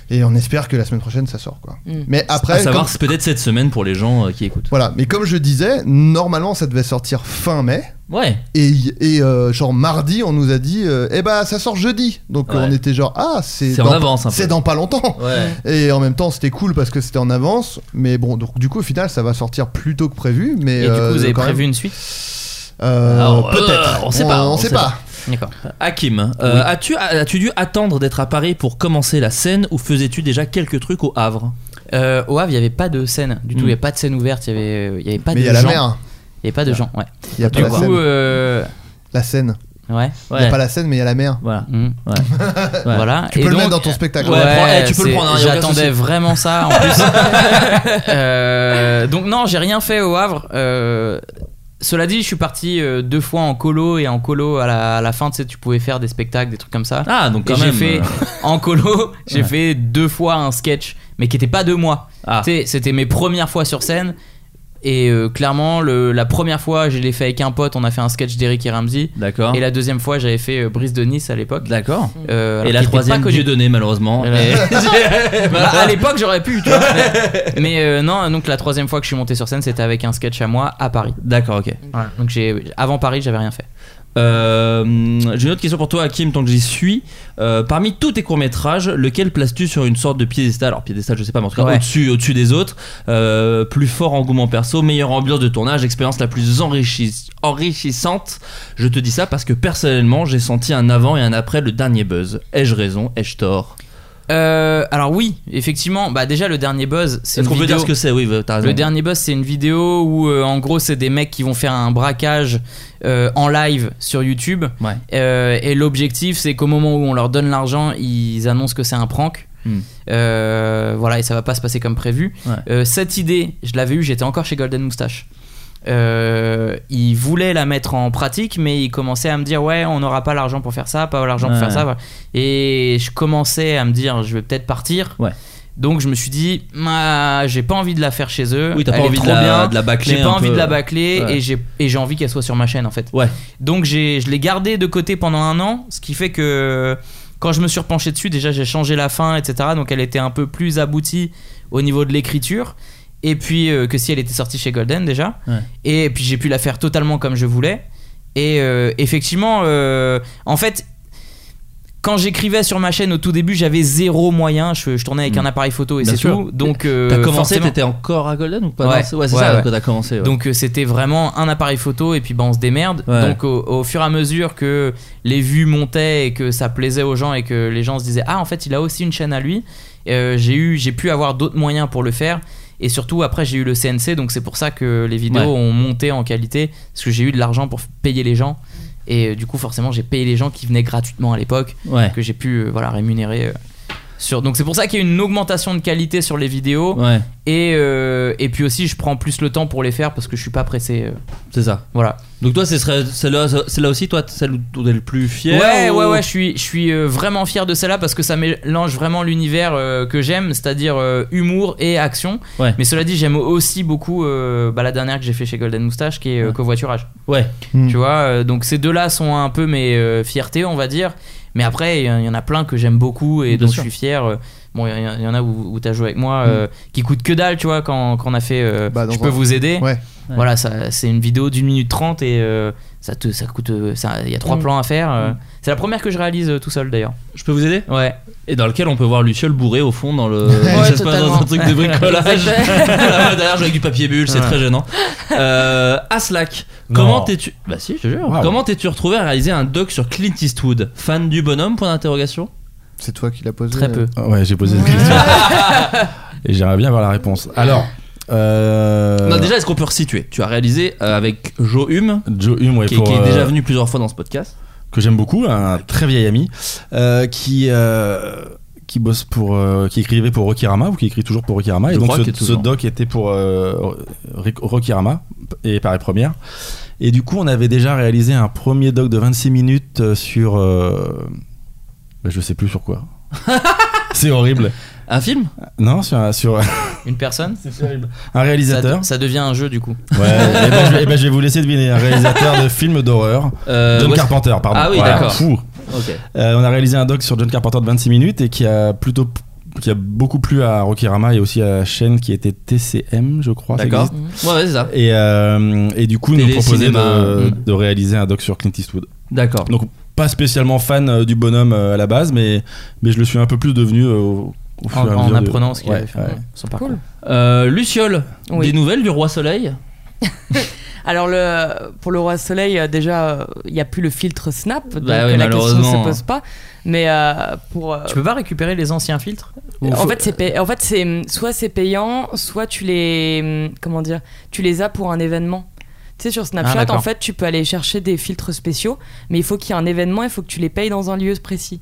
Speaker 9: Et on espère que la semaine prochaine ça sort quoi.
Speaker 10: Mm.
Speaker 9: Mais après,
Speaker 8: à savoir,
Speaker 9: comme-
Speaker 8: c'est peut-être cette semaine pour les gens euh, qui écoutent.
Speaker 9: voilà. Mais comme je disais, normalement ça devait sortir fin mai.
Speaker 8: Ouais.
Speaker 9: Et, et, euh, genre mardi, on nous a dit, euh, eh bah ça sort jeudi. Donc
Speaker 8: Ouais.
Speaker 9: on était genre ah c'est
Speaker 8: C'est en
Speaker 9: dans-
Speaker 8: avance un peu.
Speaker 9: c'est dans pas longtemps.
Speaker 8: Ouais.
Speaker 9: Et en même temps, c'était cool parce que c'était en avance. Mais bon, donc du coup, au final, ça va sortir plus tôt que prévu.
Speaker 12: Et,
Speaker 9: Mais
Speaker 12: du
Speaker 9: euh,
Speaker 12: coup vous avez
Speaker 9: quand
Speaker 12: prévu
Speaker 9: même,
Speaker 12: une suite
Speaker 9: euh,
Speaker 8: Alors,
Speaker 9: Peut-être.
Speaker 8: euh, on sait pas,
Speaker 9: On,
Speaker 8: on
Speaker 9: sait
Speaker 8: sait
Speaker 9: pas.
Speaker 12: D'accord.
Speaker 8: Hakim, euh, as-tu as-tu dû attendre d'être à Paris pour commencer la scène ou faisais-tu déjà quelques trucs au Havre
Speaker 10: Euh, au Havre, il n'y avait pas de scène du tout. Il
Speaker 8: Mm.
Speaker 10: n'y avait pas de scène ouverte. Il n'y avait, il y avait pas
Speaker 9: Mais il
Speaker 10: de
Speaker 9: y a la
Speaker 10: gens.
Speaker 9: mer,
Speaker 10: Il n'y avait pas de gens, ouais.
Speaker 9: il y a pas
Speaker 10: Du
Speaker 9: la
Speaker 10: coup,
Speaker 9: Seine.
Speaker 10: euh,
Speaker 9: La Seine.
Speaker 10: ouais.
Speaker 9: Il y a
Speaker 8: Ouais.
Speaker 9: pas la Seine, mais il y a la mer.
Speaker 8: Voilà.
Speaker 10: Mm.
Speaker 8: Ouais.
Speaker 10: Voilà.
Speaker 9: Tu
Speaker 10: Et
Speaker 9: peux le
Speaker 10: donc-
Speaker 9: mettre dans ton spectacle.
Speaker 8: Ouais, prends- eh, tu peux le
Speaker 10: c'est-
Speaker 8: prendre, hein, y a aucun
Speaker 10: J'attendais
Speaker 8: souci.
Speaker 10: vraiment ça en plus. Euh, donc non, j'ai rien fait au Havre. Euh, cela dit, je suis parti euh, deux fois en colo et en colo à la, à la fin, tu sais, tu pouvais faire des spectacles, des trucs comme ça.
Speaker 8: Ah, donc
Speaker 10: Et
Speaker 8: quand
Speaker 10: j'ai
Speaker 8: même.
Speaker 10: fait
Speaker 8: euh,
Speaker 10: en colo, j'ai
Speaker 8: Ouais.
Speaker 10: fait deux fois un sketch, mais qui n'était pas de moi.
Speaker 8: Ah.
Speaker 10: Tu sais, C'était mes premières fois sur scène. Et euh, clairement, le- la première fois, je l'ai fait avec un pote, on a fait un sketch d'Eric et Ramsey.
Speaker 8: D'accord.
Speaker 10: Et la deuxième fois, j'avais fait euh, Brise de Nice à l'époque.
Speaker 8: Hein D'accord.
Speaker 10: Euh, alors
Speaker 8: Et la
Speaker 10: qu'il était pas
Speaker 8: troisième,
Speaker 10: connu.
Speaker 8: Dieu donné, malheureusement.
Speaker 10: Et la-
Speaker 8: Et-
Speaker 10: Bah, à l'époque, j'aurais pu, tu vois. Mais, mais, euh, non, donc la troisième fois que je suis monté sur scène, c'était avec un sketch à moi à Paris.
Speaker 8: D'accord, ok.
Speaker 10: Voilà. Donc j'ai avant Paris, j'avais rien fait.
Speaker 8: Euh, J'ai une autre question pour toi, Hakim, tant que j'y suis. Euh, parmi tous tes courts-métrages, lequel places-tu sur une sorte de piédestal Alors, piédestal, je sais pas, mais en tout cas,
Speaker 10: Ouais.
Speaker 8: au-dessus au des autres. Euh, plus fort engouement perso, meilleure ambiance de tournage, expérience la plus enrichis- enrichissante. Je te dis ça parce que personnellement, j'ai senti un avant et un après le dernier buzz. Ai-je raison Ai-je tort
Speaker 10: Euh, alors oui, effectivement, bah déjà le dernier buzz,
Speaker 8: Est-ce
Speaker 10: c'est une
Speaker 8: qu'on peut
Speaker 10: vidéo.
Speaker 8: dire ce que c'est Oui, t'as raison.
Speaker 10: Le dernier buzz, c'est une vidéo où euh, en gros, c'est des mecs qui vont faire un braquage euh, en live sur YouTube.
Speaker 8: Ouais.
Speaker 10: Euh, et l'objectif, c'est qu'au moment où on leur donne l'argent, ils annoncent que c'est un prank.
Speaker 8: Hmm.
Speaker 10: Euh, voilà, et ça va pas se passer comme prévu.
Speaker 8: Ouais.
Speaker 10: Euh, cette idée, je l'avais eue, j'étais encore chez Golden Moustache. Euh, ils voulaient la mettre en pratique, mais ils commençaient à me dire Ouais, on n'aura pas l'argent pour faire ça, pas l'argent pour
Speaker 8: Ouais.
Speaker 10: faire ça. Voilà. Et je commençais à me dire Je vais peut-être partir.
Speaker 8: Ouais.
Speaker 10: Donc je me suis dit Ah, J'ai pas envie de la faire chez eux.
Speaker 8: Oui, t'as
Speaker 10: Elle
Speaker 8: pas
Speaker 10: est
Speaker 8: envie de
Speaker 10: trop
Speaker 8: la,
Speaker 10: bien.
Speaker 8: de la bâcler.
Speaker 10: J'ai pas
Speaker 8: un
Speaker 10: envie
Speaker 8: peu. euh,
Speaker 10: de la bâcler
Speaker 8: Ouais.
Speaker 10: et j'ai et j'ai envie qu'elle soit sur ma chaîne en fait.
Speaker 8: Ouais.
Speaker 10: Donc j'ai je l'ai gardée de côté pendant un an, ce qui fait que quand je me suis repenché dessus, déjà j'ai changé la fin, etc. Donc elle était un peu plus aboutie au niveau de l'écriture. Et puis euh, que si elle était sortie chez Golden déjà.
Speaker 8: Ouais.
Speaker 10: Et puis j'ai pu la faire totalement comme je voulais. Et euh, effectivement, euh, en fait, quand j'écrivais sur ma chaîne au tout début, j'avais zéro moyen. Je, je tournais avec
Speaker 8: Mm.
Speaker 10: un appareil photo et
Speaker 8: Bien
Speaker 10: c'est
Speaker 8: sûr.
Speaker 10: tout. Donc euh,
Speaker 8: T'as commencé,
Speaker 10: forcément-
Speaker 8: t'étais encore à Golden ou pas
Speaker 10: Ouais.
Speaker 8: Non, c'est- ouais, c'est
Speaker 10: Ouais,
Speaker 8: ça
Speaker 10: ouais.
Speaker 8: que t'as commencé. ouais.
Speaker 10: donc euh, c'était vraiment un appareil photo et puis bah, on se démerde.
Speaker 8: Ouais.
Speaker 10: Donc au, au fur et à mesure que les vues montaient et que ça plaisait aux gens et que les gens se disaient ah en fait il a aussi une chaîne à lui, euh, j'ai eu j'ai pu avoir d'autres moyens pour le faire. Et surtout après j'ai eu le CNC donc c'est pour ça que les vidéos
Speaker 8: Ouais.
Speaker 10: ont monté en qualité parce que j'ai eu de l'argent pour payer les gens et euh, du coup forcément j'ai payé les gens qui venaient gratuitement à l'époque
Speaker 8: ouais.
Speaker 10: que j'ai pu euh, voilà rémunérer. euh, sur... Donc c'est pour ça qu'il y a une augmentation de qualité sur les vidéos
Speaker 8: Ouais,
Speaker 10: et, euh, et puis aussi, je prends plus le temps pour les faire parce que je suis pas pressé. euh,
Speaker 8: c'est ça.
Speaker 10: voilà.
Speaker 8: Donc toi, ce serait celle-là, celle-là aussi, toi, celle où tu es le plus fier
Speaker 10: ouais,
Speaker 8: ou-
Speaker 10: ouais, ouais, je suis, je suis euh, vraiment fier de celle-là parce que ça mélange vraiment l'univers euh, que j'aime, c'est-à-dire euh, humour et action.
Speaker 8: Ouais.
Speaker 10: Mais cela dit, j'aime aussi beaucoup euh, bah, la dernière que j'ai fait chez Golden Moustache qui est euh,
Speaker 8: Ouais.
Speaker 10: covoiturage.
Speaker 8: Ouais.
Speaker 9: Mm.
Speaker 10: Tu vois, euh, donc ces deux-là sont un peu mes euh, fiertés, on va dire. Mais après, il y en il y en a plein que j'aime beaucoup et
Speaker 8: Bien
Speaker 10: dont
Speaker 8: sûr. Hmm.
Speaker 10: je suis fier. euh, Bon, il y en a- il y en a où, où t'as joué avec moi euh, qui coûte que dalle, tu vois, quand, quand on a fait euh,
Speaker 9: Bah, dans
Speaker 10: Je
Speaker 9: un-
Speaker 10: peux vous aider.
Speaker 9: Ouais.
Speaker 8: Ouais.
Speaker 10: Voilà, ça- c'est une vidéo d'une minute trente et euh, ça te ça coûte. euh, ça- Il y a trois
Speaker 16: Mm.
Speaker 10: plans à faire. euh. C'est la première que je réalise euh, tout seul d'ailleurs.
Speaker 8: Je peux vous aider
Speaker 10: Ouais.
Speaker 8: Et dans lequel on peut voir Luciole bourré au fond dans le. ça se passe dans
Speaker 10: totalement.
Speaker 8: un truc de bricolage. Là-bas derrière, je joue avec du papier bulle, c'est
Speaker 10: Ouais.
Speaker 8: très gênant. Euh, à Slack,
Speaker 11: Non.
Speaker 8: comment t'es-tu. Bah si, je te jure.
Speaker 11: Waouh.
Speaker 8: Comment t'es-tu retrouvé à réaliser un doc sur Clint Eastwood Fan du bonhomme Point d'interrogation
Speaker 9: C'est toi qui l'as posé. euh.
Speaker 10: Très peu.
Speaker 11: Ah Ouais, j'ai posé cette question. Et j'aimerais bien avoir la réponse. Alors, euh,
Speaker 8: Non, déjà, est-ce qu'on peut resituer Tu as réalisé euh, avec Joe Hume,
Speaker 11: Joe Hume, ouais,
Speaker 8: qui,
Speaker 11: pour,
Speaker 8: qui est
Speaker 11: euh,
Speaker 8: déjà venu plusieurs fois dans ce podcast.
Speaker 11: que j'aime beaucoup, un très vieil ami, euh, qui euh, qui bosse pour, euh, qui écrivait pour Rocky Rama ou qui écrit toujours pour Rocky Rama.
Speaker 8: Je
Speaker 11: et
Speaker 8: crois
Speaker 11: donc
Speaker 8: qu'il
Speaker 11: ce,
Speaker 8: est
Speaker 11: ce
Speaker 8: toujours.
Speaker 11: doc était pour euh, Rick- Rocky Rama et Paris Première. Et du coup, on avait déjà réalisé un premier doc de 26 minutes euh, sur, euh, bah, je sais plus sur quoi. C'est horrible.
Speaker 8: Un film
Speaker 11: Non, sur, un- sur
Speaker 10: Une personne.
Speaker 11: un
Speaker 10: Ça,
Speaker 11: réalisateur.
Speaker 10: de- ça devient un jeu du coup.
Speaker 11: Ouais, et ben, je, eh ben, je vais vous laisser deviner. Un réalisateur de films d'horreur.
Speaker 8: Euh,
Speaker 11: John
Speaker 8: ouais,
Speaker 11: Carpenter, pardon.
Speaker 8: Ah oui,
Speaker 11: Voilà.
Speaker 8: d'accord.
Speaker 11: Fou.
Speaker 8: Ok.
Speaker 11: Euh, on a réalisé un doc sur John Carpenter de 26 minutes et qui a plutôt qui a beaucoup plu à Rocky Rama et aussi à la chaîne qui était TCM, je crois. ça
Speaker 8: D'accord.
Speaker 11: existe.
Speaker 8: Ouais, ouais, c'est ça.
Speaker 11: Et, euh, et du coup, ils nous
Speaker 8: Télé,
Speaker 11: proposait
Speaker 8: cinéma. Mm.
Speaker 11: de, de réaliser un doc sur Clint Eastwood.
Speaker 8: D'accord.
Speaker 11: Donc, pas spécialement fan euh, du bonhomme euh, à la base, mais, mais je le suis un peu plus devenu euh, au, au fur
Speaker 10: En,
Speaker 11: et à
Speaker 10: en
Speaker 11: mesure de-
Speaker 10: apprenant ce qu'il
Speaker 11: Ouais,
Speaker 10: avait fait.
Speaker 11: ouais.
Speaker 10: Son parcours.
Speaker 8: Euh, Luciole,
Speaker 16: Oui.
Speaker 8: des nouvelles du roi soleil
Speaker 10: Alors, le, pour le Roi Soleil, euh, déjà, euh, il n'y a plus le filtre Snap, donc
Speaker 8: Bah oui,
Speaker 10: euh, la question ne
Speaker 8: malheureusement.
Speaker 10: se pose pas. Mais euh, pour. euh,
Speaker 12: Tu peux pas récupérer les anciens filtres
Speaker 8: Ou
Speaker 10: en
Speaker 8: faut-
Speaker 10: fait, c'est pay- en fait, c'est soit c'est payant, soit tu les comment dire, tu les as pour un événement. Tu sais, sur
Speaker 12: Ah,
Speaker 10: Snapchat,
Speaker 12: d'accord.
Speaker 10: en fait, tu peux aller chercher des filtres spéciaux, mais il faut qu'il y ait un événement, il faut que tu les payes dans un lieu précis.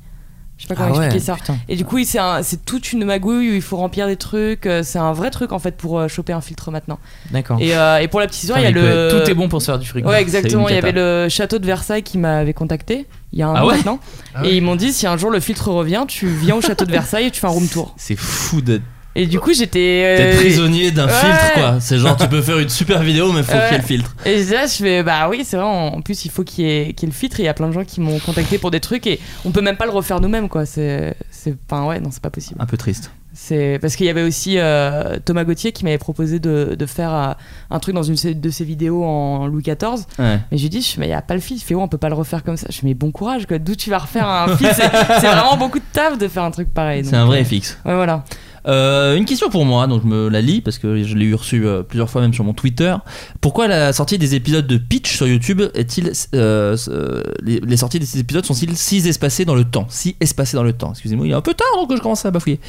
Speaker 10: Je sais pas comment expliquer ça.
Speaker 12: Ah putain.
Speaker 10: Et du coup, oui, c'est un- c'est toute une magouille où il faut remplir des trucs. euh, C'est un vrai truc en fait pour euh, choper un filtre maintenant.
Speaker 12: D'accord.
Speaker 10: Et, euh, et pour la petite histoire,
Speaker 12: Putain,
Speaker 10: il y a
Speaker 8: Ah,
Speaker 12: mais peut-
Speaker 10: le
Speaker 12: Tout est bon pour se faire du fric.
Speaker 10: Ouais,
Speaker 12: C'est
Speaker 10: exactement.
Speaker 12: une
Speaker 10: Il y avait
Speaker 12: cata.
Speaker 10: le château de Versailles qui m'avait contacté il y a un
Speaker 8: Ah
Speaker 10: an
Speaker 8: ouais
Speaker 10: maintenant. Et ils m'ont dit si un jour le filtre revient, tu viens au château de Versailles et tu fais un room tour.
Speaker 8: C'est fou d'être
Speaker 10: Et du coup, j'étais.
Speaker 8: d'être
Speaker 10: euh,
Speaker 8: prisonnier d'un
Speaker 10: ouais.
Speaker 8: filtre, quoi. C'est genre, tu peux faire une super vidéo, mais faut
Speaker 10: Ouais.
Speaker 8: qu'il y ait le filtre.
Speaker 10: Et là, je fais bah oui, c'est vrai. En en plus, il faut qu'il y, ait- qu'il y ait le filtre. et Il y a plein de gens qui m'ont contacté pour des trucs et on peut même pas le refaire nous-mêmes, quoi. C'est, c'est, enfin ouais, non, c'est pas possible.
Speaker 8: Un peu triste.
Speaker 10: C'est parce qu'il y avait aussi euh, Thomas Gauthier qui m'avait proposé de, de faire euh, un truc dans une sé- de ses vidéos en Louis XIV.
Speaker 8: Ouais.
Speaker 10: Mais je lui dis, je fais, mais il n'y a pas le fil. Il fait, ouais, on peut pas le refaire comme ça. Je fais, mais bon courage, quoi. D'où tu vas refaire un fil C'est c'est vraiment beaucoup de taf de faire un truc pareil.
Speaker 8: C'est
Speaker 10: donc,
Speaker 8: un
Speaker 10: euh,
Speaker 8: vrai FX.
Speaker 10: Ouais, voilà.
Speaker 8: Euh, une question pour moi, donc je me la lis parce que je l'ai eu reçue euh, plusieurs fois même sur mon Twitter. Pourquoi la sortie des épisodes de Pitch sur YouTube est-il euh, euh, les, les sorties de ces épisodes sont-ils si espacées dans le temps Si espacées dans le temps. Excusez-moi, il est un peu tard donc je commence à bafouiller.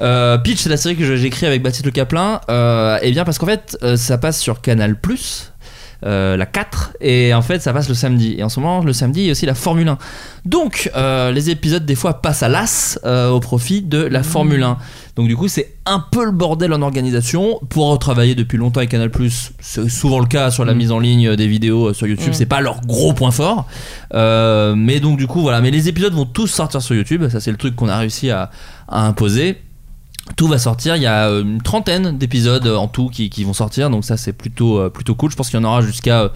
Speaker 8: Euh, Pitch, c'est la série que je- j'écris avec Baptiste Le Caplin. Euh, et bien parce qu'en fait, euh, ça passe sur Canal Plus. euh, la 4 et en fait ça passe le samedi et en ce moment le samedi il y a aussi la Formule 1 donc euh, les épisodes des fois passent à l'as euh, au profit de la Formule 1 donc du coup, c'est un peu le bordel en organisation. Pour travailler depuis longtemps avec Canal+, c'est souvent le cas sur la mise en ligne des vidéos euh, sur YouTube.
Speaker 10: Mm.
Speaker 8: C'est pas leur gros point fort. Euh, mais donc du coup, voilà. Mais les épisodes vont tous sortir sur YouTube. Ça, c'est le truc qu'on a réussi à, à imposer. Tout va sortir. Il y a euh, une trentaine d'épisodes euh, en tout qui, qui vont sortir. Donc ça, c'est plutôt euh, plutôt cool. Je pense qu'il y en aura jusqu'à euh,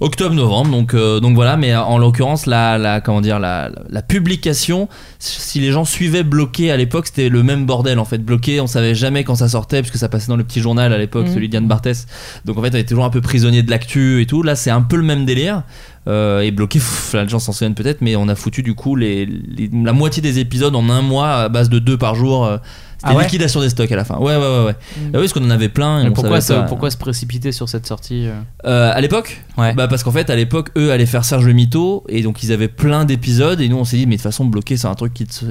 Speaker 8: octobre-novembre. Donc euh, donc voilà. Mais euh, en l'occurrence, la, la comment dire la, la- la publication si les gens suivaient bloqué à l'époque, c'était le même bordel en fait. Bloqué, on savait jamais quand ça sortait parce que ça passait dans le petit journal à l'époque,
Speaker 10: Mhm.
Speaker 8: celui d'Yann Barthès. Donc en fait, on était toujours un peu prisonnier de l'actu et tout. Là, c'est un peu le même délire. Euh, et bloqué, pff, là, les gens s'en souviennent peut-être, mais on a foutu du coup les, les- la moitié des épisodes en un mois à base de deux par jour. Euh, C'était
Speaker 12: Ah ouais Mm.
Speaker 8: liquidation des stocks à la fin. Ouais, ouais, ouais. ouais.
Speaker 10: Mhm.
Speaker 8: Ah oui, parce qu'on en avait plein. Et
Speaker 12: Mais
Speaker 8: on
Speaker 12: Pourquoi
Speaker 8: savait
Speaker 12: se-
Speaker 8: pas.
Speaker 12: pourquoi se précipiter sur cette sortie euh
Speaker 8: Euh, à l'époque
Speaker 12: Ouais.
Speaker 8: bah parce qu'en fait à l'époque eux allaient faire Serge le Mito et donc ils avaient plein d'épisodes et nous on s'est dit mais de toute façon bloqué c'est un truc qui te...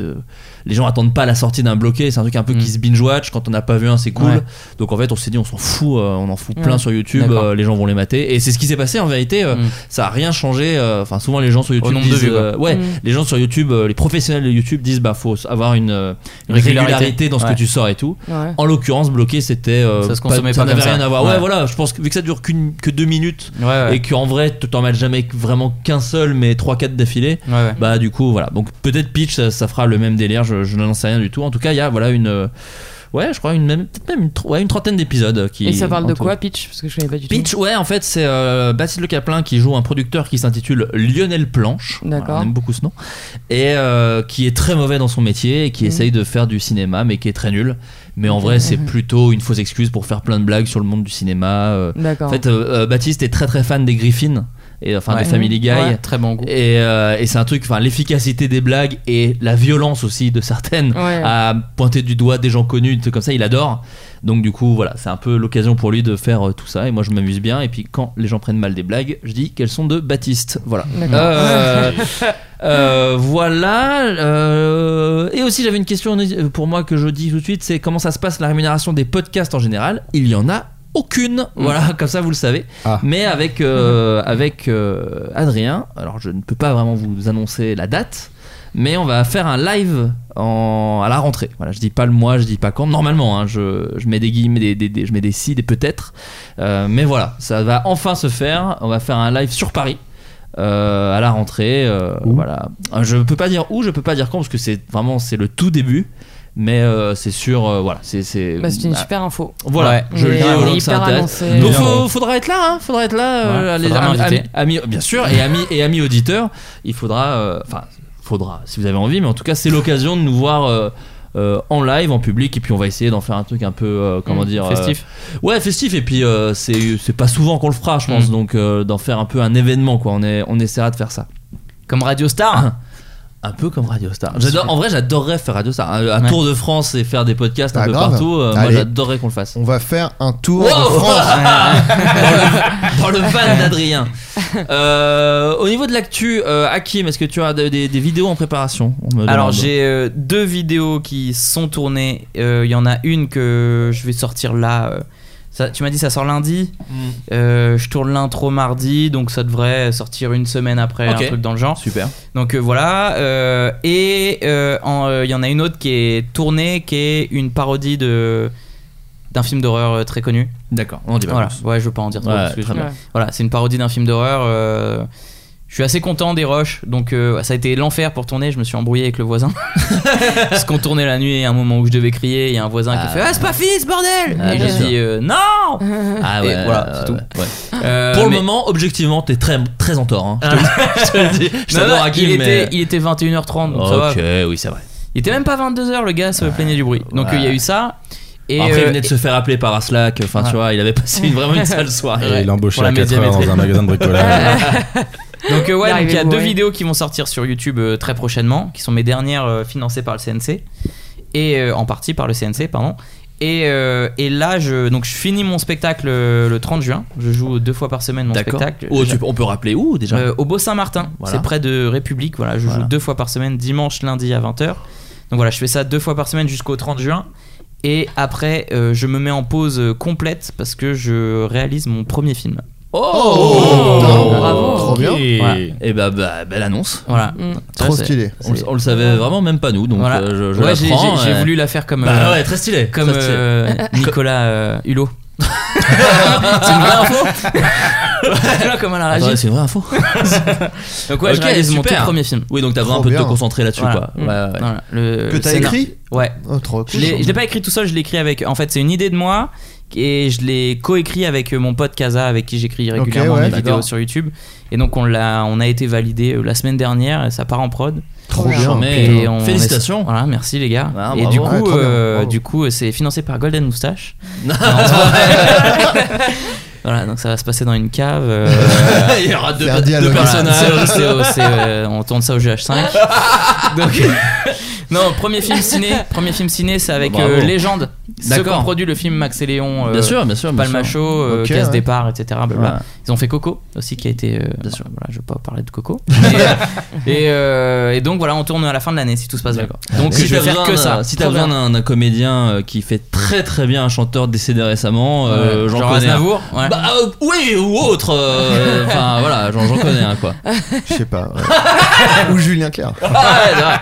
Speaker 8: les gens attendent pas la sortie d'un bloqué c'est un truc un peu
Speaker 12: Mm.
Speaker 8: qui se binge watch quand on n'a pas vu un c'est cool
Speaker 12: Ouais.
Speaker 8: donc en fait on s'est dit on s'en fout euh, on en fout plein
Speaker 10: Ouais.
Speaker 8: sur YouTube
Speaker 12: D'accord.
Speaker 8: euh, les gens vont les mater et c'est ce qui s'est passé en vérité euh,
Speaker 12: Mm.
Speaker 8: ça a rien changé euh, enfin souvent les gens sur YouTube
Speaker 12: nombre de
Speaker 8: disent,
Speaker 12: vues, quoi. Hum.
Speaker 8: euh, ouais
Speaker 10: Mm.
Speaker 8: les gens sur YouTube euh, les professionnels de YouTube disent bah faut avoir une, euh, une régularité.
Speaker 12: Régularité.
Speaker 8: dans ce
Speaker 12: Ouais.
Speaker 8: que tu sors et tout
Speaker 10: Ouais.
Speaker 8: en l'occurrence bloqué c'était euh,
Speaker 12: Ça se consommait pas
Speaker 8: n'avait
Speaker 12: comme ça.
Speaker 8: rien à voir ouais,
Speaker 12: Ouais.
Speaker 8: voilà je pense que vu que ça dure qu'une- que deux minutes
Speaker 12: Ouais, ouais.
Speaker 8: et qu'en vrai tu t'en mets jamais que- vraiment qu'un seul mais 3-4 d'affilée
Speaker 12: Ouais, ouais.
Speaker 8: bah du coup voilà donc peut-être Pitch ça, ça fera le même délire je, je n'en sais rien du tout en tout cas il y a voilà une euh, ouais je crois une même peut-être même une, tr- ouais, une trentaine d'épisodes euh, qui
Speaker 10: Et ça parle de
Speaker 8: entre-
Speaker 10: quoi, Pitch Parce que je connais pas du
Speaker 8: Pitch, ouais, en fait, c'est euh, Baptiste Le Caplin qui joue un producteur qui s'intitule Lionel Planche.
Speaker 10: D'accord.
Speaker 8: Voilà, on aime beaucoup ce nom. Et euh, qui est très mauvais dans son métier et qui
Speaker 10: Mhm.
Speaker 8: essaye de faire du cinéma, mais qui est très nul. Mais en vrai, c'est plutôt une fausse excuse pour faire plein de blagues sur le monde du cinéma. euh.
Speaker 10: tout. D'accord.
Speaker 8: En fait, euh, euh, Baptiste est très très fan des Griffins, et, enfin
Speaker 12: Ouais.
Speaker 8: des Family Guy.
Speaker 12: Ouais, très bon goût.
Speaker 8: Et, euh, et c'est un truc, enfin l'efficacité des blagues et la violence aussi de certaines
Speaker 10: Ouais.
Speaker 12: Ah,
Speaker 8: à pointer du doigt des gens connus, des trucs comme ça, il adore. Donc du coup, voilà, c'est un peu l'occasion pour lui de faire euh, tout ça. Et moi, je m'amuse bien. Et puis quand les gens prennent mal des blagues, je dis qu'elles sont de Baptiste. Voilà.
Speaker 10: D'accord.
Speaker 8: Euh, euh, voilà. euh, et aussi, j'avais une question euh, pour moi que je dis tout de suite, c'est comment ça se passe la rémunération des podcasts en général Il y en a aucune. Voilà, comme ça, vous le savez.
Speaker 11: Ah.
Speaker 8: Mais avec euh, avec euh, Adrien, alors je ne peux pas vraiment vous annoncer la date. Mais on va faire un live en, à la rentrée. Voilà, je dis pas le mois, je dis pas quand. Normalement, hein, je, je mets des guillemets, des, des- des- je mets des si, des peut-être. Euh, mais voilà, ça va enfin se faire. On va faire un live sur Paris euh, à la rentrée. euh, voilà. Euh, Je peux pas dire où, je peux pas dire quand parce que c'est vraiment c'est le tout début. Mais euh, c'est sûr, euh, voilà, c'est c'est.
Speaker 10: Bah, c'est une
Speaker 8: bah,
Speaker 10: super info.
Speaker 8: Voilà,
Speaker 12: Ouais.
Speaker 8: je le
Speaker 10: Mais
Speaker 8: dis aux
Speaker 10: on est
Speaker 8: gens que
Speaker 10: hyper
Speaker 8: ça intéresse.
Speaker 10: annoncé.
Speaker 8: Donc
Speaker 11: Bien.
Speaker 8: Euh, faut- faudra être là, hein, faudra être là, euh,
Speaker 12: Ouais,
Speaker 8: les
Speaker 12: faudra
Speaker 8: amis,
Speaker 12: m'inviter.
Speaker 8: amis- bien sûr, et amis et amis auditeurs, il faudra, euh, enfin faudra, si vous avez envie, mais en tout cas c'est l'occasion de nous voir. euh, euh, en live, en public, et puis on va essayer d'en faire un truc un peu, euh, comment
Speaker 10: Mmh,
Speaker 8: dire, euh,
Speaker 12: Festif.
Speaker 8: ouais, festif. Et puis euh, c'est c'est pas souvent qu'on le fera, je pense,
Speaker 12: Mm.
Speaker 8: donc euh, d'en faire un peu un événement, quoi. On est, on essaiera de faire ça.
Speaker 10: Ah
Speaker 12: Comme Radio Star.
Speaker 8: un peu comme Radio Star. J'adore, en vrai, j'adorerais faire Radio Star. Un, un
Speaker 10: Ouais.
Speaker 8: tour de France et faire des podcasts un
Speaker 9: Pas
Speaker 8: peu
Speaker 9: grave.
Speaker 8: partout. euh, moi,
Speaker 9: Allez.
Speaker 8: j'adorerais qu'on le fasse.
Speaker 9: On va faire un tour
Speaker 8: Wow
Speaker 9: de France.
Speaker 12: Ah.
Speaker 8: dans le van d'Adrien. Euh, au niveau de l'actu, euh, Hakim, est-ce que tu as de- des, des vidéos en préparation On me
Speaker 10: Alors
Speaker 8: demande.
Speaker 10: j'ai euh, deux vidéos qui sont tournées. Euh, Il y en a une que je vais sortir là. euh, ça- tu m'as dit ça sort lundi.
Speaker 8: Hmm.
Speaker 10: Euh, je tourne l'intro mardi, donc ça devrait sortir une semaine après,
Speaker 8: Ok.
Speaker 10: un truc dans le genre.
Speaker 8: Super.
Speaker 10: Donc euh, voilà. euh, et euh, en, euh, il y en a une autre qui est tournée, qui est une parodie de d'un film d'horreur euh, très connu.
Speaker 8: D'accord, on dit pas
Speaker 10: Voilà.
Speaker 8: plus.
Speaker 10: Ouais, je veux pas en dire trop.
Speaker 8: Ouais,
Speaker 10: parce que
Speaker 8: très
Speaker 10: je-
Speaker 12: bien.
Speaker 10: Voilà, c'est une parodie d'un film d'horreur. euh, je suis assez content des rushs, donc euh, ça a été l'enfer pour tourner. Je me suis embrouillé avec le voisin parce qu'on tournait la nuit. Et à un moment où je devais crier, il y a un voisin qui
Speaker 8: Ah.
Speaker 10: a fait ah c'est pas fini ce bordel.
Speaker 8: Ah,
Speaker 10: et
Speaker 8: bien
Speaker 10: j'ai
Speaker 8: sûr.
Speaker 10: dit euh, non.
Speaker 8: Ah
Speaker 10: Et
Speaker 8: ouais,
Speaker 10: voilà,
Speaker 8: ouais,
Speaker 10: c'est tout.
Speaker 8: ouais, ouais.
Speaker 10: Euh,
Speaker 8: Pour le
Speaker 10: mais-
Speaker 8: moment, objectivement, t'es très, très en tort. hein. Je te le- je te le dis. Je
Speaker 10: Non,
Speaker 8: t'adore,
Speaker 10: non,
Speaker 8: Hakim,
Speaker 10: il,
Speaker 8: mais- Ah,
Speaker 10: était, il était 21h30, donc ça va.
Speaker 8: Ok, oui, c'est vrai.
Speaker 10: Il était même pas 22h, le gars se plaignait du bruit. Donc euh, il y a eu ça. Et
Speaker 8: Après, il venait
Speaker 10: euh,
Speaker 8: de se faire appeler par Aslak. Enfin, tu
Speaker 10: Ouais.
Speaker 8: vois, il avait passé une- vraiment une sale soirée.
Speaker 11: Et il est embauché
Speaker 10: Pour la
Speaker 11: à 4 heures
Speaker 10: médiamétrie.
Speaker 11: dans un magasin de bricolage.
Speaker 10: Donc euh, ouais, donc il y a
Speaker 12: D'arriver
Speaker 10: deux
Speaker 12: bourré.
Speaker 10: vidéos qui vont sortir sur YouTube euh, très prochainement, qui sont mes dernières euh, financées par le CNC et euh, en partie par le CNC, pardon. Et, euh, et là, je, donc je finis mon spectacle euh, le 30 juin. Je joue deux fois par semaine mon
Speaker 8: D'accord.
Speaker 10: spectacle.
Speaker 8: Oh,
Speaker 10: Je-
Speaker 8: tu- on peut rappeler où déjà
Speaker 10: euh, au Beau Saint-Martin,
Speaker 8: Voilà.
Speaker 10: c'est près de République. Voilà, je
Speaker 8: Voilà.
Speaker 10: joue deux fois par semaine, dimanche, lundi à 20h. Donc voilà, je fais ça deux fois par semaine jusqu'au 30 juin. Et après, euh, je me mets en pause euh, complète parce que je réalise mon premier film.
Speaker 9: Oh,
Speaker 12: Oh, bravo.
Speaker 9: Trop bien.
Speaker 10: Voilà.
Speaker 8: Et bah, bah, belle annonce.
Speaker 10: Voilà.
Speaker 12: Mm.
Speaker 10: Ça,
Speaker 9: Trop
Speaker 10: c'est-
Speaker 9: stylé.
Speaker 8: On, le- on le savait vraiment même pas nous, donc
Speaker 10: Voilà.
Speaker 8: euh, je, je
Speaker 10: Ouais, j'ai
Speaker 8: l'apprends,
Speaker 10: j'ai- j'ai
Speaker 8: euh.
Speaker 10: voulu la faire comme,
Speaker 8: Bah
Speaker 10: euh,
Speaker 8: ouais, très stylé.
Speaker 10: comme
Speaker 8: très stylé.
Speaker 10: euh, Nicolas euh, Hulot. c'est une vraie info Tu vois comment elle a
Speaker 8: Attends,
Speaker 10: réagi
Speaker 8: Ah c'est une vraie info.
Speaker 10: Donc ouais, je
Speaker 8: Ok,
Speaker 10: réalise mon tout
Speaker 8: super.
Speaker 10: premier film.
Speaker 8: Oui, donc t'as vraiment
Speaker 9: Trop
Speaker 8: un peu de te
Speaker 9: bien.
Speaker 8: concentrer là-dessus,
Speaker 10: Voilà. Mm.
Speaker 8: quoi. Ouais, ouais.
Speaker 10: Voilà, le-
Speaker 9: Que
Speaker 10: le
Speaker 9: t'as
Speaker 10: scénar.
Speaker 9: écrit
Speaker 10: Ouais.
Speaker 9: Oh, trop
Speaker 10: Je
Speaker 9: cool.
Speaker 10: l'ai je l'ai pas écrit tout seul, je l'ai écrit avec. En fait, c'est une idée de moi et je l'ai coécrit avec euh, mon pote Kaza, avec qui j'écris régulièrement
Speaker 9: ouais,
Speaker 10: mes vidéos
Speaker 8: d'accord.
Speaker 10: sur YouTube. Et donc on l'a, on a été validé euh, la semaine dernière. et Ça part en prod.
Speaker 9: Trop
Speaker 12: bien.
Speaker 10: hein.
Speaker 9: bien.
Speaker 8: Mais-
Speaker 10: Et on-
Speaker 8: Oh, Félicitations.
Speaker 10: Voilà, merci les gars.
Speaker 8: Ah,
Speaker 10: et
Speaker 8: bravo.
Speaker 10: du
Speaker 9: Ouais,
Speaker 10: coup,
Speaker 9: trop bien,
Speaker 10: euh,
Speaker 9: bravo.
Speaker 10: du coup, euh, c'est financé par Golden Moustache. Voilà, donc ça va se passer dans une cave. euh,
Speaker 8: Il y aura deux,
Speaker 9: C'est un
Speaker 8: deux
Speaker 9: dialogue.
Speaker 10: voilà,
Speaker 8: personnages.
Speaker 10: c'est au- c'est au- c'est, euh, on tourne ça au GH5. Donc, non, premier film ciné, premier film ciné, c'est avec
Speaker 8: Bravo.
Speaker 10: euh, Légende. Ceux qui
Speaker 8: D'accord.
Speaker 10: ont produit le film Max et Léon. euh,
Speaker 8: Bien sûr, bien sûr. bien
Speaker 10: Palma
Speaker 8: sûr.
Speaker 10: Show, euh,
Speaker 9: Ok,
Speaker 10: Casse
Speaker 9: ouais.
Speaker 10: Départ, etc. blablabla.
Speaker 8: Voilà.
Speaker 10: Ils ont fait Coco aussi qui a été. euh, Voilà, je vais pas parler de Coco. Mais, euh, et, euh, et donc voilà, on tourne à la fin de l'année si tout se passe bien. Donc
Speaker 8: si
Speaker 10: je vais
Speaker 8: t'as
Speaker 10: faire
Speaker 8: besoin
Speaker 10: que
Speaker 8: d'un-
Speaker 10: ça.
Speaker 8: Si t'as
Speaker 10: Trop
Speaker 8: besoin
Speaker 10: bien.
Speaker 8: d'un d'un comédien euh, qui fait très très bien un chanteur décédé récemment, euh,
Speaker 10: Ouais,
Speaker 8: j'en
Speaker 10: genre
Speaker 8: connais. un.
Speaker 10: Aznavour, ouais.
Speaker 8: Bah euh, oui ou autre. euh, Enfin voilà, j'en j'en connais un quoi.
Speaker 9: Je sais pas. ouais. Ou Julien Clerc.
Speaker 8: Ah ouais, c'est vrai.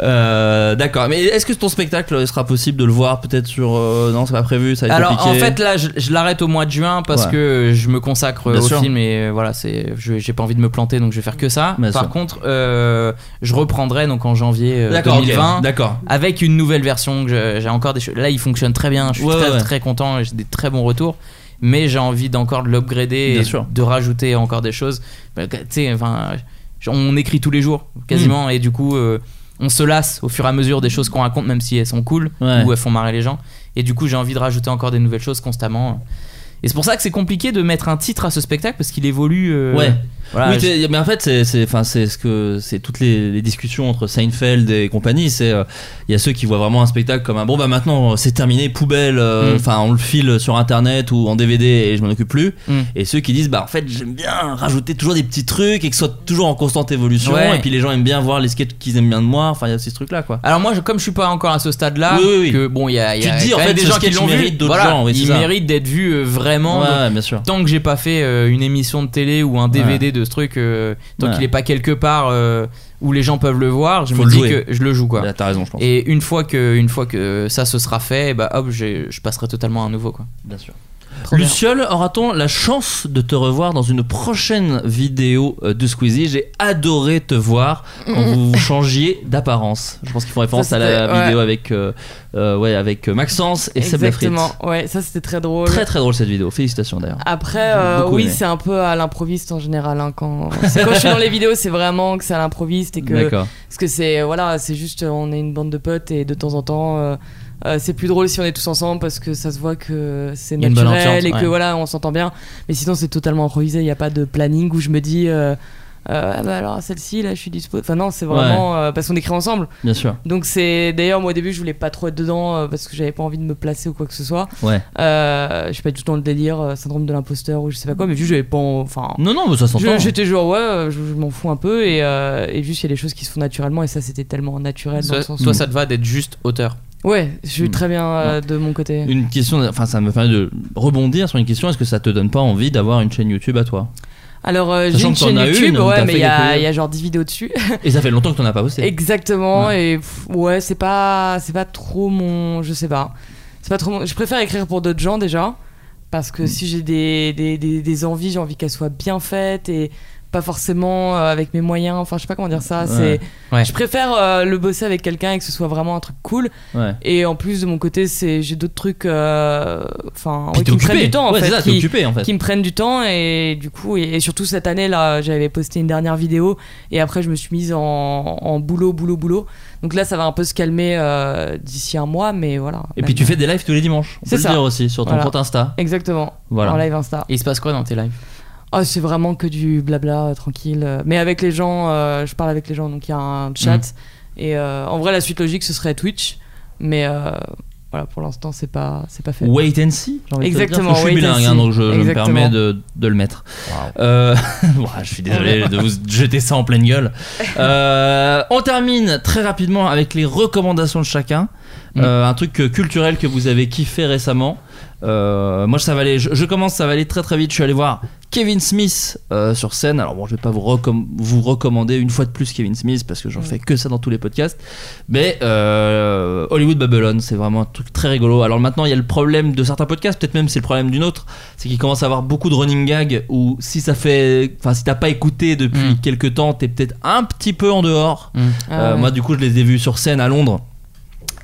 Speaker 8: Euh, D'accord, mais est-ce que ton spectacle sera possible de le voir peut-être sur euh, non c'est pas prévu ça a été
Speaker 10: Alors
Speaker 8: piqué.
Speaker 10: en fait là je, je l'arrête au mois de juin parce
Speaker 8: Ouais.
Speaker 10: que je me consacre
Speaker 8: Bien
Speaker 10: au
Speaker 8: sûr.
Speaker 10: film et euh, voilà c'est je- j'ai pas envie de me planter donc je vais faire que ça.
Speaker 8: Bien
Speaker 10: Par
Speaker 8: sûr.
Speaker 10: contre euh, je reprendrai donc en janvier euh,
Speaker 8: d'accord, ok,
Speaker 10: 2020
Speaker 8: d'accord.
Speaker 10: avec une nouvelle version que je- j'ai encore des choses. Là il fonctionne très bien, je suis
Speaker 8: Ouais,
Speaker 10: très
Speaker 8: ouais, ouais.
Speaker 10: très content et j'ai des très bons retours. Mais j'ai envie d'encore de l'upgrader
Speaker 8: Bien
Speaker 10: et
Speaker 8: sûr.
Speaker 10: de rajouter encore des choses. Bah, Tu sais enfin j- on écrit tous les jours
Speaker 8: Hmm.
Speaker 10: quasiment et du coup euh, on se lasse au fur et à mesure des choses qu'on raconte même si elles sont cool
Speaker 8: Ouais.
Speaker 10: ou euh, elles font marrer les gens. Et du coup, j'ai envie de rajouter encore des nouvelles choses constamment. Et c'est pour ça que c'est compliqué de mettre un titre à ce spectacle parce qu'il évolue. euh,
Speaker 8: Ouais.
Speaker 10: voilà,
Speaker 8: oui,
Speaker 10: je-
Speaker 8: t'es- mais en fait, c'est, c'est, enfin, c'est ce que c'est toutes les, les discussions entre Seinfeld et compagnie. C'est euh, il y a ceux qui voient vraiment un spectacle comme un bon bah maintenant euh, c'est terminé poubelle. euh,
Speaker 10: Mm.
Speaker 8: Enfin, on le file sur internet ou en DVD et je m'en occupe plus.
Speaker 10: Mm.
Speaker 8: Et ceux qui disent bah en fait j'aime bien rajouter toujours des petits trucs et que ce soit toujours en constante évolution. Et
Speaker 10: Ouais.
Speaker 8: puis les gens aiment bien voir les sketchs qu'ils aiment bien de moi. Enfin, il y a aussi ce truc là quoi.
Speaker 10: Alors moi, je- comme je suis pas encore à ce stade-là,
Speaker 8: Oui, oui, oui.
Speaker 10: que bon, il y a, il y
Speaker 8: Tu
Speaker 10: a
Speaker 8: te dis,
Speaker 10: quand
Speaker 8: en
Speaker 10: même
Speaker 8: fait,
Speaker 10: des
Speaker 8: ce
Speaker 10: gens qui
Speaker 8: sketch
Speaker 10: l'ont vu.
Speaker 8: mérite d'autres
Speaker 10: Voilà,
Speaker 8: gens, oui, c'est
Speaker 10: il
Speaker 8: ça.
Speaker 10: mérite d'être vu euh,
Speaker 8: ouais,
Speaker 10: vraiment. Donc,
Speaker 8: ouais, bien sûr.
Speaker 10: Tant que j'ai pas fait euh, une émission de télé ou un DVD de ce truc, euh, tant
Speaker 8: Ouais.
Speaker 10: qu'il est pas quelque part euh, où les gens peuvent le voir, je
Speaker 8: Faut
Speaker 10: me
Speaker 8: le
Speaker 10: dis
Speaker 8: jouer.
Speaker 10: que je le joue quoi.
Speaker 8: Là, t'as raison, je pense.
Speaker 10: Et une fois que, une fois que ça se sera fait, bah hop, j'ai- je passerai totalement à un nouveau quoi.
Speaker 8: Bien sûr.
Speaker 10: Trop bien.
Speaker 8: Luciole, aura-t-on la chance de te revoir dans une prochaine vidéo euh, de Squeezie J'ai adoré te voir quand vous vous changiez d'apparence. Je pense qu'ils font référence à la
Speaker 12: c'était- ouais.
Speaker 8: vidéo avec, euh, euh, ouais, avec euh, Maxence et Seb Lafrite.
Speaker 12: Exactement. Ouais, ça c'était très drôle.
Speaker 8: Très très drôle cette vidéo, félicitations d'ailleurs.
Speaker 12: Après, euh,
Speaker 8: Beaucoup
Speaker 12: oui,
Speaker 8: aimé.
Speaker 12: c'est un peu à l'improviste en général. hein, quand... c'est quand je suis dans les vidéos, c'est vraiment que c'est à l'improviste et que
Speaker 8: D'accord.
Speaker 12: parce que c'est voilà, c'est juste euh, on est une bande de potes et de temps en temps. euh, euh, c'est plus drôle si on est tous ensemble parce que ça se voit que c'est
Speaker 10: Il y a une bonne
Speaker 12: naturel et
Speaker 10: entente,
Speaker 12: que
Speaker 10: ouais.
Speaker 12: voilà on s'entend bien mais sinon c'est totalement improvisé il n'y a pas de planning où je me dis euh,
Speaker 10: euh, ah bah alors celle-ci là je suis dispo enfin non c'est vraiment euh, parce qu'on écrit ensemble
Speaker 8: Bien sûr.
Speaker 10: donc c'est d'ailleurs moi au début je voulais pas trop être dedans euh, parce que j'avais pas envie de me placer ou quoi que ce soit
Speaker 8: Ouais.
Speaker 10: euh, je suis pas du tout dans le délire euh, syndrome de l'imposteur ou je sais pas quoi mais juste j'avais pas en- enfin
Speaker 8: Non, non, mais ça s'entend.
Speaker 10: je- j'étais genre ouais euh, je, je m'en fous un peu et, euh, et juste il y a des choses qui se font naturellement et ça c'était tellement naturel dans le
Speaker 12: Toi,
Speaker 10: sens
Speaker 12: toi, ça te va d'être juste auteur.
Speaker 10: ouais je
Speaker 8: Hmm.
Speaker 10: suis très bien euh, de mon côté
Speaker 8: Une question, enfin ça me permet de rebondir sur une question, est-ce que ça te donne pas envie d'avoir une chaîne YouTube à toi
Speaker 10: alors euh, j'ai
Speaker 8: Sachant
Speaker 10: une
Speaker 8: que t'en
Speaker 10: chaîne
Speaker 8: as une,
Speaker 10: YouTube
Speaker 8: donc
Speaker 10: ouais
Speaker 8: t'as
Speaker 10: mais
Speaker 8: fait
Speaker 10: il y, a-
Speaker 8: quelques-
Speaker 10: il y a genre 10 vidéos dessus
Speaker 8: Et ça fait longtemps que t'en as pas bossé.
Speaker 10: Exactement. Et pff, ouais, c'est pas, c'est pas trop mon, je sais pas. C'est pas trop. mon- je préfère écrire pour d'autres gens déjà, parce que si j'ai des, des, des, des envies, j'ai envie qu'elles soient bien faites et pas forcément euh, avec mes moyens. Enfin, je sais pas comment dire ça.
Speaker 8: Ouais.
Speaker 10: C'est,
Speaker 12: Ouais.
Speaker 10: je préfère euh, le bosser avec quelqu'un et que ce soit vraiment un truc cool.
Speaker 8: Ouais.
Speaker 10: Et en plus de mon côté, c'est, j'ai d'autres trucs, euh, enfin,
Speaker 8: Puis
Speaker 10: ouais,
Speaker 8: t'es
Speaker 10: qui me prennent
Speaker 8: occupé.
Speaker 10: du temps en
Speaker 8: ouais,
Speaker 10: fait,
Speaker 8: c'est ça, t'es
Speaker 10: qui-
Speaker 8: occupé en fait.
Speaker 10: qui me prennent du temps et du coup et, et surtout cette année là j'avais posté une dernière vidéo et après je me suis mise en, en boulot boulot boulot donc là ça va un peu se calmer euh, d'ici un mois mais voilà
Speaker 8: Et puis tu fais des lives tous les dimanches. On
Speaker 10: C'est
Speaker 8: peut
Speaker 10: ça.
Speaker 8: le dire aussi sur ton
Speaker 10: Voilà.
Speaker 8: compte Insta.
Speaker 10: exactement en
Speaker 8: Voilà.
Speaker 10: live Insta
Speaker 12: Et il se passe quoi dans tes lives
Speaker 10: oh c'est vraiment que du blabla euh, tranquille euh, mais avec les gens euh, je parle avec les gens donc il y a un chat
Speaker 12: Mhm.
Speaker 10: et euh, en vrai la suite logique ce serait Twitch mais euh, voilà pour l'instant c'est pas c'est pas fait
Speaker 8: Wait and see. j'ai envie de te dire,
Speaker 10: Exactement,
Speaker 8: parce que Je suis
Speaker 10: wait and
Speaker 8: bilingue, hein,
Speaker 10: see.
Speaker 8: donc je, je me
Speaker 10: Exactement.
Speaker 8: permets de, de le mettre. Euh, ouah, je suis désolé de vous jeter ça en pleine gueule. Euh, on termine très rapidement avec les recommandations de chacun.
Speaker 10: Mm.
Speaker 8: Euh, un truc euh, culturel que vous avez kiffé récemment. Euh, moi, ça va aller. Je, je commence, ça va aller très très vite. Je suis allé voir Kevin Smith euh, sur scène. Alors bon, je vais pas vous, recomm- vous recommander une fois de plus Kevin Smith parce que j'en fais que ça dans tous les podcasts. Mais euh, Hollywood Babylon, c'est vraiment un truc très rigolo. Alors maintenant, il y a le problème de certains podcasts, peut-être même c'est le problème d'une autre, c'est qu'il commence à avoir beaucoup de running gags où si ça fait, enfin si t'as pas écouté depuis
Speaker 12: Mm.
Speaker 8: quelques temps, t'es peut-être un petit peu en dehors.
Speaker 12: Mhm.
Speaker 10: Ah
Speaker 8: Euh,
Speaker 10: ouais.
Speaker 8: Moi, du coup, je les ai vus sur scène à Londres.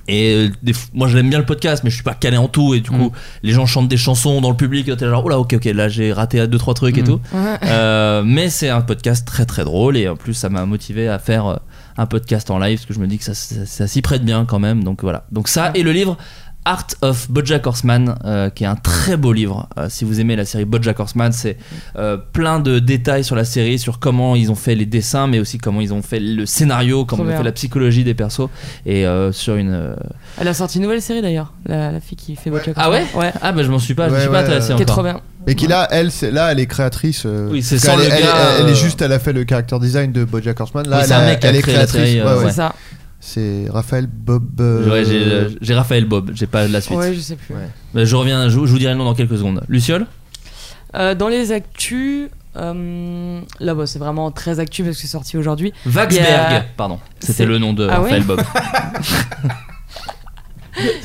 Speaker 8: Et euh, des f- moi, je l'aime bien le podcast, mais je suis pas calé en tout.
Speaker 10: Mm.
Speaker 8: Et du coup, les gens chantent des chansons dans le public. Et t'es là, genre, oula, ok, ok, là, j'ai raté deux, trois trucs et
Speaker 12: Mm.
Speaker 8: tout. Euh, mais c'est un podcast très, très drôle. Et en plus, ça m'a motivé à faire euh, un podcast en live parce que je me dis que ça, ça- ça s'y prête bien quand même. Donc voilà. Donc, ça, et le livre. Art of Bojack Horseman, euh, qui est un très beau livre. Euh, si vous aimez la série Bojack Horseman, c'est euh, plein de détails sur la série, sur comment ils ont fait les dessins, mais aussi comment ils ont fait le scénario, comment ils ont
Speaker 10: Trop bien.
Speaker 8: fait la psychologie des persos, et euh, sur une. euh,
Speaker 10: elle a sorti une nouvelle série d'ailleurs la, la fille qui fait Bojack
Speaker 8: Ah ouais
Speaker 10: Horseman. ouais
Speaker 8: Ah bah je m'en suis pas, je me
Speaker 9: Ouais,
Speaker 8: suis pas
Speaker 9: ouais,
Speaker 8: intéressé
Speaker 9: euh,
Speaker 10: qui est
Speaker 8: encore.
Speaker 10: trop bien
Speaker 9: Et qui là, elle, c'est là, elle est créatrice. euh,
Speaker 8: Oui, c'est
Speaker 9: parce
Speaker 8: sans
Speaker 9: qu'elle
Speaker 8: le
Speaker 9: est- elle,
Speaker 8: gars,
Speaker 9: elle- elle
Speaker 8: euh,
Speaker 9: est juste, elle a fait le character design de BoJack Horseman. Là,
Speaker 8: Oui,
Speaker 9: elle,
Speaker 8: c'est un
Speaker 9: a-
Speaker 8: mec qui a
Speaker 9: elle est
Speaker 8: créé la
Speaker 9: créatrice.
Speaker 8: série, euh,
Speaker 9: ouais, ouais.
Speaker 10: c'est ça
Speaker 9: C'est Raphaël Bob. euh,
Speaker 8: Ouais, j'ai, euh, j'ai Raphaël Bob, j'ai pas la suite.
Speaker 10: ouais je sais plus
Speaker 8: Mais Je reviens, je, vous- je vous dirai le nom dans quelques secondes. Luciole
Speaker 10: Euh, dans les actus, euh, là bah, c'est vraiment très actu parce que c'est sorti aujourd'hui.
Speaker 8: Vaxberg,
Speaker 10: Il y a-
Speaker 8: pardon. C'était
Speaker 10: C'est-
Speaker 8: le nom de
Speaker 10: Ah ouais
Speaker 8: Raphaël Bob.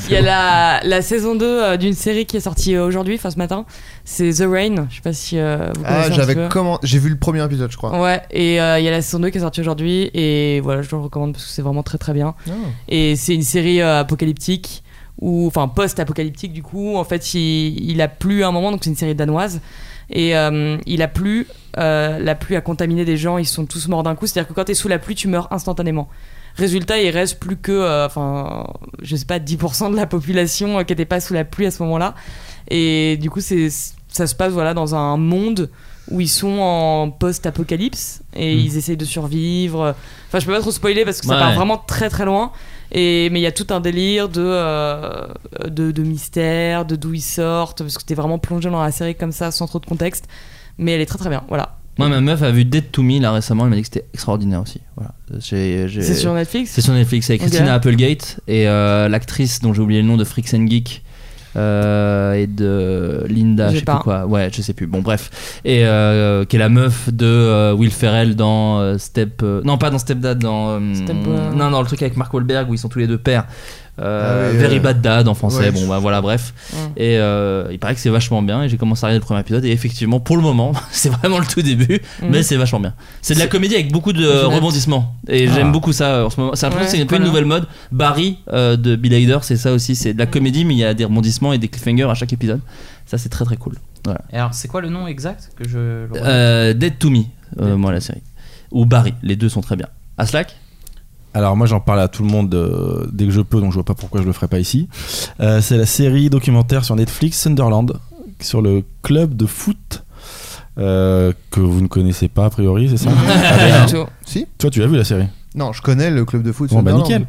Speaker 10: Il y a la, la saison 2 euh, d'une série qui est sortie euh, aujourd'hui, enfin ce matin. C'est The Rain. Je sais pas si euh, vous connaissez.
Speaker 9: Ah,
Speaker 10: un petit
Speaker 9: j'avais
Speaker 10: peu.
Speaker 9: comment J'ai vu le premier épisode, je
Speaker 8: Oh.
Speaker 9: crois.
Speaker 10: Ouais, et euh, il y a la saison 2 qui est sortie aujourd'hui, et voilà, je le recommande parce que c'est vraiment très très bien. Et c'est une série euh, apocalyptique, ou enfin post-apocalyptique du coup. En fait, il, il a plu à un moment, donc c'est une série danoise. Et euh, il a plu, euh, la pluie a contaminé des gens, ils sont tous morts d'un coup. C'est-à-dire que quand t'es sous la pluie, tu meurs instantanément. Résultat, il reste plus que, euh, enfin, je sais pas, 10% de la population euh, qui n'était pas sous la pluie à ce moment-là. Et du coup, c'est ça se passe voilà dans un monde où ils sont en post-apocalypse et
Speaker 12: Mhm.
Speaker 8: Mm.
Speaker 10: ils essayent de survivre. Enfin, je peux pas trop spoiler parce que ça
Speaker 8: Ouais.
Speaker 10: part vraiment très très loin. Et mais il y a tout un délire de euh, de, de mystère, de d'où ils sortent parce que t'es vraiment plongé dans la série comme ça sans trop de contexte. Mais elle est très très bien. Voilà.
Speaker 8: Moi, ma meuf a vu Dead to Me là récemment, elle m'a dit que c'était extraordinaire aussi. Voilà. J'ai- j'ai-
Speaker 10: C'est sur Netflix.
Speaker 8: C'est sur Netflix avec
Speaker 10: Ok.
Speaker 8: Christina Applegate et euh, l'actrice dont j'ai oublié le nom de Freaks and Geek euh, et de Linda,
Speaker 10: Je
Speaker 8: je
Speaker 10: sais
Speaker 8: sais
Speaker 10: pas.
Speaker 8: plus quoi. Ouais, je sais plus. Bon, bref. Et euh, qui est la meuf de euh, Will Ferrell dans euh, Step. euh, non, pas dans Step Dad, dans. euh,
Speaker 10: Step, euh,
Speaker 8: Non, dans le truc avec Mark Wahlberg où ils sont tous les deux pères. Euh,
Speaker 9: Ah oui,
Speaker 8: Very
Speaker 9: euh,
Speaker 8: Bad Dad en français.
Speaker 9: ouais.
Speaker 8: Bon, bah voilà, bref.
Speaker 10: Ouais.
Speaker 8: Et euh, il paraît que c'est vachement bien. Et j'ai commencé à regarder le premier épisode. Et effectivement, pour le moment, c'est vraiment le tout début.
Speaker 10: Mhm.
Speaker 8: Mais c'est vachement bien. C'est de la comédie avec beaucoup de
Speaker 10: note.
Speaker 8: rebondissements. Et
Speaker 12: Ah.
Speaker 8: j'aime beaucoup ça euh, en ce moment. C'est un peu,
Speaker 10: Ouais,
Speaker 8: c'est un peu une
Speaker 10: voilà.
Speaker 8: nouvelle mode. Barry euh, de Bill Hader, c'est ça aussi. C'est de la comédie, mais il y a des rebondissements et des cliffhangers à chaque épisode. Ça, c'est très très cool.
Speaker 12: Et Alors, c'est quoi le nom exact que je. le
Speaker 8: Euh, Dead to Me, euh,
Speaker 12: Dead
Speaker 8: moi, la série. Ou Barry, les deux sont très bien. Aslak
Speaker 11: Alors moi j'en parle à tout le monde euh, dès que je peux, donc je vois pas pourquoi je le ferai pas ici. Euh, c'est la série documentaire sur Netflix Sunderland sur le club de foot euh, que vous ne connaissez pas a priori, c'est ça
Speaker 12: Pas
Speaker 11: Adrien,
Speaker 12: du tout.
Speaker 9: Si
Speaker 11: Toi, tu as vu la série
Speaker 9: Non, je connais le club de foot.
Speaker 11: Bon, bah
Speaker 9: Sunderland.
Speaker 11: nickel.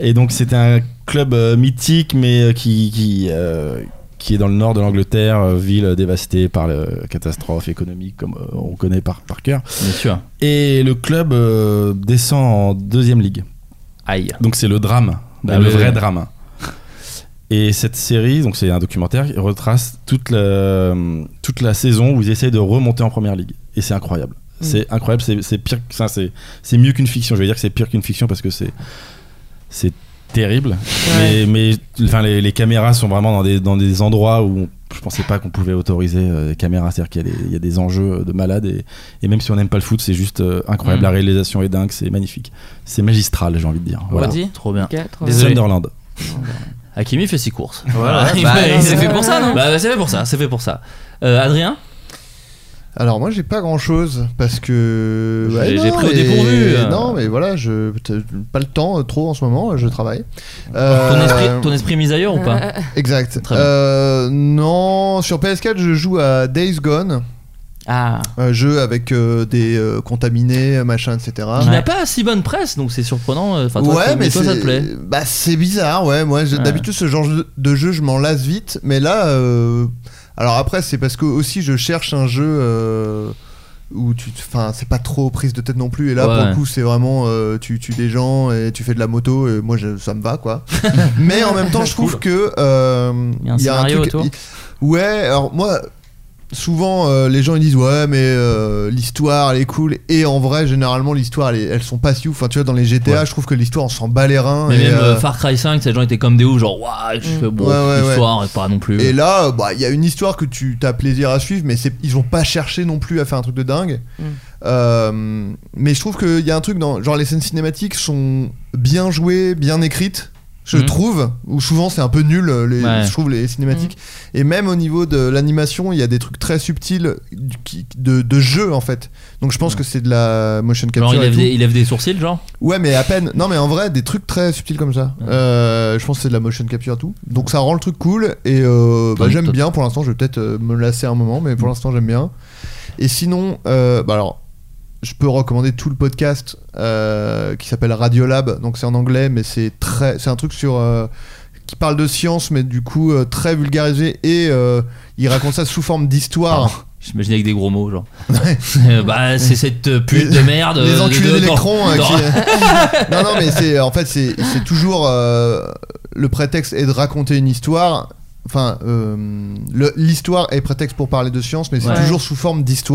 Speaker 11: Et donc, c'était un club euh, mythique, mais euh, qui. qui euh, qui est dans le nord de l'Angleterre, euh, ville dévastée par la catastrophe économique comme euh, on connaît par, par cœur.
Speaker 8: Bien sûr.
Speaker 11: Et le club euh, descend en deuxième ligue.
Speaker 8: Aïe.
Speaker 11: Donc c'est le drame,
Speaker 8: Bah
Speaker 11: le
Speaker 8: oui,
Speaker 11: vrai
Speaker 8: oui.
Speaker 11: drame. Et cette série, donc c'est un documentaire qui retrace toute la, toute la saison où ils essayent de remonter en première ligue. Et c'est incroyable.
Speaker 8: Mm.
Speaker 11: C'est incroyable, c'est- c'est pire, que- ça, c'est c'est mieux qu'une fiction. Je vais dire que c'est pire qu'une fiction parce que c'est c'est terrible.
Speaker 10: Ouais.
Speaker 11: Mais, mais, enfin, les, les caméras sont vraiment dans des, dans des endroits où on- je pensais pas qu'on pouvait autoriser euh, les caméras. C'est-à-dire qu'il y, a des- il y a des enjeux euh, de malade. Et, et même si on n'aime pas le foot, c'est juste euh, incroyable.
Speaker 12: Mm.
Speaker 11: La réalisation est dingue, c'est magnifique. C'est magistral, j'ai envie de dire. Voilà.
Speaker 12: Redis.
Speaker 8: Trop bien.
Speaker 10: Ok, trop
Speaker 8: Désolé.
Speaker 11: Sunderland.
Speaker 8: Hakimi fait six courses.
Speaker 12: Voilà.
Speaker 8: Il
Speaker 12: Bah,
Speaker 8: fait-
Speaker 12: c'est fait pour ça, non
Speaker 8: Bah, c'est fait pour ça, c'est fait pour ça. Euh, Adrien
Speaker 9: Alors moi j'ai pas grand chose parce que
Speaker 8: J'ai-
Speaker 9: Ouais,
Speaker 8: j'ai
Speaker 9: non,
Speaker 8: pris au
Speaker 9: et-
Speaker 8: dépourvu, euh.
Speaker 9: Non mais voilà, je peut-être pas le temps euh, trop en ce moment, je travaille. Euh,
Speaker 8: ton, esprit, ton esprit mis ailleurs ou pas
Speaker 9: Exact.
Speaker 8: Très bien.
Speaker 9: Euh, non, sur PS4 je joue à Days Gone,
Speaker 12: Ah,
Speaker 9: un jeu avec euh, des euh, contaminés, machin, etc.
Speaker 8: Il n'a pas si bonne presse, donc c'est surprenant. euh, Enfin, toi,
Speaker 9: ouais,
Speaker 8: c'est-
Speaker 9: mais
Speaker 8: toi, ça
Speaker 9: c'est-
Speaker 8: te plaît.
Speaker 9: Bah, c'est bizarre, ouais. Moi, je-
Speaker 8: Ouais.
Speaker 9: d'habitude, ce genre de- de jeu, je m'en lasse vite. Mais là, euh, alors après, c'est parce que aussi, je cherche un jeu euh, où tu. te- Enfin, c'est pas trop prise de tête non plus. Et là, pour
Speaker 8: Ouais.
Speaker 9: le coup, c'est vraiment. euh, tu tues des gens et tu fais de la moto. Et moi, je- ça me va, quoi. mais en même temps, je trouve que. euh,
Speaker 12: Il y a un scénario autour.
Speaker 9: il- Ouais, alors moi. Souvent, euh, les gens ils disent ouais, mais euh, l'histoire elle est cool. Et en vrai, généralement, l'histoire elle est- elles sont pas si ouf. Enfin, tu vois, dans les GTA, je trouve que l'histoire on s'en bat les reins.
Speaker 8: Mais
Speaker 9: et,
Speaker 8: même
Speaker 9: euh,
Speaker 8: euh, Far Cry 5, ces gens étaient comme des ouf, genre, waouh, je fais bon,
Speaker 9: Ouais, ouais, ouais.
Speaker 8: l'histoire, et pas non plus.
Speaker 9: et là, euh, bah, il y a une histoire que tu as plaisir à suivre, mais c'est- ils ont pas cherché non plus à faire un truc de dingue.
Speaker 10: Mm.
Speaker 9: Euh, mais je trouve qu'il y a un truc dans. Genre, les scènes cinématiques sont bien jouées, bien écrites, je
Speaker 12: Mm.
Speaker 9: trouve. Ou souvent, c'est un peu nul, euh, les,
Speaker 8: Ouais.
Speaker 9: je trouve, les cinématiques. Et même au niveau de l'animation, il y a des trucs très subtils du- qui- de, de jeu, en fait. Donc, je pense que c'est de la motion capture.
Speaker 8: Genre, il
Speaker 9: et
Speaker 8: lève,
Speaker 9: tout.
Speaker 8: des, il lève des sourcils, genre
Speaker 9: Ouais, mais à peine. Non, mais en vrai, des trucs très subtils comme ça. Euh, je pense que c'est de la motion capture et tout. Donc ça rend le truc cool. Et euh, bah,
Speaker 8: Ouais,
Speaker 9: j'aime
Speaker 8: toi-
Speaker 9: bien pour l'instant. Je vais peut-être euh, me lasser un moment, mais pour l'instant, j'aime bien. Et sinon, euh, bah alors. Je peux recommander tout le podcast euh, qui s'appelle Radiolab, donc c'est en anglais, mais c'est très, c'est un truc sur euh, qui parle de science, mais du coup euh, très vulgarisé et euh, il raconte ça sous forme d'histoire.
Speaker 8: J'imagine avec des gros mots, genre. Euh, bah, c'est cette pute
Speaker 9: Les-
Speaker 8: de merde.
Speaker 9: Les
Speaker 8: euh,
Speaker 9: enculés
Speaker 8: de- de-
Speaker 9: d'électrons. euh,
Speaker 8: dans-
Speaker 9: qui- non, non, mais c'est en fait c'est c'est toujours euh, le prétexte est de raconter une histoire. Enfin, euh, le- l'histoire est prétexte pour parler de science, mais c'est
Speaker 8: Ouais.
Speaker 9: toujours sous forme d'histoire.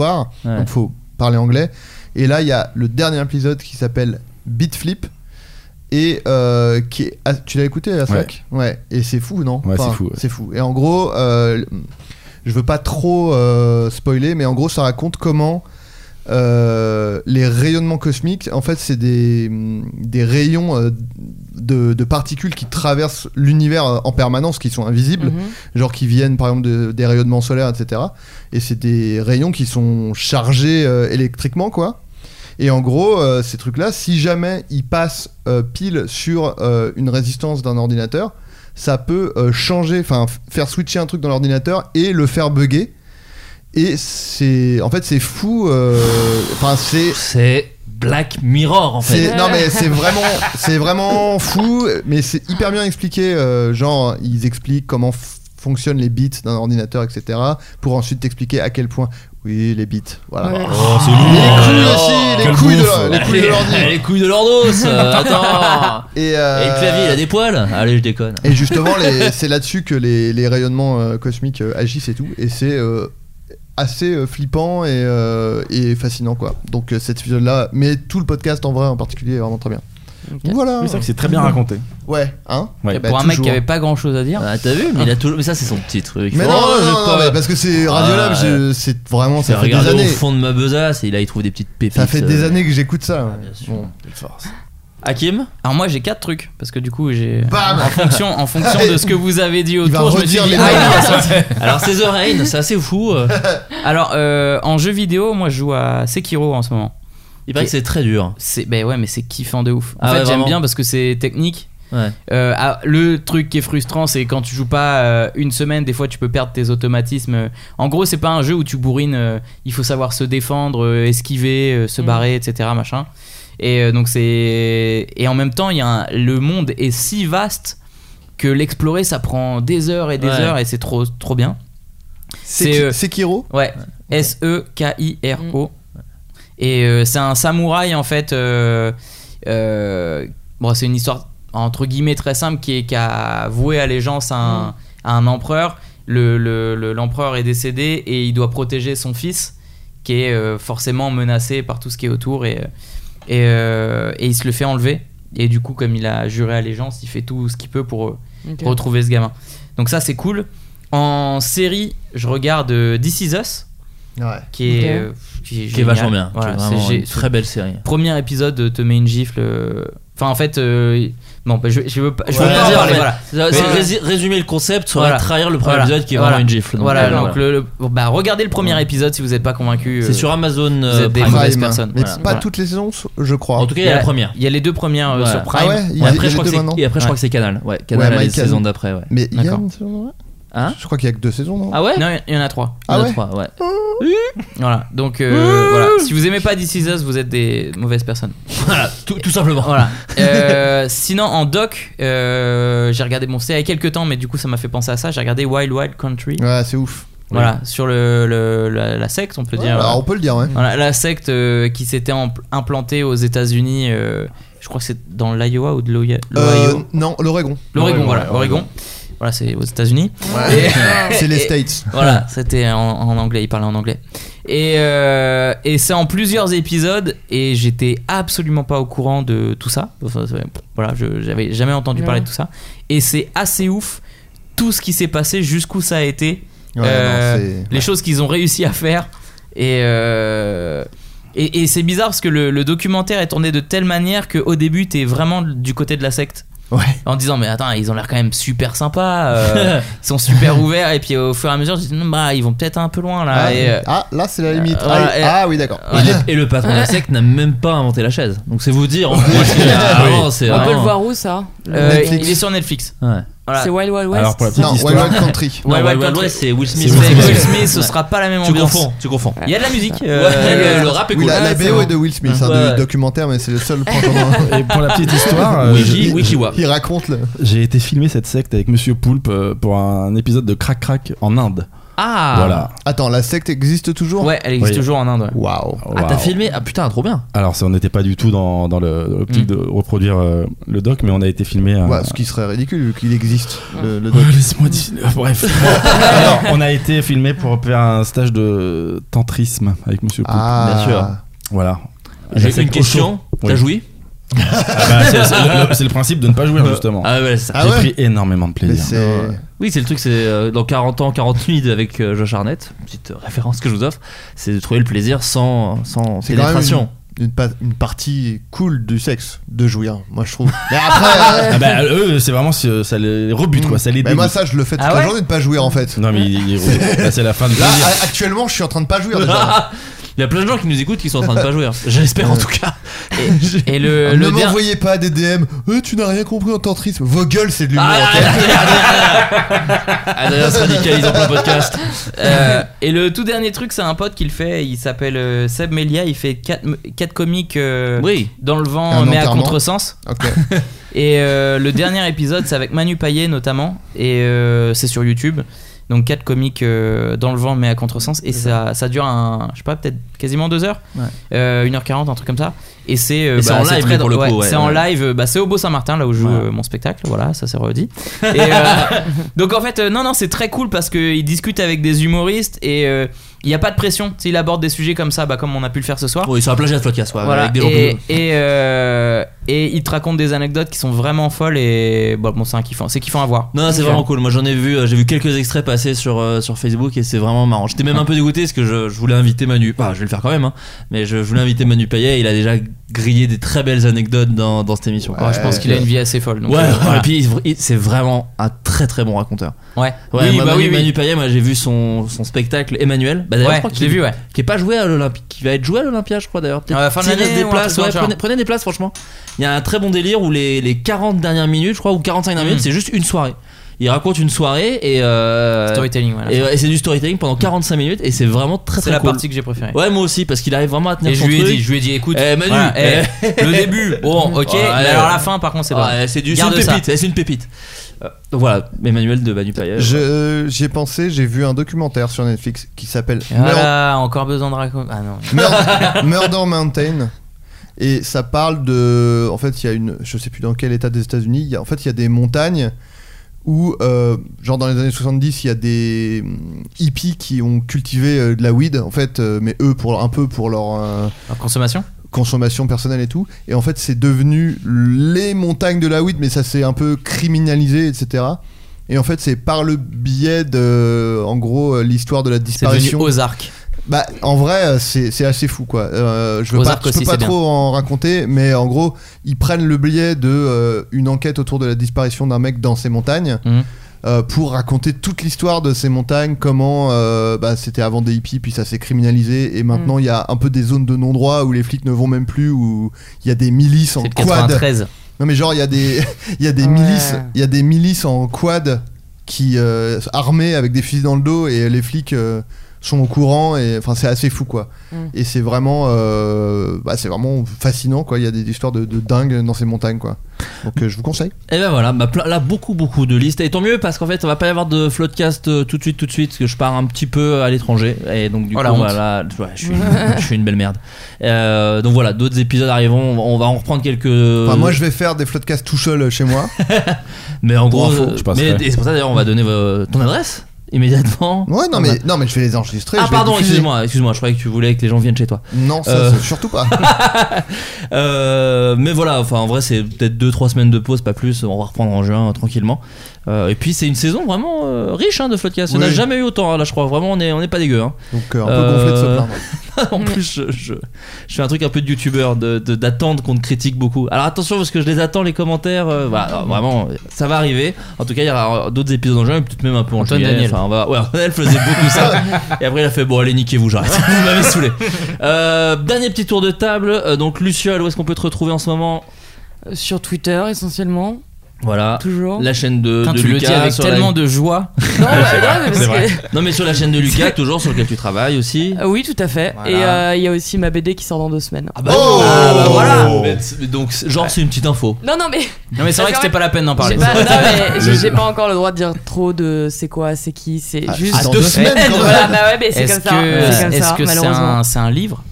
Speaker 8: Ouais.
Speaker 9: Donc faut parler anglais. Et là, il y a le dernier épisode qui s'appelle Beat Flip. Et euh, qui est- ah, tu l'as écouté, Asrak ouais. Et c'est fou, non
Speaker 11: Ouais, c'est fou, ouais.
Speaker 9: C'est fou. Et en gros, euh, je veux pas trop euh, spoiler, mais en gros, ça raconte comment euh, les rayonnements cosmiques, en fait, c'est des, des rayons euh, de, de particules qui traversent l'univers euh, en permanence, qui sont invisibles,
Speaker 10: Mhm.
Speaker 9: genre qui viennent par exemple de- des rayonnements solaires, etc. Et c'est des rayons qui sont chargés euh, électriquement, quoi. Et en gros, euh, ces trucs-là, si jamais ils passent euh, pile sur euh, une résistance d'un ordinateur, ça peut euh, changer, enfin f- faire switcher un truc dans l'ordinateur et le faire bugger. Et c'est, en fait, c'est fou. euh, Enfin, c'est
Speaker 8: C'est Black Mirror, en fait.
Speaker 9: c'est- Non mais c'est vraiment, c'est vraiment fou, mais c'est hyper bien expliqué. euh, genre, ils expliquent comment f- fonctionnent les bits d'un ordinateur, etc. Pour ensuite t'expliquer à quel point. Oui, les bits. Voilà.
Speaker 10: Ouais.
Speaker 11: Oh, c'est
Speaker 9: Les couilles
Speaker 8: alors,
Speaker 9: aussi, les
Speaker 11: quelle
Speaker 9: couilles de
Speaker 11: bouffe.
Speaker 9: l'or- les couilles de l'ordi.
Speaker 8: Les couilles de l'ordos euh, Attends
Speaker 9: Et,
Speaker 8: Et
Speaker 9: euh,
Speaker 8: le clavier, il a des poils Allez, je déconne.
Speaker 9: Et justement, les- c'est là-dessus que les, les rayonnements euh, cosmiques euh, agissent et tout. Et c'est euh, assez euh, flippant et, euh, et fascinant, quoi. Donc euh, cet épisode-là, mais tout le podcast en vrai en particulier est vraiment très bien.
Speaker 11: Oui,
Speaker 9: Voilà.
Speaker 11: c'est vrai que c'est très bien raconté.
Speaker 9: Ouais, hein
Speaker 11: Ouais.
Speaker 9: Eh ben,
Speaker 12: pour un mec
Speaker 9: toujours.
Speaker 12: qui avait pas grand chose à dire.
Speaker 8: Ah, t'as vu mais, il a toujours... mais ça, c'est son petit truc.
Speaker 9: Mais
Speaker 8: Oh,
Speaker 9: non,
Speaker 8: j'ai
Speaker 9: non, non,
Speaker 8: pas-
Speaker 9: non, mais parce que c'est Radiolab,
Speaker 8: Ah,
Speaker 9: je- c'est vraiment,
Speaker 8: C'est
Speaker 9: ça fait des
Speaker 8: regarder au
Speaker 9: années.
Speaker 8: fond de ma besace et là il trouve des petites pépites.
Speaker 9: Ça fait des
Speaker 8: euh,
Speaker 9: années que j'écoute ça. ouais.
Speaker 8: bien sûr.
Speaker 9: Bon.
Speaker 8: Hakim
Speaker 12: Alors moi j'ai quatre trucs parce que du coup j'ai
Speaker 9: Bam
Speaker 12: en fonction en fonction de ce que vous avez dit
Speaker 9: va
Speaker 12: autour je me suis
Speaker 9: redire
Speaker 12: dit
Speaker 9: les
Speaker 12: ah,
Speaker 9: noms.
Speaker 12: il a sorti.
Speaker 8: Alors c'est The Rain, c'est assez fou. euh.
Speaker 12: Alors euh, en jeu vidéo moi je joue à Sekiro en ce moment.
Speaker 8: Il paraît que c'est très dur.
Speaker 12: C'est ben ouais mais c'est kiffant de ouf. En
Speaker 8: Ah
Speaker 12: fait
Speaker 8: ouais,
Speaker 12: j'aime
Speaker 8: vraiment
Speaker 12: bien parce que c'est technique
Speaker 8: Ouais.
Speaker 10: Euh, ah, le truc qui est frustrant, c'est quand tu joues pas euh, une semaine, des fois tu peux perdre tes automatismes. En gros, c'est pas un jeu où tu bourrines. euh, il faut savoir se défendre, euh, esquiver, euh, se
Speaker 12: Mhm.
Speaker 10: barrer, etc. Machin. Et euh, donc c'est et en même temps, il y a un- le monde est si vaste que l'explorer, ça prend des heures et des
Speaker 8: Ouais.
Speaker 10: heures et c'est trop trop bien.
Speaker 9: C'est
Speaker 10: euh,
Speaker 9: qui- Sekiro
Speaker 10: Ouais. S E K I R O. Et euh, c'est un samouraï en fait. euh, euh, bon, c'est une histoire entre guillemets très simple qui, est, qui a voué allégeance à un, à un empereur. Le- le- le- L'empereur est décédé et il doit protéger son fils qui est euh, forcément menacé par tout ce qui est autour et, euh, et, euh, et il se le fait enlever. Et du coup, comme il a juré allégeance, il fait tout ce qu'il peut pour, euh,
Speaker 12: Ok.
Speaker 10: retrouver ce gamin. Donc ça c'est cool. En série, je regarde euh, This Is Us,
Speaker 9: Ouais.
Speaker 10: qui est,
Speaker 12: Ok.
Speaker 10: euh, qui est
Speaker 8: Qui est
Speaker 10: génial.
Speaker 8: vachement bien. qui est
Speaker 10: Voilà,
Speaker 8: vraiment
Speaker 10: c'est-
Speaker 8: une
Speaker 10: j'ai-
Speaker 8: très belle série.
Speaker 10: Premier épisode euh, te met une gifle. euh, Enfin en fait, euh, non, bah, je, je veux pas, je veux
Speaker 8: Ouais,
Speaker 10: pas en
Speaker 8: dire,
Speaker 10: parler.
Speaker 8: mais-
Speaker 10: Voilà,
Speaker 8: Ça-
Speaker 10: Mais-
Speaker 8: c'est rési- résumer le concept serait
Speaker 10: Voilà.
Speaker 8: trahir le premier
Speaker 10: Voilà.
Speaker 8: épisode qui est
Speaker 10: Voilà.
Speaker 8: vraiment une gifle. Donc,
Speaker 10: voilà.
Speaker 8: euh,
Speaker 10: Donc le, le- bon, bah regardez le premier
Speaker 8: Ouais.
Speaker 10: épisode si vous n'êtes pas convaincu. euh,
Speaker 8: C'est sur Amazon
Speaker 10: vous
Speaker 8: euh,
Speaker 10: êtes des
Speaker 8: Prime.
Speaker 10: mauvaises
Speaker 9: Prime.
Speaker 10: personnes.
Speaker 9: Mais
Speaker 10: Voilà,
Speaker 9: pas
Speaker 10: voilà.
Speaker 9: toutes les saisons, je crois.
Speaker 8: En tout cas, il y a la première.
Speaker 10: Il y a les deux premières euh,
Speaker 8: Ouais.
Speaker 10: sur
Speaker 9: ah
Speaker 10: Prime.
Speaker 9: ouais, il y
Speaker 8: Et après,
Speaker 9: a- il y a
Speaker 8: je
Speaker 9: les
Speaker 8: crois que
Speaker 9: deux
Speaker 8: c'est-
Speaker 9: maintenant.
Speaker 8: et après, je crois que c'est Canal. Ouais,
Speaker 9: Ouais,
Speaker 8: Canal a les
Speaker 9: Mike,
Speaker 8: saisons d'après. Ouais.
Speaker 9: Mais il y a
Speaker 10: D'accord.
Speaker 9: une saison, ouais.
Speaker 8: Hein
Speaker 9: Je crois qu'il y a que deux saisons, non
Speaker 8: Ah ouais
Speaker 10: Non, il y en a trois.
Speaker 8: Il
Speaker 9: Ah
Speaker 8: y en a
Speaker 9: ouais
Speaker 8: trois, ouais.
Speaker 10: Voilà. Donc euh, voilà. Si vous aimez pas This Is Us, vous êtes des mauvaises personnes.
Speaker 8: Voilà, tout, tout simplement.
Speaker 10: Voilà. Euh, sinon, en doc, euh, j'ai regardé, bon, c'est il y a quelques temps, mais du coup, ça m'a fait penser à ça. J'ai regardé Wild Wild Country.
Speaker 9: Ouais, c'est ouf.
Speaker 10: Voilà, sur le, le- la, la secte, on peut dire. Ah.
Speaker 9: Alors, on peut le dire, ouais. bah,
Speaker 10: Voilà, la secte euh, qui s'était em- implantée aux États-Unis, euh, je crois que c'est dans l'Iowa ou de l'Ohio.
Speaker 9: Euh,
Speaker 10: l'Ohio.
Speaker 9: non, l'Oregon.
Speaker 10: L'Oregon,
Speaker 11: l'Oregon,
Speaker 10: voilà,
Speaker 11: ouais,
Speaker 10: Oregon. Voilà, c'est aux États-Unis.
Speaker 9: Ouais.
Speaker 10: Et-
Speaker 9: C'est les
Speaker 10: et-
Speaker 9: States.
Speaker 10: Voilà, c'était en, en anglais, il parlait en anglais. Et, euh, et c'est en plusieurs épisodes, et j'étais absolument pas au courant de tout ça. Enfin, c'est- voilà, je- j'avais jamais entendu
Speaker 12: Ouais.
Speaker 10: parler de tout ça. Et c'est assez ouf tout ce qui s'est passé, jusqu'où ça a été,
Speaker 9: Ouais,
Speaker 10: Euh,
Speaker 9: non,
Speaker 10: les choses qu'ils ont réussi à faire. Et, euh, et, et c'est bizarre parce que le, le documentaire est tourné de telle manière qu'au début, t'es vraiment du côté de la secte.
Speaker 9: c'est. Ouais.
Speaker 10: En disant, mais attends, ils ont l'air quand même super sympas. euh, ils sont super ouverts et puis au fur et à mesure je dis non, bah ils vont peut-être un peu loin là
Speaker 9: Ah,
Speaker 10: et, euh,
Speaker 9: ah, là, c'est la limite.
Speaker 10: euh,
Speaker 9: ah,
Speaker 10: voilà,
Speaker 9: oui.
Speaker 10: et-
Speaker 9: Ah oui, d'accord.
Speaker 8: Et le, et le patron de la secte n'a même pas inventé la chaise. Donc c'est vous dire. en fait, c'est- vraiment, c'est
Speaker 12: On peut le
Speaker 8: vraiment-
Speaker 12: voir où ça Le-
Speaker 10: euh,
Speaker 9: Netflix.
Speaker 10: il est sur Netflix
Speaker 8: Ouais.
Speaker 10: voilà
Speaker 12: C'est Wild Wild West
Speaker 11: Alors, pour la petite
Speaker 9: Non, Wild
Speaker 11: histoire.
Speaker 9: Wild Country.
Speaker 8: Non,
Speaker 10: Ouais, ouais,
Speaker 8: Wild Wild
Speaker 10: quand-
Speaker 8: West, c'est Will Smith.
Speaker 10: c'est Will
Speaker 8: Ouais.
Speaker 10: Smith ce
Speaker 8: Ouais.
Speaker 10: sera pas la même
Speaker 8: Tu
Speaker 10: ambiance
Speaker 8: confonds, tu confonds.
Speaker 10: il y a de la musique
Speaker 8: Ouais,
Speaker 10: euh,
Speaker 8: le, le rap est
Speaker 9: Oui,
Speaker 8: cool.
Speaker 9: la, la
Speaker 10: Ah, c'est
Speaker 9: BO est
Speaker 10: bon.
Speaker 9: de Will Smith, c'est un
Speaker 8: Ouais.
Speaker 9: de- documentaire, mais c'est le seul point commun.
Speaker 11: Et pour la petite histoire, euh,
Speaker 8: Wiki,
Speaker 11: j'ai-
Speaker 8: Wikiwa.
Speaker 9: Il raconte le.
Speaker 11: j'ai été filmer cette secte avec Monsieur Poulpe euh, pour un épisode de Crac Crac en Inde.
Speaker 10: ah
Speaker 11: Voilà.
Speaker 9: Attends, la secte existe toujours
Speaker 10: ouais elle existe
Speaker 11: Oui.
Speaker 10: toujours en Inde ouais.
Speaker 9: Waouh.
Speaker 8: Ah, t'as
Speaker 11: Waouh.
Speaker 8: filmé Ah putain, trop bien.
Speaker 11: Alors, ça, on n'était pas du tout dans, dans le- dans l'optique de reproduire euh, le doc, mais on a été filmé. euh,
Speaker 9: Ouais, Bah, ce qui serait ridicule vu qu'il existe le, le
Speaker 11: Ouais,
Speaker 9: doc.
Speaker 11: Laisse-moi dire. Bref. Alors, on a été filmé pour faire un stage de tantrisme avec Monsieur Poulpe.
Speaker 9: Ah,
Speaker 8: Bien sûr.
Speaker 11: Voilà. La
Speaker 8: J'ai
Speaker 11: secte
Speaker 8: une question.
Speaker 11: Oui.
Speaker 8: T'as joui
Speaker 11: Ah Euh, bah, c'est- c'est le- c'est le principe de ne pas jouer, justement.
Speaker 8: Ah ouais, c'est ça.
Speaker 9: Ah
Speaker 11: J'ai
Speaker 9: ouais
Speaker 11: pris énormément de
Speaker 9: Mais
Speaker 11: plaisir.
Speaker 9: c'est.
Speaker 8: Oui, c'est le truc, c'est euh, dans 40 ans, 40 nuits avec euh, Josh Arnett, petite euh, référence que je vous offre, c'est de trouver le plaisir sans, sans
Speaker 9: C'est quand même
Speaker 8: pénétration.
Speaker 9: Une, pa- une partie cool du sexe, de jouir, moi je trouve. Mais après, euh,
Speaker 11: Ah bah, eux, c'est vraiment ce- ça les rebute, quoi. Ça les
Speaker 9: mais moi
Speaker 11: dégoûte.
Speaker 9: ça je le fais toute
Speaker 10: Ah
Speaker 9: la
Speaker 10: ouais
Speaker 9: journée de pas jouir en fait.
Speaker 11: Non, mais il- il- là, c'est la fin du
Speaker 9: Là,
Speaker 11: plaisir.
Speaker 9: a- actuellement, je suis en train de pas jouir déjà.
Speaker 8: Il y a plein de gens qui nous écoutent qui sont en train de pas jouer. hein. J'espère en tout cas.
Speaker 10: et le,
Speaker 9: ne
Speaker 10: le der-
Speaker 9: m'envoyez pas des DM. Eh, tu n'as rien compris en tantrisme. Vos gueules, c'est de l'humour.
Speaker 8: Ah,
Speaker 9: ok
Speaker 8: Adrien se radicalise dans le podcast.
Speaker 10: Ah, euh, et le tout dernier truc c'est un pote qui le fait il s'appelle euh, Seb Melia il fait 4 quatre comiques euh,
Speaker 8: Oui.
Speaker 10: dans le vent
Speaker 9: Un
Speaker 10: mais à
Speaker 9: enterrement.
Speaker 10: contresens
Speaker 9: Ok.
Speaker 10: Et euh, le dernier épisode, c'est avec Manu Payet notamment, et euh, c'est sur YouTube. Donc quatre comiques euh, dans le vent mais à contresens et ça, ça dure un je sais pas peut-être quasiment deux heures
Speaker 8: Ouais.
Speaker 10: Euh, 1h40 un truc comme ça et c'est euh,
Speaker 8: Et c'est en live,
Speaker 10: très
Speaker 8: pour le
Speaker 10: drôle.
Speaker 8: coup,
Speaker 10: Ouais,
Speaker 8: ouais,
Speaker 10: c'est en
Speaker 8: ouais.
Speaker 10: live euh, bah, c'est au Beau Saint-Martin là où je joue
Speaker 8: Ouais.
Speaker 10: euh, mon spectacle voilà ça c'est redit et, euh, donc en fait euh, non non c'est très cool parce que il discute avec des humoristes et euh, il n'y a pas de pression il aborde des sujets comme ça bah, comme on a pu le faire ce soir
Speaker 8: Oui, sur la plage de podcast, quoi.
Speaker 10: voilà,
Speaker 8: avec des gens
Speaker 10: et,
Speaker 8: plus-
Speaker 10: et, euh, et il te raconte des anecdotes qui sont vraiment folles et
Speaker 12: bah,
Speaker 10: bon, bon c'est un kiffant, c'est kiffant à voir.
Speaker 8: Non, c'est
Speaker 10: Ok.
Speaker 8: vraiment cool. Moi, j'en ai vu, euh, j'ai vu quelques extraits passer sur, euh, sur Facebook et c'est vraiment marrant. J'étais même un peu dégoûté parce que je, je voulais inviter Manu. Enfin, je vais le faire quand même, hein. Mais je, je voulais inviter Manu Payet. Il a déjà grillé des très belles anecdotes dans, dans cette émission.
Speaker 9: Ouais,
Speaker 12: je pense qu'il a une vie assez folle. donc,
Speaker 8: Ouais,
Speaker 12: euh, voilà.
Speaker 8: et puis il- c'est vraiment un très très bon raconteur.
Speaker 12: Ouais.
Speaker 8: Ouais,
Speaker 12: oui,
Speaker 8: moi,
Speaker 12: bah
Speaker 8: Manu,
Speaker 12: oui, oui.
Speaker 8: Manu Payet, moi j'ai vu son, son spectacle Emmanuel. Bah, d'ailleurs, je
Speaker 12: Ouais,
Speaker 8: crois
Speaker 12: je
Speaker 8: qu'il-
Speaker 12: l'ai vu, ouais.
Speaker 8: qui est pas joué à l'Olympique, qui va être joué à l'Olympia, je crois d'ailleurs. Peut-être.
Speaker 12: À la fin de
Speaker 8: S'il
Speaker 12: l'année
Speaker 8: reste des
Speaker 12: ou un
Speaker 8: places,
Speaker 12: truc dans
Speaker 8: ouais,
Speaker 12: le genre.
Speaker 8: prenez, prenez des places, franchement. Il y a un très bon délire où les, les 40 dernières minutes, je crois, ou 45 dernières minutes,
Speaker 12: Mm.
Speaker 8: c'est juste une soirée. Il raconte une soirée et, euh,
Speaker 12: Storytelling, voilà.
Speaker 8: et, ouais, et c'est du storytelling pendant 45 minutes et c'est vraiment très
Speaker 12: Hmm. C'est
Speaker 8: très
Speaker 12: la
Speaker 8: cool.
Speaker 12: partie que j'ai préférée.
Speaker 8: Ouais, moi aussi, parce qu'il arrive vraiment à tenir
Speaker 12: Et
Speaker 8: son
Speaker 12: je lui ai
Speaker 8: truc.
Speaker 12: dit, je lui ai dit, écoute,
Speaker 8: Eh, Manu,
Speaker 12: voilà, eh,
Speaker 8: eh.
Speaker 12: le début, bon, ok,
Speaker 8: Ouais,
Speaker 12: mais
Speaker 8: ouais.
Speaker 12: alors la fin, par contre, c'est pas.
Speaker 8: Ouais, c'est du- c'est une
Speaker 12: Garde ça.
Speaker 8: pépite. eh, C'est une pépite. Euh, donc voilà, Emmanuel de Manu Payet.
Speaker 9: Je- euh, J'ai pensé, j'ai vu un documentaire sur Netflix qui s'appelle
Speaker 10: Ah,
Speaker 9: Meur-
Speaker 12: Voilà, encore besoin de raconter. Ah non.
Speaker 9: Meur- Murder Mountain. Et ça parle de. En fait, il y a une. Je sais plus dans quel état des États-Unis. il y a- En fait, il y a des montagnes où, euh, genre dans les années 70, il y a des hum, hippies qui ont cultivé euh, de la weed, en fait, euh, mais eux, pour, un peu pour leur. euh,
Speaker 12: En consommation
Speaker 9: consommation personnelle et tout. Et en fait, c'est devenu les montagnes de la weed, mais ça s'est un peu criminalisé, etc. Et en fait, c'est par le biais de, en gros, euh, l'histoire de la
Speaker 12: C'est devenu
Speaker 9: disparition.
Speaker 12: Ozark.
Speaker 9: Bah, en vrai, euh, c'est c'est assez fou, quoi. Euh, je veux
Speaker 12: Aux
Speaker 9: pas,
Speaker 12: arcs
Speaker 9: je peux
Speaker 12: aussi,
Speaker 9: pas
Speaker 12: c'est bien.
Speaker 9: trop en raconter, mais en gros, ils prennent le biais de euh, une enquête autour de la disparition d'un mec dans ces montagnes.
Speaker 12: Mhm.
Speaker 9: euh, pour raconter toute l'histoire de ces montagnes, comment euh, bah, c'était avant des hippies, puis ça s'est criminalisé, et
Speaker 12: Mhm.
Speaker 9: maintenant il y a un peu des zones de non-droit où les flics ne vont même plus, où il y a des milices en
Speaker 12: C'est le
Speaker 9: quad.
Speaker 12: 93.
Speaker 9: Non mais genre il y a des il y a des
Speaker 10: Ouais.
Speaker 9: milices, il y a des milices en quad qui euh, armés avec des fusils dans le dos et les flics euh, sont au courant et enfin c'est assez fou quoi.
Speaker 10: Mm.
Speaker 9: Et c'est vraiment euh, bah, c'est vraiment fascinant quoi, il y a des histoires de, de dingue dans ces montagnes quoi. Donc euh, je vous conseille.
Speaker 8: Et ben voilà, bah, plein- là beaucoup beaucoup de listes et tant mieux parce qu'en fait on va pas y avoir de floodcast euh, tout de suite tout de suite parce que je pars un petit peu à l'étranger et donc du
Speaker 12: Oh,
Speaker 8: coup
Speaker 12: la honte.
Speaker 8: voilà, ouais, je, suis, je suis une belle merde. Euh, donc voilà, d'autres épisodes arriveront, on va- on va en reprendre quelques.
Speaker 9: Enfin, moi je vais faire des floodcasts tout seul euh, chez moi.
Speaker 8: Mais en
Speaker 11: Pour
Speaker 8: gros,
Speaker 11: info,
Speaker 8: euh,
Speaker 11: je passerai.
Speaker 8: mais et c'est pour ça d'ailleurs on va donner euh, ton adresse immédiatement.
Speaker 9: Ouais non mais non mais je vais les enregistrer.
Speaker 8: Ah
Speaker 9: je vais
Speaker 8: pardon,
Speaker 9: diffuser.
Speaker 8: excuse-moi, excuse-moi, je croyais que tu voulais que les gens viennent chez toi.
Speaker 9: Non, ça,
Speaker 8: Euh.
Speaker 9: ça, surtout pas.
Speaker 8: Euh, mais voilà, enfin en vrai c'est peut-être 2-3 semaines de pause, pas plus, on va reprendre en juin euh, tranquillement. Euh, et puis c'est une saison vraiment euh, riche hein, de Floodcast, on
Speaker 9: Oui.
Speaker 8: n'a jamais eu autant hein, là je crois, vraiment on est, on est pas dégueu. hein.
Speaker 9: Donc euh, un peu gonflé de se
Speaker 8: Euh.
Speaker 9: plaindre.
Speaker 8: en plus je, je, je fais un truc un peu de youtubeur, de- de- d'attendre qu'on te critique beaucoup. Alors attention parce que je les attends les commentaires, euh, voilà, alors, vraiment ça va arriver. En tout cas il y aura d'autres épisodes en juin, et peut-être même un peu en
Speaker 12: Antoine
Speaker 8: juillet.
Speaker 12: Daniel.
Speaker 8: Enfin, on va... Ouais, Daniel faisait beaucoup ça. Et après il a fait bon allez niquez-vous, j'arrête, vous m'avez saoulé. Euh, dernier petit tour de table, Euh, donc Luciole, où est-ce qu'on peut te retrouver en ce moment
Speaker 10: Sur Twitter essentiellement,
Speaker 8: Voilà.
Speaker 10: toujours.
Speaker 8: La chaîne de,
Speaker 12: Putain,
Speaker 8: de
Speaker 12: tu le
Speaker 8: Lucas.
Speaker 12: dis avec
Speaker 8: sur la-
Speaker 12: tellement de joie.
Speaker 10: Non, bah, non, mais parce
Speaker 11: c'est
Speaker 10: que-
Speaker 11: vrai.
Speaker 8: Non, mais sur la chaîne de Lucas, toujours sur laquelle tu travailles aussi.
Speaker 12: bah
Speaker 10: Ah oui, tout à fait.
Speaker 12: Voilà.
Speaker 10: Et euh, il y a aussi ma BD qui sort dans deux semaines.
Speaker 8: Ah bah,
Speaker 9: Oh
Speaker 8: ah bah voilà.
Speaker 9: Oh
Speaker 8: Mais c'est- Donc, c'est- genre, c'est une petite info.
Speaker 10: Non, non, mais
Speaker 12: Non, mais c'est vrai que c'était pas la peine d'en parler.
Speaker 10: j'ai pas, non, mais j'ai- j'ai pas encore le droit de dire trop de c'est quoi, c'est qui, c'est juste.
Speaker 9: dans
Speaker 8: deux
Speaker 9: semaines quand même.
Speaker 10: Voilà, bah ouais, mais c'est
Speaker 12: Est-ce
Speaker 10: comme ça. C'est
Speaker 12: que
Speaker 10: comme
Speaker 12: est-ce
Speaker 10: ça,
Speaker 12: que c'est
Speaker 10: malheureusement.
Speaker 12: un, c'est un livre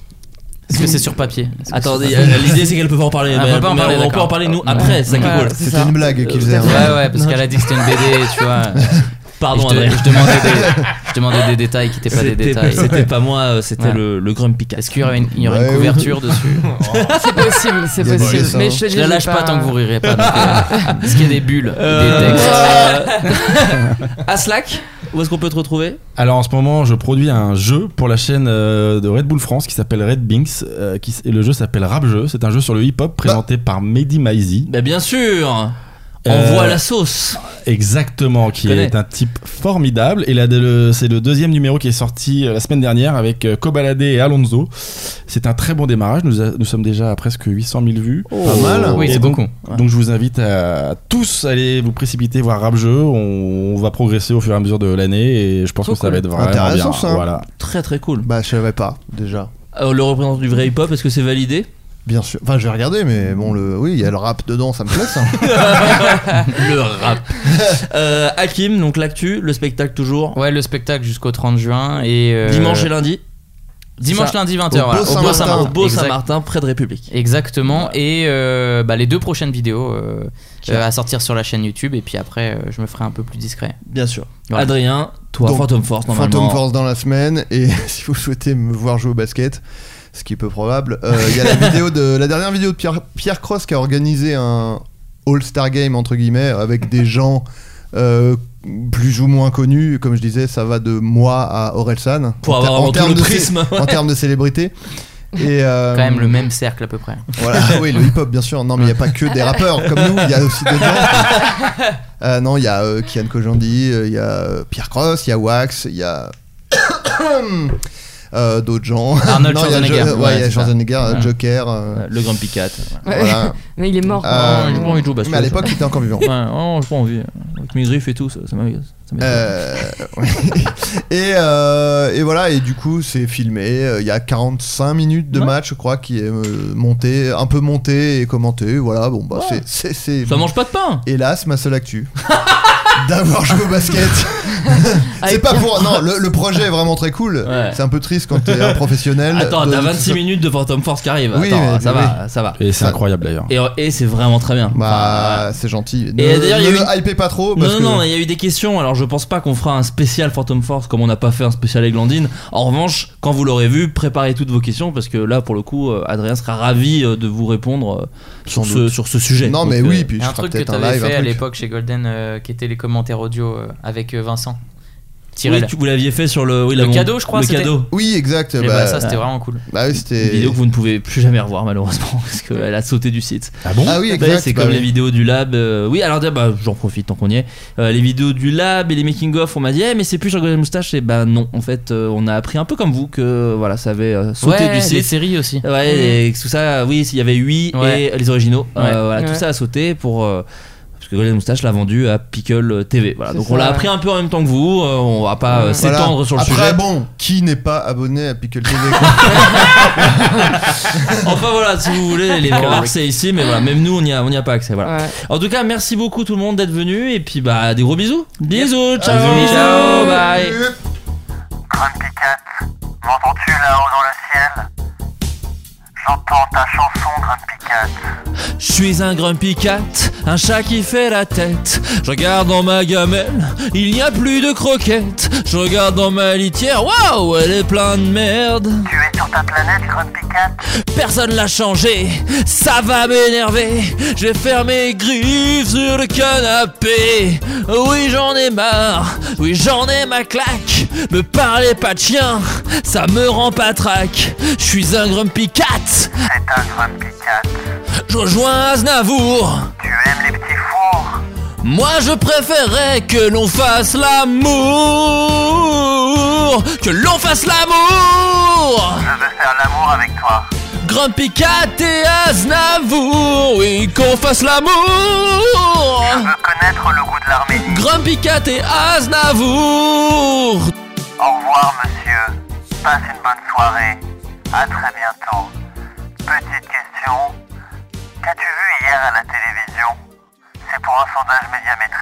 Speaker 12: Est-ce que c'est sur papier Est-ce que
Speaker 8: Attendez,
Speaker 12: c'est-
Speaker 8: euh, l'idée c'est qu'elle peut pas en parler.
Speaker 12: Ah,
Speaker 8: mais-
Speaker 12: on peut pas en
Speaker 8: mais
Speaker 12: parler,
Speaker 8: on peut
Speaker 12: d'accord.
Speaker 8: en parler nous
Speaker 12: Euh,
Speaker 8: après, c'est ça qui est
Speaker 10: Voilà,
Speaker 8: cool.
Speaker 10: c'est
Speaker 9: C'était
Speaker 10: ça.
Speaker 9: une blague qu'ils
Speaker 10: Euh,
Speaker 9: faisaient.
Speaker 12: Ouais, ouais, parce qu'elle a dit que c'était une BD, tu vois.
Speaker 8: Pardon,
Speaker 12: je, te-
Speaker 8: Adrien.
Speaker 12: je demandais des, je demandais des détails qui n'étaient pas des
Speaker 8: C'était
Speaker 12: détails. Ah.
Speaker 8: c'était pas moi, euh, c'était
Speaker 12: Ouais.
Speaker 8: le, le Grumpy Cat.
Speaker 12: Est-ce qu'il y aurait une, il y aurait une
Speaker 9: Ouais, Oh.
Speaker 12: couverture dessus
Speaker 10: C'est possible, c'est
Speaker 9: Il y a des
Speaker 10: possible.
Speaker 9: dessins.
Speaker 10: Mais je te
Speaker 12: Je
Speaker 10: dis,
Speaker 12: la
Speaker 10: j'ai
Speaker 12: lâche pas tant que vous rirez pas. donc, euh, Est-ce qu'il y a des bulles Des
Speaker 10: Euh,
Speaker 12: textes Ah.
Speaker 8: à Slack, où est-ce qu'on peut te retrouver
Speaker 11: Alors en ce moment, je produis un jeu pour la chaîne euh, de Red Bull France qui s'appelle Red Binks. euh, qui s- et le jeu s'appelle Rap Jeu. C'est un jeu sur le hip-hop présenté par Mehdi Maizi.
Speaker 8: Bah, bien sûr
Speaker 11: Euh,
Speaker 8: Envoie la sauce
Speaker 11: Exactement, qui
Speaker 8: Je connais.
Speaker 11: est un type formidable. Et là, de- le- c'est le deuxième numéro qui est sorti euh, la semaine dernière avec euh, Kobalade et Alonso. C'est un très bon démarrage. Nous, a- nous sommes déjà à presque 800 000 vues.
Speaker 9: Pas mal.
Speaker 12: Oui,
Speaker 11: Et
Speaker 12: c'est
Speaker 11: donc,
Speaker 12: beaucoup.
Speaker 11: donc je vous invite à tous aller vous précipiter voir Rap Jeu. On, on va progresser au fur et à mesure de l'année et je pense
Speaker 8: Trop
Speaker 11: que ça va
Speaker 8: cool.
Speaker 11: être vraiment
Speaker 9: Intéressant,
Speaker 11: bien.
Speaker 9: ça.
Speaker 11: Voilà.
Speaker 8: Très très cool.
Speaker 9: Bah je savais pas déjà.
Speaker 8: Euh, le représentant du vrai hip-hop, est-ce que c'est validé
Speaker 9: Bien sûr. Enfin, je vais regarder, mais bon, le... oui, il y a le rap dedans, ça me plaît, ça.
Speaker 8: le rap. Euh, Hakim, donc l'actu, le spectacle toujours.
Speaker 12: Ouais, le spectacle jusqu'au 30 juin et euh,
Speaker 8: Dimanche et lundi.
Speaker 12: dimanche
Speaker 8: ça.
Speaker 12: lundi 20h
Speaker 9: Ah, Au Beau
Speaker 12: au Beau
Speaker 9: Saint-Martin.
Speaker 8: Au Beau
Speaker 12: Exact-
Speaker 8: Saint-Martin, près de République.
Speaker 12: Exactement et euh, bah, les deux prochaines vidéos euh, euh, à sortir sur la chaîne YouTube et puis après euh, je me ferai un peu plus discret.
Speaker 8: Bien sûr.
Speaker 12: Voilà.
Speaker 8: Adrien, toi,
Speaker 9: Donc,
Speaker 8: Phantom Force, normalement.
Speaker 9: Phantom Force dans la semaine, et si vous souhaitez me voir jouer au basket, ce qui est peu probable, euh, il y a la vidéo de la dernière vidéo de Pierre, Pierre Cross qui a organisé un All-Star Game entre guillemets avec des gens euh, plus ou moins connus, comme je disais, ça va de moi à Orelsan
Speaker 8: Pour
Speaker 9: En ter-
Speaker 8: avoir
Speaker 9: en
Speaker 8: avant tout
Speaker 9: termes
Speaker 8: le
Speaker 9: de cé-
Speaker 8: prisme.
Speaker 9: en termes de célébrité. Et, euh,
Speaker 12: Quand même le même cercle à peu près.
Speaker 9: Voilà, Ah oui, le hip-hop, bien sûr. Non, mais il n'y a pas que des rappeurs comme nous, il y a aussi des gens. Euh, non, il y a euh, Kian Kojandi, euh, il y a euh, Pierre Cross, il y a Wax, il y a. euh, d'autres gens.
Speaker 12: Arnold
Speaker 9: Non, il y a
Speaker 12: Schwarzenegger.
Speaker 9: Jo- ouais, il y a
Speaker 12: Ouais,
Speaker 9: Schwarzenegger,
Speaker 12: c'est ça.
Speaker 9: Joker. euh,
Speaker 8: Le Grand Picat.
Speaker 9: voilà.
Speaker 10: Mais il est mort.
Speaker 9: Euh,
Speaker 8: j'ai pas envie de jouer au basket.
Speaker 9: mais à l'époque, il était encore vivant.
Speaker 8: Ouais, oh, j'ai pas envie. Avec mes griffes et tout, ça, ça m'agace. Ça m'agace.
Speaker 9: Euh, oui. et, euh, et voilà, et du coup, c'est filmé. Euh, Il y a 45 minutes de
Speaker 8: Ouais.
Speaker 9: match, je crois, qui est euh, monté, un peu monté et commenté. Voilà, bon, bah, c'est- c'est. c'est-
Speaker 8: Ça mange pas de pain
Speaker 9: Hélas, ma seule actu. D'avoir joué au basket. c'est
Speaker 10: Avec
Speaker 9: pas pour. Non, le, le projet est vraiment très cool.
Speaker 8: Ah, Ouais.
Speaker 9: C'est un peu triste quand t'es un professionnel.
Speaker 8: Attends,
Speaker 9: Euh, de-
Speaker 8: t'as 26 minutes de Phantom Force qui arrive.
Speaker 9: Oui,
Speaker 8: Attends,
Speaker 9: mais-
Speaker 8: ça
Speaker 9: mais
Speaker 8: va, ça va.
Speaker 11: Et c'est incroyable d'ailleurs.
Speaker 8: Et, oh, et c'est vraiment très bien.
Speaker 9: Bah, c'est gentil. Ne,
Speaker 8: Et d'ailleurs, il y a
Speaker 9: ne
Speaker 8: eu
Speaker 9: le
Speaker 8: une-
Speaker 9: hypez pas trop.
Speaker 8: Non,
Speaker 9: Parce
Speaker 8: non,
Speaker 9: que...
Speaker 8: non, il y a eu des questions. Alors, je pense pas qu'on fera un spécial Phantom Force comme on n'a pas fait un spécial Eglandine. En revanche, quand vous l'aurez vu, préparez toutes vos questions parce que là, pour le coup, euh, Adrien sera ravi euh, de vous répondre euh, sur,
Speaker 9: Sans
Speaker 8: ce, sur ce sujet.
Speaker 9: Non,
Speaker 8: Donc,
Speaker 9: mais
Speaker 8: euh,
Speaker 9: oui, puis
Speaker 12: Il
Speaker 9: je
Speaker 12: y a un
Speaker 9: ferai
Speaker 12: truc que
Speaker 9: peut-être un
Speaker 12: t'avais
Speaker 9: live. un
Speaker 12: fait à
Speaker 9: truc.
Speaker 12: l'époque chez Golden euh, qui était les commentaires audio euh, avec euh, Vincent.
Speaker 8: oui,
Speaker 12: Tirel.
Speaker 8: tu- vous l'aviez fait sur le, oui, la
Speaker 12: Le
Speaker 8: mon-
Speaker 12: cadeau, je crois,
Speaker 8: Le
Speaker 12: c'était-
Speaker 8: cadeau.
Speaker 9: Oui, exact.
Speaker 12: Et
Speaker 9: Bah,
Speaker 12: bah, ça c'était vraiment cool.
Speaker 9: bah oui,
Speaker 8: Eh Une
Speaker 9: c'était.
Speaker 8: vidéo que vous ne pouvez plus jamais revoir, malheureusement, parce qu'elle a sauté du site.
Speaker 11: Ah bon
Speaker 9: Ah oui,
Speaker 8: Bah,
Speaker 9: exact.
Speaker 8: c'est
Speaker 9: bah
Speaker 8: comme
Speaker 9: oui.
Speaker 8: les vidéos du lab. euh, oui, alors bah, j'en profite tant qu'on y est. Euh, les vidéos du lab et les making of, on m'a dit, Eh, mais c'est plus sur Golden Moustache. Et bah non, en fait, euh, on a appris un peu comme vous que voilà, ça avait euh, sauté
Speaker 12: ouais,
Speaker 8: du
Speaker 12: les
Speaker 8: site.
Speaker 12: séries aussi.
Speaker 8: Ouais, et tout ça, oui, il y avait 8
Speaker 12: Ouais.
Speaker 8: et les originaux. Euh,
Speaker 12: Ouais.
Speaker 8: voilà, tout
Speaker 10: Ouais.
Speaker 8: ça a sauté pour. euh, parce que Golden Moustache l'a vendu à Pickle TV. Voilà,
Speaker 10: C'est
Speaker 8: donc
Speaker 10: ça,
Speaker 8: on l'a
Speaker 10: ouais.
Speaker 8: appris un peu en même temps que vous. euh, on va pas euh,
Speaker 9: Voilà.
Speaker 8: s'étendre sur le
Speaker 9: Après,
Speaker 8: sujet.
Speaker 9: bon, qui n'est pas abonné à Pickle TV quoi
Speaker 8: Enfin voilà, si vous voulez, les remarques c'est ici, mais voilà, même nous on n'y a, on y a pas accès. Voilà.
Speaker 10: Ouais.
Speaker 8: En tout cas, merci beaucoup tout le monde d'être venu et puis bah des gros bisous. Bisous, ciao,
Speaker 12: Bisous.
Speaker 8: ciao, bye.
Speaker 2: M'entends-tu là-haut dans le ciel J'entends ta chanson, Grumpy Cat.
Speaker 8: Je suis un grumpy cat, un chat qui fait la tête. Je regarde dans ma gamelle, il n'y a plus de croquettes. Je regarde dans ma litière, waouh, elle est pleine de merde.
Speaker 2: Tu es sur ta planète, Grumpy Cat
Speaker 8: Personne l'a changé, ça va m'énerver. Je vais faire mes griffes sur le canapé. Oui, j'en ai marre, oui, j'en ai ma claque. Me parlez pas de chien, ça me rend pas trac. Je suis un grumpy cat,
Speaker 2: C'est un Grumpy Cat.
Speaker 8: je rejoins Aznavour.
Speaker 2: Tu aimes les petits fours
Speaker 8: Moi je préférerais que l'on fasse l'amour, que l'on fasse l'amour.
Speaker 2: Je veux faire l'amour avec toi.
Speaker 8: Grumpy Cat et Aznavour, oui qu'on fasse l'amour
Speaker 2: Je veux connaître le goût de l'Arménie.
Speaker 8: Grumpy Cat et Aznavour
Speaker 2: Au revoir, monsieur. Passe une bonne soirée. À très bientôt. Petite question. Qu'as-tu vu hier à la télévision C'est pour un sondage médiamétrique.